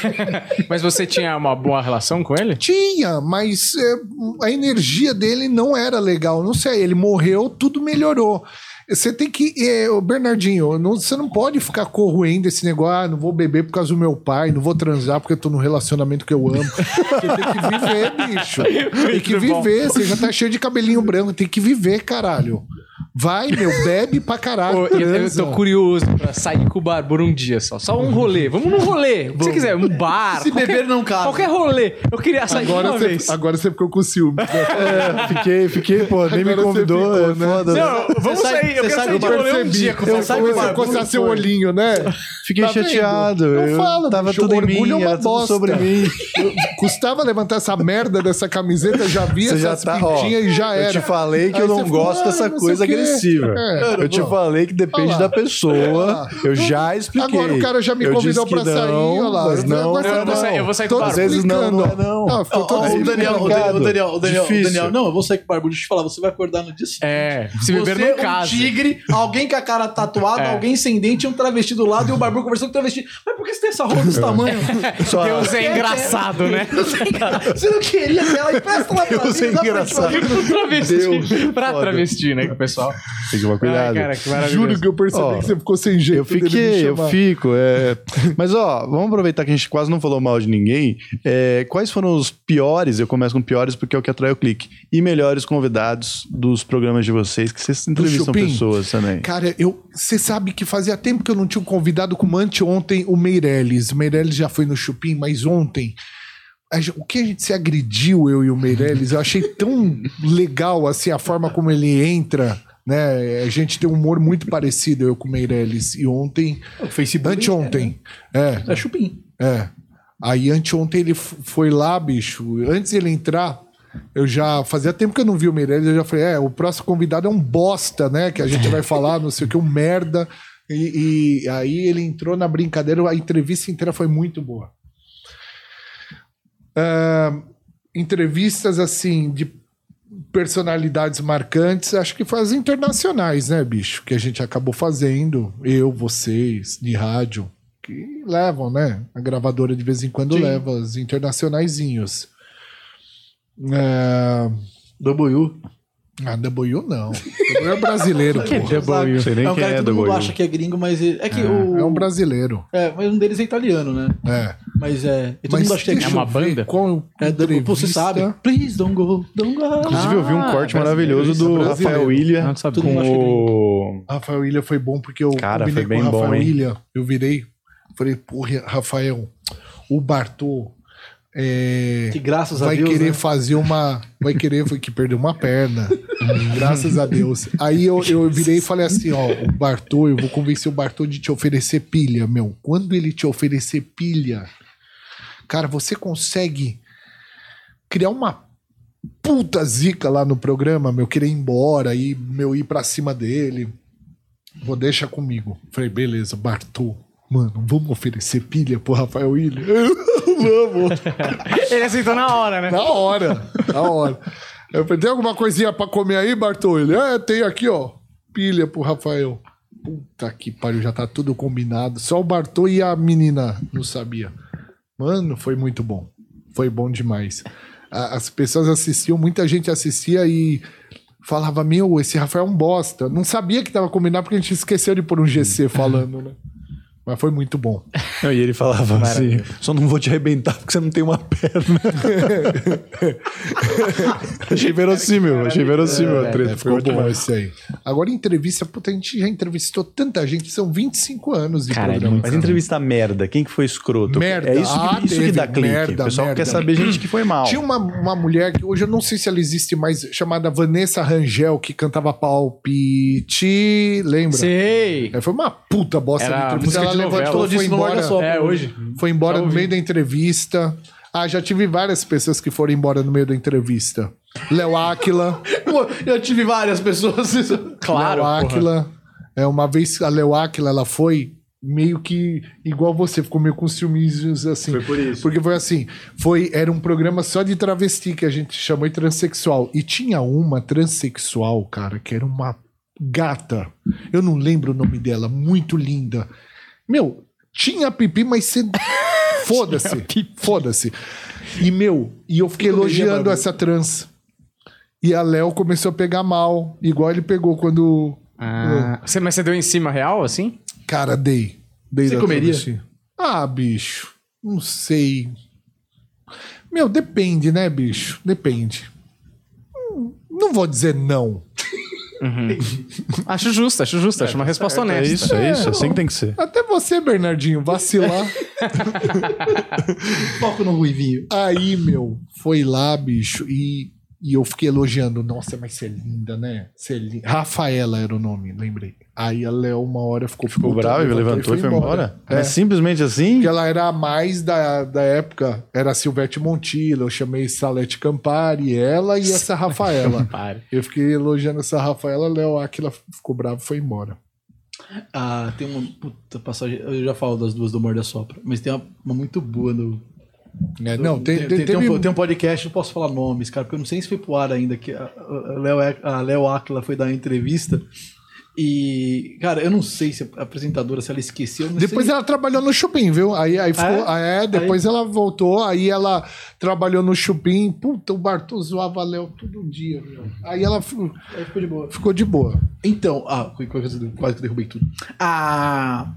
[SPEAKER 4] Mas você tinha uma boa relação com ele?
[SPEAKER 5] Tinha, mas é, a energia dele não era legal. Não sei, ele morreu, tudo melhorou. Você tem que. É, ô, Bernardinho, não- você não pode ficar corroendo esse negócio. Ah, não vou beber por causa do meu pai, não vou transar porque eu tô num relacionamento que eu amo. você tem que viver, bicho. Tem que
[SPEAKER 4] Muito bom.
[SPEAKER 5] viver. Você já tá cheio de cabelinho branco, tem que viver, caralho. Vai, meu, bebe pra
[SPEAKER 4] Pô,
[SPEAKER 5] caralho.
[SPEAKER 4] eu, eu
[SPEAKER 5] transa.
[SPEAKER 4] tô curioso pra sair com o Barbura um dia só. Só um rolê. Vamos num rolê. O que você quiser, um bar.
[SPEAKER 2] Se beber, não cabe.
[SPEAKER 4] Qualquer rolê. Eu queria sair de
[SPEAKER 5] Agora
[SPEAKER 4] uma
[SPEAKER 5] você,
[SPEAKER 4] vez.
[SPEAKER 5] agora você ficou com ciúme.
[SPEAKER 3] É, fiquei, fiquei, pô, nem me
[SPEAKER 5] Agora você
[SPEAKER 3] convidou,
[SPEAKER 5] ficou,
[SPEAKER 3] é
[SPEAKER 5] né?
[SPEAKER 3] foda. né?
[SPEAKER 4] Não, vamos
[SPEAKER 2] sabe-
[SPEAKER 4] sair. Eu
[SPEAKER 2] você
[SPEAKER 4] quero
[SPEAKER 2] sabe
[SPEAKER 4] sair de
[SPEAKER 2] que eu
[SPEAKER 4] rolê um dia com
[SPEAKER 5] Eu
[SPEAKER 4] você.
[SPEAKER 5] sabe você coçar seu olhinho, né?
[SPEAKER 3] Fiquei
[SPEAKER 5] Tá vendo?
[SPEAKER 3] chateado.
[SPEAKER 5] Não
[SPEAKER 3] eu
[SPEAKER 5] fala,
[SPEAKER 3] tava
[SPEAKER 5] bicho,
[SPEAKER 3] tudo em
[SPEAKER 5] orgulho
[SPEAKER 3] mim,
[SPEAKER 5] é uma
[SPEAKER 3] era tudo
[SPEAKER 5] bosta.
[SPEAKER 3] sobre mim.
[SPEAKER 5] Custava levantar essa merda dessa camiseta, já vi
[SPEAKER 3] Você já
[SPEAKER 5] essas
[SPEAKER 3] tá, ó.
[SPEAKER 5] pintinhas e já
[SPEAKER 3] Eu
[SPEAKER 5] era.
[SPEAKER 3] te falei que
[SPEAKER 5] Aí
[SPEAKER 3] eu
[SPEAKER 5] você
[SPEAKER 3] não
[SPEAKER 5] ficou,
[SPEAKER 3] gosto
[SPEAKER 5] "Ah,
[SPEAKER 3] dessa
[SPEAKER 5] não sei
[SPEAKER 3] coisa
[SPEAKER 5] o quê."
[SPEAKER 3] agressiva.
[SPEAKER 5] É,
[SPEAKER 3] eu te
[SPEAKER 5] bom.
[SPEAKER 3] falei que
[SPEAKER 5] Olha
[SPEAKER 3] depende
[SPEAKER 5] lá.
[SPEAKER 3] da pessoa. Eu já expliquei.
[SPEAKER 5] Agora o cara já me
[SPEAKER 3] Eu
[SPEAKER 5] convidou
[SPEAKER 3] disse
[SPEAKER 5] pra
[SPEAKER 3] que
[SPEAKER 5] sair,
[SPEAKER 3] não,
[SPEAKER 5] olha lá.
[SPEAKER 3] Mas não,
[SPEAKER 5] Agora
[SPEAKER 4] eu
[SPEAKER 5] você
[SPEAKER 4] vou
[SPEAKER 5] tá-
[SPEAKER 4] sair- eu vou sair com
[SPEAKER 5] todo
[SPEAKER 4] o
[SPEAKER 3] Às vezes não, não é
[SPEAKER 5] explicando,
[SPEAKER 3] não.
[SPEAKER 5] ó. Ah, ficou todo
[SPEAKER 2] Ó, ó, Então, o,
[SPEAKER 5] explicando.
[SPEAKER 2] Daniel, o Daniel,
[SPEAKER 3] complicado.
[SPEAKER 2] o Daniel, o Daniel,
[SPEAKER 3] Difícil.
[SPEAKER 2] o Daniel. Não, eu vou sair com o barbudo. Deixa eu te falar, você vai acordar no dia seguinte.
[SPEAKER 4] É, se beber
[SPEAKER 2] Você,
[SPEAKER 4] no caso.
[SPEAKER 2] um tigre, alguém com a cara tatuada,
[SPEAKER 4] É.
[SPEAKER 2] alguém sem dente, um travesti do lado e o barbudo conversando com o travesti. Mas por que você tem essa roupa desse tamanho?
[SPEAKER 3] Só-
[SPEAKER 4] Deus é engraçado, né?
[SPEAKER 2] você não queria ter ela empresta lá pra mim.
[SPEAKER 3] Deus é
[SPEAKER 2] dá pra te
[SPEAKER 3] engraçado.
[SPEAKER 2] fazer.
[SPEAKER 4] travesti.
[SPEAKER 3] Deus,
[SPEAKER 4] pra
[SPEAKER 3] foda.
[SPEAKER 4] travesti, né, que o pessoal.
[SPEAKER 3] Tem que tomar cuidado.
[SPEAKER 4] Ai, cara, que maravilhoso.
[SPEAKER 5] Juro que eu percebi
[SPEAKER 3] Ó,
[SPEAKER 5] que você ficou sem jeito.
[SPEAKER 3] Eu fiquei, eu fico. é. Mas ó, vamos aproveitar que a gente quase não falou mal de ninguém. É, quais foram os piores? Eu começo com piores porque é o que atrai o clique. E melhores convidados dos programas de vocês, que vocês entrevistam
[SPEAKER 5] Chupim?
[SPEAKER 3] pessoas também.
[SPEAKER 5] Cara, eu, você sabe que fazia tempo que eu não tinha um convidado como anteontem o Meirelles. O Meirelles já foi no Chupim, mas ontem. a gen- O que a gente se agrediu, eu e o Meirelles, eu achei tão legal assim a forma como ele entra, né? A gente tem um humor muito parecido, eu com o Meirelles. E ontem.
[SPEAKER 2] O Facebook.
[SPEAKER 5] Anteontem. É.
[SPEAKER 4] né?
[SPEAKER 2] É chupim.
[SPEAKER 5] É. Aí anteontem ele f- foi lá, bicho. Antes dele entrar, eu já fazia tempo que eu não vi o Meirelles, eu já falei, é, o próximo convidado é um bosta, né? Que a gente vai falar, não sei o que, um merda. E, e aí ele entrou na brincadeira, a entrevista inteira foi muito boa. Ah, entrevistas assim de personalidades marcantes, acho que foi as internacionais, né, bicho? Que a gente acabou fazendo, eu, vocês, de rádio, que levam, né? A gravadora de vez em quando
[SPEAKER 2] Sim.
[SPEAKER 5] leva os internacionaizinhos. É...
[SPEAKER 2] W.
[SPEAKER 5] Ah, W não. W é brasileiro, porra.
[SPEAKER 3] Não sei nem
[SPEAKER 2] é um
[SPEAKER 3] quem
[SPEAKER 2] cara
[SPEAKER 3] é
[SPEAKER 2] que
[SPEAKER 3] do
[SPEAKER 2] todo mundo
[SPEAKER 3] Goiú.
[SPEAKER 2] acha que é gringo, mas ele- é que o.
[SPEAKER 5] É um brasileiro.
[SPEAKER 2] É, mas um deles é italiano, né?
[SPEAKER 5] É.
[SPEAKER 2] Mas é. E todo mundo acha que é
[SPEAKER 5] deixa
[SPEAKER 4] É
[SPEAKER 2] gringo.
[SPEAKER 4] uma
[SPEAKER 5] eu ver
[SPEAKER 4] banda?
[SPEAKER 5] Qual
[SPEAKER 2] É, do- pô, você
[SPEAKER 5] entrevista.
[SPEAKER 2] sabe. Please don't go, don't go.
[SPEAKER 3] Inclusive, eu vi um
[SPEAKER 4] Ah,
[SPEAKER 3] corte
[SPEAKER 4] brasileiro,
[SPEAKER 3] maravilhoso
[SPEAKER 5] isso é
[SPEAKER 3] do
[SPEAKER 5] brasileiro.
[SPEAKER 3] Rafael
[SPEAKER 4] Ah,
[SPEAKER 3] Ilha
[SPEAKER 4] não sabe
[SPEAKER 2] Todo mundo
[SPEAKER 4] como.
[SPEAKER 2] acha gringo.
[SPEAKER 3] com o.
[SPEAKER 5] Rafael Ilha foi bom porque eu
[SPEAKER 3] Cara,
[SPEAKER 5] combinei
[SPEAKER 3] foi bem
[SPEAKER 5] com o Rafael
[SPEAKER 3] bom, hein?
[SPEAKER 5] Ilha. Eu virei, falei, porra, Rafael, o Bartô é,
[SPEAKER 2] Que graças a
[SPEAKER 5] vai
[SPEAKER 2] Deus.
[SPEAKER 5] querer
[SPEAKER 2] né?
[SPEAKER 5] fazer uma. Vai querer foi que perdeu uma perna. graças a Deus. Aí eu, eu virei e falei assim: ó, o Bartô, eu vou convencer o Bartô de te oferecer pilha, meu. Quando ele te oferecer pilha, cara, você consegue criar uma puta zica lá no programa, meu, querer ir embora e meu ir pra cima dele. Vou deixa comigo. Falei, beleza, Bartô. Mano, vamos oferecer pilha pro Rafael William? vamos!
[SPEAKER 4] Ele aceitou na hora, né?
[SPEAKER 5] Na hora, na hora. Eu falei, tem alguma coisinha pra comer aí, Bartô? Ele, é, tem aqui, ó. Pilha pro Rafael. Puta que pariu, já tá tudo combinado. Só o Bartô e a menina não sabia. Mano, foi muito bom. Foi bom demais. A- As pessoas assistiam, muita gente assistia e falava, meu, esse Rafael é um bosta. Não sabia que tava combinado porque a gente esqueceu de pôr um GC falando, né? Mas foi muito bom.
[SPEAKER 3] Não, e ele falava assim: só não vou te arrebentar porque você não tem uma perna. achei verossímil, achei verossímil a treta.
[SPEAKER 5] É,
[SPEAKER 3] ficou
[SPEAKER 5] ficou
[SPEAKER 3] ótimo.
[SPEAKER 5] bom isso aí. Agora, entrevista, puta, a gente já entrevistou tanta gente, são 25 anos de
[SPEAKER 4] Caralho,
[SPEAKER 5] programa.
[SPEAKER 3] Mas entrevista merda, quem que foi escroto?
[SPEAKER 5] Merda.
[SPEAKER 3] É isso que,
[SPEAKER 5] Ah,
[SPEAKER 3] isso que
[SPEAKER 5] teve.
[SPEAKER 3] dá clique.
[SPEAKER 5] Merda,
[SPEAKER 3] o pessoal
[SPEAKER 5] merda.
[SPEAKER 3] quer saber gente que foi mal.
[SPEAKER 5] Tinha uma, uma mulher que hoje eu não sei se ela existe mais, chamada Vanessa Rangel, que cantava palpite. Lembra?
[SPEAKER 4] Sei.
[SPEAKER 5] É, foi uma puta bosta
[SPEAKER 4] Era
[SPEAKER 5] de entrevista.
[SPEAKER 4] música
[SPEAKER 5] Ela
[SPEAKER 4] de novela.
[SPEAKER 5] levantou,
[SPEAKER 2] Falou
[SPEAKER 5] foi
[SPEAKER 2] disso no
[SPEAKER 5] embora.
[SPEAKER 2] Guarda-Sol.
[SPEAKER 4] É, hoje.
[SPEAKER 5] Foi embora no meio da entrevista. Ah, já tive várias pessoas que foram embora no meio da entrevista. Léo Áquila.
[SPEAKER 2] Pô, Eu tive várias pessoas.
[SPEAKER 4] Claro,
[SPEAKER 5] Léo
[SPEAKER 4] porra.
[SPEAKER 5] Áquila. É, uma vez a Léo Áquila, ela foi meio que igual você, ficou meio com ciúmes assim. Foi por isso. Porque foi assim, foi, era um programa só de travesti que a gente chamou de transexual. E tinha uma transexual, cara, que era uma gata. Eu não lembro o nome dela, muito linda. Meu, tinha pipi, mas você. Foda-se. Foda-se. E, meu, e eu fiquei elogiando essa trans. E a Léo começou a pegar mal, igual ele pegou quando.
[SPEAKER 4] Ah, você, mas você deu em cima real, assim?
[SPEAKER 5] Cara, dei. dei
[SPEAKER 2] Você
[SPEAKER 5] da
[SPEAKER 2] comeria?
[SPEAKER 5] travesti. Ah, bicho. Não sei. Meu, depende, né, bicho? Depende. Hum, Não vou dizer não.
[SPEAKER 4] Acho justo, acho justo. acho uma resposta
[SPEAKER 3] É
[SPEAKER 4] honesta.
[SPEAKER 3] isso, é isso, assim que tem que ser.
[SPEAKER 5] Até você, Bernardinho, vacilar.
[SPEAKER 2] Foco no Ruivinho.
[SPEAKER 5] Aí, meu, foi lá, bicho, e, e eu fiquei elogiando. Nossa, mas você é linda, né? Você é linda. Rafaela era o nome, lembrei. Aí a Léo, uma hora, ficou
[SPEAKER 3] Ficou
[SPEAKER 5] puta,
[SPEAKER 3] bravo, ele levantou e foi embora.
[SPEAKER 5] É.
[SPEAKER 3] É simplesmente assim?
[SPEAKER 5] Porque ela era a mais da, da época, era a Silvete Montilla, eu chamei Salete Campari, ela e essa Rafaela.
[SPEAKER 4] Pare.
[SPEAKER 5] Eu fiquei elogiando essa Rafaela, Léo Aquila ficou bravo e foi embora.
[SPEAKER 2] Ah, tem uma puta passagem. Eu já falo das duas do Morda Sopra, mas tem uma, uma muito boa no.
[SPEAKER 5] É, não, tem, tem,
[SPEAKER 2] tem,
[SPEAKER 5] teve-
[SPEAKER 2] um, tem um podcast, não posso falar nomes, cara, porque eu não sei se foi pro ar ainda, que a a Léo é- a Léo Áquila foi dar uma entrevista. E, cara, eu não sei se a apresentadora, se ela esqueceu. Não
[SPEAKER 5] Depois
[SPEAKER 2] sei.
[SPEAKER 5] ela trabalhou no Chupim, viu? Aí,
[SPEAKER 2] Ah,
[SPEAKER 5] aí ficou. é, depois ela voltou, aí ela trabalhou no Chupim. Puta, o Bartô zoava a Léo todo dia, meu. Aí ela fu-
[SPEAKER 2] Aí ficou de boa.
[SPEAKER 5] ficou de boa.
[SPEAKER 2] Então, ah, co- co- quase que derrubei tudo. Ah,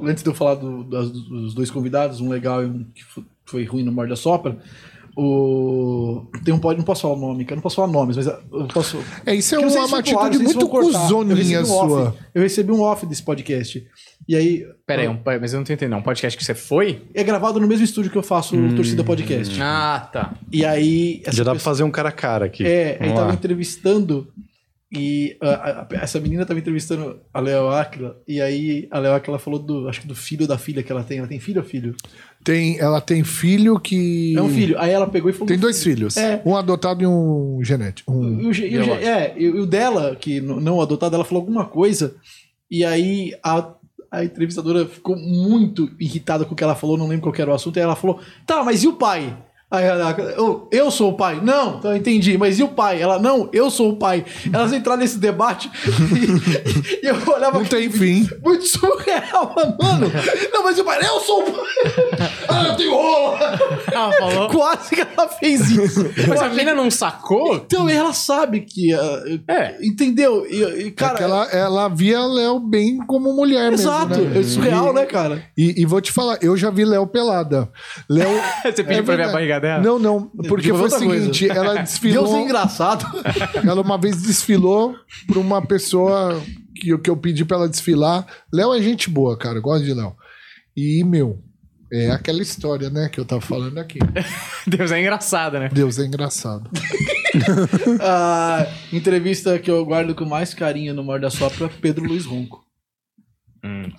[SPEAKER 2] antes de eu falar do- das- dos dois convidados, um legal e um que fo- foi ruim no Morda Sopra, o... tem um pod, não posso falar o nome, cara, não posso falar nomes, mas ah, eu posso...
[SPEAKER 5] É, isso
[SPEAKER 2] Porque
[SPEAKER 5] é
[SPEAKER 2] eu não sei
[SPEAKER 5] uma,
[SPEAKER 2] se foi pro ar,
[SPEAKER 5] atitude
[SPEAKER 2] não sei se
[SPEAKER 5] muito
[SPEAKER 2] vão cortar. Eu recebi
[SPEAKER 5] cuzoninha
[SPEAKER 2] um
[SPEAKER 5] sua. Hum.
[SPEAKER 2] Off, eu recebi um off desse podcast, e aí
[SPEAKER 4] Pera aí, um, pera- mas eu não tô entendendo. Um podcast que você foi?
[SPEAKER 2] é gravado no mesmo estúdio que eu faço o Torcida Podcast.
[SPEAKER 4] Ah, tá.
[SPEAKER 2] E aí... essa
[SPEAKER 3] Já dá pra
[SPEAKER 2] pessoa-
[SPEAKER 3] fazer um cara a então, cara aqui.
[SPEAKER 2] É, ele
[SPEAKER 3] Vamos
[SPEAKER 2] tava
[SPEAKER 3] lá.
[SPEAKER 2] entrevistando e a- a- a- essa menina tava entrevistando a Léo Áquila e aí a Léo Áquila falou do, acho que do filho ou da filha que ela tem. Ela tem filho ou filho?
[SPEAKER 5] Tem, ela tem filho que.
[SPEAKER 2] É um filho. Aí ela pegou e falou...
[SPEAKER 5] Tem
[SPEAKER 2] do
[SPEAKER 5] dois
[SPEAKER 2] filho.
[SPEAKER 5] filhos.
[SPEAKER 2] É.
[SPEAKER 5] Um adotado e um genético. Um...
[SPEAKER 2] E o, ge- e o ge- é, e o dela, que n- não adotado, ela falou alguma coisa e aí a, a entrevistadora ficou muito irritada com o que ela falou, não lembro qual que era o assunto, e ela falou, tá, mas e o pai? Aí ela, eu, eu sou o pai. Não, então eu entendi. Mas e o pai? Ela, não, eu sou o pai. Elas entraram nesse debate e, e eu olhava
[SPEAKER 5] Não tem fim.
[SPEAKER 2] muito surreal, mano. Não, mas o pai, eu sou o pai. Ah, eu tenho rola.
[SPEAKER 4] Ela falou.
[SPEAKER 2] Quase que ela fez isso.
[SPEAKER 4] Mas a menina não sacou?
[SPEAKER 2] Então, ela sabe que. ah,
[SPEAKER 4] É.
[SPEAKER 2] Entendeu? E, e, cara,
[SPEAKER 5] é que ela, ela via a Léo bem como mulher
[SPEAKER 2] Exato,
[SPEAKER 5] mesmo. né?
[SPEAKER 2] é surreal, né, cara?
[SPEAKER 5] E, e vou te falar, eu já vi Léo pelada. Léo.
[SPEAKER 4] Você pediu
[SPEAKER 5] É
[SPEAKER 4] pra ver a
[SPEAKER 5] verdade.
[SPEAKER 4] barriga dela?
[SPEAKER 5] Não, não, porque
[SPEAKER 2] Digo,
[SPEAKER 5] foi o
[SPEAKER 2] outra
[SPEAKER 5] seguinte, ela desfilou.
[SPEAKER 2] Deus é engraçado.
[SPEAKER 5] Ela uma vez desfilou pra uma pessoa que, eu- que eu pedi pra ela desfilar. Léo é gente boa, cara. eu Gosto de Léo. E, meu, É aquela história, né, que eu tava falando aqui.
[SPEAKER 4] Deus é engraçado, né?
[SPEAKER 5] Deus é engraçado.
[SPEAKER 2] A entrevista que eu guardo com mais carinho no Morda Sopra é Pedro Luiz Ronco.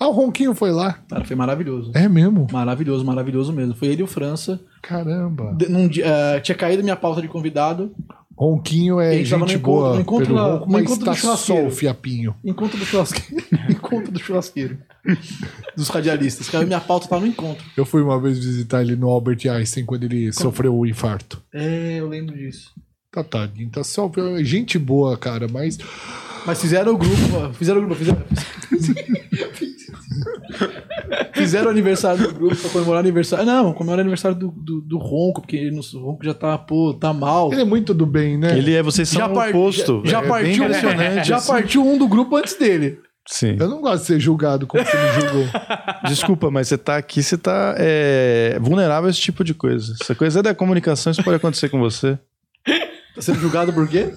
[SPEAKER 5] Ah, o Ronquinho foi lá.
[SPEAKER 2] Cara, foi maravilhoso.
[SPEAKER 5] É mesmo?
[SPEAKER 2] Maravilhoso, maravilhoso mesmo. Foi ele e o França.
[SPEAKER 5] Caramba.
[SPEAKER 2] De- num dia- eh, tinha caído minha pauta de convidado.
[SPEAKER 5] Ronquinho é
[SPEAKER 2] Ele tava no
[SPEAKER 5] gente
[SPEAKER 2] encontro-
[SPEAKER 5] boa.
[SPEAKER 2] no encontro
[SPEAKER 5] Pedro
[SPEAKER 2] lá-
[SPEAKER 5] Ronco,
[SPEAKER 2] no
[SPEAKER 5] mas
[SPEAKER 2] encontro do
[SPEAKER 5] tá só
[SPEAKER 2] churrasqueiro.
[SPEAKER 5] o fiapinho.
[SPEAKER 2] Encontro do churrasqueiro. encontro do churrasqueiro. Dos radialistas. Caiu minha pauta tá no encontro.
[SPEAKER 5] Eu fui uma vez visitar ele no Albert Einstein quando ele sofreu o infarto.
[SPEAKER 2] É, eu lembro disso.
[SPEAKER 5] Tá, tadinho. Tá só gente boa, cara, mas
[SPEAKER 2] Mas fizeram o grupo, ó, fizeram o grupo, fizeram. fizeram o aniversário do grupo pra comemorar o aniversário. Não, comemorar o aniversário do, do, do Ronco, porque ele, não- o Ronco já tá, pô, tá mal. Tá
[SPEAKER 5] ele é muito do bem, né?
[SPEAKER 3] Ele é, vocês são
[SPEAKER 2] Já
[SPEAKER 3] já
[SPEAKER 2] par-
[SPEAKER 3] oposto.
[SPEAKER 2] já- já
[SPEAKER 3] é bem
[SPEAKER 2] partiu- um-
[SPEAKER 3] impressionante.
[SPEAKER 2] Já partiu um do grupo antes dele.
[SPEAKER 3] Sim.
[SPEAKER 5] Eu não gosto de ser julgado como você me julgou.
[SPEAKER 3] Desculpa, mas você tá aqui, você tá é, vulnerável a esse tipo de coisa. Essa coisa é da comunicação, isso pode acontecer com você.
[SPEAKER 2] Tá sendo julgado por quê?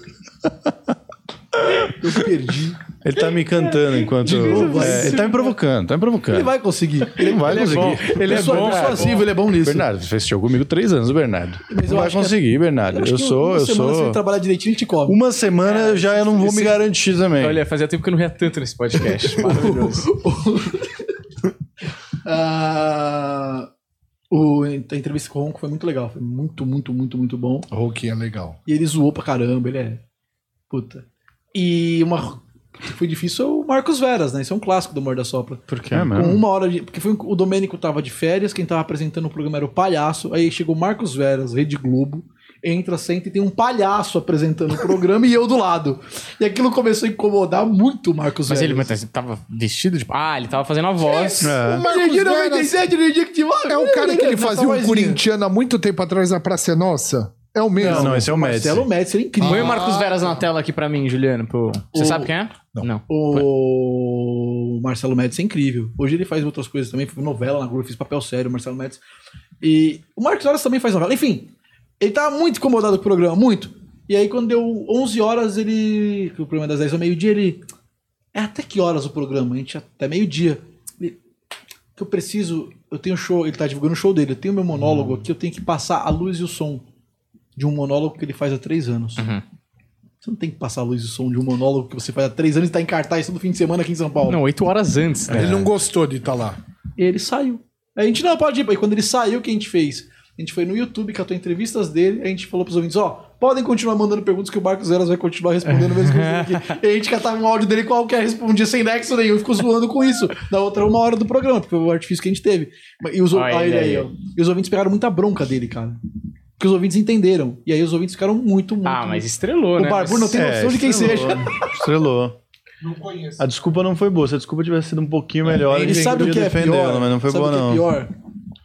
[SPEAKER 2] Eu perdi.
[SPEAKER 3] Ele tá me cantando enquanto. eu- é, ele tá me provocando, tá me provocando.
[SPEAKER 2] Ele vai conseguir.
[SPEAKER 3] Ele não vai conseguir.
[SPEAKER 2] Ele é bom, persuasivo, ele é bom nisso.
[SPEAKER 3] Bernardo, você assistiu comigo três anos, o Bernardo.
[SPEAKER 2] Mas eu
[SPEAKER 3] não vai
[SPEAKER 2] acho que- é-
[SPEAKER 3] conseguir, Bernardo. Eu,
[SPEAKER 2] acho que
[SPEAKER 3] sou,
[SPEAKER 2] uma
[SPEAKER 3] eu
[SPEAKER 2] semana, tá- É, Se ele
[SPEAKER 3] sou.
[SPEAKER 2] trabalhar direitinho, ele te cobre.
[SPEAKER 3] Uma semana eu já eu não vou me garantir também.
[SPEAKER 4] Olha, fazia tempo que eu não ria tanto nesse podcast. Maravilhoso.
[SPEAKER 2] Ah, o, a entrevista com o Ronco foi muito legal. Foi muito, muito, muito, muito bom.
[SPEAKER 5] Roquinho é legal.
[SPEAKER 2] E ele zoou pra caramba, ele é. Puta. E uma. que Foi difícil é o Marcos Veras, né? Isso é um clássico do Morda Sopra.
[SPEAKER 3] por quê? É,
[SPEAKER 2] Com
[SPEAKER 3] mesmo.
[SPEAKER 2] uma hora de. Porque foi um- o Domênico tava de férias, quem tava apresentando o programa era o palhaço. Aí chegou o Marcos Veras, Rede Globo. Entra, senta e tem um palhaço apresentando o programa e eu do lado. E aquilo começou a incomodar muito o Marcos
[SPEAKER 4] Mas ele
[SPEAKER 2] Veras.
[SPEAKER 4] mas ele tava vestido de. Ah, ele tava fazendo a voz.
[SPEAKER 3] É.
[SPEAKER 5] O Marcos Veras é o cara que ele fazia um
[SPEAKER 2] Corinthians.
[SPEAKER 5] corintiano há muito tempo atrás na Praça é Nossa. É o mesmo.
[SPEAKER 3] é Não, esse é o Médici.
[SPEAKER 2] Marcelo Médici, ele é incrível.
[SPEAKER 4] Põe o Marcos Veras na tela aqui pra mim, Juliano. pro- Você
[SPEAKER 2] O-
[SPEAKER 4] sabe quem é?
[SPEAKER 5] Não.
[SPEAKER 2] O Marcelo Médici é incrível. Hoje ele faz outras coisas também, fez novela na Globo, fez papel sério, o Marcelo Médici. E o Marcos Horas também faz novela. Enfim, ele tava muito incomodado com o programa, muito. E aí quando deu 11 horas, ele... que O programa é das 10 ao meio-dia, ele... É até que horas o programa? A gente até meio-dia. Ele... Que eu preciso... Eu tenho show... Ele tá divulgando o show dele. Eu tenho meu monólogo aqui, eu tenho que passar a luz e o som de um monólogo que ele faz há três anos. Você não tem que passar a luz e o som de um monólogo que você faz há três anos e tá em cartaz todo fim de semana aqui em São Paulo.
[SPEAKER 4] Não, oito horas antes,
[SPEAKER 3] é.
[SPEAKER 4] né?
[SPEAKER 5] Ele não gostou de estar lá.
[SPEAKER 2] E ele saiu. A gente não pode ir. E quando ele saiu, o que a gente fez? A gente foi no YouTube, catou entrevistas dele, a gente falou pros ouvintes, ó, podem continuar mandando perguntas que o Marcos Veras vai continuar respondendo mesmo que eu aqui. E a gente catava um áudio dele qualquer, respondia sem nexo nenhum, ficou zoando com isso. Na outra uma hora do programa, porque foi o artifício que a gente teve. E os, ou-
[SPEAKER 4] Olha
[SPEAKER 2] olha ele aí,
[SPEAKER 4] aí.
[SPEAKER 2] ó. E os ouvintes pegaram muita bronca dele, cara. Porque os ouvintes entenderam. E aí os ouvintes ficaram muito, muito.
[SPEAKER 4] Ah, mas estrelou,
[SPEAKER 2] O
[SPEAKER 4] né?
[SPEAKER 2] Barbu não
[SPEAKER 4] Mas-
[SPEAKER 2] tem noção de quem
[SPEAKER 3] É, estrelou.
[SPEAKER 2] seja.
[SPEAKER 3] Estrelou.
[SPEAKER 5] Não conheço.
[SPEAKER 3] A desculpa não foi boa. Se a desculpa tivesse sido um pouquinho melhor,
[SPEAKER 2] Ele
[SPEAKER 3] ele
[SPEAKER 2] sabe o que é
[SPEAKER 3] defendendo,
[SPEAKER 2] pior.
[SPEAKER 3] mas não foi
[SPEAKER 2] sabe
[SPEAKER 3] boa,
[SPEAKER 2] o que
[SPEAKER 3] não.
[SPEAKER 2] é pior?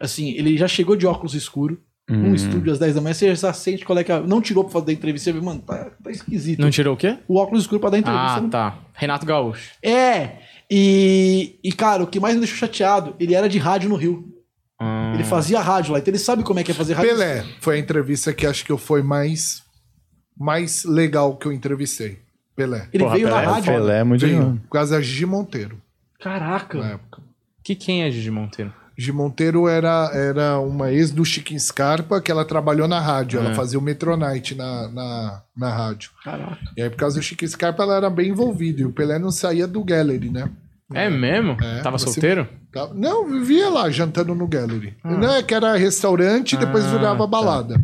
[SPEAKER 2] Assim, ele já chegou de óculos escuro,
[SPEAKER 5] Hum.
[SPEAKER 2] num estúdio às 10 da manhã, você já sente qual é que é. Não tirou pra fazer da entrevista, você vê, mano, tá, tá esquisito.
[SPEAKER 4] Não tirou o quê?
[SPEAKER 2] O óculos escuro pra dar entrevista.
[SPEAKER 4] Ah,
[SPEAKER 2] não-
[SPEAKER 4] tá. Renato Gaúcho.
[SPEAKER 2] É! E, e, cara, o que mais me deixou chateado, ele era de rádio no Rio.
[SPEAKER 4] Ah,
[SPEAKER 5] Hum.
[SPEAKER 2] Ele fazia rádio lá, então ele sabe como é que é fazer rádio.
[SPEAKER 5] Pelé foi a entrevista que acho que eu foi mais, mais legal que eu entrevistei. Pelé.
[SPEAKER 2] Ele
[SPEAKER 3] Porra,
[SPEAKER 2] veio
[SPEAKER 3] Pelé,
[SPEAKER 2] na rádio.
[SPEAKER 3] Pelé é muito
[SPEAKER 5] Veio,
[SPEAKER 3] bom.
[SPEAKER 5] por causa da Gigi Monteiro,
[SPEAKER 2] Caraca!
[SPEAKER 5] na época.
[SPEAKER 4] Que quem é Gigi Monteiro?
[SPEAKER 5] Gigi Monteiro era, era uma ex do Chiquinho Scarpa que ela trabalhou na rádio.
[SPEAKER 3] É.
[SPEAKER 5] Ela fazia o Metronite na, na, na rádio.
[SPEAKER 2] Caraca.
[SPEAKER 5] E aí, por causa do Chiquinho Scarpa, ela era bem envolvida. E o Pelé não saía do Gallery, né?
[SPEAKER 4] É, mesmo?
[SPEAKER 5] É,
[SPEAKER 4] Tava
[SPEAKER 5] você-
[SPEAKER 4] solteiro?
[SPEAKER 5] Tá- Não, vivia lá jantando no Gallery. Não é que era restaurante e depois
[SPEAKER 4] Ah,
[SPEAKER 5] virava
[SPEAKER 4] tá.
[SPEAKER 5] balada.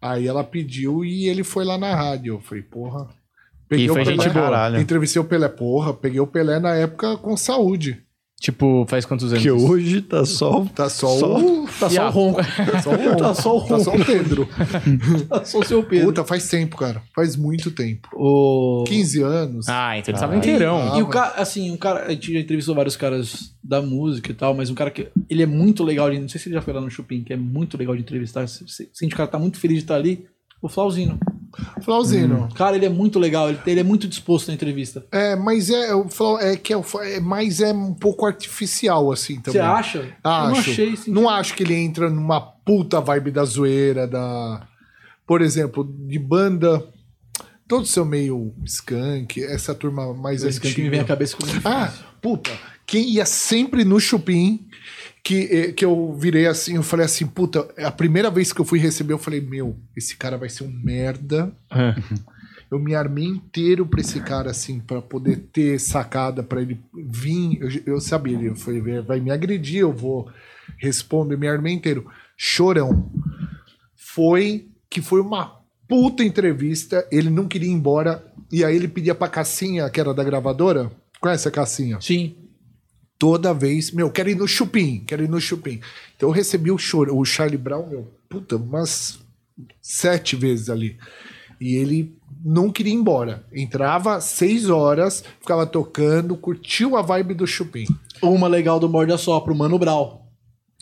[SPEAKER 5] Aí ela pediu e ele foi lá na rádio. Eu falei, porra.
[SPEAKER 4] E foi gente boa. né?
[SPEAKER 3] Caralho.
[SPEAKER 5] Entrevistei o Pelé, porra. Peguei o Pelé na época com saúde.
[SPEAKER 4] Tipo, faz quantos anos?
[SPEAKER 3] Que hoje tá só.
[SPEAKER 5] Tá só,
[SPEAKER 3] Só-
[SPEAKER 5] o.
[SPEAKER 2] Tá só o
[SPEAKER 4] a-
[SPEAKER 2] ronco.
[SPEAKER 5] Tá só o Ronco,
[SPEAKER 2] Tá só o
[SPEAKER 5] tá só
[SPEAKER 2] ronco.
[SPEAKER 5] o Pedro.
[SPEAKER 2] Tá só o seu Pedro.
[SPEAKER 5] Puta, faz tempo, cara. Faz muito tempo.
[SPEAKER 2] O...
[SPEAKER 5] 15 anos.
[SPEAKER 4] Ah, então ele tava inteirão.
[SPEAKER 5] Ah,
[SPEAKER 2] E o
[SPEAKER 5] mano.
[SPEAKER 2] cara, assim, um cara, a gente já entrevistou vários caras da música e tal, mas um cara que ele é muito legal, de- não sei se ele já foi lá no Chupim, que é muito legal de entrevistar, se- se- sente que o cara tá muito feliz de estar ali, o Flauzino.
[SPEAKER 5] Flauzino.
[SPEAKER 4] Hum.
[SPEAKER 2] Cara, ele é muito legal, ele, ele é muito disposto na entrevista.
[SPEAKER 5] É, mas é, eu falo, é que é, é- mas é um pouco artificial, assim, também.
[SPEAKER 2] Você acha?
[SPEAKER 5] Acho.
[SPEAKER 2] Eu não achei, assim.
[SPEAKER 5] Não acho que ele entra numa puta vibe da zoeira, da. Por exemplo, de banda. Todos são meio skunk, essa turma mais
[SPEAKER 2] Esse cantinho
[SPEAKER 5] antiga.
[SPEAKER 2] me vem à cabeça como...
[SPEAKER 5] Ah, puta. Quem ia sempre no Chupim, que, eh, que eu virei assim, eu falei assim, puta, a primeira vez que eu fui receber, eu falei, meu, esse cara vai ser um merda. Eu me armei inteiro pra esse cara, assim, pra poder ter sacada, pra ele vir. Eu, eu sabia, ele foi, vai me agredir, eu vou responder, eu me armei inteiro. Chorão. Foi que foi uma puta entrevista, ele não queria ir embora, e aí ele pedia pra Cassinha, que era da gravadora. Conhece a Cassinha?
[SPEAKER 2] Sim.
[SPEAKER 5] toda vez, meu, quero ir no Chupim, quero ir no Chupim. Então eu recebi o, choro, o Charlie Brown, meu, puta, umas sete vezes ali. E ele não queria ir embora. Entrava seis horas, ficava tocando, curtiu a vibe do Chupim.
[SPEAKER 2] Uma legal do Morde a Sopra, o Mano Brown.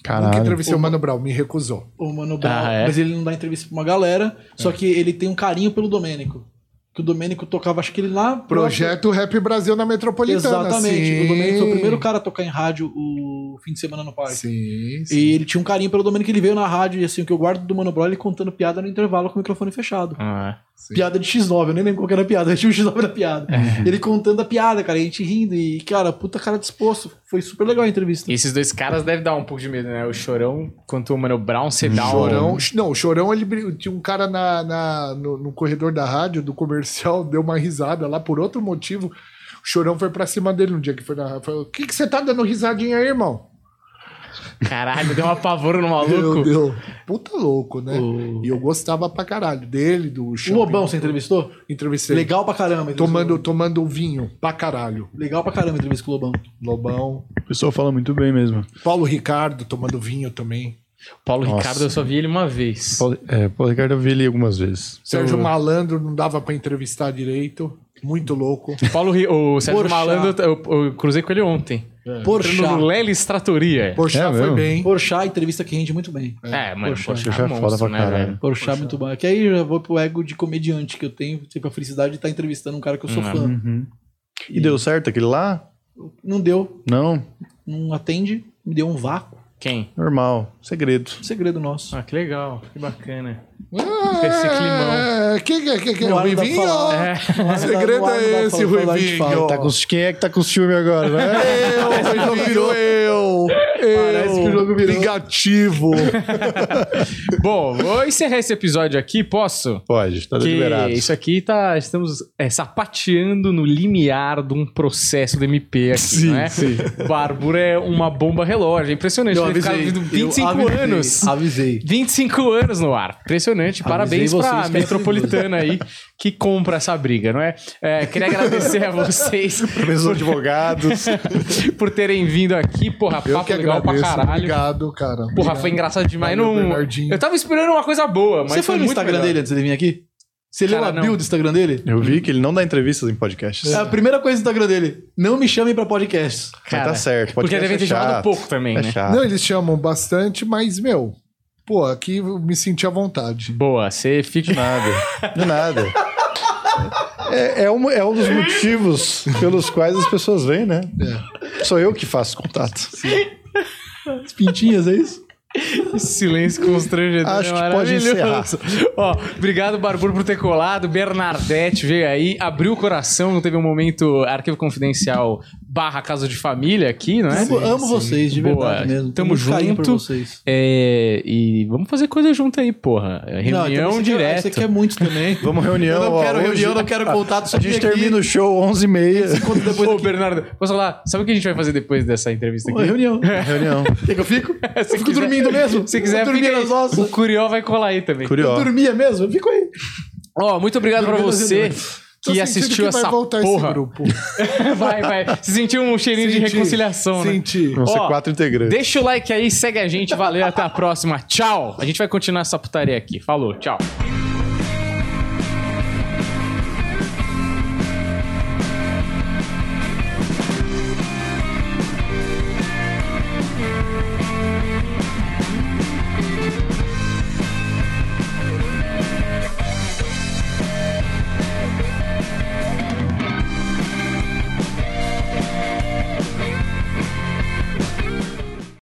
[SPEAKER 5] Nunca
[SPEAKER 3] Caralho.
[SPEAKER 5] entrevistei o Mano Brown, me recusou.
[SPEAKER 2] O Mano Brown,
[SPEAKER 4] Ah, é?
[SPEAKER 2] mas ele não dá entrevista pra uma galera, só que ele tem um carinho pelo Domênico. Que o Domênico tocava, acho que ele lá.
[SPEAKER 5] Projeto Rap Brasil na Metropolitana.
[SPEAKER 2] Exatamente.
[SPEAKER 5] sim.
[SPEAKER 2] O Domênico foi o primeiro cara a tocar em rádio o fim de semana no parque.
[SPEAKER 5] Sim, sim.
[SPEAKER 2] E ele tinha um carinho pelo Domênico, ele veio na rádio e assim, o que eu guardo do Mano Brown, ele contando piada no intervalo com o microfone fechado.
[SPEAKER 4] Ah,
[SPEAKER 5] sim.
[SPEAKER 2] Piada de X9, eu nem lembro qual que era a piada, eu tinha um o X9 da piada.
[SPEAKER 4] É.
[SPEAKER 2] Ele contando a piada, cara, e a gente rindo, e cara, puta cara disposto. Foi super legal a entrevista.
[SPEAKER 4] E esses dois caras devem dar um pouco de medo, né? O Chorão quanto o Mano Brown, você dá um...
[SPEAKER 5] Chorão, não, o Chorão, ele brin- tinha um cara na, na- no, no corredor da rádio, do comercial, deu uma risada lá por outro motivo. O Chorão foi pra cima dele um dia que foi na rádio. Falou: O que que você tá dando risadinha aí, irmão?
[SPEAKER 4] Caralho, deu um apavoro no
[SPEAKER 2] Tá
[SPEAKER 4] maluco.
[SPEAKER 5] Deus. Puta louco, né? E eu gostava pra caralho dele, do
[SPEAKER 2] O
[SPEAKER 5] Chorão.
[SPEAKER 2] Lobão, você entrevistou?
[SPEAKER 5] Entrevistei.
[SPEAKER 2] Legal pra caramba. a entrevista com o
[SPEAKER 5] Tomando,
[SPEAKER 2] Lobão.
[SPEAKER 5] tomando vinho pra caralho.
[SPEAKER 2] Legal pra caramba a entrevista com o Lobão.
[SPEAKER 5] Lobão.
[SPEAKER 3] O pessoal fala muito bem mesmo.
[SPEAKER 5] Paulo Ricardo tomando vinho também.
[SPEAKER 4] Paulo
[SPEAKER 3] Nossa.
[SPEAKER 4] Ricardo, eu só vi ele uma vez.
[SPEAKER 3] Paulo, é, Paulo Ricardo eu vi ele algumas vezes.
[SPEAKER 5] Sérgio
[SPEAKER 3] Eu-
[SPEAKER 5] Malandro não dava pra entrevistar direito. Muito louco.
[SPEAKER 4] Paulo Ri- o Sérgio
[SPEAKER 2] Porchat.
[SPEAKER 4] Malandro, eu, eu cruzei com ele ontem.
[SPEAKER 5] É.
[SPEAKER 4] No
[SPEAKER 2] Porchat.
[SPEAKER 4] Lelis Tratoria.
[SPEAKER 5] Porchat
[SPEAKER 3] É
[SPEAKER 5] foi
[SPEAKER 3] mesmo?
[SPEAKER 5] bem.
[SPEAKER 2] Porchat, entrevista que rende muito bem.
[SPEAKER 4] É, mano,
[SPEAKER 2] Porchat.
[SPEAKER 4] Porchat,
[SPEAKER 3] Porchat é
[SPEAKER 4] é
[SPEAKER 3] foda
[SPEAKER 4] monstro,
[SPEAKER 3] pra
[SPEAKER 4] né,
[SPEAKER 3] caralho.
[SPEAKER 4] velho?
[SPEAKER 2] Porchat, muito bom. É Que aí eu já vou pro ego de comediante que eu tenho, sempre a felicidade de estar entrevistando um cara que eu sou
[SPEAKER 4] Uhum.
[SPEAKER 2] fã.
[SPEAKER 3] Uhum. E deu certo aquele lá?
[SPEAKER 2] Não deu,
[SPEAKER 3] Não,
[SPEAKER 2] não atende, me deu um vácuo.
[SPEAKER 4] Quem?
[SPEAKER 3] normal. Segredo.
[SPEAKER 2] Segredo nosso.
[SPEAKER 4] Ah, que legal, que bacana. Esse climão.
[SPEAKER 5] Ah, Quem que, que, que é o
[SPEAKER 2] Não dá pra
[SPEAKER 5] Ruivinho?
[SPEAKER 2] falar. Não dá-
[SPEAKER 5] O segredo
[SPEAKER 2] não dá
[SPEAKER 5] é
[SPEAKER 2] pra falar,
[SPEAKER 5] esse,
[SPEAKER 2] falar, a gente
[SPEAKER 5] Ruivinho.
[SPEAKER 2] fala.
[SPEAKER 3] Tá com, os- quem é que tá com ciúme agora, né?
[SPEAKER 5] Eu, virou eu.
[SPEAKER 2] Parece que o jogo virou.
[SPEAKER 5] Negativo.
[SPEAKER 4] Bom, vou encerrar esse episódio aqui, posso?
[SPEAKER 3] Pode, tá
[SPEAKER 4] Que
[SPEAKER 3] deliberado.
[SPEAKER 4] isso aqui tá. Estamos é, sapateando no limiar de um processo do MP aqui,
[SPEAKER 3] Sim,
[SPEAKER 4] não é?
[SPEAKER 3] sim.
[SPEAKER 4] O Bárbaro é uma bomba relógio. É impressionante.
[SPEAKER 2] Eu
[SPEAKER 4] Ele fica
[SPEAKER 2] avisei.
[SPEAKER 4] 25
[SPEAKER 2] eu avisei,
[SPEAKER 4] anos.
[SPEAKER 2] Avisei.
[SPEAKER 4] 25 anos no ar. Impressionante. Parabéns
[SPEAKER 2] vocês
[SPEAKER 4] pra
[SPEAKER 2] que é
[SPEAKER 4] Metropolitana aí que compra essa briga, não é? É, queria agradecer a vocês
[SPEAKER 3] Meus advogados.
[SPEAKER 4] por terem vindo aqui. Porra,
[SPEAKER 5] Eu
[SPEAKER 4] papo
[SPEAKER 5] que
[SPEAKER 4] legal pra
[SPEAKER 5] agradeço.
[SPEAKER 4] caralho.
[SPEAKER 5] Obrigado, cara.
[SPEAKER 4] Porra, foi engraçado demais.
[SPEAKER 5] Valeu,
[SPEAKER 4] Não...
[SPEAKER 5] Bernardinho.
[SPEAKER 4] Eu tava esperando uma coisa boa, mas.
[SPEAKER 2] Você foi no
[SPEAKER 4] muito
[SPEAKER 2] Instagram
[SPEAKER 4] melhor.
[SPEAKER 2] dele antes de vir aqui? Você leu
[SPEAKER 4] Cara,
[SPEAKER 2] a
[SPEAKER 4] não.
[SPEAKER 2] build do Instagram dele?
[SPEAKER 3] Eu vi que ele não dá entrevistas em podcasts. tá
[SPEAKER 2] É a primeira coisa do Instagram dele. Não me chamem pra podcast.
[SPEAKER 3] Mas tá
[SPEAKER 4] Cara,
[SPEAKER 3] certo.
[SPEAKER 4] Porque
[SPEAKER 3] Podcast
[SPEAKER 4] devem ter
[SPEAKER 3] é chato,
[SPEAKER 4] chamado pouco também,
[SPEAKER 3] É
[SPEAKER 4] né?
[SPEAKER 3] chato.
[SPEAKER 5] Não, eles chamam bastante, mas, meu, pô, aqui eu me senti à vontade.
[SPEAKER 4] Boa, você fica.
[SPEAKER 3] Nada. De nada. É, é um, é um dos motivos pelos quais as pessoas vêm, né? Sou eu que faço contato.
[SPEAKER 2] As pintinhas, é isso?
[SPEAKER 4] Esse silêncio constrangedor.
[SPEAKER 3] Acho
[SPEAKER 4] é
[SPEAKER 3] que pode
[SPEAKER 4] maravilhoso.
[SPEAKER 3] encerrar.
[SPEAKER 4] Ó, obrigado, Barburo, por ter colado. Bernadette veio aí, abriu o coração, não teve um momento arquivo confidencial barra casa de família aqui, não é?
[SPEAKER 2] amo amo
[SPEAKER 5] sim.
[SPEAKER 2] vocês, de
[SPEAKER 4] Boa.
[SPEAKER 2] verdade
[SPEAKER 4] Tamo
[SPEAKER 2] mesmo. Tenho muito carinho por
[SPEAKER 4] junto.
[SPEAKER 2] vocês.
[SPEAKER 4] É, e vamos fazer coisa junto aí, porra. É,
[SPEAKER 2] Não, então
[SPEAKER 4] Reunião
[SPEAKER 2] você quer-
[SPEAKER 4] direta.
[SPEAKER 2] Você quer muito também.
[SPEAKER 3] Vamos reunião.
[SPEAKER 2] Eu não
[SPEAKER 3] ó,
[SPEAKER 2] quero
[SPEAKER 3] hoje.
[SPEAKER 2] reunião, não quero contato, só
[SPEAKER 3] A gente
[SPEAKER 2] vim aqui.
[SPEAKER 3] termina o show 11h30.
[SPEAKER 2] Quando depois
[SPEAKER 4] Ô,
[SPEAKER 2] aqui.
[SPEAKER 4] Bernardo, posso falar? Sabe o que a gente vai fazer depois dessa entrevista
[SPEAKER 2] Uma
[SPEAKER 4] aqui?
[SPEAKER 2] reunião.
[SPEAKER 3] Reunião.
[SPEAKER 2] Quer que eu fico?
[SPEAKER 4] Eu
[SPEAKER 2] fico dormindo mesmo.
[SPEAKER 4] Se quiser,
[SPEAKER 2] Eu dormia
[SPEAKER 4] fica aí.
[SPEAKER 2] nas nossas.
[SPEAKER 4] o Curió vai colar aí também.
[SPEAKER 2] Eu
[SPEAKER 3] Curioso.
[SPEAKER 2] dormia mesmo? Eu fico aí.
[SPEAKER 4] Ó, muito obrigado pra
[SPEAKER 2] Dormindo nas
[SPEAKER 4] você
[SPEAKER 5] Tô
[SPEAKER 4] que
[SPEAKER 5] sentindo
[SPEAKER 4] assistiu
[SPEAKER 5] vai
[SPEAKER 4] essa
[SPEAKER 5] voltar esse
[SPEAKER 4] porra. Né?
[SPEAKER 5] grupo.
[SPEAKER 4] vai, vai. Você sentiu um cheirinho de
[SPEAKER 5] Senti,
[SPEAKER 4] reconciliação, né?
[SPEAKER 5] Senti.
[SPEAKER 3] Vão ser
[SPEAKER 4] Ó,
[SPEAKER 3] quatro integrantes.
[SPEAKER 4] Deixa o like aí, segue a gente, valeu, até a próxima. Tchau. A gente vai continuar essa putaria aqui. Falou, tchau.